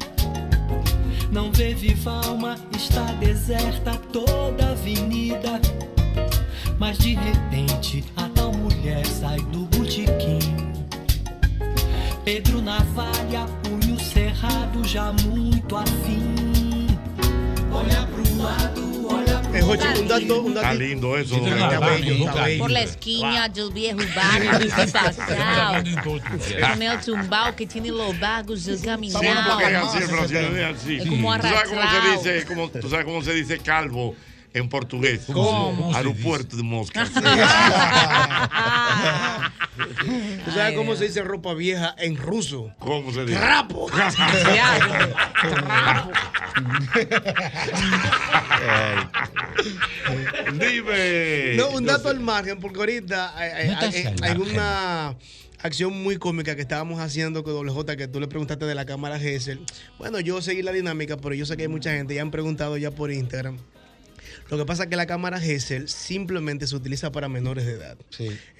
[SPEAKER 1] Não vê viva alma, está deserta toda a avenida. Mas de repente, a tal mulher sai do botequim. Pedro Navalha, punho cerrado, já muito afim. Olha pro lado, olha pro
[SPEAKER 12] Eh, Jorge, un dato, un dato.
[SPEAKER 3] Está lindo eso.
[SPEAKER 12] Sí,
[SPEAKER 3] doble
[SPEAKER 12] está
[SPEAKER 3] J.
[SPEAKER 12] bello, está bello.
[SPEAKER 11] Por la esquina del viejo
[SPEAKER 3] [laughs]
[SPEAKER 11] barrio, dice
[SPEAKER 12] [laughs]
[SPEAKER 11] pasado. Con el tumbao que tiene los vagos
[SPEAKER 3] Sí, porque es
[SPEAKER 11] descaminados.
[SPEAKER 3] así, el brasileño es así.
[SPEAKER 11] Es como
[SPEAKER 3] ¿Tú sabes cómo
[SPEAKER 11] arrastrado.
[SPEAKER 3] se dice, cómo- tú sabes cómo se dice calvo en portugués?
[SPEAKER 11] ¿Cómo?
[SPEAKER 3] Aeropuerto de Moscas.
[SPEAKER 12] ¿Tú sabes cómo se dice ropa vieja en ruso?
[SPEAKER 3] ¿Cómo se
[SPEAKER 12] dice?
[SPEAKER 1] Trapo.
[SPEAKER 3] Dime.
[SPEAKER 12] [laughs] No, un dato al margen, porque ahorita hay, hay-
[SPEAKER 1] No estás
[SPEAKER 12] hay-
[SPEAKER 1] al
[SPEAKER 12] hay una acción muy cómica que estábamos haciendo con WJ, que tú le preguntaste de la cámara Gesell. Bueno, yo seguí la dinámica, pero yo sé que hay mucha gente, ya han preguntado ya por Instagram. Lo que pasa es que la cámara Gesell simplemente se utiliza para menores de edad.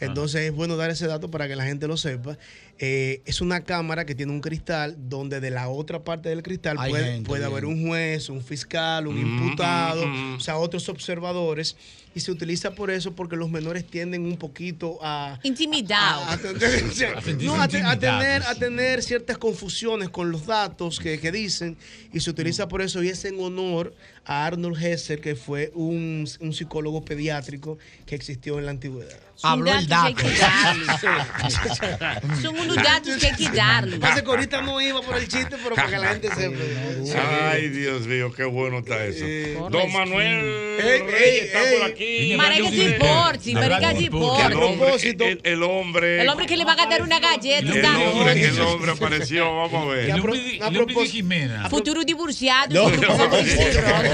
[SPEAKER 12] Entonces es bueno dar ese dato para que la gente lo sepa. Eh, es una cámara que tiene un cristal donde de la otra parte del cristal
[SPEAKER 4] Hay
[SPEAKER 12] puede,
[SPEAKER 4] gente,
[SPEAKER 12] puede haber un juez, un fiscal, un
[SPEAKER 4] Mm,
[SPEAKER 12] imputado,
[SPEAKER 4] mm,
[SPEAKER 12] o sea, otros observadores. Y se utiliza por eso porque los menores tienden un poquito a...
[SPEAKER 11] Intimidado.
[SPEAKER 12] a tener- no, a, te- a tener, a tener ciertas confusiones con los datos que, que dicen y se utiliza por eso y es en honor a Arnold Hesser, que fue un, un psicólogo pediátrico que existió en la antigüedad.
[SPEAKER 20] Habló el dato.
[SPEAKER 5] [laughs]
[SPEAKER 12] [laughs] Son
[SPEAKER 21] unos datos que hay que darle.
[SPEAKER 12] Pasa que ahorita no iba por el chiste, pero para que la gente sepa.
[SPEAKER 3] Ay, Dios mío, qué bueno está eso. Don Manuel
[SPEAKER 12] Ey,
[SPEAKER 3] Reyes
[SPEAKER 12] Eh, ey,
[SPEAKER 3] está
[SPEAKER 12] ey.
[SPEAKER 3] por aquí.
[SPEAKER 21] Marica
[SPEAKER 3] Hablando de-
[SPEAKER 21] Giporti, marica
[SPEAKER 3] Hablando de-
[SPEAKER 21] Giporti.
[SPEAKER 3] El hombre, el- el hombre.
[SPEAKER 21] El hombre que le va a ganar una galleta.
[SPEAKER 3] El
[SPEAKER 21] está.
[SPEAKER 3] hombre, el hombre apareció, vamos a ver.
[SPEAKER 21] Jimena. Futuro divorciado.
[SPEAKER 3] No,
[SPEAKER 21] futuro
[SPEAKER 3] no,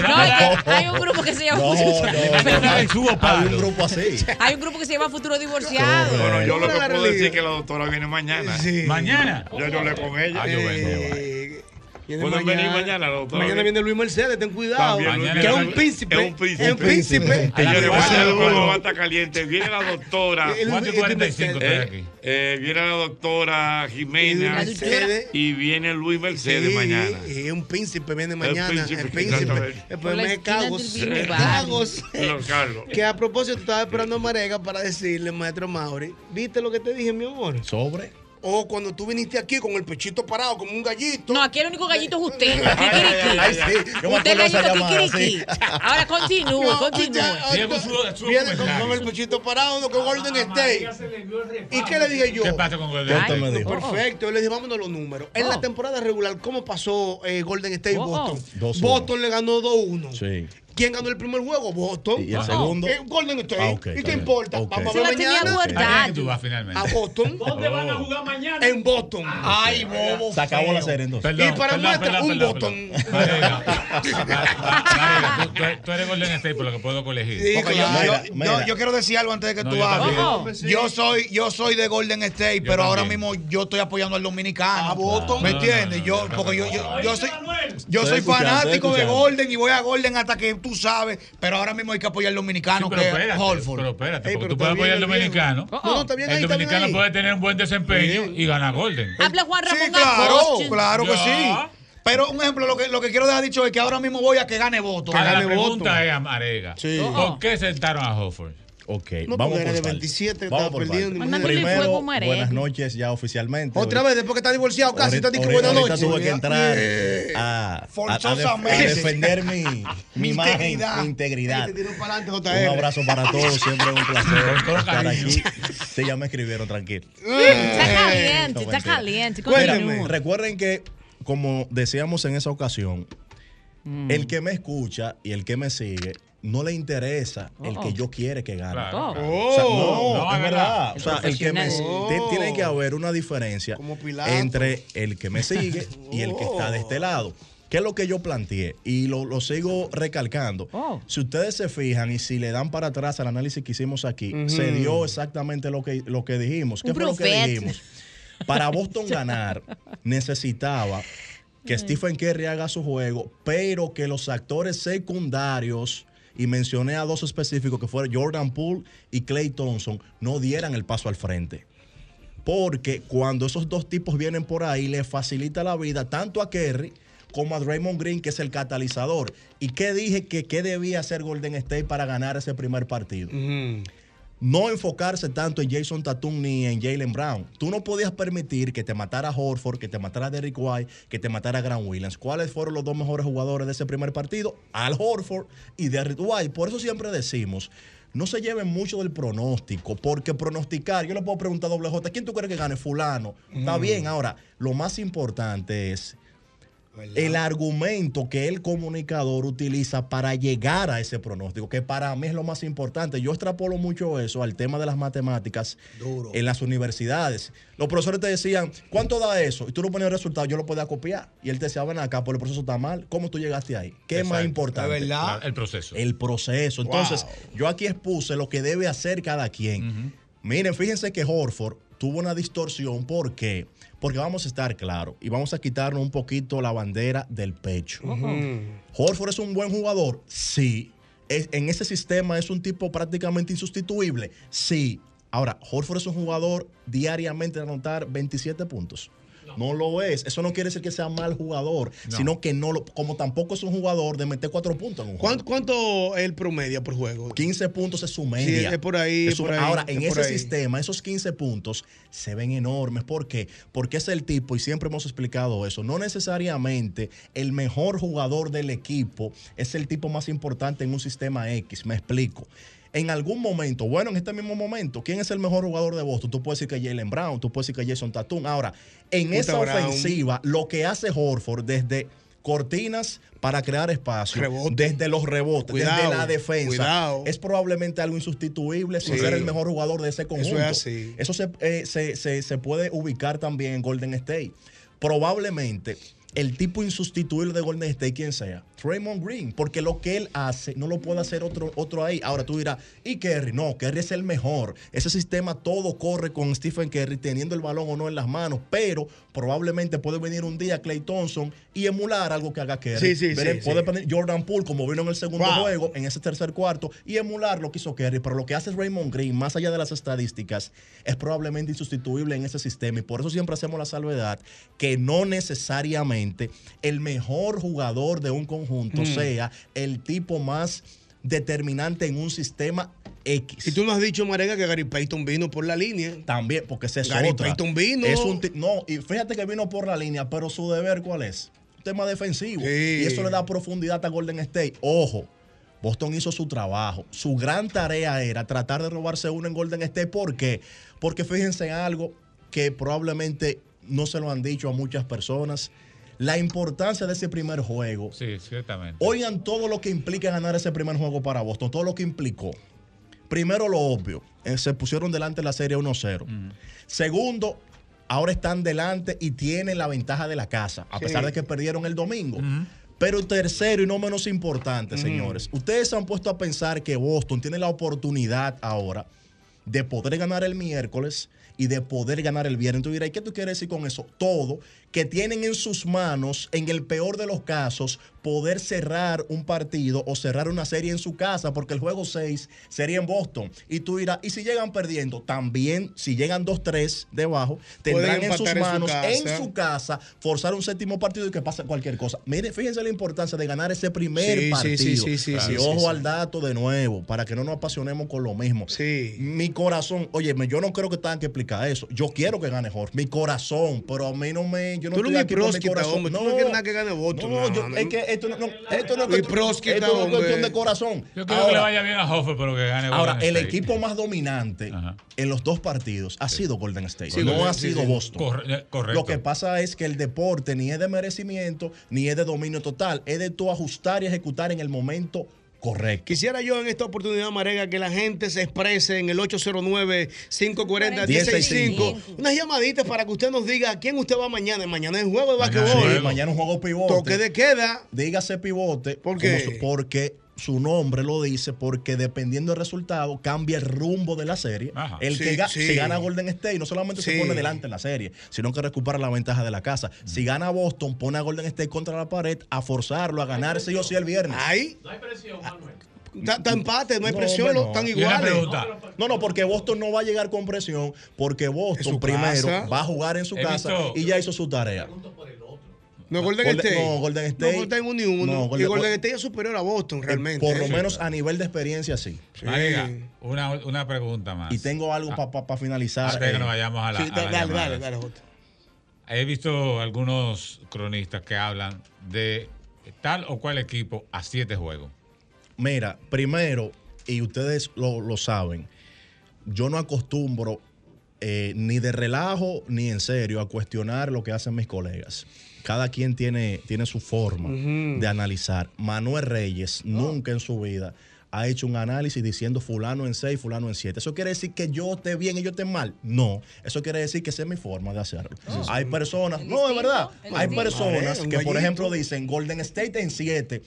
[SPEAKER 21] No, hay, hay un grupo que se llama [laughs] Futuro-
[SPEAKER 9] Hay un grupo así.
[SPEAKER 21] Hay un grupo que se llama Futuro Divorciado.
[SPEAKER 3] Bueno, yo lo que puedo decir es que la doctora viene mañana. ¿Mañana? Yo yo hablé con ella. Eh,
[SPEAKER 12] Viene
[SPEAKER 3] Pueden venir mañana, la doctora.
[SPEAKER 12] Mañana viene Luis Mercedes, ten cuidado.
[SPEAKER 3] También Luis
[SPEAKER 12] que es un
[SPEAKER 3] Mercedes.
[SPEAKER 12] príncipe.
[SPEAKER 3] Es un príncipe.
[SPEAKER 12] Es un príncipe.
[SPEAKER 3] Señores, mañana
[SPEAKER 12] Saludos.
[SPEAKER 3] cuando va a estar caliente, viene la doctora.
[SPEAKER 12] El- el- el- el- 45
[SPEAKER 3] Eh,
[SPEAKER 12] está aquí.
[SPEAKER 3] eh, viene la doctora Jimena.
[SPEAKER 12] Y Luis Mercedes.
[SPEAKER 3] Y viene Luis Mercedes
[SPEAKER 12] Sí,
[SPEAKER 3] mañana.
[SPEAKER 12] Y es un príncipe, viene mañana.
[SPEAKER 3] príncipe,
[SPEAKER 12] El príncipe.
[SPEAKER 3] exactamente. Por
[SPEAKER 12] El
[SPEAKER 3] la
[SPEAKER 12] problema es
[SPEAKER 3] esquina
[SPEAKER 12] Cagos.
[SPEAKER 3] del Bilbao.
[SPEAKER 12] Cagos.
[SPEAKER 3] Los Carlos.
[SPEAKER 12] Que a propósito, estaba esperando a Marega para decirle, maestro Mauri, ¿viste lo que te dije, mi amor?
[SPEAKER 9] Sobre.
[SPEAKER 12] O cuando tú viniste aquí con el pechito parado, como un gallito.
[SPEAKER 21] No, aquí el único gallito es usted.
[SPEAKER 12] ay, ay,
[SPEAKER 21] Kikiriki.
[SPEAKER 12] ay, sí. Yo me
[SPEAKER 21] Usted
[SPEAKER 12] acuerdo de esa
[SPEAKER 21] gallito
[SPEAKER 12] llamada,
[SPEAKER 21] kikiriki.
[SPEAKER 12] sí.
[SPEAKER 21] Ahora continúe,
[SPEAKER 12] No,
[SPEAKER 21] continúe.
[SPEAKER 12] ya, ah, Viene con, con el pechito parado,
[SPEAKER 10] Ah,
[SPEAKER 12] con Golden State. ¿Y qué le dije yo?
[SPEAKER 10] ¿Qué pasa con Golden
[SPEAKER 12] Ay,
[SPEAKER 10] State?
[SPEAKER 12] no, Perfecto, yo le dije, vámonos los números. En la temporada regular, ¿cómo pasó eh, Golden State y
[SPEAKER 9] Oh, oh.
[SPEAKER 12] Boston?
[SPEAKER 9] 2-1.
[SPEAKER 12] Boston le ganó 2-1.
[SPEAKER 9] Sí.
[SPEAKER 12] ¿Quién ganó el primer juego? Boston.
[SPEAKER 9] ¿Y el segundo?
[SPEAKER 12] Eh, Golden State.
[SPEAKER 9] Ah, ok,
[SPEAKER 12] ¿Y
[SPEAKER 9] está
[SPEAKER 12] qué
[SPEAKER 9] bien.
[SPEAKER 12] importa?
[SPEAKER 9] Ok.
[SPEAKER 12] Vamos
[SPEAKER 9] Se
[SPEAKER 12] a
[SPEAKER 9] la
[SPEAKER 12] ver
[SPEAKER 9] tenía
[SPEAKER 12] mañana.
[SPEAKER 9] guardada. ¿A quién tú vas finalmente?
[SPEAKER 12] A Boston. ¿Dónde
[SPEAKER 9] van a
[SPEAKER 12] jugar mañana? En Boston. Ay, bobo.
[SPEAKER 9] Se acabó
[SPEAKER 12] feo.
[SPEAKER 9] la serie entonces.
[SPEAKER 12] y para muestra, un Boston.
[SPEAKER 10] Tú, tú eres Golden State por lo que puedo colegir.
[SPEAKER 20] Sí, Porque yo- claro. yo- yo- yo quiero decir algo antes de que
[SPEAKER 10] No,
[SPEAKER 20] tú
[SPEAKER 10] yo
[SPEAKER 20] hables.
[SPEAKER 10] también.
[SPEAKER 20] Yo soy, yo soy de Golden State, pero ahora mismo yo estoy apoyando al
[SPEAKER 10] Ah,
[SPEAKER 20] dominicano. ¿Me entiendes? yo, porque yo, yo, yo soy, yo
[SPEAKER 12] Estoy
[SPEAKER 20] soy
[SPEAKER 12] escuchando,
[SPEAKER 20] fanático
[SPEAKER 12] estoy
[SPEAKER 20] de
[SPEAKER 12] escuchando.
[SPEAKER 20] Golden y voy a Golden hasta que tú sabes, pero ahora mismo hay que apoyar al dominicano
[SPEAKER 10] pero
[SPEAKER 20] que es
[SPEAKER 10] espérate,
[SPEAKER 20] Holford.
[SPEAKER 10] pero espérate,
[SPEAKER 20] Ey,
[SPEAKER 10] porque
[SPEAKER 20] pero
[SPEAKER 10] tú puedes
[SPEAKER 20] está
[SPEAKER 10] apoyar al
[SPEAKER 20] bien, está bien.
[SPEAKER 10] dominicano.
[SPEAKER 20] No, no, está bien
[SPEAKER 10] el
[SPEAKER 20] ahí, está bien
[SPEAKER 10] dominicano
[SPEAKER 20] ahí.
[SPEAKER 10] puede tener un buen desempeño y ganar Golden.
[SPEAKER 21] Habla Juan Ramón
[SPEAKER 20] Sí, claro,
[SPEAKER 21] Acosta.
[SPEAKER 20] claro que
[SPEAKER 10] Ya.
[SPEAKER 20] sí. Pero un ejemplo, lo que, lo que quiero dejar dicho es que ahora mismo voy a que gane voto.
[SPEAKER 10] Ahora, la pregunta es a Marega. ¿Por qué sentaron a Hofford?
[SPEAKER 9] Ok,
[SPEAKER 10] No, porque
[SPEAKER 9] vamos por
[SPEAKER 10] era de
[SPEAKER 9] parte.
[SPEAKER 10] 27,
[SPEAKER 9] Vamos
[SPEAKER 10] estaba
[SPEAKER 9] por parte.
[SPEAKER 10] perdiendo,
[SPEAKER 12] imagínate. Mandándole
[SPEAKER 9] Primero,
[SPEAKER 12] fuego, Maré.
[SPEAKER 9] buenas noches ya oficialmente.
[SPEAKER 12] Otra
[SPEAKER 9] Hoy-
[SPEAKER 12] vez, después que está divorciado casi,
[SPEAKER 9] ahorita-
[SPEAKER 12] está diciendo
[SPEAKER 9] ahorita-
[SPEAKER 12] buenas noches.
[SPEAKER 9] Ahorita tuve que entrar
[SPEAKER 12] Eh.
[SPEAKER 9] a, a- a def- a
[SPEAKER 12] Forzosamente.
[SPEAKER 9] defender mi, mi, imagen, mi integridad.
[SPEAKER 12] Ahí te tiró para adelante,
[SPEAKER 9] Un
[SPEAKER 12] JR.
[SPEAKER 9] abrazo
[SPEAKER 12] [laughs]
[SPEAKER 9] para todos, siempre un placer
[SPEAKER 10] Con todo
[SPEAKER 9] estar
[SPEAKER 10] cariño.
[SPEAKER 9] aquí. Sí, ya me escribieron, tranquilo.
[SPEAKER 21] Está
[SPEAKER 9] No,
[SPEAKER 21] caliente, está
[SPEAKER 9] mentira.
[SPEAKER 21] caliente.
[SPEAKER 9] Mira,
[SPEAKER 21] Continúe.
[SPEAKER 9] recuerden que, como decíamos en esa ocasión, el que me escucha y el que me sigue no le interesa el
[SPEAKER 21] Oh.
[SPEAKER 9] que yo quiere que gane.
[SPEAKER 21] Claro, claro.
[SPEAKER 9] O sea,
[SPEAKER 21] Oh.
[SPEAKER 9] no,
[SPEAKER 21] No,
[SPEAKER 9] es
[SPEAKER 21] es
[SPEAKER 9] verdad.
[SPEAKER 21] verdad.
[SPEAKER 9] O sea, el que me
[SPEAKER 21] Profesional.
[SPEAKER 9] te- tiene que haber una diferencia
[SPEAKER 12] Pilato.
[SPEAKER 9] entre el que me sigue y el que está de este lado. ¿Qué es lo que yo planteé? Y lo, lo sigo recalcando. Si ustedes se fijan y si le dan para atrás al análisis que hicimos aquí,
[SPEAKER 29] Ujú.
[SPEAKER 9] se dio exactamente lo que, lo que dijimos. ¿Qué
[SPEAKER 29] Un
[SPEAKER 9] fue lo que
[SPEAKER 29] profeta.
[SPEAKER 9] dijimos? Para Boston ganar, necesitaba que Stephen Curry haga su juego, pero que los actores secundarios, y mencioné a dos específicos que fueron Jordan Poole y Clay Thompson, no dieran el paso al frente. Porque cuando esos dos tipos vienen por ahí, le facilita la vida tanto a Kerry como a Draymond Green, que es el catalizador. ¿Y qué dije que qué debía hacer Golden State para ganar ese primer partido?
[SPEAKER 12] Mm.
[SPEAKER 9] No enfocarse tanto en Jason Tatum ni en Jalen Brown. Tú no podías permitir que te matara Horford, que te matara Derrick White, que te matara Grant Williams. ¿Cuáles fueron los dos mejores jugadores de ese primer partido? Al Horford y Derrick White. Por eso siempre decimos, no se lleven mucho del pronóstico, porque pronosticar, yo le puedo preguntar a WJ, ¿quién tú crees que gane? Fulano. Está
[SPEAKER 29] Mm.
[SPEAKER 9] bien, ahora, lo más importante es el argumento que el comunicador utiliza para llegar a ese pronóstico, que para mí es lo más importante. Yo extrapolo mucho eso al tema de las matemáticas en las universidades. Los profesores te decían, ¿cuánto da eso? Y tú lo ponías el resultado, yo lo podía copiar. Y él te decía, ven acá, por el proceso está mal. ¿Cómo tú llegaste ahí? ¿Qué es más
[SPEAKER 10] Exacto.
[SPEAKER 9] importante?
[SPEAKER 10] Es verdad. El proceso.
[SPEAKER 9] El proceso. Entonces, yo aquí expuse lo que debe hacer cada quien. Miren, fíjense que Horford tuvo una distorsión. ¿Por qué? Porque vamos a estar claros y vamos a quitarnos un poquito la bandera del pecho.
[SPEAKER 29] Ujú.
[SPEAKER 9] Horford es un buen jugador, sí. Es- en ese sistema es un tipo prácticamente insustituible, sí. Ahora, Horford es un jugador diariamente de anotar 27 puntos. No lo es. Eso no quiere decir que sea mal jugador, sino que no lo, como tampoco es un jugador de meter cuatro puntos en un
[SPEAKER 12] ¿Cuánto,
[SPEAKER 9] juego.
[SPEAKER 12] cuánto es el promedio por juego?
[SPEAKER 9] 15 puntos es su
[SPEAKER 12] Sí,
[SPEAKER 9] media.
[SPEAKER 12] es por ahí,
[SPEAKER 9] Es
[SPEAKER 12] por
[SPEAKER 9] un-
[SPEAKER 12] ahí,
[SPEAKER 9] ahora,
[SPEAKER 12] es
[SPEAKER 9] en
[SPEAKER 12] por
[SPEAKER 9] ese
[SPEAKER 12] ahí.
[SPEAKER 9] sistema, esos 15 puntos se ven enormes. ¿Por qué? Porque es el tipo, y siempre hemos explicado eso, no necesariamente el mejor jugador del equipo es el tipo más importante en un sistema X. Me explico. En algún momento, bueno, en este mismo momento, ¿quién es el mejor jugador de Boston? Tú puedes decir que Jalen Brown, tú puedes decir que Jason Tatum. Ahora, en
[SPEAKER 12] Puta,
[SPEAKER 9] esa
[SPEAKER 12] Brown.
[SPEAKER 9] ofensiva, lo que hace Horford desde cortinas para crear espacio, desde los rebotes,
[SPEAKER 12] Cuidado,
[SPEAKER 9] desde la defensa,
[SPEAKER 12] cuidado.
[SPEAKER 9] es probablemente algo insustituible sin
[SPEAKER 12] Sí.
[SPEAKER 9] ser el mejor jugador de ese conjunto.
[SPEAKER 12] es así.
[SPEAKER 9] Eso se, eh, se- se- se puede ubicar también en Golden State. Probablemente el tipo insustituible de Golden State, quien sea, Raymond Green, porque lo que él hace no lo puede hacer otro, otro ahí. Ahora tú dirás, ¿y Kerry? No, Kerry es el mejor. Ese sistema todo corre con Stephen Kerry teniendo el balón o no en las manos, pero probablemente puede venir un día Clay Thompson y emular algo que haga Kerry.
[SPEAKER 12] Sí, sí,
[SPEAKER 9] Vere-
[SPEAKER 12] sí,
[SPEAKER 9] puede
[SPEAKER 12] sí.
[SPEAKER 9] poner Jordan Poole, como vino en el segundo
[SPEAKER 12] Wow.
[SPEAKER 9] juego, en ese tercer cuarto, y emular lo que hizo Kerry. Pero lo que hace Raymond Green, más allá de las estadísticas, es probablemente insustituible en ese sistema. Y por eso siempre hacemos la salvedad que no necesariamente el mejor jugador de un conjunto
[SPEAKER 12] Mm.
[SPEAKER 9] sea el tipo más determinante en un sistema X.
[SPEAKER 12] Y tú nos has dicho, Marega, que Gary Payton vino por la línea.
[SPEAKER 9] También, porque ese es
[SPEAKER 12] Gary
[SPEAKER 9] otra.
[SPEAKER 12] Payton vino.
[SPEAKER 9] Es un ti- no, y fíjate que vino por la línea, pero su deber, ¿cuál es? Un tema defensivo. Y eso le da profundidad a Golden State. Ojo, Boston hizo su trabajo. Su gran tarea era tratar de robarse uno en Golden State. ¿Por qué? Porque fíjense en algo que probablemente no se lo han dicho a muchas personas. La importancia de ese primer juego
[SPEAKER 10] Sí, ciertamente.
[SPEAKER 9] Oigan todo lo que implica ganar ese primer juego para Boston, todo lo que implicó. Primero, lo obvio, eh, se pusieron delante de la serie 1-0. Segundo, ahora están delante y tienen la ventaja de la casa, a
[SPEAKER 12] Sí.
[SPEAKER 9] pesar de que perdieron el domingo. Pero tercero y no menos importante,
[SPEAKER 12] Ujú.
[SPEAKER 9] señores, ustedes se han puesto a pensar que Boston tiene la oportunidad ahora de poder ganar el miércoles y de poder ganar el viernes. Tú dirás, ¿y ¿qué tú quieres decir con eso? Todo que tienen en sus manos, en el peor de los casos, poder cerrar un partido o cerrar una serie en su casa, porque el juego 6 sería en Boston. Y tú dirás, ¿y si llegan perdiendo? También, si llegan 2-3 debajo, tendrán
[SPEAKER 12] Pueden
[SPEAKER 9] en sus
[SPEAKER 12] empatar en su
[SPEAKER 9] manos, en
[SPEAKER 12] casa.
[SPEAKER 9] su casa, forzar un séptimo partido y que pase cualquier cosa. Mire, fíjense la importancia de ganar ese primer
[SPEAKER 12] Sí, sí,
[SPEAKER 9] partido.
[SPEAKER 12] sí, sí, sí,
[SPEAKER 9] Y
[SPEAKER 12] sí,
[SPEAKER 9] ojo
[SPEAKER 12] sí,
[SPEAKER 9] al dato de nuevo, para que no nos apasionemos con lo mismo. Mi corazón, oye, yo no creo que tengan que explicar eso. Yo quiero que gane Jorge. Mi corazón, pero a mí no me. Yo no
[SPEAKER 12] Tú no
[SPEAKER 9] estoy
[SPEAKER 12] eres
[SPEAKER 9] aquí por mi
[SPEAKER 12] prósquita,
[SPEAKER 9] corazón.
[SPEAKER 12] hombre. Tú no quieres nada que gane Boston,
[SPEAKER 9] No,
[SPEAKER 12] nada,
[SPEAKER 9] yo-
[SPEAKER 12] no.
[SPEAKER 9] es que esto no, no- esto no es
[SPEAKER 12] Luis
[SPEAKER 9] cuestión-
[SPEAKER 12] prósquita,
[SPEAKER 9] esto no es cuestión
[SPEAKER 12] hombre.
[SPEAKER 9] de corazón.
[SPEAKER 10] Yo quiero que le vaya bien a Hoffer, pero que gane
[SPEAKER 9] Ahora,
[SPEAKER 10] Golden
[SPEAKER 9] el
[SPEAKER 10] State.
[SPEAKER 9] equipo más dominante en los dos partidos ha sido Golden State.
[SPEAKER 10] Sí,
[SPEAKER 9] no
[SPEAKER 10] Golden-
[SPEAKER 9] ha
[SPEAKER 10] sí,
[SPEAKER 9] sido
[SPEAKER 10] sí.
[SPEAKER 9] Boston.
[SPEAKER 10] Corre- eh, correcto.
[SPEAKER 9] Lo que pasa es que el deporte ni es de merecimiento, ni es de dominio total. Es de tú ajustar y ejecutar en el momento correcto.
[SPEAKER 12] Quisiera yo en esta oportunidad, Marega, que la gente se exprese en el 809-540-165.
[SPEAKER 9] 1065.
[SPEAKER 12] Unas llamaditas para que usted nos diga a quién usted va mañana. Mañana es juego de
[SPEAKER 9] Sí,
[SPEAKER 12] basquetbol.
[SPEAKER 9] Ah, mañana un juego pivote.
[SPEAKER 12] Toque de queda.
[SPEAKER 9] Dígase pivote. ¿Por
[SPEAKER 12] qué?
[SPEAKER 9] porque su nombre lo dice, porque dependiendo del resultado cambia el rumbo de la serie. El
[SPEAKER 12] Sí,
[SPEAKER 9] que ga-
[SPEAKER 12] sí.
[SPEAKER 9] si gana Golden State, no solamente
[SPEAKER 12] Sí.
[SPEAKER 9] se pone delante en la serie, sino que recupera la ventaja de la casa. Si gana Boston, pone a Golden State contra la pared a forzarlo a ganar sí o sí el viernes.
[SPEAKER 12] Ahí.
[SPEAKER 9] No hay presión, Manuel.
[SPEAKER 12] Ah, Está empate, no hay presión,
[SPEAKER 9] hombre,
[SPEAKER 12] lo- están
[SPEAKER 9] Y una
[SPEAKER 12] iguales.
[SPEAKER 9] pregunta. No, no, porque Boston no va a llegar con presión, porque Boston
[SPEAKER 12] su
[SPEAKER 9] primero
[SPEAKER 12] casa.
[SPEAKER 9] va a jugar en su
[SPEAKER 12] He
[SPEAKER 9] casa
[SPEAKER 12] visto-
[SPEAKER 9] y ya hizo su tarea.
[SPEAKER 12] No, Golden
[SPEAKER 9] Golden-
[SPEAKER 12] State.
[SPEAKER 9] no, Golden State.
[SPEAKER 12] No, Golden uno y uno.
[SPEAKER 9] No,
[SPEAKER 12] y
[SPEAKER 9] Golden- Eh,
[SPEAKER 12] Golden State es superior a Boston, realmente.
[SPEAKER 9] Por lo
[SPEAKER 12] Sí.
[SPEAKER 9] menos a nivel de experiencia, sí.
[SPEAKER 10] Marica, una, una pregunta más.
[SPEAKER 9] Y tengo algo para finalizar.
[SPEAKER 10] Antes de que
[SPEAKER 9] eh,
[SPEAKER 10] nos vayamos a la.
[SPEAKER 9] sí,
[SPEAKER 10] a
[SPEAKER 9] da-
[SPEAKER 10] las
[SPEAKER 9] dale, dale,
[SPEAKER 10] llamadas.
[SPEAKER 9] dale,
[SPEAKER 12] Jota.
[SPEAKER 10] He visto algunos cronistas que hablan de tal o cual equipo a siete juegos.
[SPEAKER 9] Mira, primero, y ustedes lo, lo saben, yo no acostumbro eh, ni de relajo ni en serio a cuestionar lo que hacen mis colegas. Cada quien tiene, tiene su forma de analizar. Manuel Reyes nunca en su vida ha hecho un análisis diciendo fulano en 6, fulano en 7. ¿Eso quiere decir que yo esté bien y yo esté mal? No. Eso quiere decir que esa es mi forma de hacerlo. Hay personas, no, Ah, es verdad,
[SPEAKER 12] el
[SPEAKER 9] hay
[SPEAKER 12] instinto.
[SPEAKER 9] personas
[SPEAKER 12] Vale, Ah, un
[SPEAKER 9] que, por
[SPEAKER 12] gallito.
[SPEAKER 9] ejemplo, dicen Golden State en 7.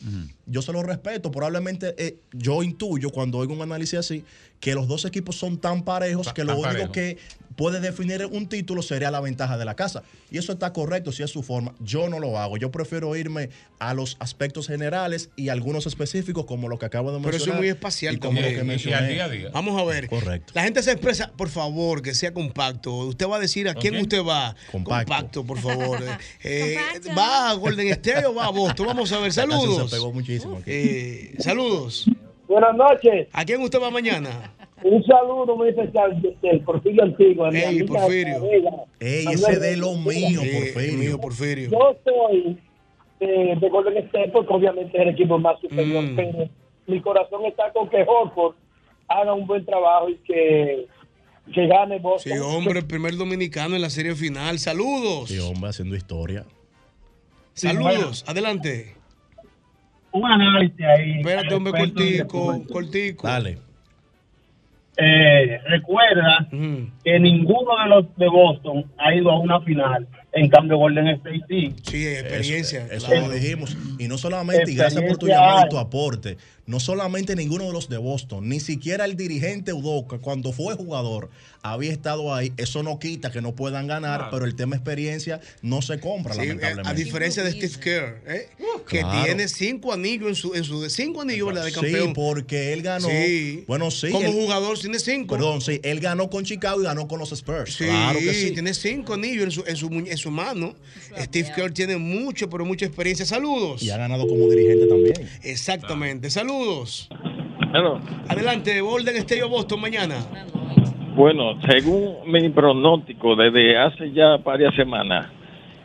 [SPEAKER 9] Yo se lo respeto. Probablemente eh, yo intuyo cuando oigo un análisis así que los dos equipos son tan parejos
[SPEAKER 10] Ta-
[SPEAKER 9] que lo
[SPEAKER 10] tan
[SPEAKER 9] único
[SPEAKER 10] parejos.
[SPEAKER 9] que puede definir un título, sería la ventaja de la casa. Y eso está correcto si es su forma. Yo no lo hago. Yo prefiero irme a los aspectos generales y algunos específicos, como lo que acabo de
[SPEAKER 12] Pero
[SPEAKER 9] mencionar.
[SPEAKER 12] eso es muy espacial
[SPEAKER 9] y como lo que mencioné.
[SPEAKER 12] Vamos a ver.
[SPEAKER 9] Correcto.
[SPEAKER 12] La gente se expresa, por favor, que sea compacto. Usted va a decir a quién
[SPEAKER 9] Ok.
[SPEAKER 12] usted va.
[SPEAKER 9] Compacto.
[SPEAKER 12] por favor. Eh, ¿Va a Golden State o va a Boston? Vamos a ver.
[SPEAKER 9] La canción
[SPEAKER 12] Saludos.
[SPEAKER 9] Ah, Se pegó muchísimo aquí.
[SPEAKER 12] Eh, saludos.
[SPEAKER 24] Buenas noches.
[SPEAKER 12] ¿A quién usted va mañana?
[SPEAKER 24] Un saludo muy especial del Porfirio Antiguo.
[SPEAKER 12] Ey, Porfirio.
[SPEAKER 9] Ey, ese de lo mío, Porfirio.
[SPEAKER 24] Yo soy eh, de Golden State porque obviamente es el equipo más superior,
[SPEAKER 9] Mm.
[SPEAKER 24] pero mi corazón está con que Horford haga un buen trabajo y que, que gane
[SPEAKER 12] Sí,
[SPEAKER 24] Boston.
[SPEAKER 12] hombre, el primer dominicano en la serie final. Saludos.
[SPEAKER 9] Sí, hombre, haciendo historia.
[SPEAKER 12] Saludos. Adelante.
[SPEAKER 24] Un análisis ahí.
[SPEAKER 12] Espérate, hombre,
[SPEAKER 24] Respecto de-
[SPEAKER 12] cortico, cortico.
[SPEAKER 9] Dale.
[SPEAKER 24] Eh, recuerda
[SPEAKER 12] Mm.
[SPEAKER 24] que ninguno de los de Boston ha ido a una final. En cambio, Golden State sí.
[SPEAKER 12] Sí, experiencia.
[SPEAKER 9] Eso
[SPEAKER 24] claro.
[SPEAKER 9] lo dijimos. Y no solamente, y
[SPEAKER 24] Experiencia
[SPEAKER 9] gracias por tu llamada
[SPEAKER 24] hay.
[SPEAKER 9] y tu aporte, no solamente ninguno de los de Boston, ni siquiera el dirigente Udoca, cuando fue jugador, había estado ahí. Eso no quita que no puedan ganar,
[SPEAKER 12] Claro.
[SPEAKER 9] pero el tema experiencia no se compra,
[SPEAKER 12] Sí,
[SPEAKER 9] lamentablemente.
[SPEAKER 12] a diferencia de Steve Kerr, ¿eh? que
[SPEAKER 9] Claro.
[SPEAKER 12] tiene cinco anillos en su, en su cinco anillos ¿verdad? de
[SPEAKER 9] Sí,
[SPEAKER 12] campeón.
[SPEAKER 9] porque él ganó.
[SPEAKER 12] Sí.
[SPEAKER 9] Bueno, sí.
[SPEAKER 12] Como
[SPEAKER 9] él-
[SPEAKER 12] jugador tiene cinco.
[SPEAKER 9] Perdón, sí. Él ganó con Chicago y ganó con los Spurs.
[SPEAKER 12] Sí,
[SPEAKER 9] Claro que sí.
[SPEAKER 12] tiene cinco anillos en su, en su, muñe- en su mano. Steve Kerr tiene mucho, pero mucha experiencia. Saludos.
[SPEAKER 9] Y ha ganado como dirigente también.
[SPEAKER 12] Exactamente. Saludos. Adelante, Golden State o Boston mañana.
[SPEAKER 2] Eh, Bueno, según mi pronóstico desde hace ya varias semanas,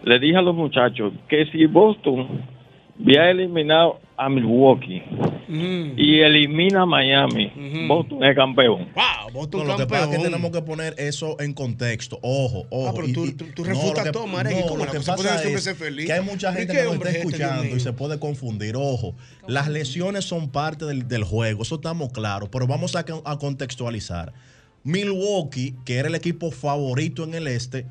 [SPEAKER 2] le dije a los muchachos que si Boston había eliminado a Milwaukee y elimina a Miami, Boston es campeón.
[SPEAKER 9] No, lo que pasa es que tenemos que poner eso en contexto. Ojo, ojo.
[SPEAKER 12] Ah, pero
[SPEAKER 9] Y-
[SPEAKER 12] tú-
[SPEAKER 9] y-
[SPEAKER 12] tú- tú
[SPEAKER 9] no,
[SPEAKER 12] refutas
[SPEAKER 9] lo que-
[SPEAKER 12] todo, Marek, y
[SPEAKER 9] no,
[SPEAKER 12] cómo
[SPEAKER 9] lo
[SPEAKER 12] la
[SPEAKER 9] que
[SPEAKER 12] cosa puede
[SPEAKER 9] pasa
[SPEAKER 12] decir que
[SPEAKER 9] es
[SPEAKER 12] sea feliz.
[SPEAKER 9] que hay mucha
[SPEAKER 12] ¿Y
[SPEAKER 9] gente
[SPEAKER 12] qué
[SPEAKER 9] que nos
[SPEAKER 12] hombre
[SPEAKER 9] está
[SPEAKER 12] es este, Dios
[SPEAKER 9] escuchando
[SPEAKER 12] mío?
[SPEAKER 9] y se puede confundir. Ojo, las lesiones son parte del, del juego, eso estamos claros, pero vamos a, con- a contextualizar. Milwaukee, que era el equipo favorito en el este,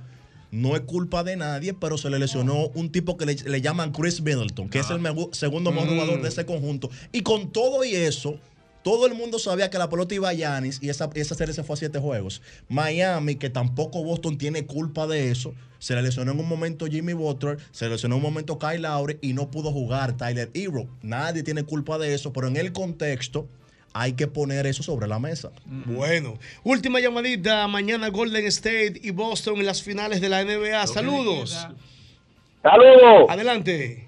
[SPEAKER 9] no es culpa de nadie, pero se le lesionó un tipo que le, le llaman Chris Middleton, que es el megu- segundo mejor
[SPEAKER 12] Mm.
[SPEAKER 9] jugador de ese conjunto. Y con todo y eso, todo el mundo sabía que la pelota iba a Yanis y esa, esa serie se fue a siete juegos. Miami, que tampoco Boston tiene culpa de eso, se le lesionó en un momento Jimmy Butler, se le lesionó en un momento Kyle Lowry y no pudo jugar Tyler Hero. Nadie tiene culpa de eso, pero en el contexto hay que poner eso sobre la mesa.
[SPEAKER 24] Mm.
[SPEAKER 12] Bueno, última llamadita. Mañana Golden State y Boston en las finales de la NBA. Saludos.
[SPEAKER 24] Saludos.
[SPEAKER 12] Adelante.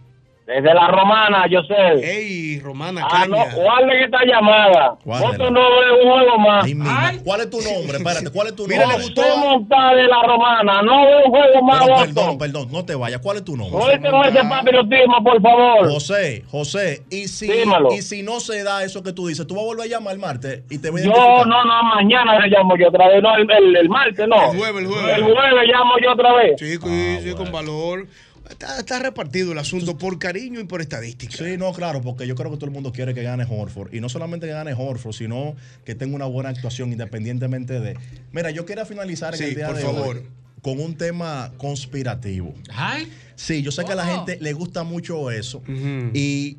[SPEAKER 24] Desde la Romana, yo sé.
[SPEAKER 12] Ey, Romana,
[SPEAKER 24] Ah, no,
[SPEAKER 12] caña.
[SPEAKER 24] guarden esta llamada.
[SPEAKER 9] Guárdela.
[SPEAKER 24] Otro no es un juego más. Ah,
[SPEAKER 9] ¿Cuál es tu nombre? Espérate, ¿cuál es tu
[SPEAKER 24] Mira,
[SPEAKER 9] nombre?
[SPEAKER 24] le gustó montar de la Romana. No veo un juego más,
[SPEAKER 9] Pero,
[SPEAKER 24] Boston.
[SPEAKER 9] perdón, perdón, no te vayas. ¿Cuál es tu nombre?
[SPEAKER 24] Suelten ese patriotismo, por favor.
[SPEAKER 9] José, José, y si,
[SPEAKER 24] Dímelo.
[SPEAKER 9] y si no se da eso que tú dices, tú vas a volver a llamar el martes y te voy a
[SPEAKER 24] Yo,
[SPEAKER 9] identificar.
[SPEAKER 24] no, no, mañana le llamo yo otra vez. No, el, el- el martes, no.
[SPEAKER 12] El jueves, el jueves.
[SPEAKER 24] El jueves llamo yo otra vez.
[SPEAKER 12] Sí, sí,
[SPEAKER 9] Ah,
[SPEAKER 12] sí, con valor. Está, está repartido el asunto por cariño y por estadística.
[SPEAKER 9] Sí, no, claro, porque yo creo que todo el mundo quiere que gane Horford. Y no solamente que gane Horford, sino que tenga una buena actuación independientemente de. Mira, yo quería finalizar
[SPEAKER 12] Sí,
[SPEAKER 9] en el día
[SPEAKER 12] por
[SPEAKER 9] de
[SPEAKER 12] favor.
[SPEAKER 9] hoy con un tema conspirativo. Sí, yo sé que a la gente le gusta mucho eso. Y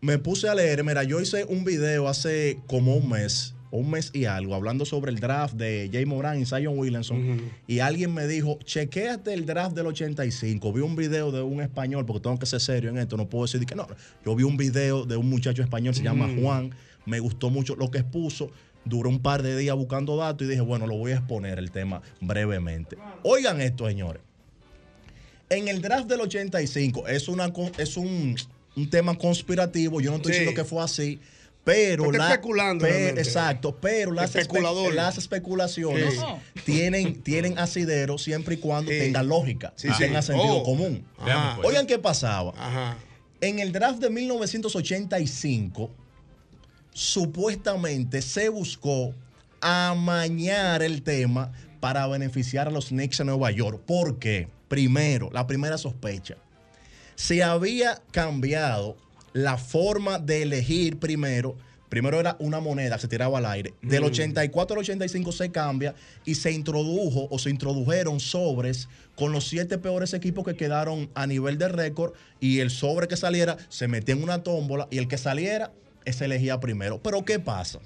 [SPEAKER 9] me puse a leer, mira, yo hice un video hace como un mes, un mes y algo, hablando sobre el draft de Jay Moran y Zion Williamson. Y alguien me dijo, chequéate el draft del 85. Vi un video de un español, porque tengo que ser serio en esto, no puedo decir que no. Yo vi un video de un muchacho español, se llama
[SPEAKER 12] Mm.
[SPEAKER 9] Juan, me gustó mucho lo que expuso. Duró un par de días buscando datos y dije, bueno, lo voy a exponer el tema brevemente. Oigan esto, señores. En el draft del 85 es, una, con- es un, un tema conspirativo. Yo no estoy
[SPEAKER 12] Sí.
[SPEAKER 9] diciendo que fue así. Pero
[SPEAKER 12] Está
[SPEAKER 9] la-
[SPEAKER 12] especulando
[SPEAKER 9] pe-
[SPEAKER 12] realmente.
[SPEAKER 9] exacto, pero las, espe-
[SPEAKER 12] Especulador.
[SPEAKER 9] las especulaciones
[SPEAKER 12] Sí.
[SPEAKER 9] tienen, tienen asidero siempre y cuando tengan lógica,
[SPEAKER 12] Sí,
[SPEAKER 9] y
[SPEAKER 12] sí.
[SPEAKER 9] tengan sentido
[SPEAKER 12] Oh.
[SPEAKER 9] común.
[SPEAKER 12] Ajá.
[SPEAKER 9] Oigan qué pasaba. En el draft de 1985, supuestamente se buscó amañar el tema para beneficiar a los Knicks de Nueva York. ¿Por qué? Primero, la primera sospecha. Se había cambiado la forma de elegir primero. Primero era una moneda, se tiraba al aire. Del
[SPEAKER 12] Mm.
[SPEAKER 9] 84 al 85 se cambia y se introdujo o se introdujeron sobres con los siete peores equipos que quedaron a nivel de récord y el sobre que saliera se metía en una tómbola y el que saliera se elegía primero. Pero ¿qué pasa?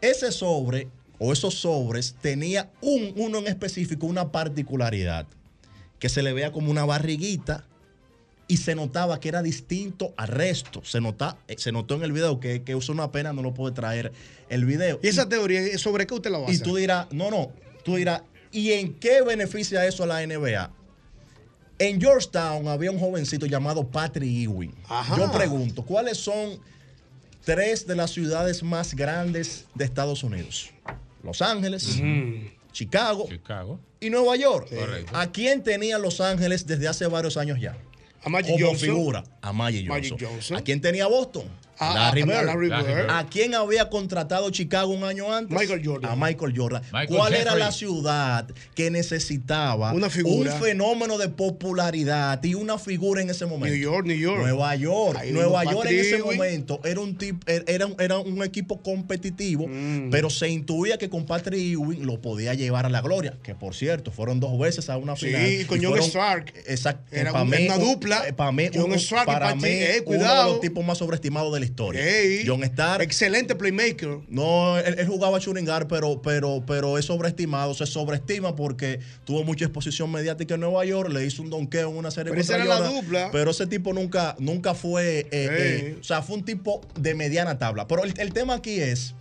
[SPEAKER 9] Ese sobre o esos sobres tenía un, uno en específico, una particularidad, que se le veía como una barriguita y se notaba que era distinto al resto. Se, nota, eh, se notó en el video que, que usa una pena, no lo puede traer el video. ¿Y
[SPEAKER 12] esa teoría eh, sobre qué usted la basa?
[SPEAKER 9] Y tú dirás, no, no, tú dirás, ¿y en qué beneficia eso a la NBA? En Georgetown había un jovencito llamado Patrick Ewing.
[SPEAKER 12] Ajá.
[SPEAKER 9] Yo pregunto, ¿cuáles son tres de las ciudades más grandes de Estados Unidos? Los Ángeles, Chicago,
[SPEAKER 10] Chicago.
[SPEAKER 9] y Nueva York.
[SPEAKER 10] Correcto.
[SPEAKER 9] ¿A quién tenía Los Ángeles desde hace varios años ya?
[SPEAKER 12] A
[SPEAKER 10] Magic
[SPEAKER 9] Como
[SPEAKER 10] Johnson.
[SPEAKER 9] figura. A Magic
[SPEAKER 10] Magic
[SPEAKER 9] Johnson.
[SPEAKER 10] Johnson.
[SPEAKER 9] ¿A quién tenía Boston?
[SPEAKER 10] A-
[SPEAKER 9] Larry
[SPEAKER 10] a-
[SPEAKER 9] Bird.
[SPEAKER 10] Larry Larry Bird. Bird.
[SPEAKER 9] ¿A quién había contratado Chicago un año antes? Michael Jordan. A Michael Jordan.
[SPEAKER 10] Michael
[SPEAKER 9] ¿Cuál era
[SPEAKER 10] Jeffrey.
[SPEAKER 9] la ciudad que necesitaba
[SPEAKER 12] Una figura.
[SPEAKER 9] un fenómeno de popularidad y una figura en ese momento?
[SPEAKER 12] New York, New York.
[SPEAKER 9] Nueva York.
[SPEAKER 12] Ahí
[SPEAKER 9] Nueva
[SPEAKER 12] vino
[SPEAKER 9] York en ese
[SPEAKER 12] Patrick Ewing.
[SPEAKER 9] momento era un, tip- er- era, un- era un equipo competitivo,
[SPEAKER 12] Mm.
[SPEAKER 9] pero se intuía que con Patrick Ewing lo podía llevar a la gloria. Que por cierto, fueron dos veces a una
[SPEAKER 12] Sí,
[SPEAKER 9] final.
[SPEAKER 12] y con John
[SPEAKER 9] fueron-
[SPEAKER 12] Stark.
[SPEAKER 9] Exacto.
[SPEAKER 12] Era
[SPEAKER 9] para
[SPEAKER 12] un-
[SPEAKER 9] mí,
[SPEAKER 12] una dupla.
[SPEAKER 9] eh, Para mí,
[SPEAKER 12] John
[SPEAKER 9] un-
[SPEAKER 12] Stark y
[SPEAKER 9] para
[SPEAKER 12] Patrick,
[SPEAKER 9] mí,
[SPEAKER 12] eh,
[SPEAKER 9] uno de
[SPEAKER 12] cuidado.
[SPEAKER 9] los tipos más sobreestimados de la historia.
[SPEAKER 12] Ey.
[SPEAKER 9] John Stark.
[SPEAKER 12] Excelente playmaker.
[SPEAKER 9] No, él, él jugaba a churingar, pero, pero, pero es sobreestimado. Se sobreestima porque tuvo mucha exposición mediática en Nueva York, le hizo un donqueo en una serie
[SPEAKER 12] Pero esa
[SPEAKER 9] contra
[SPEAKER 12] era la
[SPEAKER 9] Jordan,
[SPEAKER 12] dupla.
[SPEAKER 9] Pero ese tipo nunca, nunca fue. eh, eh, o sea, fue un tipo de mediana tabla. Pero el, el tema aquí es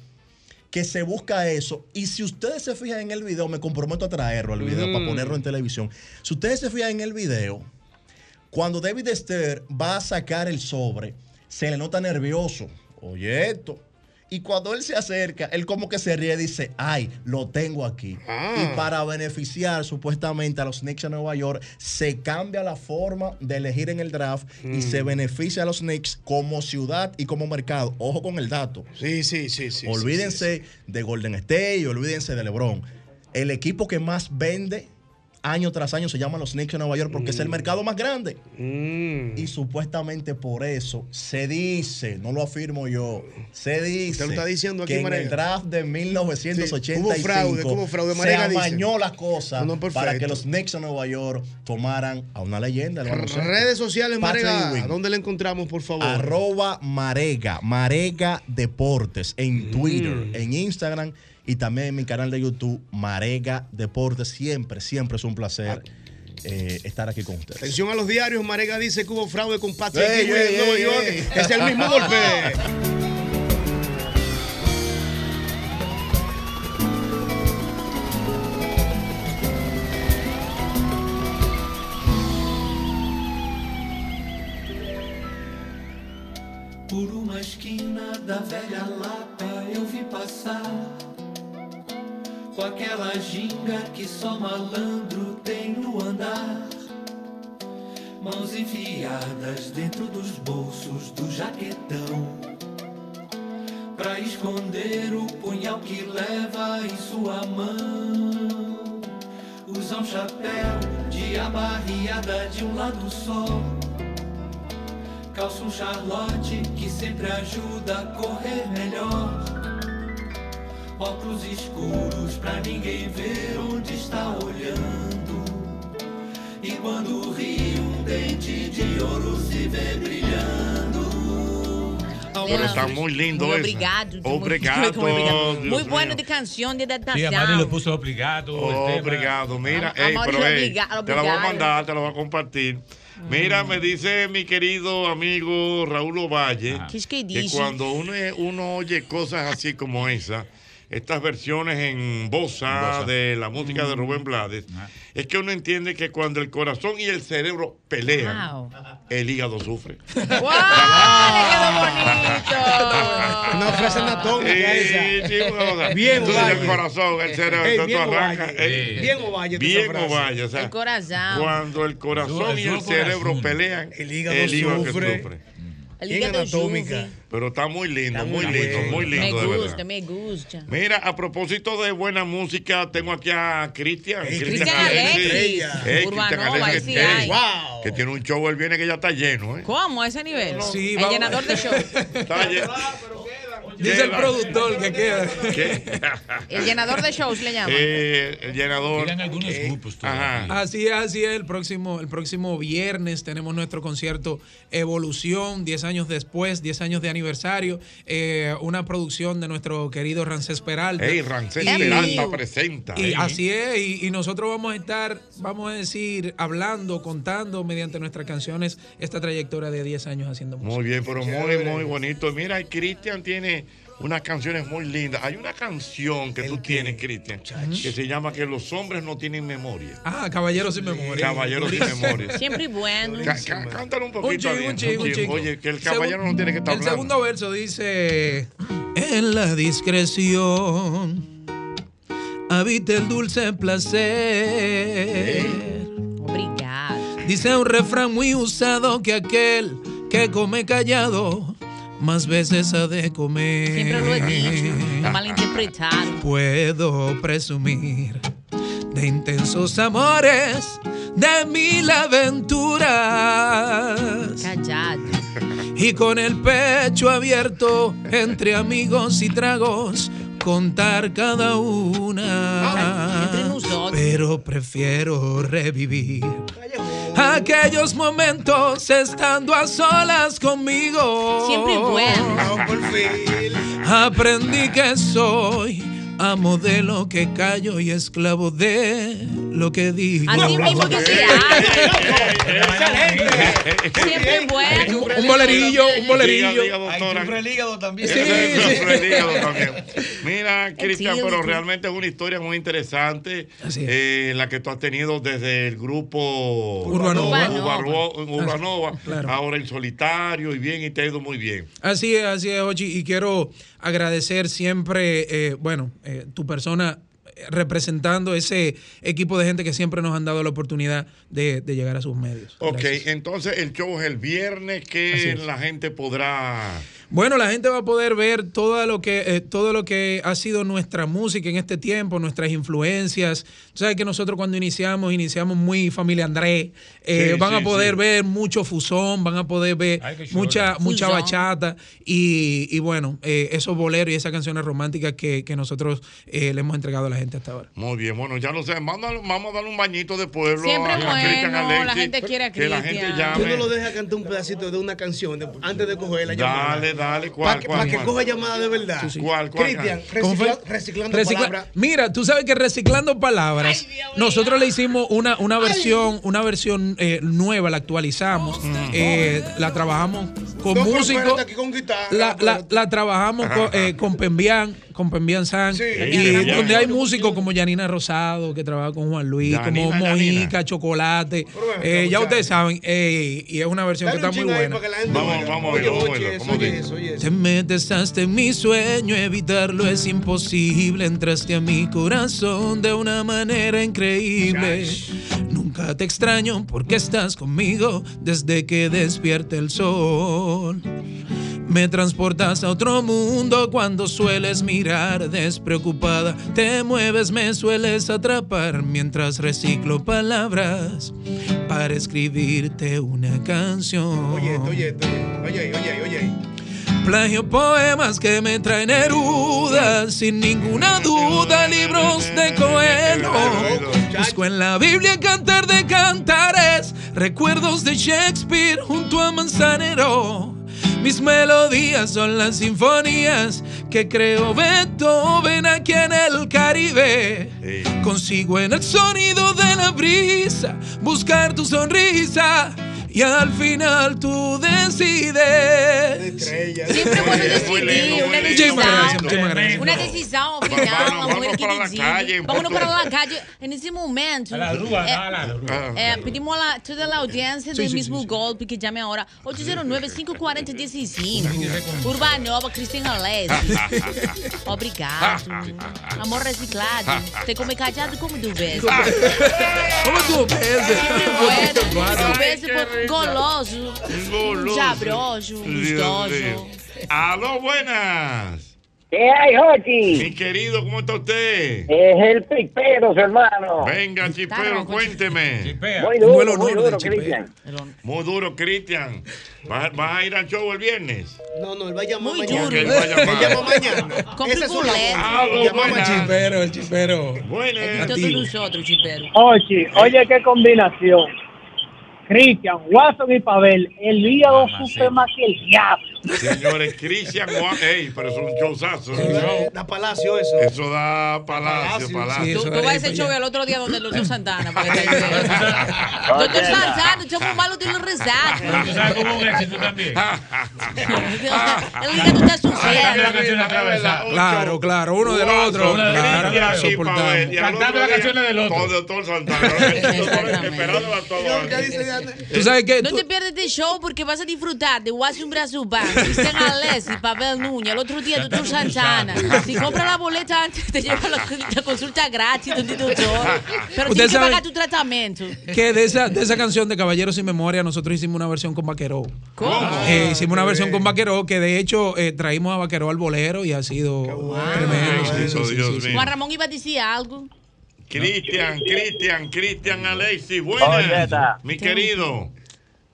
[SPEAKER 9] que se busca eso. Y si ustedes se fijan en el video, me comprometo a traerlo al video
[SPEAKER 12] Mm.
[SPEAKER 9] para ponerlo en televisión. Si ustedes se fijan en el video, cuando David Esther va a sacar el sobre, se le nota nervioso. Oye, esto. Y cuando él se acerca, él como que se ríe y dice, ay, lo tengo aquí.
[SPEAKER 12] Ah.
[SPEAKER 9] Y para beneficiar supuestamente a los Knicks de Nueva York, se cambia la forma de elegir en el draft y
[SPEAKER 12] Mm.
[SPEAKER 9] se beneficia a los Knicks como ciudad y como mercado. Ojo con el dato.
[SPEAKER 12] Sí, sí, sí, sí.
[SPEAKER 9] Olvídense de Golden State y olvídense de LeBron. El equipo que más vende año tras año se llama los Knicks de Nueva York porque
[SPEAKER 12] Mm.
[SPEAKER 9] es el mercado más grande. Y supuestamente por eso se dice, no lo afirmo yo, se dice
[SPEAKER 12] Usted lo está diciendo aquí,
[SPEAKER 9] que en
[SPEAKER 12] Marega.
[SPEAKER 9] el draft de 1985
[SPEAKER 12] Sí, hubo fraude, hubo fraude,
[SPEAKER 9] se
[SPEAKER 12] Marega dice.
[SPEAKER 9] amañó las cosas
[SPEAKER 12] No, no,
[SPEAKER 9] para
[SPEAKER 12] perfecto.
[SPEAKER 9] que los Knicks de Nueva York tomaran a una leyenda. del baloncesto.
[SPEAKER 12] Redes sociales,
[SPEAKER 9] Patrick
[SPEAKER 12] Marega.
[SPEAKER 9] Ewing.
[SPEAKER 12] ¿Dónde la encontramos, por favor?
[SPEAKER 9] Arroba Marega, Marega Deportes, en Twitter, en Instagram y también en mi canal de YouTube, Marega Deportes. Siempre, siempre es un placer eh, estar aquí con ustedes.
[SPEAKER 12] Atención a los diarios. Marega dice que hubo fraude con Patrick
[SPEAKER 9] Ey,
[SPEAKER 12] Ewing en
[SPEAKER 9] ey,
[SPEAKER 12] Nueva
[SPEAKER 9] ey,
[SPEAKER 12] York.
[SPEAKER 9] ey.
[SPEAKER 12] Es el mismo golpe.
[SPEAKER 9] [laughs]
[SPEAKER 1] Por uma esquina da velha lata eu vi passar Com aquela ginga que só malandro tem no andar Mãos enfiadas dentro dos bolsos do jaquetão Pra esconder o punhal que leva em sua mão Usa um chapéu de aba riada de um lado só Calça um charlote que sempre ajuda a correr melhor. Óculos escuros pra ninguém ver onde está olhando. E quando ri, um dente de ouro se vê brilhando.
[SPEAKER 3] Pero está muy lindo
[SPEAKER 11] Muy
[SPEAKER 3] eso.
[SPEAKER 11] obrigado.
[SPEAKER 21] [laughs]
[SPEAKER 3] Obrigado.
[SPEAKER 11] Muy, obrigado. Muy
[SPEAKER 3] Dios
[SPEAKER 11] bueno
[SPEAKER 3] mío.
[SPEAKER 11] de canción de
[SPEAKER 10] Sí, a
[SPEAKER 11] adaptación.
[SPEAKER 10] Mario le puso obligado. el tema. Ah.
[SPEAKER 3] Obrigado, mira,
[SPEAKER 11] A- a
[SPEAKER 3] ey,
[SPEAKER 11] Mario
[SPEAKER 3] pero ey,
[SPEAKER 11] obliga-
[SPEAKER 3] te la voy a
[SPEAKER 11] obligado.
[SPEAKER 3] mandar, te la voy a compartir. Mira, me dice mi querido amigo Raúl Ovalle
[SPEAKER 10] Ah.
[SPEAKER 11] ¿Qué es que dice?
[SPEAKER 3] cuando uno, es- uno oye cosas así como esa, estas versiones en bosa de la música
[SPEAKER 11] Mm.
[SPEAKER 3] de Rubén Blades,
[SPEAKER 10] Ah.
[SPEAKER 3] es que uno entiende que cuando el corazón y el cerebro pelean,
[SPEAKER 11] Wow.
[SPEAKER 3] el hígado
[SPEAKER 11] [laughs]
[SPEAKER 3] sufre.
[SPEAKER 12] Una frase anatómica esa.
[SPEAKER 3] bien,
[SPEAKER 12] Bien,
[SPEAKER 3] el
[SPEAKER 12] Ovalle.
[SPEAKER 3] corazón, el cerebro,
[SPEAKER 12] Ey,
[SPEAKER 3] todo
[SPEAKER 12] bien,
[SPEAKER 3] arranca.
[SPEAKER 12] Ovalle.
[SPEAKER 3] ey,
[SPEAKER 12] Bien, Ovalle, tú
[SPEAKER 3] Bien,
[SPEAKER 12] esa frase.
[SPEAKER 3] Ovalle, o sea,
[SPEAKER 11] El corazón.
[SPEAKER 3] Cuando el corazón
[SPEAKER 12] El
[SPEAKER 3] y el
[SPEAKER 12] corazón.
[SPEAKER 3] cerebro pelean,
[SPEAKER 12] El hígado
[SPEAKER 3] que
[SPEAKER 12] sufre.
[SPEAKER 11] El
[SPEAKER 12] Bien
[SPEAKER 11] hígado
[SPEAKER 12] anatómica.
[SPEAKER 3] Pero está muy lindo,
[SPEAKER 12] Está
[SPEAKER 3] muy
[SPEAKER 12] muy
[SPEAKER 3] lindo,
[SPEAKER 12] bueno.
[SPEAKER 3] muy lindo, de
[SPEAKER 11] me
[SPEAKER 3] verdad.
[SPEAKER 11] gusta, me gusta.
[SPEAKER 3] Mira, a propósito de buena música, tengo aquí a Cristian.
[SPEAKER 11] Ey, Cristian Alexis.
[SPEAKER 3] Ey,
[SPEAKER 11] Urbanova,
[SPEAKER 3] Cristian Alexis,
[SPEAKER 11] ahí sí
[SPEAKER 3] ey,
[SPEAKER 11] hay.
[SPEAKER 3] wow. Que tiene un show, él viene que ya está lleno, ¿eh?
[SPEAKER 11] ¿Cómo? A ese nivel.
[SPEAKER 3] Sí,
[SPEAKER 11] el
[SPEAKER 3] vamos.
[SPEAKER 11] llenador de show.
[SPEAKER 3] Está lleno. de
[SPEAKER 14] Dice el
[SPEAKER 3] la-
[SPEAKER 14] productor que queda.
[SPEAKER 11] El llenador de shows
[SPEAKER 3] [laughs]
[SPEAKER 11] le llaman.
[SPEAKER 3] Eh, el llenador. Eh, algunos grupos
[SPEAKER 14] Así es, así es. El próximo, el próximo viernes tenemos nuestro concierto Evolución, 10 años después, 10 años de aniversario. eh, una producción de nuestro querido Rancés Peralta.
[SPEAKER 3] Ey, Rancés
[SPEAKER 14] Y-
[SPEAKER 3] Peralta presenta. eh.
[SPEAKER 14] Y
[SPEAKER 3] Ey.
[SPEAKER 14] así es, y, y nosotros vamos a estar, vamos a decir, hablando, contando mediante nuestras canciones esta trayectoria de 10 años haciendo música.
[SPEAKER 3] Muy bien, pero muy, muy bonito. Mira, Cristian tiene unas canciones muy lindas. Hay una canción que tú tienes, Cristian, que se llama Que los hombres no tienen memoria.
[SPEAKER 14] Ah, Caballero sin memoria.
[SPEAKER 3] Caballero sin memoria.
[SPEAKER 11] Siempre bueno.
[SPEAKER 3] Ca- ca- cántalo un poquito.
[SPEAKER 14] Un chin,
[SPEAKER 3] Adrián,
[SPEAKER 14] un chin, un chin.
[SPEAKER 3] Oye, que el caballero no tiene que estar
[SPEAKER 14] El
[SPEAKER 3] hablando.
[SPEAKER 14] segundo verso dice: En la discreción habita el dulce placer.
[SPEAKER 11] Obrigado.
[SPEAKER 14] Dice un refrán muy usado que aquel que come callado más veces ha de comer.
[SPEAKER 11] Siempre lo he dicho. Lo malinterpretaron.
[SPEAKER 14] Puedo presumir de intensos amores, de mil aventuras.
[SPEAKER 11] Callado.
[SPEAKER 14] Y con el pecho abierto, entre amigos y tragos, contar cada una. Pero prefiero revivir aquellos momentos estando a solas conmigo. Oh,
[SPEAKER 1] Siempre bueno.
[SPEAKER 14] Aprendí que soy amo de lo que callo y esclavo de lo que digo.
[SPEAKER 1] Así mismo que se
[SPEAKER 11] Siempre bueno.
[SPEAKER 14] Un- un bolerillo, un bolerillo.
[SPEAKER 3] Diga, diga, doctora.
[SPEAKER 4] también.
[SPEAKER 3] Sí, sí.
[SPEAKER 11] [laughs]
[SPEAKER 3] Mira, Cristian,
[SPEAKER 4] Sí,
[SPEAKER 3] pero
[SPEAKER 4] sí.
[SPEAKER 3] realmente es una historia muy interesante eh, la que tú has tenido desde el grupo
[SPEAKER 14] Urbanova.
[SPEAKER 3] Urbanova,
[SPEAKER 11] Ah,
[SPEAKER 3] Urbanova,
[SPEAKER 14] Claro.
[SPEAKER 3] ahora en solitario y bien, y te ha ido muy bien.
[SPEAKER 14] Así es, así es, Ochi. Y quiero agradecer siempre, eh, bueno, eh, tu persona eh, representando ese equipo de gente que siempre nos han dado la oportunidad de, de llegar a sus medios.
[SPEAKER 3] Ok,
[SPEAKER 14] Gracias.
[SPEAKER 3] entonces el show es el viernes
[SPEAKER 14] Así
[SPEAKER 3] que
[SPEAKER 14] es.
[SPEAKER 3] la gente podrá...
[SPEAKER 14] Bueno, la gente va a poder ver todo lo que eh, todo lo que ha sido nuestra música en este tiempo, nuestras influencias. Tú sabes que nosotros cuando iniciamos, iniciamos muy familia Andrés. Eh,
[SPEAKER 6] Sí,
[SPEAKER 14] van
[SPEAKER 6] sí,
[SPEAKER 14] a poder
[SPEAKER 6] sí.
[SPEAKER 14] ver mucho fusón, van a poder ver mucha, mucha
[SPEAKER 6] Fusón.
[SPEAKER 14] bachata y, y bueno, eh, esos boleros y esas canciones románticas que, que nosotros eh, le hemos entregado a la gente hasta ahora.
[SPEAKER 3] Muy bien, bueno, ya lo sé. Mándalo- vamos a darle un bañito de pueblo
[SPEAKER 11] Siempre
[SPEAKER 3] a, a Cristian
[SPEAKER 11] bueno,
[SPEAKER 3] Alexis,
[SPEAKER 11] la gente quiere a
[SPEAKER 3] Que la gente
[SPEAKER 11] Cristian.
[SPEAKER 3] llame.
[SPEAKER 12] Tú no lo dejas cantar un pedacito de una canción de- antes de coger la llamada.
[SPEAKER 3] Dale, dale, ¿cuál,
[SPEAKER 12] Para que,
[SPEAKER 3] cuál,
[SPEAKER 12] pa' que
[SPEAKER 3] cuál?
[SPEAKER 12] coja llamada de verdad.
[SPEAKER 3] ¿Cuál, cuál?
[SPEAKER 12] Cristian,
[SPEAKER 14] ¿Cómo fue?
[SPEAKER 12] recicla- reciclando
[SPEAKER 14] Recicla-
[SPEAKER 12] palabras.
[SPEAKER 14] Mira, tú sabes que reciclando palabras, nosotros le hicimos una, una versión, una versión eh, nueva, la actualizamos, eh, la trabajamos con
[SPEAKER 12] No, pero
[SPEAKER 14] músicos.
[SPEAKER 12] espérate, aquí con guitarra.
[SPEAKER 14] La, la- la trabajamos
[SPEAKER 3] Ajá,
[SPEAKER 14] con,
[SPEAKER 3] ajá.
[SPEAKER 14] eh, con Pembián, con Pembián San, y
[SPEAKER 3] Pembián.
[SPEAKER 14] donde hay músicos como Yanina Rosado, que trabaja con Juan Luis,
[SPEAKER 3] Yanina,
[SPEAKER 14] como
[SPEAKER 3] Yanina.
[SPEAKER 14] Mojica, Chocolate.
[SPEAKER 3] ven acá,
[SPEAKER 14] eh, ya
[SPEAKER 3] muchacho.
[SPEAKER 14] ustedes saben, eh, y es una versión que está muy buena.
[SPEAKER 3] Vamos, vamos a verlo, vamos a verlo. ¿Cómo dice?
[SPEAKER 14] Te metes hasta en mi sueño, evitarlo es imposible. Entraste a mi corazón de una manera increíble. Nunca te extraño porque estás conmigo desde que despierta el sol. Me transportas a otro mundo cuando sueles mirar despreocupada. Te mueves, me sueles atrapar mientras reciclo palabras para escribirte una canción.
[SPEAKER 12] Oye, esto, oye, esto, oye, oye, oye, oye.
[SPEAKER 14] Plagio poemas que me traen Neruda, sin ninguna duda, libros de Coelho. Busco en la Biblia cantar de cantares, recuerdos de Shakespeare junto a Manzanero. Mis melodías son las sinfonías que creó Beethoven aquí en el Caribe. Consigo en el sonido de la brisa buscar tu sonrisa y al final tú decides.
[SPEAKER 11] Siempre bueno
[SPEAKER 14] lento,
[SPEAKER 11] decidir. Una
[SPEAKER 14] muy lento. Muchísimas gracias, muchísimas
[SPEAKER 11] decisión.
[SPEAKER 14] gracias.
[SPEAKER 11] Una decisión
[SPEAKER 3] Vamos,
[SPEAKER 11] final.
[SPEAKER 3] vamos,
[SPEAKER 11] Vamos a ver
[SPEAKER 3] vamos
[SPEAKER 11] qué
[SPEAKER 3] para la calle,
[SPEAKER 11] decide. Vámonos para la calle. En ese momento.
[SPEAKER 10] A la rúa,
[SPEAKER 11] eh,
[SPEAKER 10] no, a la
[SPEAKER 5] Ah,
[SPEAKER 10] rúa.
[SPEAKER 11] eh, pedimos a la- toda la audiencia
[SPEAKER 10] Sí,
[SPEAKER 11] del
[SPEAKER 10] sí,
[SPEAKER 11] mismo golpe que llame ahora 809-540-15. Urbanova, Cristian
[SPEAKER 3] [laughs]
[SPEAKER 11] Alessi. Obrigado. Amor reciclado. Te come callado como tu
[SPEAKER 3] [laughs]
[SPEAKER 11] beso.
[SPEAKER 14] Como tu beso.
[SPEAKER 11] pues, Como tu beso.
[SPEAKER 3] Ay, qué rico.
[SPEAKER 11] Goloso.
[SPEAKER 3] Goloso.
[SPEAKER 11] Jabroso.
[SPEAKER 3] Dios
[SPEAKER 11] Gustoso.
[SPEAKER 3] mío. Aló, buenas.
[SPEAKER 29] ¿Qué hay, Jochi?
[SPEAKER 3] Mi querido, ¿cómo está usted?
[SPEAKER 29] Es el pipero, su hermano.
[SPEAKER 3] Venga, Chipero, cuénteme.
[SPEAKER 29] Muy duro, Vuelo muy duro, duro, Cristian.
[SPEAKER 3] Muy duro, Cristian. ¿Vas, vas a ir al show el viernes?
[SPEAKER 12] pues, No, no, él va a llamar
[SPEAKER 3] Muy
[SPEAKER 12] mañana.
[SPEAKER 3] duro. Eh, Él va a llamar.
[SPEAKER 12] Él llama mañana.
[SPEAKER 29] Compre
[SPEAKER 12] Esa es su
[SPEAKER 29] un
[SPEAKER 12] labor.
[SPEAKER 29] lente.
[SPEAKER 3] Ah, lo
[SPEAKER 12] Llama
[SPEAKER 3] buena.
[SPEAKER 12] mañana.
[SPEAKER 14] Chipero, el chipero.
[SPEAKER 3] Buenas.
[SPEAKER 29] Esto
[SPEAKER 14] Activo.
[SPEAKER 29] es otro chipero.
[SPEAKER 24] Oye, oye, qué combinación. Cristian, Watson y Pavel, el hígado
[SPEAKER 12] Ah,
[SPEAKER 24] sufre más que el diablo.
[SPEAKER 3] Señores, Cristian Juan. Ey, pero es un showzazo.
[SPEAKER 12] Da palacio eso.
[SPEAKER 3] Eso da palacio,
[SPEAKER 11] Tú,
[SPEAKER 3] palacio.
[SPEAKER 11] tú vas a ese show al otro día donde
[SPEAKER 14] [laughs]
[SPEAKER 11] Doctor Santana. porque te ayude. Doctor Santana, el chamo malo tiene un resaca.
[SPEAKER 5] Ah,
[SPEAKER 11] El hígado está sufriendo.
[SPEAKER 14] Claro, claro, uno del otro. Claro, soportamos.
[SPEAKER 3] Cantando las canciones del otro. Todo doctor Santana. Esperando a todos.
[SPEAKER 14] ¿Tú sabes qué?
[SPEAKER 11] No te pierdas este show porque vas a disfrutar de Watson Brazo Band, Cristian
[SPEAKER 14] [laughs]
[SPEAKER 11] Alessi, Pavel Núñez, el otro día Doctor Santana. Si compras la boleta [laughs] antes, te lleva la, la consulta gratis de un doctor. Pero tienes
[SPEAKER 14] Ustedes
[SPEAKER 11] que pagar
[SPEAKER 14] saben-
[SPEAKER 11] tu tratamiento.
[SPEAKER 14] Que de esa, de esa canción de Caballeros sin Memoria, nosotros hicimos una versión con Vaqueró. Eh, hicimos una versión con Vaqueró que de hecho eh, traímos a Vaqueró al bolero y ha sido tremendo. sí, sí, sí, sí.
[SPEAKER 11] Juan Ramón iba a decir algo.
[SPEAKER 3] Cristian, Cristian, Cristian Alexis, buenas.
[SPEAKER 15] Oye,
[SPEAKER 3] mi querido.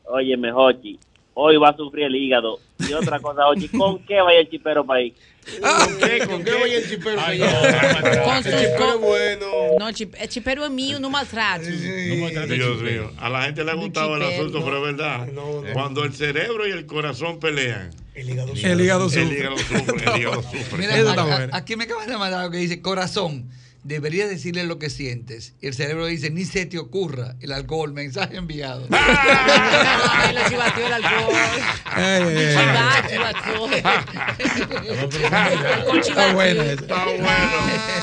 [SPEAKER 15] Oye, Jochi, hoy va a sufrir el hígado. Y otra cosa, Jochi, ¿con qué vaya el chipero para ahí?
[SPEAKER 3] ¿Con
[SPEAKER 5] Ah, eh,
[SPEAKER 3] qué? ¿Con qué vaya el
[SPEAKER 15] chipero
[SPEAKER 3] para
[SPEAKER 11] Con sus co-
[SPEAKER 15] bueno.
[SPEAKER 11] No, el chip- el chipero es mío, no maltrate.
[SPEAKER 3] Dios mío, a la gente le ha gustado el
[SPEAKER 11] chipero.
[SPEAKER 3] asunto, pero es verdad. Cuando el cerebro y el corazón pelean,
[SPEAKER 14] El hígado
[SPEAKER 3] el
[SPEAKER 14] sufre.
[SPEAKER 3] hígado sufre. El hígado sufre.
[SPEAKER 27] Mira, a- a- aquí me acaban de mandar algo que dice, corazón, deberías decirle lo que sientes. Y el cerebro dice, ni se te ocurra. El alcohol, mensaje enviado.
[SPEAKER 3] Ah.
[SPEAKER 11] Ay, le chivateó el alcohol. Chivato, el
[SPEAKER 5] Ah,
[SPEAKER 3] [laughs]
[SPEAKER 11] alcohol.
[SPEAKER 14] Está bueno eso.
[SPEAKER 3] Está bueno.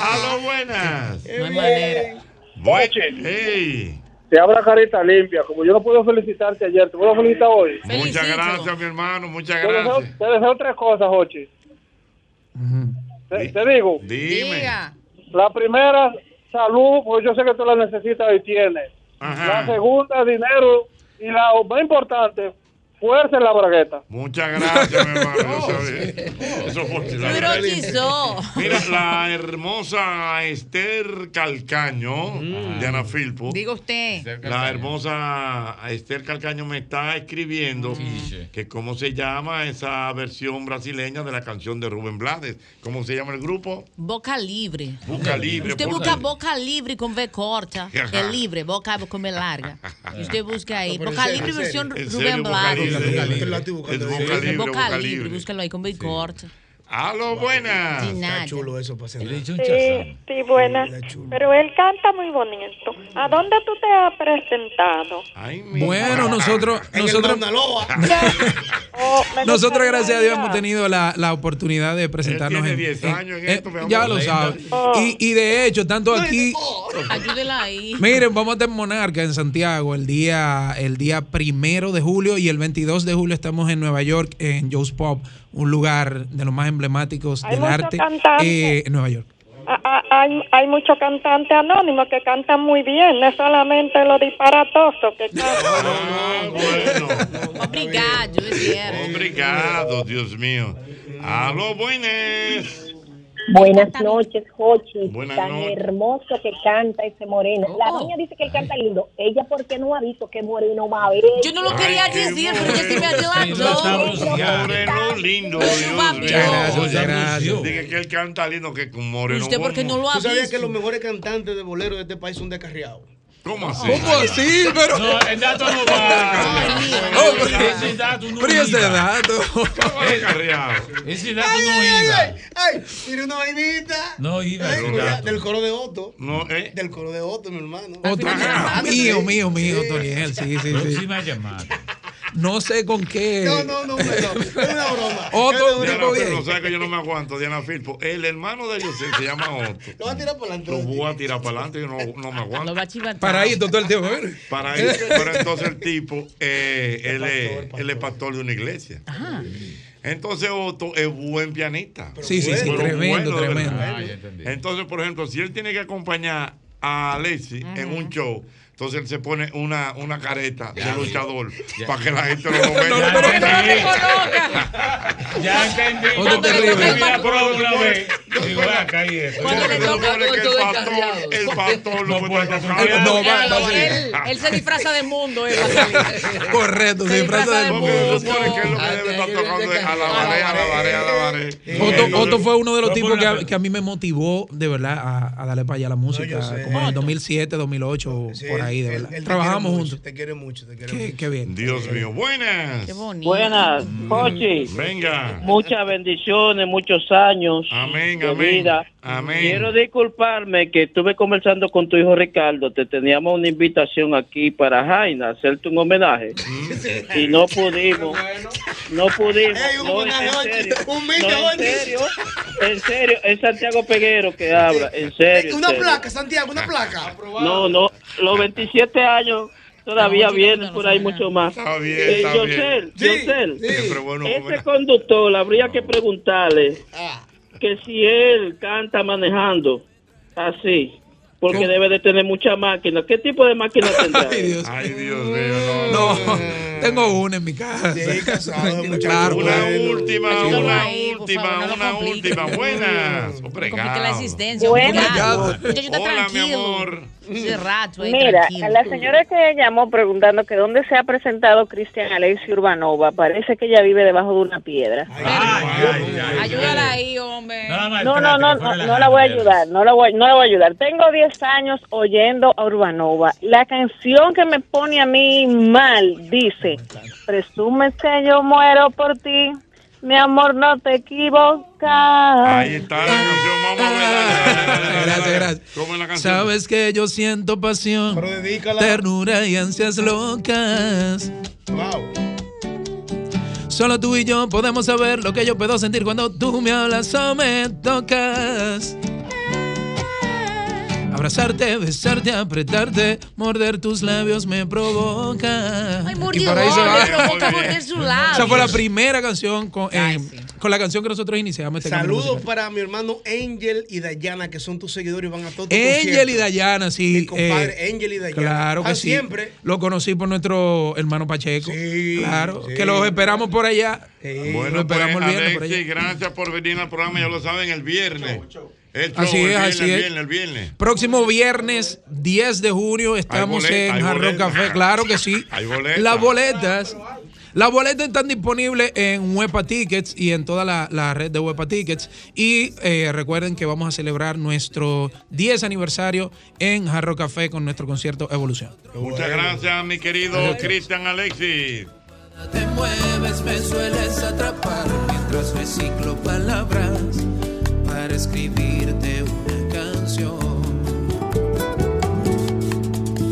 [SPEAKER 3] Aló, buenas.
[SPEAKER 11] No hay manera.
[SPEAKER 3] Hey.
[SPEAKER 24] Te habla carita limpia. Como yo no puedo felicitarte ayer, te puedo felicitar hoy.
[SPEAKER 3] Muchas gracias, mi hermano. Muchas
[SPEAKER 24] Te deseo,
[SPEAKER 3] gracias.
[SPEAKER 24] te deseo tres cosas, Jochi. Te, te digo.
[SPEAKER 3] Dime.
[SPEAKER 24] La primera, salud, porque yo sé que tú la necesitas y tienes. La segunda, dinero. Y la más importante, fuerza en la bragueta.
[SPEAKER 3] Muchas [laughs] gracias, mi hermano. Yo sabía. Eso fue- la verdad. Mira, la hermosa Esther Calcaño de Ana Filpo.
[SPEAKER 11] Diga usted.
[SPEAKER 3] La hermosa Esther Calcaño me está
[SPEAKER 14] Mm.
[SPEAKER 3] escribiendo que cómo se llama esa versión brasileña de la canción de Rubén Blades. ¿Cómo se llama el grupo?
[SPEAKER 11] Boca libre.
[SPEAKER 3] Boca Libre.
[SPEAKER 11] Usted
[SPEAKER 3] por
[SPEAKER 11] busca
[SPEAKER 3] favor.
[SPEAKER 11] boca libre con V
[SPEAKER 3] [laughs]
[SPEAKER 11] corta.
[SPEAKER 3] Ajá.
[SPEAKER 11] Es libre, boca con B larga. Y usted busca ahí.
[SPEAKER 3] No, pero en
[SPEAKER 11] Boca
[SPEAKER 3] serio,
[SPEAKER 11] libre
[SPEAKER 3] en
[SPEAKER 11] versión
[SPEAKER 3] serio. En
[SPEAKER 11] Rubén
[SPEAKER 3] serio, Boca
[SPEAKER 11] Blades.
[SPEAKER 3] Libre, Boca Libre. Es Boca Libre,
[SPEAKER 11] Boca
[SPEAKER 3] Boca
[SPEAKER 11] libre,
[SPEAKER 3] Libre.
[SPEAKER 11] búscalo ahí con B corta.
[SPEAKER 3] Aló, buenas.
[SPEAKER 11] Sin nada.
[SPEAKER 12] chulo eso para hacer.
[SPEAKER 30] Sí, sí, buena. Pero él canta muy bonito. ¿A dónde tú te has presentado?
[SPEAKER 14] Bueno, nosotros,
[SPEAKER 30] [laughs]
[SPEAKER 14] nosotros, [laughs]
[SPEAKER 30] Oh, me
[SPEAKER 14] nosotros
[SPEAKER 30] gustaría
[SPEAKER 14] gracias a Dios
[SPEAKER 30] ir
[SPEAKER 14] hemos tenido la, la oportunidad de presentarnos.
[SPEAKER 3] tiene
[SPEAKER 14] en-
[SPEAKER 3] 10
[SPEAKER 14] en-
[SPEAKER 3] años en
[SPEAKER 14] eh,
[SPEAKER 3] esto, mi amor.
[SPEAKER 14] ya lo sabes.
[SPEAKER 30] Oh.
[SPEAKER 14] Y, y de hecho, tanto aquí,
[SPEAKER 11] Ayúdela ahí.
[SPEAKER 14] Miren, vamos a estar en Monarca en Santiago el día, el día primero de julio y el 22 de julio estamos en Nueva York, en Joe's Pop, un lugar de los más emblemáticos
[SPEAKER 30] Hay
[SPEAKER 14] del
[SPEAKER 30] muchos
[SPEAKER 14] arte
[SPEAKER 30] cantantes.
[SPEAKER 14] eh, en Nueva York.
[SPEAKER 30] A- a- Ah, hay, hay muchos cantantes anónimos que cantan muy bien, no es solamente los disparatosos que cantan.
[SPEAKER 11] Obrigado, es cierto.
[SPEAKER 3] Obrigado, Dios mío. Aló, buenas.
[SPEAKER 31] Buenas noches, Jochi.
[SPEAKER 3] Buenas
[SPEAKER 31] Tan
[SPEAKER 3] noches.
[SPEAKER 31] hermoso que canta ese moreno. La
[SPEAKER 11] Oh.
[SPEAKER 31] doña dice que él canta lindo. Ella, ¿por qué no ha visto qué moreno más bello?
[SPEAKER 11] Yo no lo quería decir, pero ya se me adelantó.
[SPEAKER 3] Moreno lindo, Dios mío.
[SPEAKER 14] Muchas gracias, muchas gracias.
[SPEAKER 3] Dije que él canta lindo que con Moreno.
[SPEAKER 12] ¿Usted por qué
[SPEAKER 3] bueno.
[SPEAKER 12] no lo ha ¿Tú sabías visto? que los mejores cantantes de bolero de este país son descarriados?
[SPEAKER 3] ¿Cómo así?
[SPEAKER 12] ¿Cómo así? Pero- No, el dato no
[SPEAKER 14] No, pero- pero ese dato.
[SPEAKER 10] Ese dato
[SPEAKER 12] ¡Ay,
[SPEAKER 10] no
[SPEAKER 12] ay,
[SPEAKER 10] iba.
[SPEAKER 12] ay! ¡Ay! ¡Mira una vainita!
[SPEAKER 10] No iba.
[SPEAKER 12] Ay,
[SPEAKER 10] ese
[SPEAKER 12] mira,
[SPEAKER 10] dato.
[SPEAKER 12] del coro de Otto.
[SPEAKER 3] No, ¿eh?
[SPEAKER 12] Del coro de Otto, mi hermano.
[SPEAKER 14] Otro-
[SPEAKER 12] Ajá.
[SPEAKER 14] mío, mío, mío, Toniel. Sí, sí, sí.
[SPEAKER 10] Próxima llamada.
[SPEAKER 14] No sé con qué.
[SPEAKER 12] No, no, no, hombre, no. Es una broma.
[SPEAKER 14] Otro
[SPEAKER 12] Es una
[SPEAKER 3] Diana
[SPEAKER 12] broma.
[SPEAKER 3] Filpo, ¿sabes que yo no me aguanto, Diana Filpo. El hermano de José se llama Otto.
[SPEAKER 12] Lo va a tirar por la
[SPEAKER 3] Lo voy a tirar para adelante, yo no, no me aguanto.
[SPEAKER 14] Para ahí, todo el tiempo.
[SPEAKER 3] Para ahí. Pero entonces el tipo, eh, él, es, él es pastor de una iglesia. Entonces Otto es buen pianista.
[SPEAKER 14] Sí, sí, sí,
[SPEAKER 3] Pero
[SPEAKER 14] tremendo,
[SPEAKER 3] bueno, de
[SPEAKER 14] tremendo.
[SPEAKER 3] verdad.
[SPEAKER 14] Ah, ya
[SPEAKER 3] Entonces, por ejemplo, si él tiene que acompañar a Alexi en un show, Entonces él se pone una, una careta de luchador para que la gente no lo vea.
[SPEAKER 10] No, pero que no lo Ya entendí.
[SPEAKER 3] Otro
[SPEAKER 10] Cuando
[SPEAKER 3] terrible.
[SPEAKER 10] le toca el pastor una vez. Digo, "Ven acá y eso".
[SPEAKER 3] Cuando le toca el pastor, el pastor lo puede tocar.
[SPEAKER 11] No,
[SPEAKER 3] va- va a seguir.
[SPEAKER 11] él, él se disfraza de mundo, eh,
[SPEAKER 14] Correcto, se disfraza del mundo. Ah, Otto, Otto fue uno de los tipos que a, que a mí me motivó de verdad a, a darle para allá a la música,
[SPEAKER 12] yo sé.
[SPEAKER 14] como en el 2007, 2008,
[SPEAKER 12] Sí,
[SPEAKER 14] por ahí, de
[SPEAKER 12] él-
[SPEAKER 14] verdad.
[SPEAKER 12] él te
[SPEAKER 14] Trabajamos
[SPEAKER 12] quiere mucho,
[SPEAKER 14] juntos.
[SPEAKER 12] Te quiere mucho, te quiere
[SPEAKER 14] Qué,
[SPEAKER 12] mucho.
[SPEAKER 14] qué bien.
[SPEAKER 3] Dios mío, buenas.
[SPEAKER 11] Qué bonito.
[SPEAKER 15] Buenas, Jochi.
[SPEAKER 3] Venga.
[SPEAKER 15] Muchas bendiciones, muchos años.
[SPEAKER 3] Amén,
[SPEAKER 15] de
[SPEAKER 3] amén.
[SPEAKER 15] vida.
[SPEAKER 3] Amén.
[SPEAKER 15] Quiero disculparme que estuve conversando con tu hijo Ricardo. Te teníamos una invitación aquí para Jaina, hacerte un homenaje.
[SPEAKER 3] Mm.
[SPEAKER 15] Y no pudimos. No pudimos. no, en serio.
[SPEAKER 12] Humilde,
[SPEAKER 15] No, en
[SPEAKER 12] Jochi.
[SPEAKER 15] serio. En serio, es Santiago Peguero que habla. En serio. en
[SPEAKER 12] Una
[SPEAKER 15] serio.
[SPEAKER 12] placa, Santiago, una placa.
[SPEAKER 15] No, no, los 27 años todavía vienen por ahí mucho más.
[SPEAKER 3] Está bien,
[SPEAKER 15] Eh,
[SPEAKER 3] está bien.
[SPEAKER 15] Yosel,
[SPEAKER 3] Sí,
[SPEAKER 15] Yosel,
[SPEAKER 3] Siempre bueno
[SPEAKER 15] ese conductor habría que preguntarle
[SPEAKER 11] Ah,
[SPEAKER 15] que si él canta manejando así, porque debe de tener mucha máquina. ¿Qué tipo
[SPEAKER 3] [laughs]
[SPEAKER 15] de máquina tendrá?
[SPEAKER 3] Ay, Dios mío,
[SPEAKER 14] no. tengo una en mi casa. [laughs] claro, pues.
[SPEAKER 3] Una
[SPEAKER 14] bueno.
[SPEAKER 3] última,
[SPEAKER 14] Ayúdalo
[SPEAKER 3] una
[SPEAKER 14] ahí, por
[SPEAKER 3] última,
[SPEAKER 14] favor, no lo
[SPEAKER 3] una
[SPEAKER 14] complique.
[SPEAKER 3] última. Buenas. Hombre,
[SPEAKER 11] Complica la
[SPEAKER 3] gao.
[SPEAKER 11] existencia.
[SPEAKER 21] Bueno.
[SPEAKER 11] obligado.
[SPEAKER 21] Hola,
[SPEAKER 11] Muchacho, está
[SPEAKER 21] mi
[SPEAKER 11] tranquilo.
[SPEAKER 3] amor.
[SPEAKER 11] Hace
[SPEAKER 15] Mm.
[SPEAKER 11] rato, eh,
[SPEAKER 21] Mira,
[SPEAKER 11] tranquilo.
[SPEAKER 21] a la señora que llamó preguntando que dónde se ha presentado Cristian Alexi Urbanova, parece que ella vive debajo de una piedra.
[SPEAKER 11] Ayúdala ahí, hombre.
[SPEAKER 21] No, no, no, no, no la voy a ayudar, no la voy, no la voy a ayudar. Tengo 10 años oyendo a Urbanova. La canción que me pone a mí mal dice, presumes que yo muero por ti, mi amor, no te equivocas.
[SPEAKER 3] Ahí está la canción, vamos a ver. Gracias, gracias. ¿Cómo es la canción?
[SPEAKER 14] Sabes que yo siento pasión, ternura y ansias locas. Solo tú y yo podemos saber lo que yo puedo sentir cuando tú me hablas o me tocas. Abrazarte, besarte, apretarte, morder tus labios me provoca.
[SPEAKER 11] Ay,
[SPEAKER 14] y
[SPEAKER 11] mordió.
[SPEAKER 14] por ahí se va.
[SPEAKER 11] Le provoca morder su lado.
[SPEAKER 14] Esa fue la primera canción con, eh, con la canción que nosotros iniciamos. este cambio
[SPEAKER 12] Saludos
[SPEAKER 14] musical.
[SPEAKER 12] para mi hermano Angel y Dayana, que son tus seguidores y van a todos tus
[SPEAKER 14] Angel y
[SPEAKER 12] conciertos.
[SPEAKER 14] Dayana, sí.
[SPEAKER 12] Mi compadre,
[SPEAKER 14] eh,
[SPEAKER 12] Angel y Dayana.
[SPEAKER 14] Claro que
[SPEAKER 12] Ah,
[SPEAKER 14] sí.
[SPEAKER 12] siempre.
[SPEAKER 14] Lo conocí por nuestro hermano Pacheco. claro. Que los esperamos por allá.
[SPEAKER 3] Bueno,
[SPEAKER 14] los esperamos
[SPEAKER 3] pues,
[SPEAKER 14] el viernes por
[SPEAKER 3] Alexis,
[SPEAKER 14] allá.
[SPEAKER 3] gracias por venir al programa, ya lo saben, el viernes. El show,
[SPEAKER 14] Así
[SPEAKER 3] el
[SPEAKER 14] es,
[SPEAKER 3] viernes,
[SPEAKER 14] así
[SPEAKER 3] el
[SPEAKER 14] es.
[SPEAKER 3] viernes, el viernes.
[SPEAKER 14] Próximo viernes 10 de junio estamos
[SPEAKER 3] boleta, hay
[SPEAKER 14] en Hard Rock
[SPEAKER 3] boleta.
[SPEAKER 14] Café, claro que sí.
[SPEAKER 3] [laughs] Hay boleta.
[SPEAKER 14] Las boletas. Las boletas están disponibles en Huepa Tickets y en toda la, la red de Huepa Tickets. Y eh, recuerden que vamos a celebrar nuestro 10 aniversario en Hard Rock Café con nuestro concierto Evolución.
[SPEAKER 3] Muchas gracias, mi querido Cristian Alexis.
[SPEAKER 14] Te mueves, me sueles atrapar mientras reciclo palabras para escribirte una canción.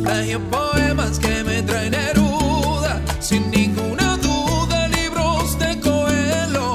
[SPEAKER 14] Plagio poemas que me traen heruda, sin ninguna duda, libros de Coelho.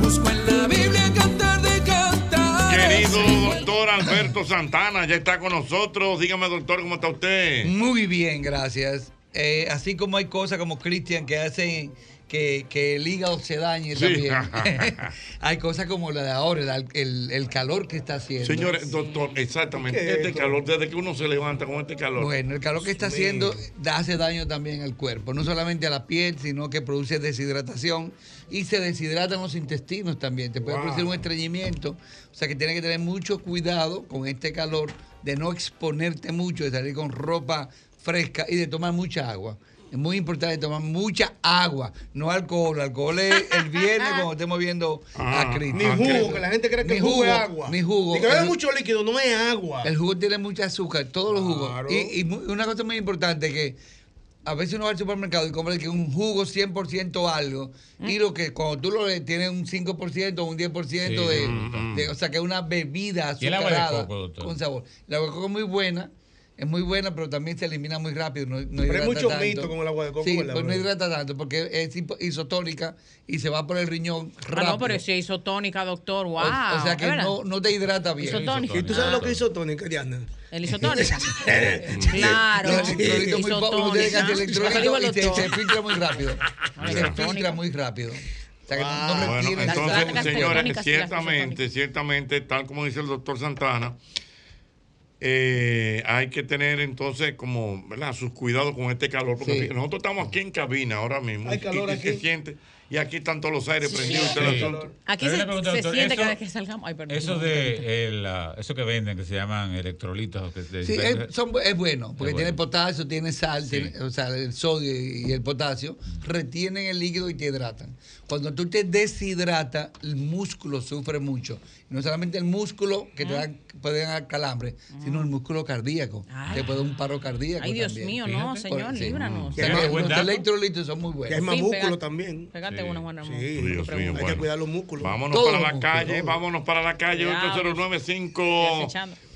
[SPEAKER 14] Busco en la Biblia cantar de cantar.
[SPEAKER 3] Querido doctor Alberto Santana, ya está con nosotros. Dígame, doctor, ¿cómo está usted?
[SPEAKER 27] Muy bien, gracias. Eh, así como hay cosas como Cristian que hacen que, que el hígado se dañe
[SPEAKER 3] Sí. [laughs]
[SPEAKER 27] también. [laughs] hay cosas como la de ahora, el, el- el calor que está haciendo.
[SPEAKER 3] Señores, doctor, exactamente.
[SPEAKER 27] ¿Qué
[SPEAKER 3] Este
[SPEAKER 27] es,
[SPEAKER 3] calor, desde que uno se levanta con este calor.
[SPEAKER 27] Bueno, el calor que está
[SPEAKER 3] Sí.
[SPEAKER 27] haciendo da- hace daño también al cuerpo, no solamente a la piel, sino que produce deshidratación y se deshidratan los intestinos también. Te puede
[SPEAKER 12] Wow.
[SPEAKER 27] producir un estreñimiento, o sea que tienes que tener mucho cuidado con este calor de no exponerte mucho, de salir con ropa fresca y de tomar mucha agua. Es muy importante tomar mucha agua, no alcohol. Alcohol es el viernes cuando estemos viendo
[SPEAKER 12] Ah,
[SPEAKER 27] a Cristo.
[SPEAKER 12] ni jugo, que la gente cree que
[SPEAKER 27] Ni
[SPEAKER 12] el jugo es agua.
[SPEAKER 27] Ni jugo.
[SPEAKER 12] Y que bebe
[SPEAKER 27] El-
[SPEAKER 12] mucho líquido, no es agua.
[SPEAKER 27] el jugo tiene mucho azúcar, todos los jugos.
[SPEAKER 12] Claro.
[SPEAKER 27] Y, y mu- una cosa muy importante que a veces uno va al supermercado y compra que un jugo 100% algo
[SPEAKER 11] Mm.
[SPEAKER 27] y lo que cuando tú lo lees tiene un 5% o un 10%
[SPEAKER 10] Sí,
[SPEAKER 27] de,
[SPEAKER 10] mm,
[SPEAKER 12] Mm-hmm.
[SPEAKER 27] de- o sea que es una bebida
[SPEAKER 10] ¿Y el agua de
[SPEAKER 27] azucarada
[SPEAKER 10] coco, doctor?
[SPEAKER 27] con sabor. La agua de coco es muy buena. Es muy buena, pero también se elimina muy rápido. No, no
[SPEAKER 12] hay
[SPEAKER 27] hidrata
[SPEAKER 12] muchos
[SPEAKER 27] tanto.
[SPEAKER 12] mitos con el agua de coco,
[SPEAKER 27] Sí,
[SPEAKER 12] ¿verdad,
[SPEAKER 27] pues no
[SPEAKER 12] brother?
[SPEAKER 27] hidrata tanto porque es tipo isotónica y se va por el riñón
[SPEAKER 11] Ah,
[SPEAKER 27] rápido.
[SPEAKER 11] no, pero si hizo tónica, doctor. Wow.
[SPEAKER 27] o, o sea que
[SPEAKER 11] ¿es verdad?
[SPEAKER 27] no, no te hidrata bien.
[SPEAKER 11] Isotónica.
[SPEAKER 12] ¿Y tú sabes lo que hizo Tony? ¿Qué diablo?
[SPEAKER 11] Él
[SPEAKER 12] [laughs]
[SPEAKER 11] hizo tónica. [laughs] claro.
[SPEAKER 27] Electrolito muy
[SPEAKER 11] Hizo
[SPEAKER 27] poco, uno tiene
[SPEAKER 11] [laughs]
[SPEAKER 27] que hacer
[SPEAKER 11] tónica.
[SPEAKER 27] electrolito
[SPEAKER 11] Lo dijo el
[SPEAKER 27] y se,
[SPEAKER 11] doctor.
[SPEAKER 27] se filtra muy
[SPEAKER 11] [laughs]
[SPEAKER 27] rápido. Se filtra muy rápido. O sea, que no
[SPEAKER 3] Ah, Bueno,
[SPEAKER 27] retiene-
[SPEAKER 3] entonces,
[SPEAKER 27] Las placas
[SPEAKER 3] señores,
[SPEAKER 27] tectónicas y las
[SPEAKER 3] ciertamente, ciertamente, tal como dice el doctor Santana, eh, hay que tener entonces como ¿verdad? sus cuidados con este calor. Porque
[SPEAKER 12] Sí.
[SPEAKER 3] fíjate, nosotros estamos aquí en cabina ahora mismo.
[SPEAKER 12] Hay calor
[SPEAKER 3] y, y se
[SPEAKER 12] aquí.
[SPEAKER 3] siente, y aquí están todos los aires prendidos. y todo el
[SPEAKER 10] Sí.
[SPEAKER 3] asunto.
[SPEAKER 11] Aquí
[SPEAKER 10] Pero
[SPEAKER 11] se,
[SPEAKER 10] una pregunta,
[SPEAKER 11] se
[SPEAKER 10] doctor,
[SPEAKER 11] siente
[SPEAKER 10] eso-
[SPEAKER 11] cada vez que salgamos. Ay, perdón.
[SPEAKER 10] Eso de el, ah, eso que venden que se llaman electrolitos. o que
[SPEAKER 12] eh,
[SPEAKER 10] se-
[SPEAKER 27] Sí, es, son- es bueno, porque
[SPEAKER 10] Es
[SPEAKER 27] tiene
[SPEAKER 10] bueno.
[SPEAKER 27] potasio, tiene sal, tiene- o sea, el sodio y el potasio, retienen el líquido y te hidratan. Cuando tú te deshidratas, el músculo sufre mucho. No solamente el músculo que te
[SPEAKER 11] Ah.
[SPEAKER 27] da, puede dar calambre, sino el músculo cardíaco.
[SPEAKER 11] Ay.
[SPEAKER 27] Te puede dar un paro cardíaco.
[SPEAKER 11] Mm. Ah. Ay, Dios
[SPEAKER 27] también.
[SPEAKER 11] mío, no,
[SPEAKER 27] Por-
[SPEAKER 11] señor,
[SPEAKER 27] sí.
[SPEAKER 11] líbranos.
[SPEAKER 27] O sea,
[SPEAKER 12] Qué
[SPEAKER 27] los-
[SPEAKER 12] buen
[SPEAKER 27] los
[SPEAKER 12] dato.
[SPEAKER 27] electrolitos son muy buenos.
[SPEAKER 12] hay más
[SPEAKER 11] Sí,
[SPEAKER 12] músculo
[SPEAKER 11] pégate-
[SPEAKER 12] también.
[SPEAKER 11] Pégate una, Juan Ramón.
[SPEAKER 12] Sí,
[SPEAKER 3] Dios
[SPEAKER 12] hay
[SPEAKER 3] mío,
[SPEAKER 12] que
[SPEAKER 3] bueno.
[SPEAKER 12] cuidar los músculos.
[SPEAKER 3] Vámonos
[SPEAKER 12] Todo
[SPEAKER 3] para la
[SPEAKER 12] músculo,
[SPEAKER 3] calle,
[SPEAKER 12] todo.
[SPEAKER 3] vámonos para la calle,
[SPEAKER 12] Ya,
[SPEAKER 3] 809-5.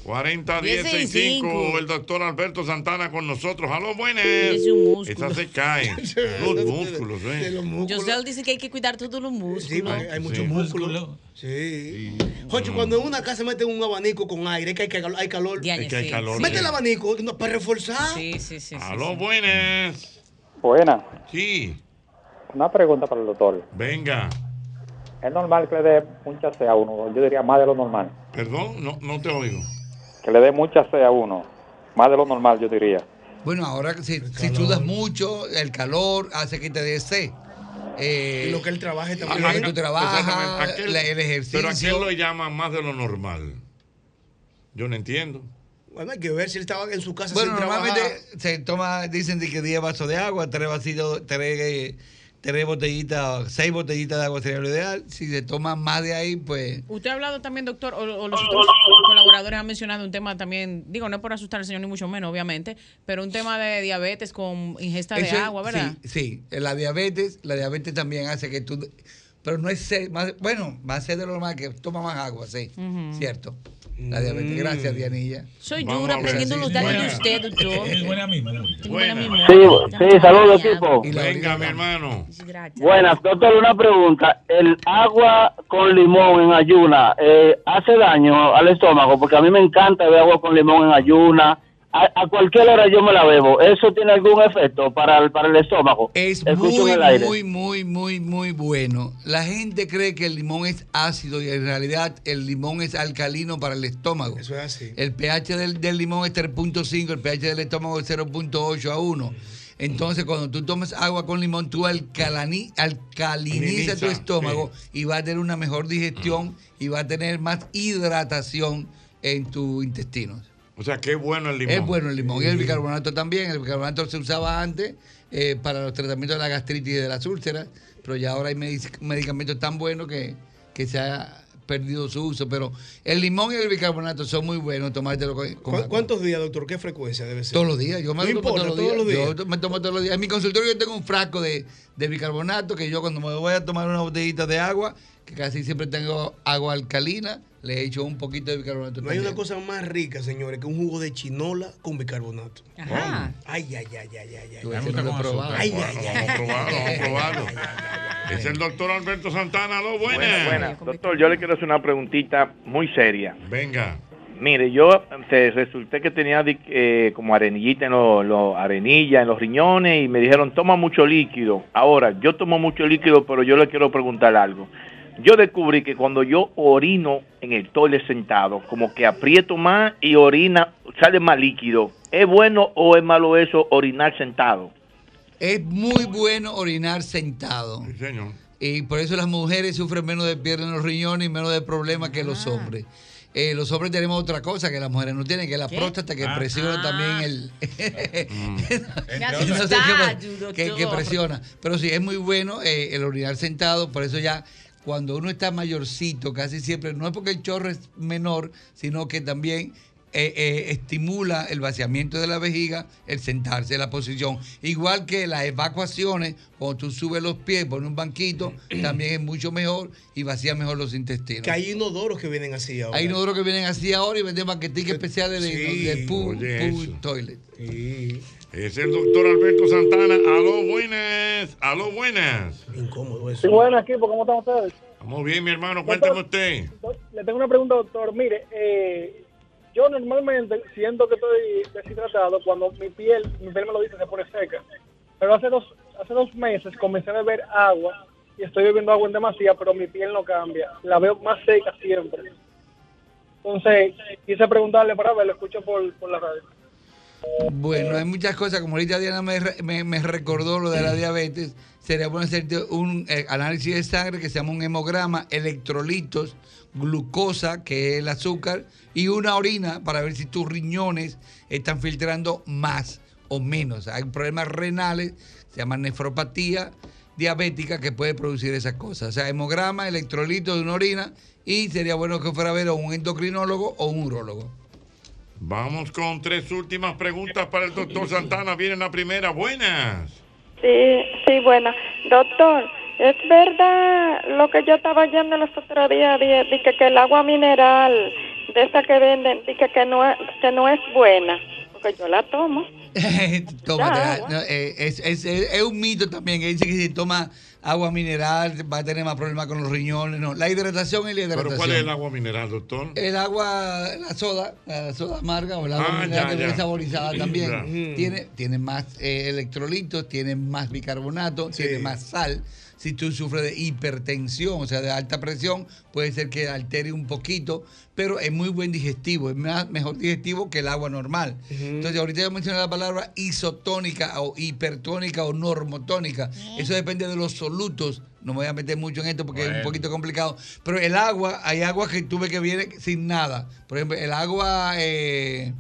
[SPEAKER 3] 40 10
[SPEAKER 12] 1065.
[SPEAKER 3] El doctor Alberto Santana con nosotros. ¡Aló, buenas!
[SPEAKER 11] Es un músculo.
[SPEAKER 3] Esas se
[SPEAKER 27] [laughs]
[SPEAKER 3] caen. Los músculos, ¿eh?
[SPEAKER 11] José dice que hay que cuidar todos los músculos.
[SPEAKER 12] Sí, porque hay mucho músculo. Sí. Jocho, cuando en una casa meten un abanico con aire, es que hay calor. Hay calor.
[SPEAKER 3] años, Es que hay sí, calor. sí.
[SPEAKER 12] Mete el abanico no, para reforzar.
[SPEAKER 11] Sí, sí, sí.
[SPEAKER 3] ¡Aló, buenas!
[SPEAKER 7] Buena.
[SPEAKER 3] Sí.
[SPEAKER 7] Una pregunta para el doctor.
[SPEAKER 3] Venga.
[SPEAKER 7] ¿Es normal que le dé mucha C a uno? Yo diría más de lo normal.
[SPEAKER 3] Perdón, no, no te oigo.
[SPEAKER 7] Que le dé mucha C a uno. Más de lo normal, yo diría.
[SPEAKER 27] Bueno, ahora si, si sudas mucho, el calor hace que te dé sed. Eh,
[SPEAKER 12] Y lo que él trabaje también.
[SPEAKER 27] lo que tú trabajas,
[SPEAKER 3] Exactamente. Aquel-
[SPEAKER 27] la- el ejercicio.
[SPEAKER 3] Pero aquel lo llama más de lo normal. Yo no entiendo.
[SPEAKER 12] Bueno, hay que ver si él estaba en su casa
[SPEAKER 27] Bueno,
[SPEAKER 12] sin trabajar.
[SPEAKER 27] normalmente se toma, dicen de que 10 vasos de agua, 3 vasitos, 3, botellitas, 6 botellitas de agua sería lo ideal. Si se toma más de ahí, pues.
[SPEAKER 11] Usted ha hablado también, doctor, o, o los otros colaboradores han mencionado un tema también, digo, no es por asustar al señor ni mucho menos, obviamente, pero un tema de diabetes con ingesta
[SPEAKER 27] Eso
[SPEAKER 11] de
[SPEAKER 27] es-
[SPEAKER 11] agua, ¿verdad?
[SPEAKER 27] Sí, sí, la diabetes, la diabetes también hace que tú. Pero no es sed, más, bueno, más sed de lo normal, que toma más agua, sí.
[SPEAKER 11] Ujú.
[SPEAKER 27] Cierto.
[SPEAKER 12] Mm.
[SPEAKER 27] La diates. Gracias, Dianilla.
[SPEAKER 11] Soy dura aprendiendo los datos de usted, doctor.
[SPEAKER 10] Es buena misma.
[SPEAKER 11] Tengo buena memoria.
[SPEAKER 7] Sí, sí, saludos, equipo.
[SPEAKER 3] Venga, mi hermano.
[SPEAKER 7] Buenas, doctor, una pregunta. ¿El agua con limón en ayuna eh, hace daño al estómago? Porque a mí me encanta beber agua con limón en ayuna. A, a cualquier hora yo me la bebo. ¿Eso tiene algún efecto para el, para el estómago?
[SPEAKER 27] Es
[SPEAKER 7] Escucho en
[SPEAKER 27] muy,
[SPEAKER 7] el aire.
[SPEAKER 27] muy, muy, muy, muy bueno. La gente cree que el limón es ácido y en realidad el limón es alcalino para el estómago.
[SPEAKER 12] Eso es así.
[SPEAKER 27] El pH del, del limón es 3.5, el pH del estómago es 0.8 a 1. Entonces, cuando tú tomas agua con limón, tú alcalani- alcalinizas
[SPEAKER 12] Aliniza,
[SPEAKER 27] tu estómago y va a tener una mejor digestión y va a tener más hidratación en tus intestinos.
[SPEAKER 3] O sea, qué bueno el limón.
[SPEAKER 27] Es bueno el limón. Y
[SPEAKER 3] Sí.
[SPEAKER 27] el bicarbonato también. El bicarbonato se usaba antes eh, para los tratamientos de la gastritis y de las úlceras, pero ya ahora hay medic- medicamentos tan buenos que, que se ha perdido su uso. Pero el limón y el bicarbonato son muy buenos tomártelo con, con
[SPEAKER 12] ¿Cu-
[SPEAKER 27] agua.
[SPEAKER 12] ¿Cuántos días, doctor? ¿Qué frecuencia debe ser?
[SPEAKER 27] Todos los días, yo me
[SPEAKER 12] no
[SPEAKER 27] lo tomo
[SPEAKER 12] importa,
[SPEAKER 27] todos los días. Yo to- me tomo todos los días. En mi consultorio yo tengo un frasco de, de bicarbonato que yo cuando me voy a tomar una botellita de agua, que casi siempre tengo agua alcalina, le echo un poquito de bicarbonato.
[SPEAKER 12] No hay una
[SPEAKER 27] también.
[SPEAKER 12] cosa más rica, señores, que un jugo de chinola con bicarbonato.
[SPEAKER 27] Ajá.
[SPEAKER 12] Ay, ay, ay, ay, ay, ay.
[SPEAKER 27] Tú ese no lo he probado.
[SPEAKER 12] Ay,
[SPEAKER 3] Bueno,
[SPEAKER 12] ay,
[SPEAKER 3] vamos a probarlo, vamos a probarlo. Es el doctor Alberto Santana, lo bueno.
[SPEAKER 13] Buenas, buenas. Doctor, yo le quiero hacer una preguntita muy seria.
[SPEAKER 3] Venga.
[SPEAKER 13] Mire, yo eh, resulté que tenía di- eh, como arenillita en los, los- arenilla en los riñones y me dijeron toma mucho líquido. Ahora, yo tomo mucho líquido, pero yo le quiero preguntar algo. Yo descubrí que cuando yo orino en el toile sentado, como que aprieto más y orina, sale más líquido. ¿Es bueno o es malo eso orinar sentado?
[SPEAKER 27] Es muy bueno orinar sentado. Y por eso las mujeres sufren menos de piedra en los riñones y menos de problemas que los hombres. Eh, los hombres tenemos otra cosa que las mujeres no tienen, que es la próstata que
[SPEAKER 12] Ah.
[SPEAKER 27] presiona también el... [laughs]
[SPEAKER 12] asustaste,
[SPEAKER 27] No sé qué más-
[SPEAKER 12] doctor.
[SPEAKER 27] que, que presiona. Pero sí, es muy bueno eh, el orinar sentado, por eso ya cuando uno está mayorcito, casi siempre, no es porque el chorro es menor, sino que también eh, eh, estimula el vaciamiento de la vejiga, el sentarse, la posición. Igual que las evacuaciones, cuando tú subes los pies, pones
[SPEAKER 12] [clears throat]
[SPEAKER 27] un banquito, también es mucho mejor y vacía mejor los intestinos.
[SPEAKER 12] Que hay inodoros que vienen así ahora.
[SPEAKER 27] Hay inodoros que vienen así ahora y venden banqueticas especiales de,
[SPEAKER 12] Sí.
[SPEAKER 27] de pool,
[SPEAKER 3] Oye,
[SPEAKER 27] pool
[SPEAKER 3] eso.
[SPEAKER 27] toilet.
[SPEAKER 3] Es el doctor Alberto Santana. Aló, buenas. Aló, buenas.
[SPEAKER 12] Incómodo
[SPEAKER 7] Sí, buenas, equipo, ¿cómo están ustedes?
[SPEAKER 3] Vamos bien, mi hermano. Cuéntame usted.
[SPEAKER 7] Le tengo una pregunta, doctor. Mire, eh, yo normalmente siento que estoy deshidratado cuando mi piel, mi piel me lo dice, se pone seca. Pero hace dos, hace dos meses comencé a beber agua y estoy bebiendo agua en demasía, pero mi piel no cambia. La veo más seca siempre.
[SPEAKER 24] Entonces, quise preguntarle para ver, lo escucho por, por la radio.
[SPEAKER 27] Bueno, hay muchas cosas, como ahorita Diana me, re- me- me recordó lo de la diabetes, sería bueno hacerte un eh, análisis de sangre que se llama un hemograma, electrolitos, glucosa, que es el azúcar, y una orina para ver si tus riñones están filtrando más o menos. Hay problemas renales, se llama nefropatía diabética que puede producir esas cosas. O sea, hemograma, electrolitos de una orina, y sería bueno que fuera a ver a un endocrinólogo o un urólogo.
[SPEAKER 3] Vamos con tres últimas preguntas para el doctor Santana. Viene la primera. Buenas.
[SPEAKER 30] Sí, sí, bueno. Doctor, ¿es verdad lo que yo estaba oyendo los otros días? de- de que, que el agua mineral de esa que venden, de que, que, no, es- que no es buena. Porque yo la tomo.
[SPEAKER 27] Tómatela.
[SPEAKER 30] agua.
[SPEAKER 27] No, eh, es, es- es- es un mito también que dice que si toma agua mineral va a tener más problemas con los riñones. No, la hidratación es la hidratación.
[SPEAKER 3] ¿Pero cuál es el agua mineral, doctor?
[SPEAKER 27] El agua, la soda, la soda amarga o el agua
[SPEAKER 3] Ah,
[SPEAKER 27] mineral
[SPEAKER 3] ya,
[SPEAKER 27] que
[SPEAKER 3] ya.
[SPEAKER 27] viene saborizada también,
[SPEAKER 3] Ya. Mm.
[SPEAKER 27] tiene, tiene más eh, electrolitos, tiene más bicarbonato, tiene más sal. Si tú sufres de hipertensión, o sea, de alta presión, puede ser que altere un poquito, pero es muy buen digestivo, es más, mejor digestivo que el agua normal. Entonces, ahorita yo mencioné la palabra isotónica o hipertónica o normotónica. Eso depende de los solutos. No me voy a meter mucho en esto porque es un
[SPEAKER 10] Bueno.
[SPEAKER 27] poquito complicado. Pero el agua, hay agua que tuve que viene sin nada. Por ejemplo, el agua. eh,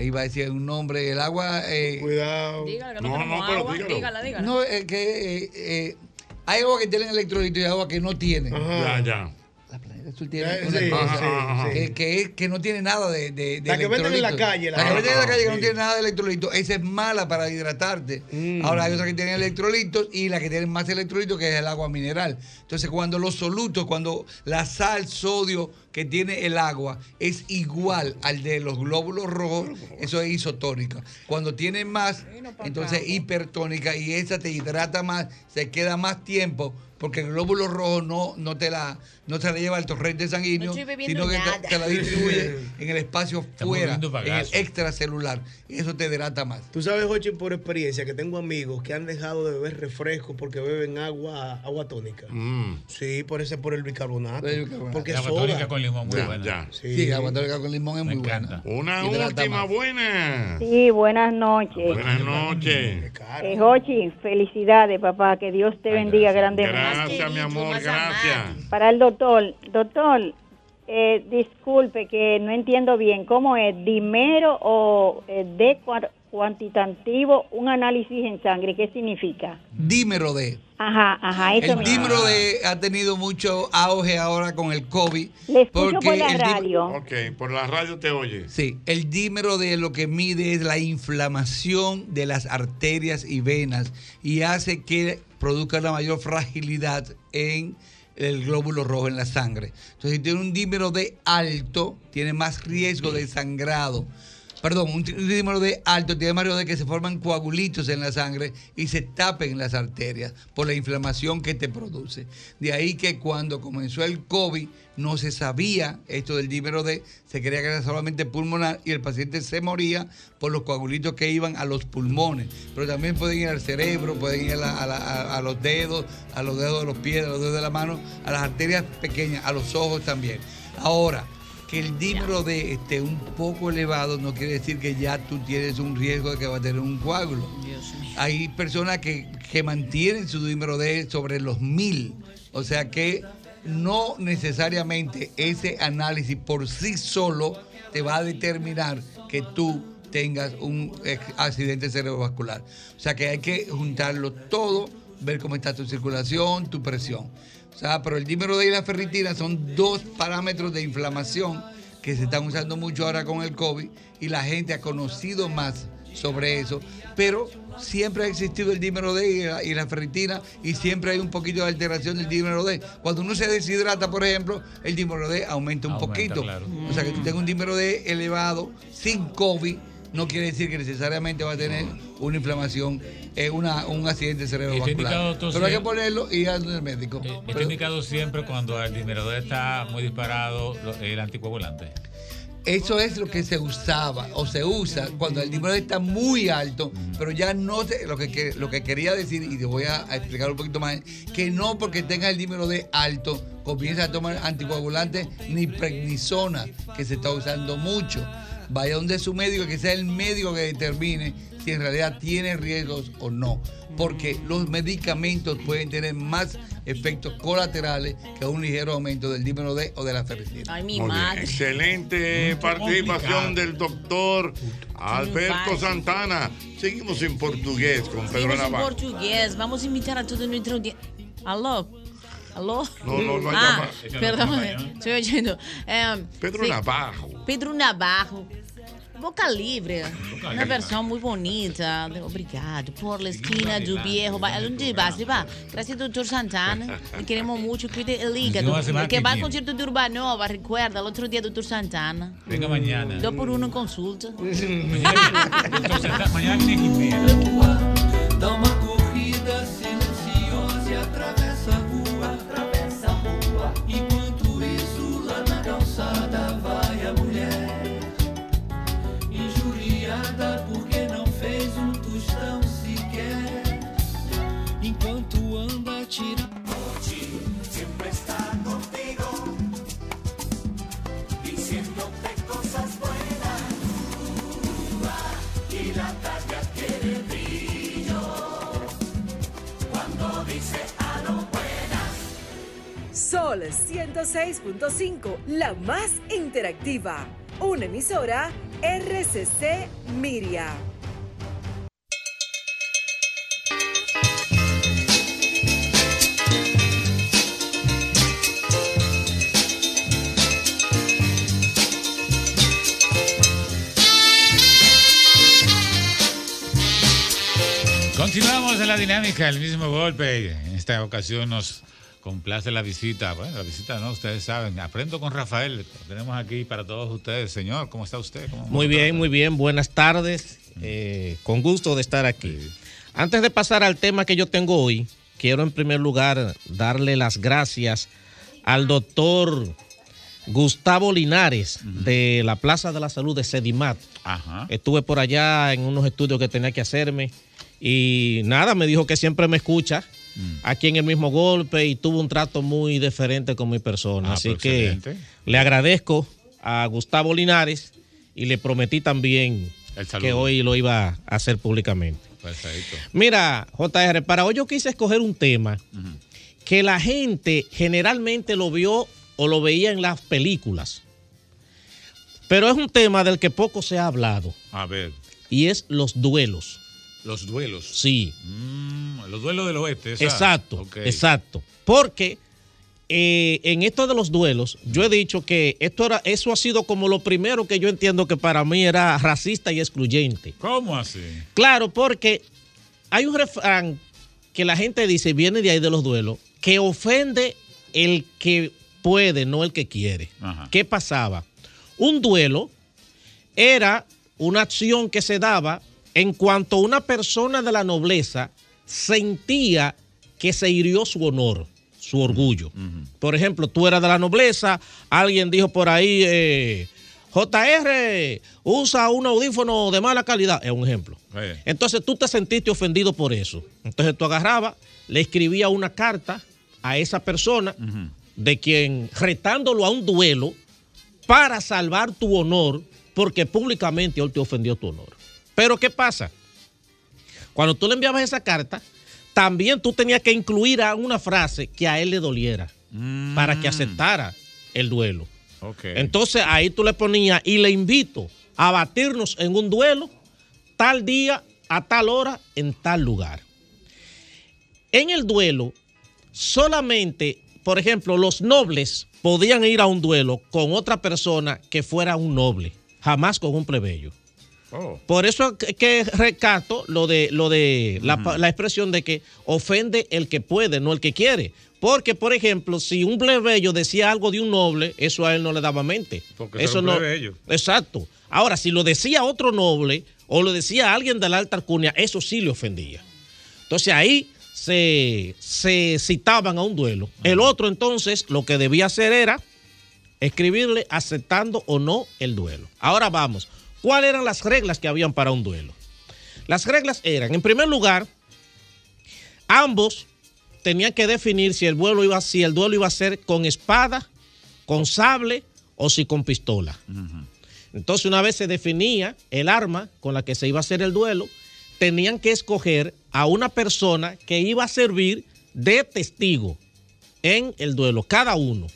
[SPEAKER 27] Iba a decir un nombre, el agua. Cuidado.
[SPEAKER 1] Dígalo, que no No, tenemos no, pero agua. dígalo. Dígala, dígala.
[SPEAKER 27] No, es que eh, eh, hay agua que tienen electrolito y agua que no tienen.
[SPEAKER 3] Ya, ya.
[SPEAKER 27] Eso tiene
[SPEAKER 3] Eh,
[SPEAKER 27] una
[SPEAKER 3] sí,
[SPEAKER 27] cosa
[SPEAKER 3] sí, ajá,
[SPEAKER 27] que,
[SPEAKER 3] sí.
[SPEAKER 27] que es- que no tiene nada de, de, de
[SPEAKER 12] La que venden en la
[SPEAKER 27] electrolito.
[SPEAKER 12] calle, la
[SPEAKER 27] La, que
[SPEAKER 12] que-
[SPEAKER 27] venden en la calle que no
[SPEAKER 12] sí.
[SPEAKER 27] tiene nada de electrolito. Esa es mala para hidratarte.
[SPEAKER 12] Mm.
[SPEAKER 27] Ahora hay otras que tienen electrolitos y la que tienen más electrolitos que es el agua mineral. Entonces cuando los solutos, cuando la sal, sodio que tiene el agua es igual al de los glóbulos rojos, eso es isotónica. Cuando tiene más, entonces hipertónica y esa te hidrata más, se queda más tiempo porque el glóbulo rojo no, no te la no se la lleva al torrente sanguíneo,
[SPEAKER 1] No estoy bebiendo
[SPEAKER 27] sino que te,
[SPEAKER 1] nada.
[SPEAKER 27] te la
[SPEAKER 12] [laughs]
[SPEAKER 27] distribuye en el espacio fuera, en el extracelular. Eso te delata más.
[SPEAKER 12] Tú sabes, Jochi, por experiencia, que tengo amigos que han dejado de beber refresco porque beben agua agua tónica. Sí, por ese por el bicarbonato.
[SPEAKER 27] Mm. El bicarbonato.
[SPEAKER 12] Porque
[SPEAKER 27] La agua
[SPEAKER 12] soda.
[SPEAKER 27] tónica con limón, muy
[SPEAKER 12] Ya,
[SPEAKER 27] buena.
[SPEAKER 12] ya.
[SPEAKER 27] Sí, la agua tónica con limón es muy buena.
[SPEAKER 3] Una
[SPEAKER 27] Hidrata
[SPEAKER 3] última
[SPEAKER 27] más.
[SPEAKER 3] buena.
[SPEAKER 5] Sí, buenas noches.
[SPEAKER 3] Ah. Buenas noches.
[SPEAKER 5] Eh, Jochi, felicidades, papá. Que Dios te bendiga grandemente.
[SPEAKER 3] Gracias, mi amor, gracias.
[SPEAKER 5] Para el doctor, doctor, eh, disculpe que no entiendo bien. ¿Cómo es? ¿Dimero o eh, de cuar- cuantitativo un análisis en sangre? ¿Qué significa?
[SPEAKER 27] Dímero de.
[SPEAKER 5] Ajá, ajá, eso
[SPEAKER 27] el
[SPEAKER 5] mismo.
[SPEAKER 27] dímero de ha tenido mucho auge ahora con el COVID.
[SPEAKER 5] Le escucho por la
[SPEAKER 27] el dímero-
[SPEAKER 5] radio.
[SPEAKER 3] Ok, por la radio te oye.
[SPEAKER 27] Sí, el dímero de lo que mide es la inflamación de las arterias y venas y hace que produzca la mayor fragilidad en el glóbulo rojo en la sangre. Entonces, si tiene un dímero de alto, tiene más riesgo de sangrado. Perdón, un tri- dímero de alto tiene más riesgo de que se forman coagulitos en la sangre y se tapen las arterias por la inflamación que te produce. De ahí que cuando comenzó el COVID no se sabía esto del dímero D, se creía que era solamente pulmonar y el paciente se moría por los coagulitos que iban a los pulmones. Pero también pueden ir al cerebro, pueden ir a, la- a la- a- a los dedos, a los dedos de los pies, a los dedos de la mano, a las arterias pequeñas, a los ojos también. Ahora, que el dímero D esté un poco elevado no quiere decir que ya tú tienes un riesgo de que va a tener un coágulo. Hay personas que, que mantienen su dímero D sobre los mil. O sea que no necesariamente ese análisis por sí solo te va a determinar que tú tengas un eh, accidente cerebrovascular. O sea que hay que juntarlo todo, ver cómo está tu circulación, tu presión. O sea, pero el dímero D y la ferritina son dos parámetros de inflamación que se están usando mucho ahora con el COVID y la gente ha conocido más sobre eso, pero siempre ha existido el dímero D y la, y la ferritina y siempre hay un poquito de alteración del dímero D. Cuando uno se deshidrata, por ejemplo, el dímero D aumenta un
[SPEAKER 10] Aumenta,
[SPEAKER 27] poquito.
[SPEAKER 10] claro.
[SPEAKER 27] O sea, que tú tengas un dímero D elevado sin COVID no quiere decir que necesariamente va a tener una inflamación, eh, una, un accidente
[SPEAKER 10] indicado,
[SPEAKER 27] cerebrovascular.
[SPEAKER 10] doctor, Eh,
[SPEAKER 27] Pero hay
[SPEAKER 10] si-
[SPEAKER 27] que ponerlo y ir al médico.
[SPEAKER 10] Está indicado siempre cuando el dimerodol está muy disparado lo- el anticoagulante.
[SPEAKER 27] Eso es lo que se usaba o se usa cuando el nivel está muy alto, pero ya no se- lo que, que- lo que quería decir y te voy a, a explicar un poquito más, que no porque tenga el número de alto comienza a tomar anticoagulantes ni prednisona que se está usando mucho. Vaya donde su médico, que sea el médico que determine si en realidad tiene riesgos o no, porque los medicamentos pueden tener más efectos colaterales que un ligero aumento del número D o de la ferritina.
[SPEAKER 11] Ay, mi
[SPEAKER 3] Muy bien.
[SPEAKER 11] madre.
[SPEAKER 3] Excelente participación
[SPEAKER 27] complicado.
[SPEAKER 3] del doctor Alberto Santana. Seguimos en portugués con Pedro
[SPEAKER 11] Seguimos en
[SPEAKER 3] Navarro.
[SPEAKER 11] portugués. Vamos a invitar a todo nuestro audi- Aló. Aló.
[SPEAKER 3] No, no, no hay
[SPEAKER 11] Ah,
[SPEAKER 3] llamada.
[SPEAKER 11] perdón, estoy oyendo. Eh,
[SPEAKER 3] Pedro
[SPEAKER 11] sí,
[SPEAKER 3] Navarro.
[SPEAKER 11] Pedro Navarro. Boca Livre, uma
[SPEAKER 3] Livre.
[SPEAKER 11] versão muito bonita. Obrigado. Por la esquina do
[SPEAKER 10] Dignidade,
[SPEAKER 11] viejo. Onde vai? Se vai. Graças ao Dr. Santana. E queremos muito. Cuide el hígado.
[SPEAKER 10] Não, se vai
[SPEAKER 11] Porque vai
[SPEAKER 10] pedir.
[SPEAKER 11] ao concerto do Urbanova. Recuerda, o outro dia, Dr. Santana.
[SPEAKER 10] Venga mañana.
[SPEAKER 11] Dou por um em consulta.
[SPEAKER 1] Dá uma corrida silenciosa e atravessa a rua, atravessa a rua. Enquanto isso, lá na calçada vai a mulher, injuriada porque não fez um tostão sequer. Enquanto anda, tira. Sempre está contigo, diciéndote cosas buenas. y la talla tiene brillo cuando dice a lo buenas.
[SPEAKER 8] Sol 106.5, la más interactiva. Una emisora RCC Miria.
[SPEAKER 10] Continuamos en la dinámica, el mismo golpe. En esta ocasión nos complace la visita. Bueno, la visita no, ustedes saben. Aprendo con Rafael. Lo tenemos aquí para todos ustedes. Señor, ¿cómo está usted? ¿Cómo-
[SPEAKER 20] Muy bien, muy bien. Buenas tardes.
[SPEAKER 10] Mm.
[SPEAKER 20] Eh, con gusto de estar aquí. Antes de pasar al tema que yo tengo hoy, quiero en primer lugar darle las gracias al doctor Gustavo Linares de la Plaza de la Salud de Sedimat. Estuve por allá en unos estudios que tenía que hacerme y nada, me dijo que siempre me escucha
[SPEAKER 10] Mm.
[SPEAKER 20] aquí en el mismo golpe y tuvo un trato muy diferente con mi persona.
[SPEAKER 10] Ah,
[SPEAKER 20] Así
[SPEAKER 10] pero
[SPEAKER 20] que
[SPEAKER 10] excelente.
[SPEAKER 20] le agradezco a Gustavo Linares y le prometí también que hoy lo iba a hacer públicamente.
[SPEAKER 10] Perfecto.
[SPEAKER 20] Mira, JR, para hoy yo quise escoger un tema que la gente generalmente lo vio o lo veía en las películas. Pero es un tema del que poco se ha hablado.
[SPEAKER 10] A ver,
[SPEAKER 20] Y es los duelos.
[SPEAKER 10] los duelos.
[SPEAKER 20] Sí.
[SPEAKER 10] Mm, los duelos del oeste. ¿esa?
[SPEAKER 20] Exacto,
[SPEAKER 10] Ok.
[SPEAKER 20] exacto. Porque eh, en esto de los duelos, yo he dicho que esto era, eso ha sido como lo primero que yo entiendo que para mí era racista y excluyente.
[SPEAKER 10] ¿Cómo así?
[SPEAKER 20] Claro, porque hay un refrán que la gente dice, viene de ahí de los duelos, que ofende el que puede, no el que quiere. ¿Qué pasaba? Un duelo era una acción que se daba en cuanto una persona de la nobleza sentía que se hirió su honor, su orgullo. Por ejemplo, tú eras de la nobleza, alguien dijo por ahí, eh, JR, usa un audífono de mala calidad, es un ejemplo.
[SPEAKER 10] Eh,
[SPEAKER 20] Entonces tú te sentiste ofendido por eso. Entonces tú agarrabas, le escribías una carta a esa persona de quien retándolo a un duelo para salvar tu honor porque públicamente él te ofendió tu honor. Pero ¿qué pasa? Cuando tú le enviabas esa carta, también tú tenías que incluir a una frase que a él le doliera para que aceptara el duelo.
[SPEAKER 10] ok.
[SPEAKER 20] Entonces ahí tú le ponías y le invito a batirnos en un duelo tal día, a tal hora, en tal lugar. En el duelo, solamente, por ejemplo, los nobles podían ir a un duelo con otra persona que fuera un noble, jamás con un plebeyo.
[SPEAKER 10] Oh.
[SPEAKER 20] Por eso que- que recato lo de, lo de la, pa- la expresión de que ofende el que puede, no el que quiere. Porque, por ejemplo, si un plebeyo decía algo de un noble, eso a él no le daba mente.
[SPEAKER 10] Porque
[SPEAKER 20] eso
[SPEAKER 10] son
[SPEAKER 20] no,
[SPEAKER 10] plebeyo.
[SPEAKER 20] Exacto. Ahora, si lo decía otro noble o lo decía alguien de la alta alcurnia, eso sí le ofendía. Entonces ahí se, se citaban a un duelo. El otro entonces lo que debía hacer era escribirle aceptando o no el duelo. Ahora vamos. ¿Cuáles eran las reglas que habían para un duelo? Las reglas eran, en primer lugar, ambos tenían que definir si el duelo iba, si el duelo iba a ser con espada, con sable o si con pistola. Entonces, una vez se definía el arma con la que se iba a hacer el duelo, tenían que escoger a una persona que iba a servir de testigo en el duelo, cada uno.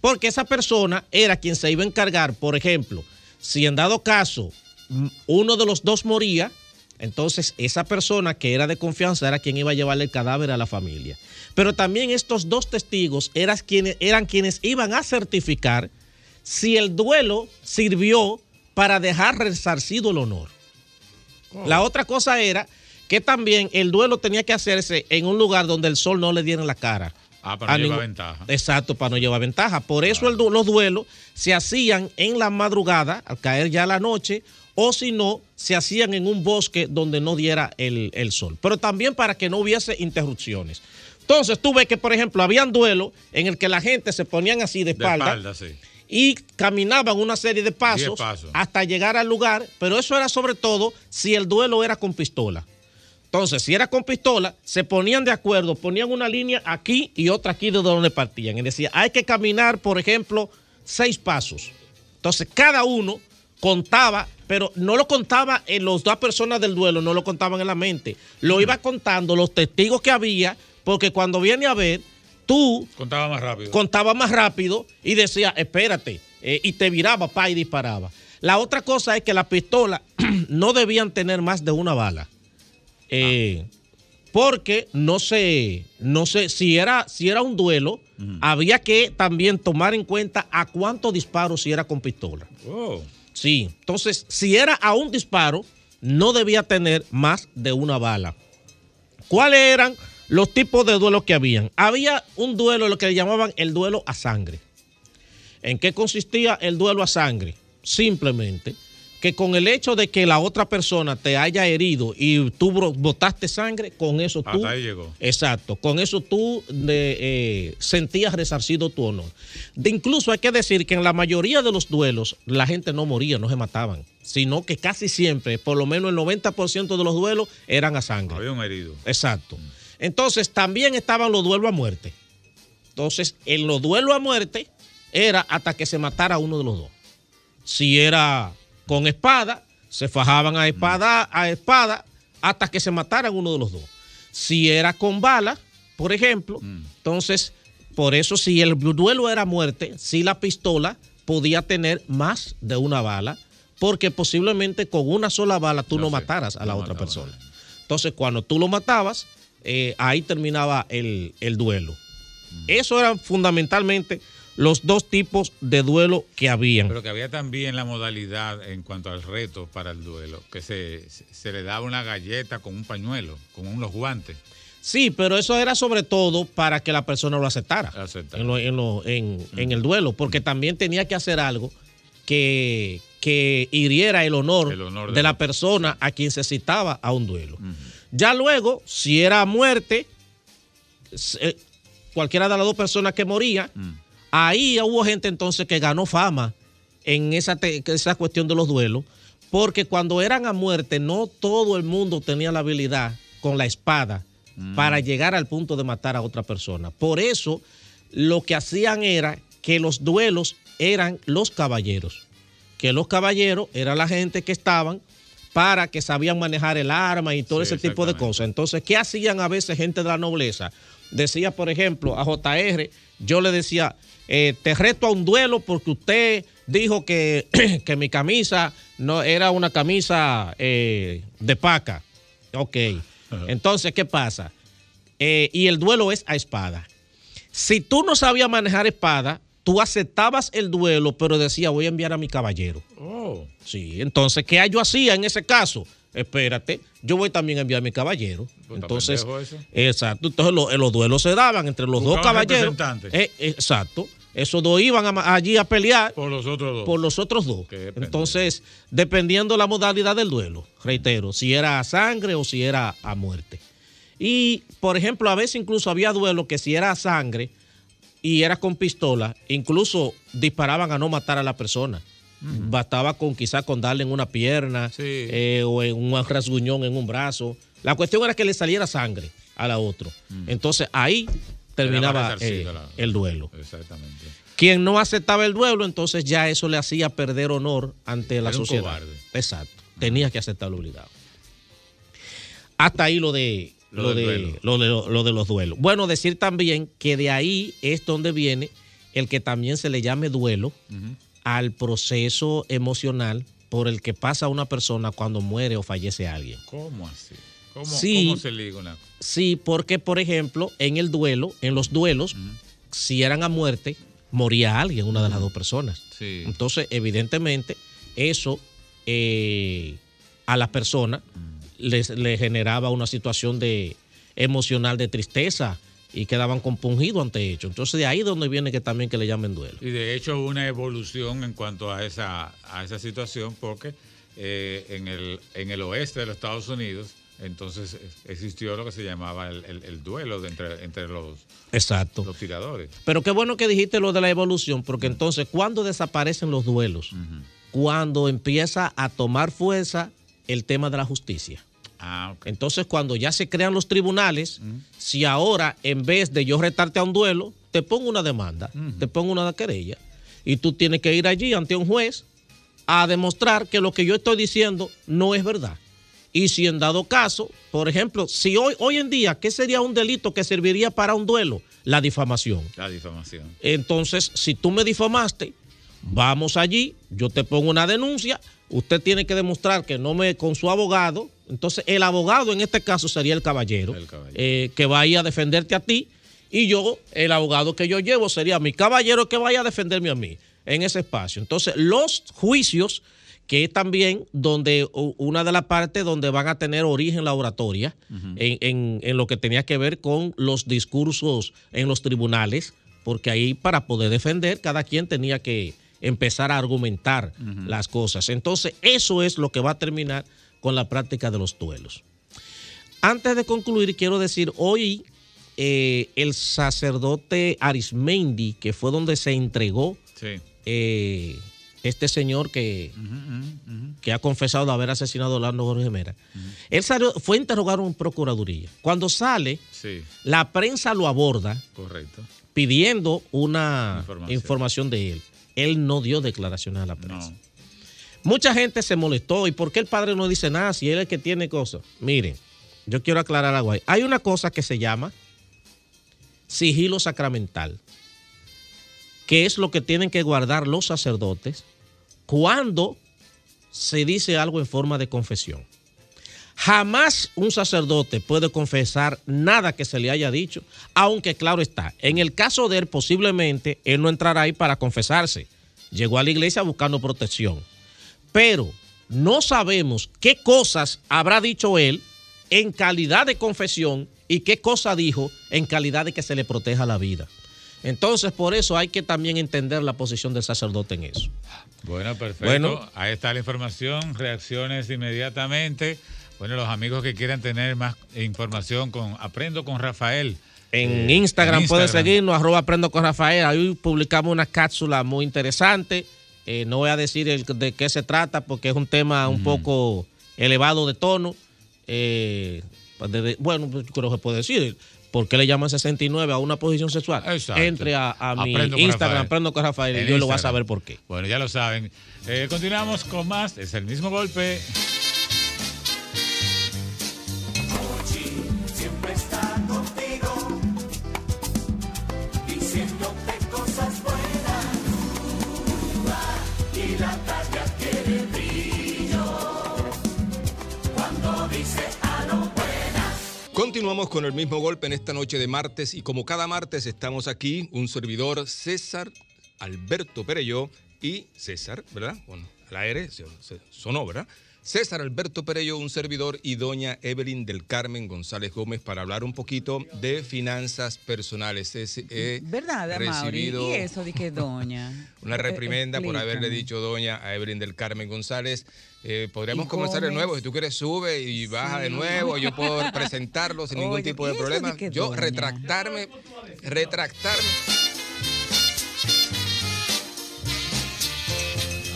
[SPEAKER 20] Porque esa persona era quien se iba a encargar, por ejemplo, si en dado caso mm, uno de los dos moría, entonces esa persona que era de confianza era quien iba a llevarle el cadáver a la familia. Pero también estos dos testigos eran quienes, eran quienes iban a certificar si el duelo sirvió para dejar resarcido el honor. La otra cosa era que también el duelo tenía que hacerse en un lugar donde el sol no le diera en la cara.
[SPEAKER 10] Ah, para
[SPEAKER 20] A
[SPEAKER 10] no llevar
[SPEAKER 20] ningún-
[SPEAKER 10] ventaja.
[SPEAKER 20] Exacto, para no llevar ventaja. Por eso el du- los duelos se hacían en la madrugada, al caer ya la noche, o si no, se hacían en un bosque donde no diera el, el sol. Pero también para que no hubiese interrupciones. Entonces tú ves que, por ejemplo, habían duelos en el que la gente se ponían así de
[SPEAKER 10] De
[SPEAKER 20] espalda
[SPEAKER 10] espalda, sí.
[SPEAKER 20] y caminaban una serie de pasos,
[SPEAKER 10] pasos.
[SPEAKER 20] hasta llegar al lugar, pero eso era sobre todo si el duelo era con pistola. Entonces, si era con pistola, se ponían de acuerdo, ponían una línea aquí y otra aquí de donde partían. Y decía, hay que caminar, por ejemplo, seis pasos. Entonces, cada uno contaba, pero no lo contaba en los dos personas del duelo, no lo contaban en la mente. Lo iba contando los testigos que había, porque cuando viene a ver, tú
[SPEAKER 10] Contaba más rápido.
[SPEAKER 20] contaba más rápido y decía, espérate, eh, y te viraba, pa, y disparaba. La otra cosa es que las pistolas [clears throat] no debían tener más de una bala. Eh, Porque no sé, no sé, si era, si era un duelo, había que también tomar en cuenta a cuántos disparos si era con pistola.
[SPEAKER 10] Oh,
[SPEAKER 20] Sí, entonces, si era a un disparo, no debía tener más de una bala. ¿Cuáles eran los tipos de duelos que habían? Había un duelo, lo que le llamaban el duelo a sangre. ¿En qué consistía el duelo a sangre? Simplemente que con el hecho de que la otra persona te haya herido y tú bro- botaste sangre, con eso tú...
[SPEAKER 10] Hasta ahí llegó.
[SPEAKER 20] Exacto, con eso tú de, eh, sentías resarcido tu honor. De incluso hay que decir que en la mayoría de los duelos la gente no moría, no se mataban, sino que casi siempre, por lo menos el 90% de los duelos eran a sangre.
[SPEAKER 10] Había un herido.
[SPEAKER 20] Exacto. Entonces también estaban los duelos a muerte. Entonces, en los duelos a muerte era hasta que se matara uno de los dos. Si era con espada, se fajaban a espada, a espada hasta que se mataran uno de los dos. Si era con bala, por ejemplo, entonces, por eso si el duelo era a muerte, si la pistola podía tener más de una bala, porque posiblemente con una sola bala tú no, mataras a la otra persona. Entonces, cuando tú lo matabas, eh, ahí terminaba el, el duelo. Eso eran fundamentalmente los dos tipos de duelo que habían.
[SPEAKER 10] Pero que había también la modalidad en cuanto al reto para el duelo, que se, se- se le daba una galleta con un pañuelo, con unos guantes.
[SPEAKER 20] Sí, pero eso era sobre todo para que la persona lo aceptara, Mm. En, lo- en lo- en- en el duelo, porque también tenía que hacer algo que, que hiriera el honor, de, la persona a quien se citaba a un duelo. Ya luego, si era a muerte, s- eh, cualquiera de las dos personas que moría, ahí hubo gente entonces que ganó fama en esa, te- que esa cuestión de los duelos, porque cuando eran a muerte, no todo el mundo tenía la habilidad con la espada para llegar al punto de matar a otra persona. Por eso, lo que hacían era que los duelos eran los caballeros, que los caballeros eran la gente que estaban para que sabían manejar el arma y todo ese tipo de cosas. Entonces, ¿qué hacían a veces gente de la nobleza? Decía, por ejemplo, a JR, yo le decía, eh, te reto a un duelo porque usted dijo que, [clears throat] que mi camisa no era una camisa eh, de paca. Ok. Entonces, ¿qué pasa? Eh, y el duelo es a espada. Si tú no sabías manejar espada, tú aceptabas el duelo, pero decía, voy a enviar a mi caballero.
[SPEAKER 10] Oh.
[SPEAKER 20] Sí, entonces, ¿qué yo hacía en ese caso? Espérate, yo voy también a enviar a mi caballero. entonces,
[SPEAKER 10] pendejo eso.
[SPEAKER 20] exacto, entonces lo- eh, los, duelos se daban entre los dos
[SPEAKER 10] Buscaban
[SPEAKER 20] caballeros.
[SPEAKER 10] representantes.
[SPEAKER 20] Eh, exacto, esos dos iban a ma- allí a pelear
[SPEAKER 10] Por los otros dos.
[SPEAKER 20] por los otros dos.
[SPEAKER 10] Qué pendejo.
[SPEAKER 20] Entonces, dependiendo la modalidad del duelo, reitero, si era a sangre o si era a muerte. Y, por ejemplo, a veces incluso había duelo que si era a sangre, y era con pistola, incluso disparaban a no matar a la persona. Bastaba con quizás con darle en una pierna eh, o en un rasguñón en un brazo. La cuestión era que le saliera sangre a la otro. Entonces ahí terminaba eh, el duelo.
[SPEAKER 10] Exactamente.
[SPEAKER 20] Quien no aceptaba el duelo, entonces ya eso le hacía perder honor ante Eh, la
[SPEAKER 10] Era un
[SPEAKER 20] sociedad.
[SPEAKER 10] cobarde.
[SPEAKER 20] Exacto. Tenía que aceptarlo obligado. Hasta ahí lo de
[SPEAKER 10] Lo
[SPEAKER 20] lo,
[SPEAKER 10] del duelo.
[SPEAKER 20] de, lo de lo- lo de los duelos. Bueno, decir también que de ahí es donde viene el que también se le llame duelo al proceso emocional por el que pasa una persona cuando muere o fallece alguien.
[SPEAKER 10] ¿Cómo así? ¿Cómo,
[SPEAKER 20] Sí.
[SPEAKER 10] cómo se liga una cosa?
[SPEAKER 20] Sí, porque por ejemplo, en el duelo, en los duelos, si eran a muerte, moría alguien, una de las dos personas.
[SPEAKER 10] Sí.
[SPEAKER 20] Entonces, evidentemente, eso eh, a la persona les- le generaba una situación de emocional de tristeza y quedaban compungidos ante hecho. Entonces, de ahí es donde viene que también que le llamen duelo.
[SPEAKER 10] Y de hecho hubo una evolución en cuanto a esa, a esa situación porque eh, en, el, en el oeste de los Estados Unidos entonces es- existió lo que se llamaba el, el- el duelo de entre, entre los,
[SPEAKER 20] Exacto.
[SPEAKER 10] los tiradores.
[SPEAKER 20] Pero qué bueno que dijiste lo de la evolución, porque entonces, ¿cuándo desaparecen los duelos? Cuando empieza a tomar fuerza el tema de la justicia. Entonces, cuando ya se crean los tribunales, si ahora, en vez de yo retarte a un duelo, te pongo una demanda, te pongo una querella, y tú tienes que ir allí ante un juez a demostrar que lo que yo estoy diciendo no es verdad. Y si en dado caso, por ejemplo, si hoy, hoy en día, ¿qué sería un delito que serviría para un duelo? La difamación.
[SPEAKER 10] La difamación.
[SPEAKER 20] Entonces, si tú me difamaste, vamos allí, yo te pongo una denuncia, usted tiene que demostrar que no me con su abogado. Entonces, el abogado en este caso sería el caballero, eh, que va a ir a defenderte a ti, y yo, el abogado que yo llevo sería mi caballero que vaya a defenderme a mí en ese espacio. Entonces, los juicios, que es también donde u- una de las partes donde van a tener origen la oratoria, en, en- en lo que tenía que ver con los discursos en los tribunales, porque ahí para poder defender cada quien tenía que empezar a argumentar las cosas. Entonces, eso es lo que va a terminar con la práctica de los duelos. Antes de concluir, quiero decir, hoy eh, el sacerdote Arismendi, que fue donde se entregó
[SPEAKER 10] Sí.
[SPEAKER 20] eh, este señor que, que ha confesado de haber asesinado a Orlando Jorge Mera, él salió- fue a interrogar a un procuraduría. Cuando sale,
[SPEAKER 10] Sí,
[SPEAKER 20] la prensa lo aborda
[SPEAKER 10] correcto.
[SPEAKER 20] pidiendo una
[SPEAKER 10] Información.
[SPEAKER 20] información. de él. Él no dio declaraciones a la prensa. Mucha gente se molestó. ¿Y por qué el padre no dice nada si él es el que tiene cosas? Miren, yo quiero aclarar algo ahí. Hay una cosa que se llama sigilo sacramental, que es lo que tienen que guardar los sacerdotes cuando se dice algo en forma de confesión. Jamás un sacerdote puede confesar nada que se le haya dicho, aunque claro está, en el caso de él posiblemente él no entrará ahí para confesarse. Llegó a la iglesia buscando protección. Pero no sabemos qué cosas habrá dicho él en calidad de confesión y qué cosa dijo en calidad de que se le proteja la vida. Entonces, por eso hay que también entender la posición del sacerdote en eso.
[SPEAKER 10] Bueno, perfecto.
[SPEAKER 20] Bueno.
[SPEAKER 10] ahí está la información, reacciones inmediatamente. Bueno, los amigos que quieran tener más información con Aprendo con Rafael.
[SPEAKER 20] En
[SPEAKER 10] Eh,
[SPEAKER 20] Instagram,
[SPEAKER 10] en
[SPEAKER 20] pueden
[SPEAKER 10] Instagram.
[SPEAKER 20] seguirnos, arroba aprendo con Rafael. Ahí publicamos una cápsula muy interesante. Eh, no voy a decir el- de qué se trata porque es un tema un poco elevado de tono. Eh, pues, de- de- bueno, pues, creo que puedo decir. ¿Por qué le llaman 69 a una posición sexual? Entre a, a mi
[SPEAKER 10] Aprendo con
[SPEAKER 20] Instagram,
[SPEAKER 10] Rafael.
[SPEAKER 20] aprendo con Rafael, y
[SPEAKER 10] En
[SPEAKER 20] yo lo voy a
[SPEAKER 10] Instagram.
[SPEAKER 20] saber por qué.
[SPEAKER 10] Bueno, ya lo saben. Eh, continuamos con más. Es el mismo golpe.
[SPEAKER 1] Siempre está contigo, diciéndote cosas buenas. Y la talla tiene brillo cuando dice "Ah, a lo buena.
[SPEAKER 2] Continuamos con el mismo golpe en esta noche de martes y como cada martes estamos aquí, un servidor César Alberto Pereyó y César, ¿verdad? Bueno, al aire se- se- sonó, ¿verdad? César Alberto Perello, un servidor, y doña Evelyn del Carmen González Gómez para hablar un poquito de finanzas personales. Es- he
[SPEAKER 9] ¿Verdad, Amaury?
[SPEAKER 2] Eh, recibido-
[SPEAKER 9] Y eso de que doña.
[SPEAKER 2] [laughs] Una
[SPEAKER 9] Eh,
[SPEAKER 2] reprimenda por haberle
[SPEAKER 9] explícame.
[SPEAKER 2] dicho doña a Evelyn del Carmen González. Eh, podríamos
[SPEAKER 9] Y
[SPEAKER 2] comenzar de
[SPEAKER 9] Gómez.
[SPEAKER 2] nuevo. Si tú quieres, sube y baja de
[SPEAKER 9] Sí.
[SPEAKER 2] nuevo. Yo
[SPEAKER 9] [laughs]
[SPEAKER 2] puedo presentarlo sin ningún
[SPEAKER 9] Oye,
[SPEAKER 2] tipo de
[SPEAKER 9] ¿y eso de
[SPEAKER 2] problema.
[SPEAKER 9] qué
[SPEAKER 2] Yo
[SPEAKER 9] doña?
[SPEAKER 2] retractarme, retractarme.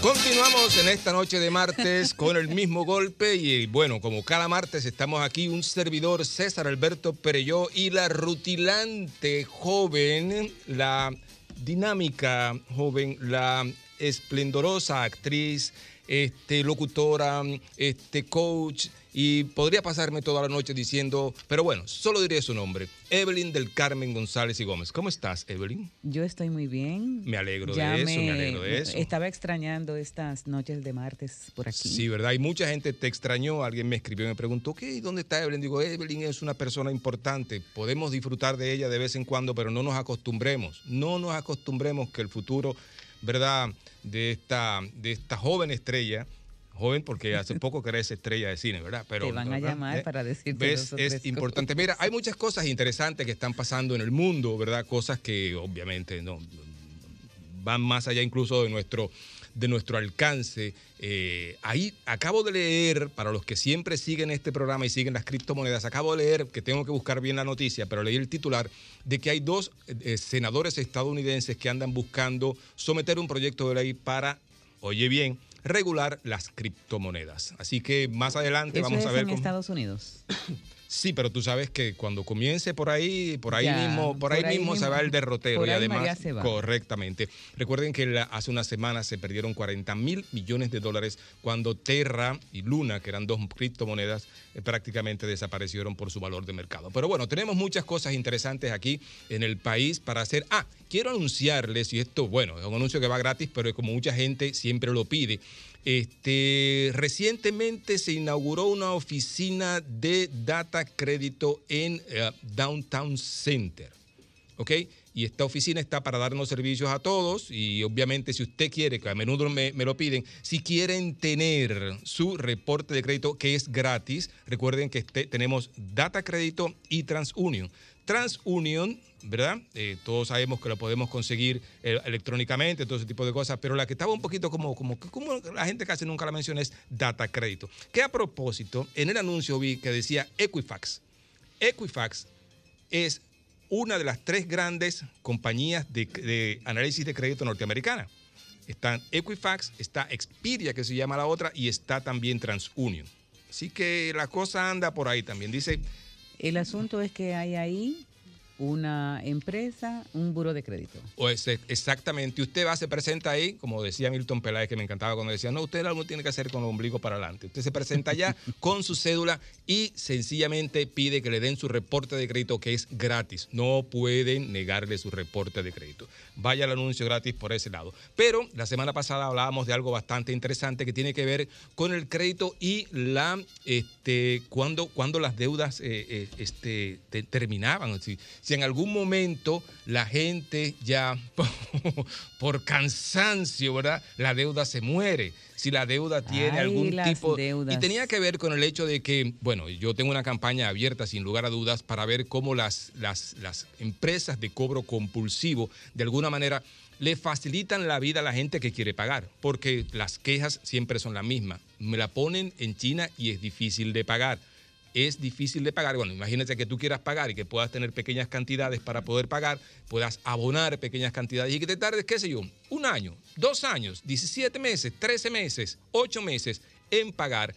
[SPEAKER 2] Continuamos en esta noche de martes con el mismo golpe y bueno, como cada martes estamos aquí un servidor César Alberto Pereyó y la rutilante joven, la dinámica joven, la esplendorosa actriz, este locutora, este coach y podría pasarme toda la noche diciendo, pero bueno, solo diré su nombre, Evelyn del Carmen González y Gómez. ¿Cómo estás, Evelyn?
[SPEAKER 9] Yo estoy muy bien.
[SPEAKER 2] Me alegro
[SPEAKER 9] Ya
[SPEAKER 2] de eso, me alegro de eso.
[SPEAKER 9] Estaba extrañando estas noches de martes por aquí.
[SPEAKER 2] Sí, ¿verdad? Y mucha gente te extrañó. Alguien me escribió y me preguntó, ¿qué? ¿Dónde está Evelyn? Digo, Evelyn es una persona importante. Podemos disfrutar de ella de vez en cuando, pero no nos acostumbremos. No nos acostumbremos que el futuro, ¿verdad? De esta, de esta joven estrella, joven porque
[SPEAKER 9] [laughs]
[SPEAKER 2] hace poco que eres estrella de cine, ¿verdad? Pero,
[SPEAKER 9] Te van a
[SPEAKER 2] ¿verdad?
[SPEAKER 9] llamar
[SPEAKER 2] ¿Eh?
[SPEAKER 9] para decirte
[SPEAKER 2] ¿Ves?
[SPEAKER 9] dos o
[SPEAKER 2] Es
[SPEAKER 9] tres
[SPEAKER 2] importante. Mira, hay muchas cosas interesantes que están pasando en el mundo, ¿verdad? Cosas que obviamente no van más allá incluso de nuestro, de nuestro alcance. Eh, ahí acabo de leer, para los que siempre siguen este programa y siguen las criptomonedas, acabo de leer, que tengo que buscar bien la noticia, pero leí el titular, de que hay dos eh, senadores estadounidenses que andan buscando someter un proyecto de ley para, oye bien, regular las criptomonedas. Así que más adelante
[SPEAKER 9] Eso
[SPEAKER 2] vamos a
[SPEAKER 9] es
[SPEAKER 2] ver
[SPEAKER 9] en
[SPEAKER 2] cómo...
[SPEAKER 9] Estados Unidos.
[SPEAKER 2] Sí, pero tú sabes que cuando comience por ahí, por ahí
[SPEAKER 9] Ya,
[SPEAKER 2] mismo, por, ahí, mismo se va el derrotero
[SPEAKER 9] por
[SPEAKER 2] y
[SPEAKER 9] ahí María
[SPEAKER 2] además
[SPEAKER 9] se va.
[SPEAKER 2] correctamente. Recuerden que la- hace unas semanas se perdieron 40 mil millones de dólares cuando Terra y Luna, que eran dos criptomonedas, eh, prácticamente desaparecieron por su valor de mercado. Pero bueno, tenemos muchas cosas interesantes aquí en el país para hacer. Ah, quiero anunciarles y esto, bueno, es un anuncio que va gratis, pero como mucha gente siempre lo pide. Este, recientemente se inauguró una oficina de data crédito en eh, Downtown Center. ¿ok? Y esta oficina está para darnos servicios a todos y obviamente si usted quiere, que a menudo me, me lo piden, si quieren tener su reporte de crédito que es gratis, recuerden que este- tenemos Data Crédito y TransUnion. TransUnion, ¿verdad? Eh, todos sabemos que lo podemos conseguir eh, electrónicamente, todo ese tipo de cosas, pero la que estaba un poquito como, como, como la gente casi nunca la menciona es Data Crédito. Que a propósito, en el anuncio vi que decía Equifax. Equifax es una de las tres grandes compañías de, de análisis de crédito norteamericana. Están Equifax, está Expedia, que se llama la otra, y está también TransUnion. Así que la cosa anda por ahí también. Dice,
[SPEAKER 9] El asunto es que hay ahí una empresa, un buro de crédito.
[SPEAKER 2] o es- exactamente, usted va, se presenta ahí, como decía Milton Peláez, que me encantaba cuando decía, no, usted algo tiene que hacer con el ombligo para adelante. Usted se presenta allá con su cédula y sencillamente pide que le den su reporte de crédito, que es gratis. No pueden negarle su reporte de crédito. Vaya el anuncio gratis por ese lado. Pero la semana pasada hablábamos de algo bastante interesante que tiene que ver con el crédito y la este cuando, cuando las deudas eh, eh, este, te- terminaban. Si, si en algún momento la gente ya [laughs] por cansancio, ¿verdad? La deuda se muere. Si la deuda tiene
[SPEAKER 9] Ay,
[SPEAKER 2] algún
[SPEAKER 9] las
[SPEAKER 2] tipo y
[SPEAKER 9] deudas.
[SPEAKER 2] tenía que ver con el hecho de que, bueno, yo tengo una campaña abierta sin lugar a dudas para ver cómo las las las empresas de cobro compulsivo de alguna manera le facilitan la vida a la gente que quiere pagar, porque las quejas siempre son las mismas. Me la ponen en China y es difícil de pagar es difícil de pagar. Bueno, imagínate que tú quieras pagar y que puedas tener pequeñas cantidades para poder pagar, puedas abonar pequeñas cantidades y que te tardes, qué sé yo, un año, dos años, 17 meses, 13 meses, 8 meses en pagar.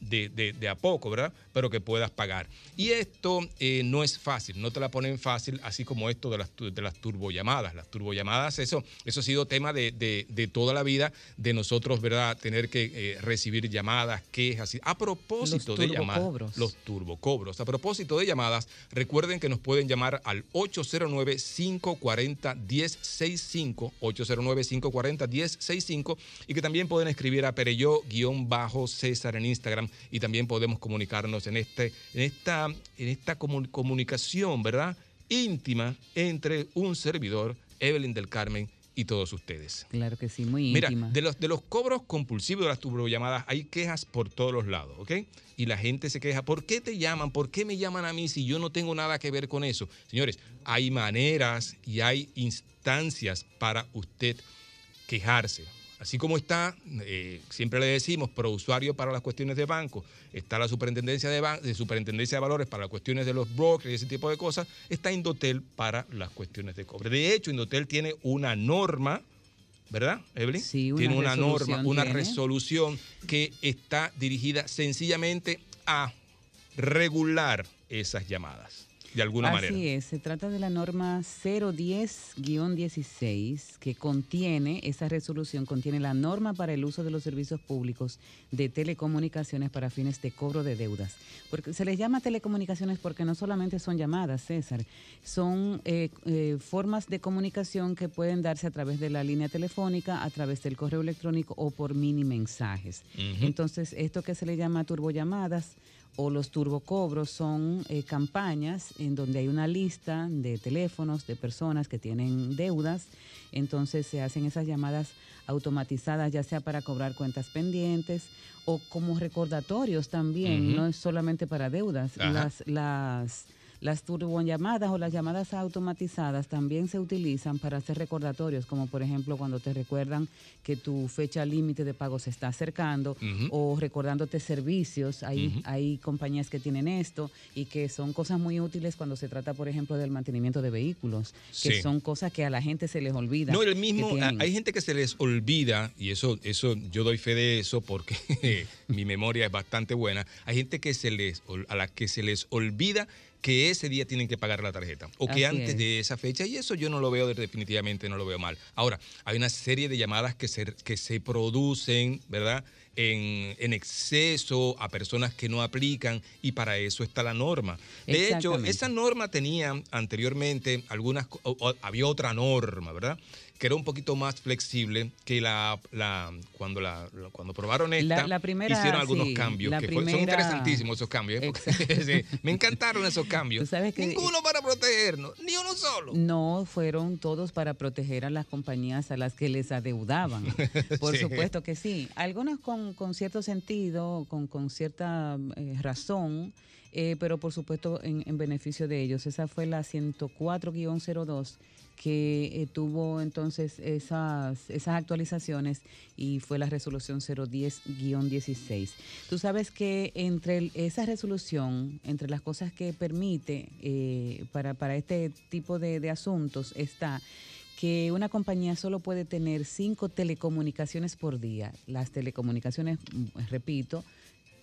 [SPEAKER 2] De, de- de a poco, ¿verdad? Pero que puedas pagar. Y esto eh, no es fácil, no te la ponen fácil, así como esto de las, tu- de las turbollamadas. Las turbollamadas, eso, eso ha sido tema de, de- de toda la vida, de nosotros, ¿verdad? Tener que eh, recibir llamadas, quejas. y- A propósito de
[SPEAKER 9] turbocobros.
[SPEAKER 2] llamadas, los turbocobros. A propósito de llamadas, recuerden que nos pueden llamar al 809-540-1065, 809-540-1065 y que también pueden escribir a Pereyó-César en Instagram y también podemos comunicarnos en, este, en esta, en esta comu- comunicación, ¿verdad? Íntima entre un servidor, Evelyn del Carmen y todos ustedes.
[SPEAKER 9] Claro que sí, muy
[SPEAKER 2] Mira,
[SPEAKER 9] íntima.
[SPEAKER 2] de los, de los cobros compulsivos de las turbollamadas hay quejas por todos los lados, ¿ok? Y la gente se queja, ¿por qué te llaman? ¿Por qué me llaman a mí si yo no tengo nada que ver con eso? Señores, hay maneras y hay instancias para usted quejarse. Así como está, eh, siempre le decimos, prousuario para las cuestiones de banco, está la superintendencia de, ban- de superintendencia de valores para las cuestiones de los brokers y ese tipo de cosas, está Indotel para las cuestiones de cobre. De hecho, Indotel tiene una norma ¿Verdad, Evelyn?
[SPEAKER 8] Sí, una
[SPEAKER 2] tiene una norma,
[SPEAKER 8] resolución
[SPEAKER 2] una
[SPEAKER 8] tiene.
[SPEAKER 2] resolución que está dirigida sencillamente a regular esas llamadas, de alguna
[SPEAKER 8] Así
[SPEAKER 2] manera.
[SPEAKER 8] es, se trata de la norma 010-16 que contiene, esa resolución contiene la norma para el uso de los servicios públicos de telecomunicaciones para fines de cobro de deudas. Porque se les llama telecomunicaciones porque no solamente son llamadas, César, son eh, eh, formas de comunicación que pueden darse a través de la línea telefónica, a través del correo electrónico o por mini mensajes.
[SPEAKER 11] Ujú.
[SPEAKER 8] Entonces, esto que se le llama turbollamadas o los turbocobros son eh, campañas en donde hay una lista de teléfonos de personas que tienen deudas. Entonces se hacen esas llamadas automatizadas, ya sea para cobrar cuentas pendientes o como recordatorios también,
[SPEAKER 11] Ujú.
[SPEAKER 8] no es solamente para deudas.
[SPEAKER 11] Ajá.
[SPEAKER 8] Las, las, las turbollamadas o las llamadas automatizadas también se utilizan para hacer recordatorios, como por ejemplo cuando te recuerdan que tu fecha límite de pago se está acercando
[SPEAKER 11] Ujú.
[SPEAKER 8] o recordándote servicios. Hay,
[SPEAKER 11] Ujú.
[SPEAKER 8] hay compañías que tienen esto y que son cosas muy útiles cuando se trata, por ejemplo, del mantenimiento de vehículos, que
[SPEAKER 2] Sí.
[SPEAKER 8] son cosas que a la gente se les olvida.
[SPEAKER 2] No, el
[SPEAKER 8] que
[SPEAKER 2] mismo, a-
[SPEAKER 8] tienen.
[SPEAKER 2] hay gente que se les olvida, y eso, eso yo doy fe de eso porque [laughs] mi memoria es bastante buena. Hay gente que se les, ol- a la que se les olvida que ese día tienen que pagar la tarjeta o que
[SPEAKER 14] Así
[SPEAKER 2] antes
[SPEAKER 14] es.
[SPEAKER 2] de esa fecha, y eso yo no lo veo, de- definitivamente no lo veo mal. Ahora, hay una serie de llamadas que se, que se producen, ¿verdad? En, en exceso a personas que no aplican y para eso está la norma. De hecho,
[SPEAKER 14] Exactamente.
[SPEAKER 2] esa norma tenía anteriormente algunas, co- o- o- había otra norma, ¿verdad? Que era un poquito más flexible que la, la cuando la, la- cuando probaron esta,
[SPEAKER 8] La- la primera,
[SPEAKER 2] hicieron algunos
[SPEAKER 8] sí,
[SPEAKER 2] cambios
[SPEAKER 8] la
[SPEAKER 2] que fue- son
[SPEAKER 8] primera-
[SPEAKER 2] interesantísimos esos cambios. ¿eh? Porque- [laughs] sí, me encantaron esos cambios. Ninguno para protegernos, ni uno solo.
[SPEAKER 8] No fueron todos para proteger a las compañías a las que les
[SPEAKER 2] [laughs]
[SPEAKER 8] adeudaban. Por
[SPEAKER 11] Sí.
[SPEAKER 8] supuesto que sí. Algunas con, con cierto sentido, con, con cierta eh, razón, eh, pero por supuesto en, en beneficio de ellos. Esa fue la 104-02 que eh, tuvo entonces esas, esas actualizaciones y fue la resolución 010-16. Tú sabes que entre el- esa resolución, entre las cosas que permite eh, para, para este tipo de, de asuntos está que una compañía solo puede tener cinco telecomunicaciones por día. Las telecomunicaciones, mm, repito,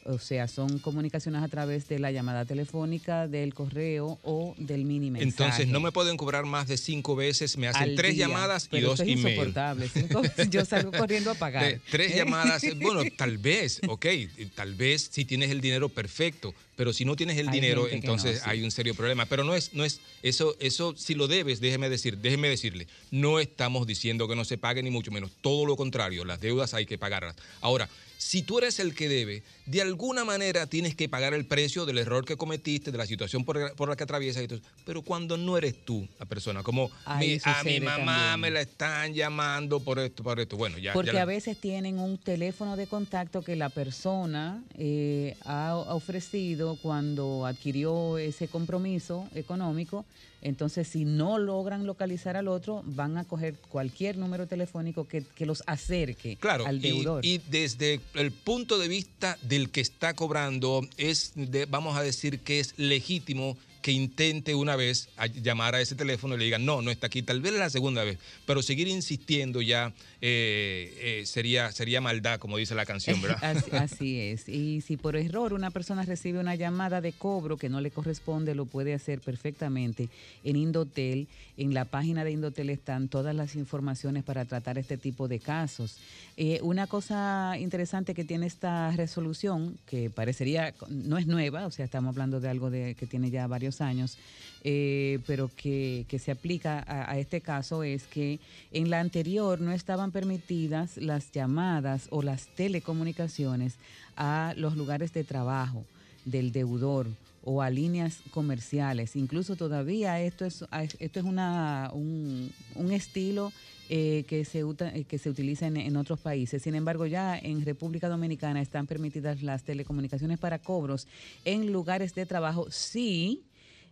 [SPEAKER 8] o sea, son comunicaciones a través de la llamada telefónica, del correo o del mini mensaje.
[SPEAKER 2] Entonces no me pueden cobrar más de cinco veces, me hacen
[SPEAKER 8] al
[SPEAKER 2] tres
[SPEAKER 8] día.
[SPEAKER 2] llamadas y
[SPEAKER 8] Pero
[SPEAKER 2] dos
[SPEAKER 8] esto es
[SPEAKER 2] y medio.
[SPEAKER 8] insoportable. Cinco [laughs] veces yo salgo
[SPEAKER 2] [laughs]
[SPEAKER 8] corriendo a pagar.
[SPEAKER 2] Eh, tres
[SPEAKER 8] ¿Eh? [laughs]
[SPEAKER 2] llamadas, eh, bueno, tal vez, ok, eh, tal vez si tienes el dinero perfecto, pero si no tienes el
[SPEAKER 14] Hay
[SPEAKER 2] dinero,
[SPEAKER 14] gente que no,
[SPEAKER 2] entonces
[SPEAKER 14] sí.
[SPEAKER 2] hay un serio problema. Pero no es, no es, eso, eso si lo debes, déjeme decir, déjeme decirle, no estamos diciendo que no se pague ni mucho menos, todo lo contrario, las deudas hay que pagarlas. Ahora, si tú eres el que debe, de alguna manera tienes que pagar el precio del error que cometiste, de la situación por, por la que atraviesas. y todo eso. Pero cuando no eres tú la persona, como
[SPEAKER 8] Ahí
[SPEAKER 2] mi- a mi
[SPEAKER 8] sucede
[SPEAKER 2] mamá
[SPEAKER 8] también.
[SPEAKER 2] me la están llamando por esto, por esto. Bueno, ya.
[SPEAKER 8] Porque
[SPEAKER 2] ya la-
[SPEAKER 8] a veces tienen un teléfono de contacto que la persona eh, ha ha ofrecido cuando adquirió ese compromiso económico. Entonces, si no logran localizar al otro, van a coger cualquier número telefónico que, que los acerque
[SPEAKER 2] Claro,
[SPEAKER 8] al
[SPEAKER 2] y-
[SPEAKER 8] deudor.
[SPEAKER 2] Y, desde el punto de vista del que está cobrando, es de- vamos a decir que es legítimo que intente una vez a- llamar a ese teléfono y le digan, no, no está aquí, tal vez la segunda vez, pero seguir insistiendo ya eh, eh, sería, sería maldad, como dice la canción,
[SPEAKER 9] [laughs]
[SPEAKER 8] [laughs]
[SPEAKER 2] ¿verdad?
[SPEAKER 8] Así, así es. Y si por error una persona recibe una llamada de cobro que no le corresponde, lo puede hacer perfectamente en Indotel. En la página de Indotel están todas las informaciones para tratar este tipo de casos. Eh, una cosa interesante que tiene esta resolución, que parecería no es nueva, o sea, estamos hablando de algo de, que tiene ya varios años, eh, pero que, que se aplica a, a este caso es que en la anterior no estaban permitidas las llamadas o las telecomunicaciones a los lugares de trabajo del deudor o a líneas comerciales. Incluso todavía esto es, esto es una, un, un estilo eh, que, se, uta- eh, que se utiliza en, en otros países. Sin embargo, ya en República Dominicana están permitidas las telecomunicaciones para cobros en lugares de trabajo si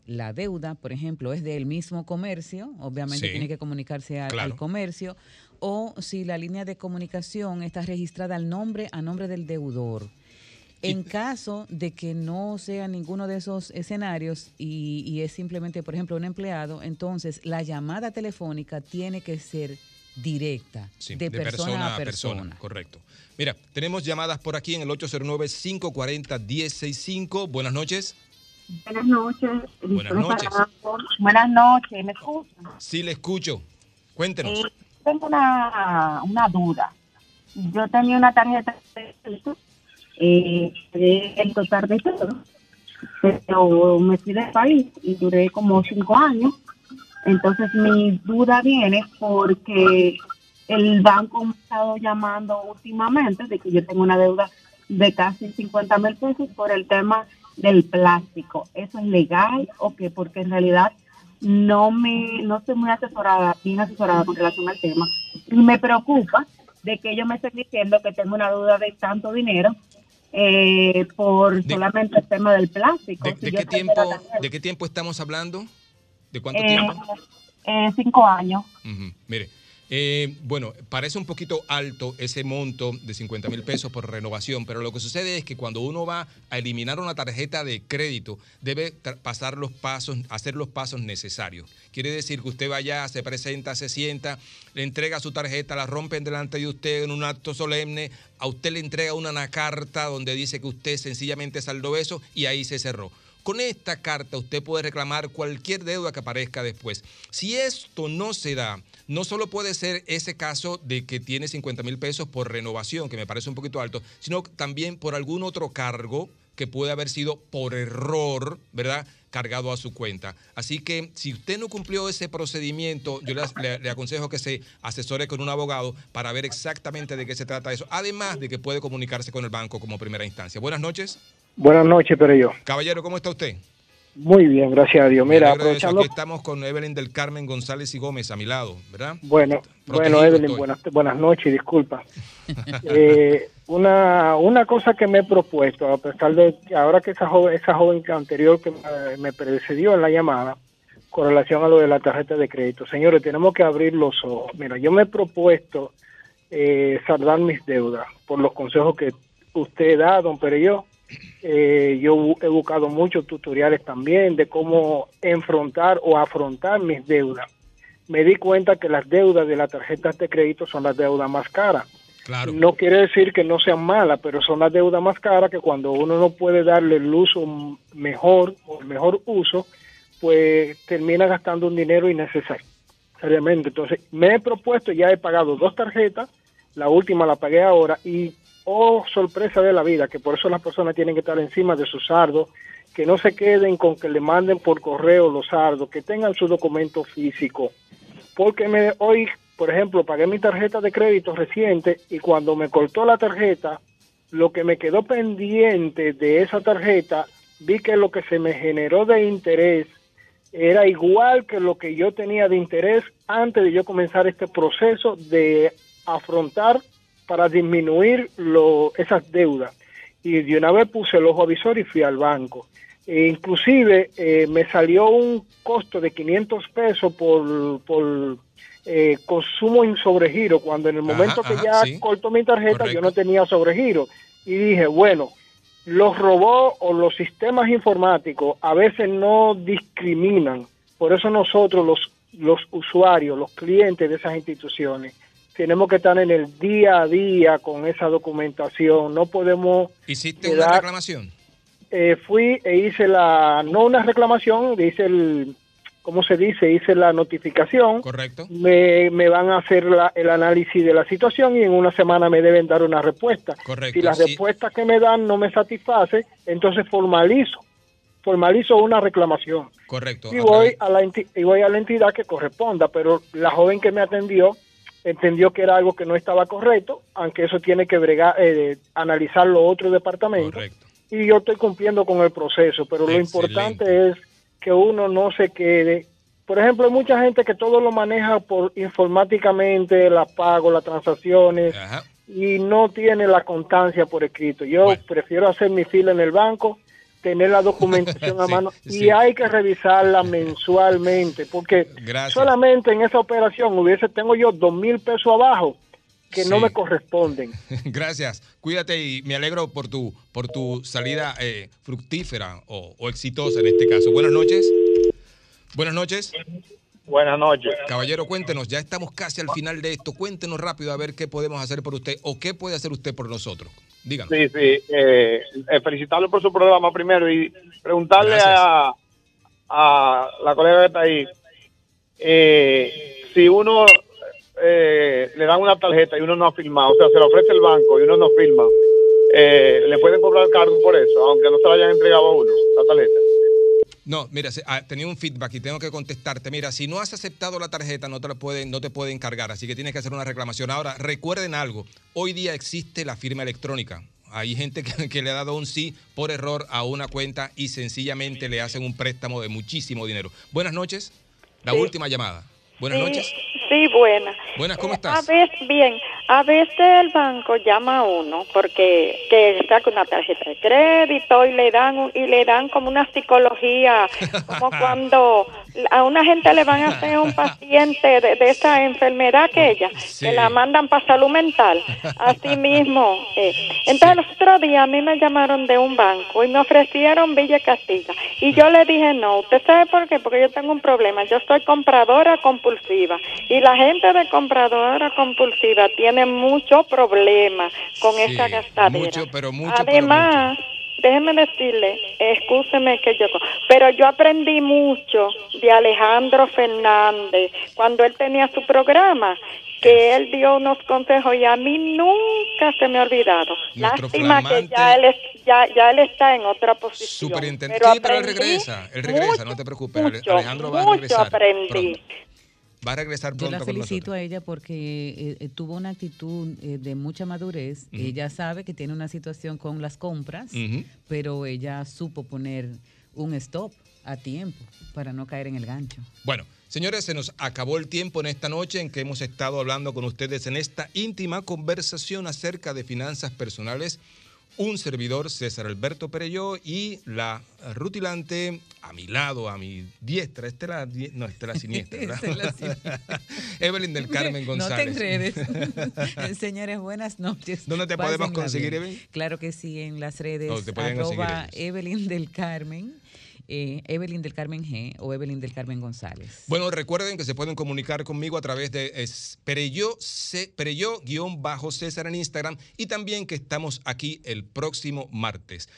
[SPEAKER 8] la deuda, por ejemplo, es del mismo comercio, obviamente
[SPEAKER 11] Sí.
[SPEAKER 8] tiene que comunicarse al,
[SPEAKER 11] Claro.
[SPEAKER 8] al comercio, o si la línea de comunicación está registrada al nombre, a nombre del deudor. En caso de que no sea ninguno de esos escenarios y, y es simplemente, por ejemplo, un empleado, entonces la llamada telefónica tiene que ser
[SPEAKER 9] directa,
[SPEAKER 2] Sí,
[SPEAKER 9] de, persona, a persona.
[SPEAKER 2] Correcto. Mira, tenemos llamadas por aquí en el 809-540-1065. Buenas noches.
[SPEAKER 4] Buenas noches.
[SPEAKER 2] Buenas
[SPEAKER 4] Disculpa,
[SPEAKER 2] noches.
[SPEAKER 4] Ramón. Buenas noches, ¿me escuchan?
[SPEAKER 2] Sí, le escucho. Cuéntenos.
[SPEAKER 4] Eh, tengo una, una duda. Yo tenía una tarjeta de crédito, eh, pagué el total de todo, pero me fui del país y duré como cinco años. Entonces mi duda viene porque el banco me ha estado llamando últimamente de que yo tengo una deuda de casi 50 mil pesos por el tema del plástico. ¿Eso es legal o qué? Porque en realidad no me no estoy muy asesorada, bien asesorada con relación al tema. Y me preocupa de que ellos me estén diciendo que tengo una deuda de tanto dinero eh, por solamente el tema del plástico.
[SPEAKER 2] ¿De,
[SPEAKER 4] Si
[SPEAKER 2] de
[SPEAKER 4] yo
[SPEAKER 2] qué
[SPEAKER 4] tengo
[SPEAKER 2] tiempo,
[SPEAKER 4] la tarjeta,
[SPEAKER 2] ¿De qué tiempo estamos hablando? ¿De cuánto
[SPEAKER 4] eh,
[SPEAKER 2] tiempo?
[SPEAKER 4] eh, cinco años.
[SPEAKER 2] Ujú, Mire, eh, bueno, parece un poquito alto ese monto de 50 mil pesos por renovación, pero lo que sucede es que cuando uno va a eliminar una tarjeta de crédito, debe tra- pasar los pasos, hacer los pasos necesarios. Quiere decir que usted va allá, se presenta, se sienta, le entrega su tarjeta, la rompen delante de usted en un acto solemne, a usted le entrega una anacarta donde dice que usted sencillamente saldó eso y ahí se cerró. Con esta carta usted puede reclamar cualquier deuda que aparezca después. Si esto no se da, no solo puede ser ese caso de que tiene 50 mil pesos por renovación, que me parece un poquito alto, sino también por algún otro cargo que puede haber sido por error, ¿verdad? cargado a su cuenta. Así que si usted no cumplió ese procedimiento, yo le, le- le aconsejo que se asesore con un abogado para ver exactamente de qué se trata eso, además de que puede comunicarse con el banco como primera instancia. Buenas noches.
[SPEAKER 6] Buenas noches, pero yo.
[SPEAKER 2] Caballero, ¿cómo está usted?
[SPEAKER 6] Muy bien, gracias a Dios. Mira,
[SPEAKER 2] Me alegra eso.
[SPEAKER 6] aprovechando.
[SPEAKER 2] Aquí estamos con Evelyn del Carmen González y Gómez a mi lado, ¿verdad?
[SPEAKER 6] Bueno, bueno,
[SPEAKER 2] Protegido
[SPEAKER 6] Evelyn,
[SPEAKER 2] estoy.
[SPEAKER 6] buenas, buenas noches, disculpa. [laughs] Eh, una, una cosa que me he propuesto, a pesar de que ahora que esa joven, esa joven que anterior que me- me precedió en la llamada, con relación a lo de la tarjeta de crédito. Señores, tenemos que abrir los ojos. Mira, yo me he propuesto eh, saldar mis deudas por los consejos que usted da, don Pereyo. Eh, yo bu- he buscado muchos tutoriales también de cómo enfrentar o afrontar mis deudas. Me di cuenta que las deudas de las tarjetas de crédito son las deudas más caras. No quiere decir que no sean malas, pero son las deudas más caras que cuando uno no puede darle el uso m- mejor o el mejor uso, pues termina gastando un dinero innecesario. Seriamente. Entonces, me he propuesto, ya he pagado dos tarjetas, la última la pagué ahora y, oh, sorpresa de la vida, que por eso las personas tienen que estar encima de sus sardos, que no se queden con que le manden por correo los sardos, que tengan su documento físico. Porque me, hoy, por ejemplo, pagué mi tarjeta de crédito reciente y cuando me cortó la tarjeta, lo que me quedó pendiente de esa tarjeta, vi que lo que se me generó de interés era igual que lo que yo tenía de interés antes de yo comenzar este proceso de afrontar para disminuir lo- esas deudas. Y de una vez puse el ojo avisor y fui al banco. E inclusive eh, me salió un costo de 500 pesos por, por eh, consumo en sobregiro, cuando en el momento que
[SPEAKER 25] ajá,
[SPEAKER 6] ya
[SPEAKER 25] sí.
[SPEAKER 6] cortó mi tarjeta yo no tenía sobregiro. Y dije, bueno, los robots o los sistemas informáticos a veces no discriminan. Por eso nosotros, los, los usuarios, los clientes de esas instituciones, tenemos que estar en el día a día con esa documentación. No podemos
[SPEAKER 2] ¿Hiciste
[SPEAKER 6] quedar-
[SPEAKER 2] una reclamación?
[SPEAKER 6] eh, fui e hice la, no una reclamación, hice el, ¿cómo se dice? Hice la notificación.
[SPEAKER 2] Correcto.
[SPEAKER 6] Me, me van a hacer la- el análisis de la situación y en una semana me deben dar una respuesta.
[SPEAKER 2] Correcto,
[SPEAKER 6] Si las
[SPEAKER 2] sí.
[SPEAKER 6] respuestas que me dan no me satisface, entonces formalizo, formalizo una reclamación.
[SPEAKER 2] Correcto.
[SPEAKER 6] Y
[SPEAKER 2] a
[SPEAKER 6] voy, a la enti- y voy a la entidad que corresponda, pero la joven que me atendió entendió que era algo que no estaba correcto, aunque eso tiene que bregar, eh, analizarlo otro departamento. Y yo estoy cumpliendo con el proceso, pero lo importante es que uno no se quede. Por ejemplo, hay mucha gente que todo lo maneja por informáticamente, la pago, las transacciones, y no tiene la constancia por escrito. Yo prefiero hacer mi fila en el banco, tener la documentación
[SPEAKER 17] [laughs]
[SPEAKER 6] a mano y
[SPEAKER 17] sí.
[SPEAKER 6] hay que revisarla mensualmente, porque solamente en esa operación hubiese tengo yo dos mil pesos abajo que no
[SPEAKER 2] Sí.
[SPEAKER 6] me corresponden.
[SPEAKER 2] [laughs] Gracias. Cuídate y me alegro por tu, por tu salida eh, fructífera o, o exitosa en este caso. Buenas noches. Buenas noches.
[SPEAKER 17] Buenas noches.
[SPEAKER 2] Caballero, cuéntenos, ya estamos casi al final de esto. Cuéntenos rápido a ver qué podemos hacer por usted o qué puede hacer usted por nosotros. Díganos.
[SPEAKER 17] Sí, sí. eh, eh, felicitarlo por su programa primero y preguntarle a, a la colega que está ahí eh, si uno eh, le dan una tarjeta y uno no ha firmado, o sea, se la ofrece el banco y uno no firma, eh, le pueden cobrar cargo por eso, aunque no se la hayan entregado a uno, la tarjeta.
[SPEAKER 2] No, mira, se- ah, tenía un feedback y tengo que contestarte. Mira, si no has aceptado la tarjeta, no te, la pueden, no te pueden cargar, así que tienes que hacer una reclamación. Ahora, recuerden algo, hoy día existe la firma electrónica. Hay gente que, [laughs] que le ha dado un sí por error a una cuenta y sencillamente le hacen un préstamo de muchísimo dinero. Buenas noches, la última llamada. Buenas
[SPEAKER 30] Sí,
[SPEAKER 2] noches.
[SPEAKER 30] Sí, buena.
[SPEAKER 2] Buenas, ¿cómo
[SPEAKER 30] Eh,
[SPEAKER 2] estás?
[SPEAKER 30] A veces, bien, a veces el banco llama a uno porque que saca una tarjeta de crédito y le dan un- y le dan como una psicología,
[SPEAKER 2] [laughs]
[SPEAKER 30] como cuando a una gente le van a hacer un paciente de, de esa enfermedad que ella, que la mandan para salud mental, así mismo. eh. Entonces el otro día a mí me llamaron de un banco y me ofrecieron Villa Castilla y yo le dije no, ¿usted sabe por qué? Porque yo tengo un problema, yo soy compradora compulsiva y la gente de compradora compulsiva tiene mucho problema con
[SPEAKER 2] Sí,
[SPEAKER 30] esa gastadera.
[SPEAKER 2] mucho, pero mucho, pero
[SPEAKER 30] Además, déjeme decirle, escúcheme que yo, pero yo aprendí mucho de Alejandro Fernández cuando él tenía su programa que él dio unos consejos y a mí nunca se me ha olvidado.
[SPEAKER 2] Nuestro
[SPEAKER 30] Lástima que
[SPEAKER 2] flamante-
[SPEAKER 30] ya él, es- ya, ya él está en otra posición.
[SPEAKER 2] Superintendente.
[SPEAKER 30] Pero
[SPEAKER 2] sí, pero él
[SPEAKER 30] aprendí
[SPEAKER 2] regresa, él regresa, no te preocupes. Ale-
[SPEAKER 30] mucho,
[SPEAKER 2] Alejandro va a
[SPEAKER 30] mucho
[SPEAKER 2] regresar.
[SPEAKER 30] aprendí.
[SPEAKER 2] pronto. Va a regresar
[SPEAKER 8] Yo la
[SPEAKER 2] pronto con nosotros.
[SPEAKER 8] felicito a ella porque eh, eh, tuvo una actitud eh, de mucha madurez.
[SPEAKER 2] Ujú.
[SPEAKER 8] Ella sabe que tiene una situación con las compras,
[SPEAKER 2] Ujú.
[SPEAKER 8] pero ella supo poner un stop a tiempo para no caer en el gancho.
[SPEAKER 2] Bueno, señores, se nos acabó el tiempo en esta noche en que hemos estado hablando con ustedes en esta íntima conversación acerca de finanzas personales. Un servidor, César Alberto Pereyó, y la rutilante a mi lado, a mi diestra, esta es la, die- no, esta es la
[SPEAKER 8] [laughs]
[SPEAKER 2] siniestra, ¿verdad?
[SPEAKER 8] Esta es la
[SPEAKER 2] [laughs] Evelyn del Carmen
[SPEAKER 8] [laughs]
[SPEAKER 2] González.
[SPEAKER 8] No te
[SPEAKER 2] [laughs]
[SPEAKER 8] enredes. [laughs] Señores, buenas noches.
[SPEAKER 2] ¿Dónde te
[SPEAKER 8] Pásenla
[SPEAKER 2] podemos conseguir,
[SPEAKER 8] bien.
[SPEAKER 2] Evelyn?
[SPEAKER 8] Claro que sí, en las redes.
[SPEAKER 2] No, te pueden conseguir
[SPEAKER 8] arroba Evelyn del Carmen, eh, Evelyn del Carmen G o Evelyn del Carmen González.
[SPEAKER 2] Bueno, recuerden que se pueden comunicar conmigo a través de es, Pereyó, C- Pereyó, guión bajo César en Instagram y también que estamos aquí el próximo martes.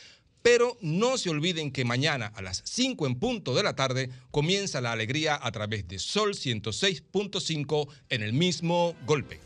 [SPEAKER 2] Pero no se olviden que mañana a las 5 en punto de la tarde comienza la alegría a través de Sol 106.5 en el mismo golpe.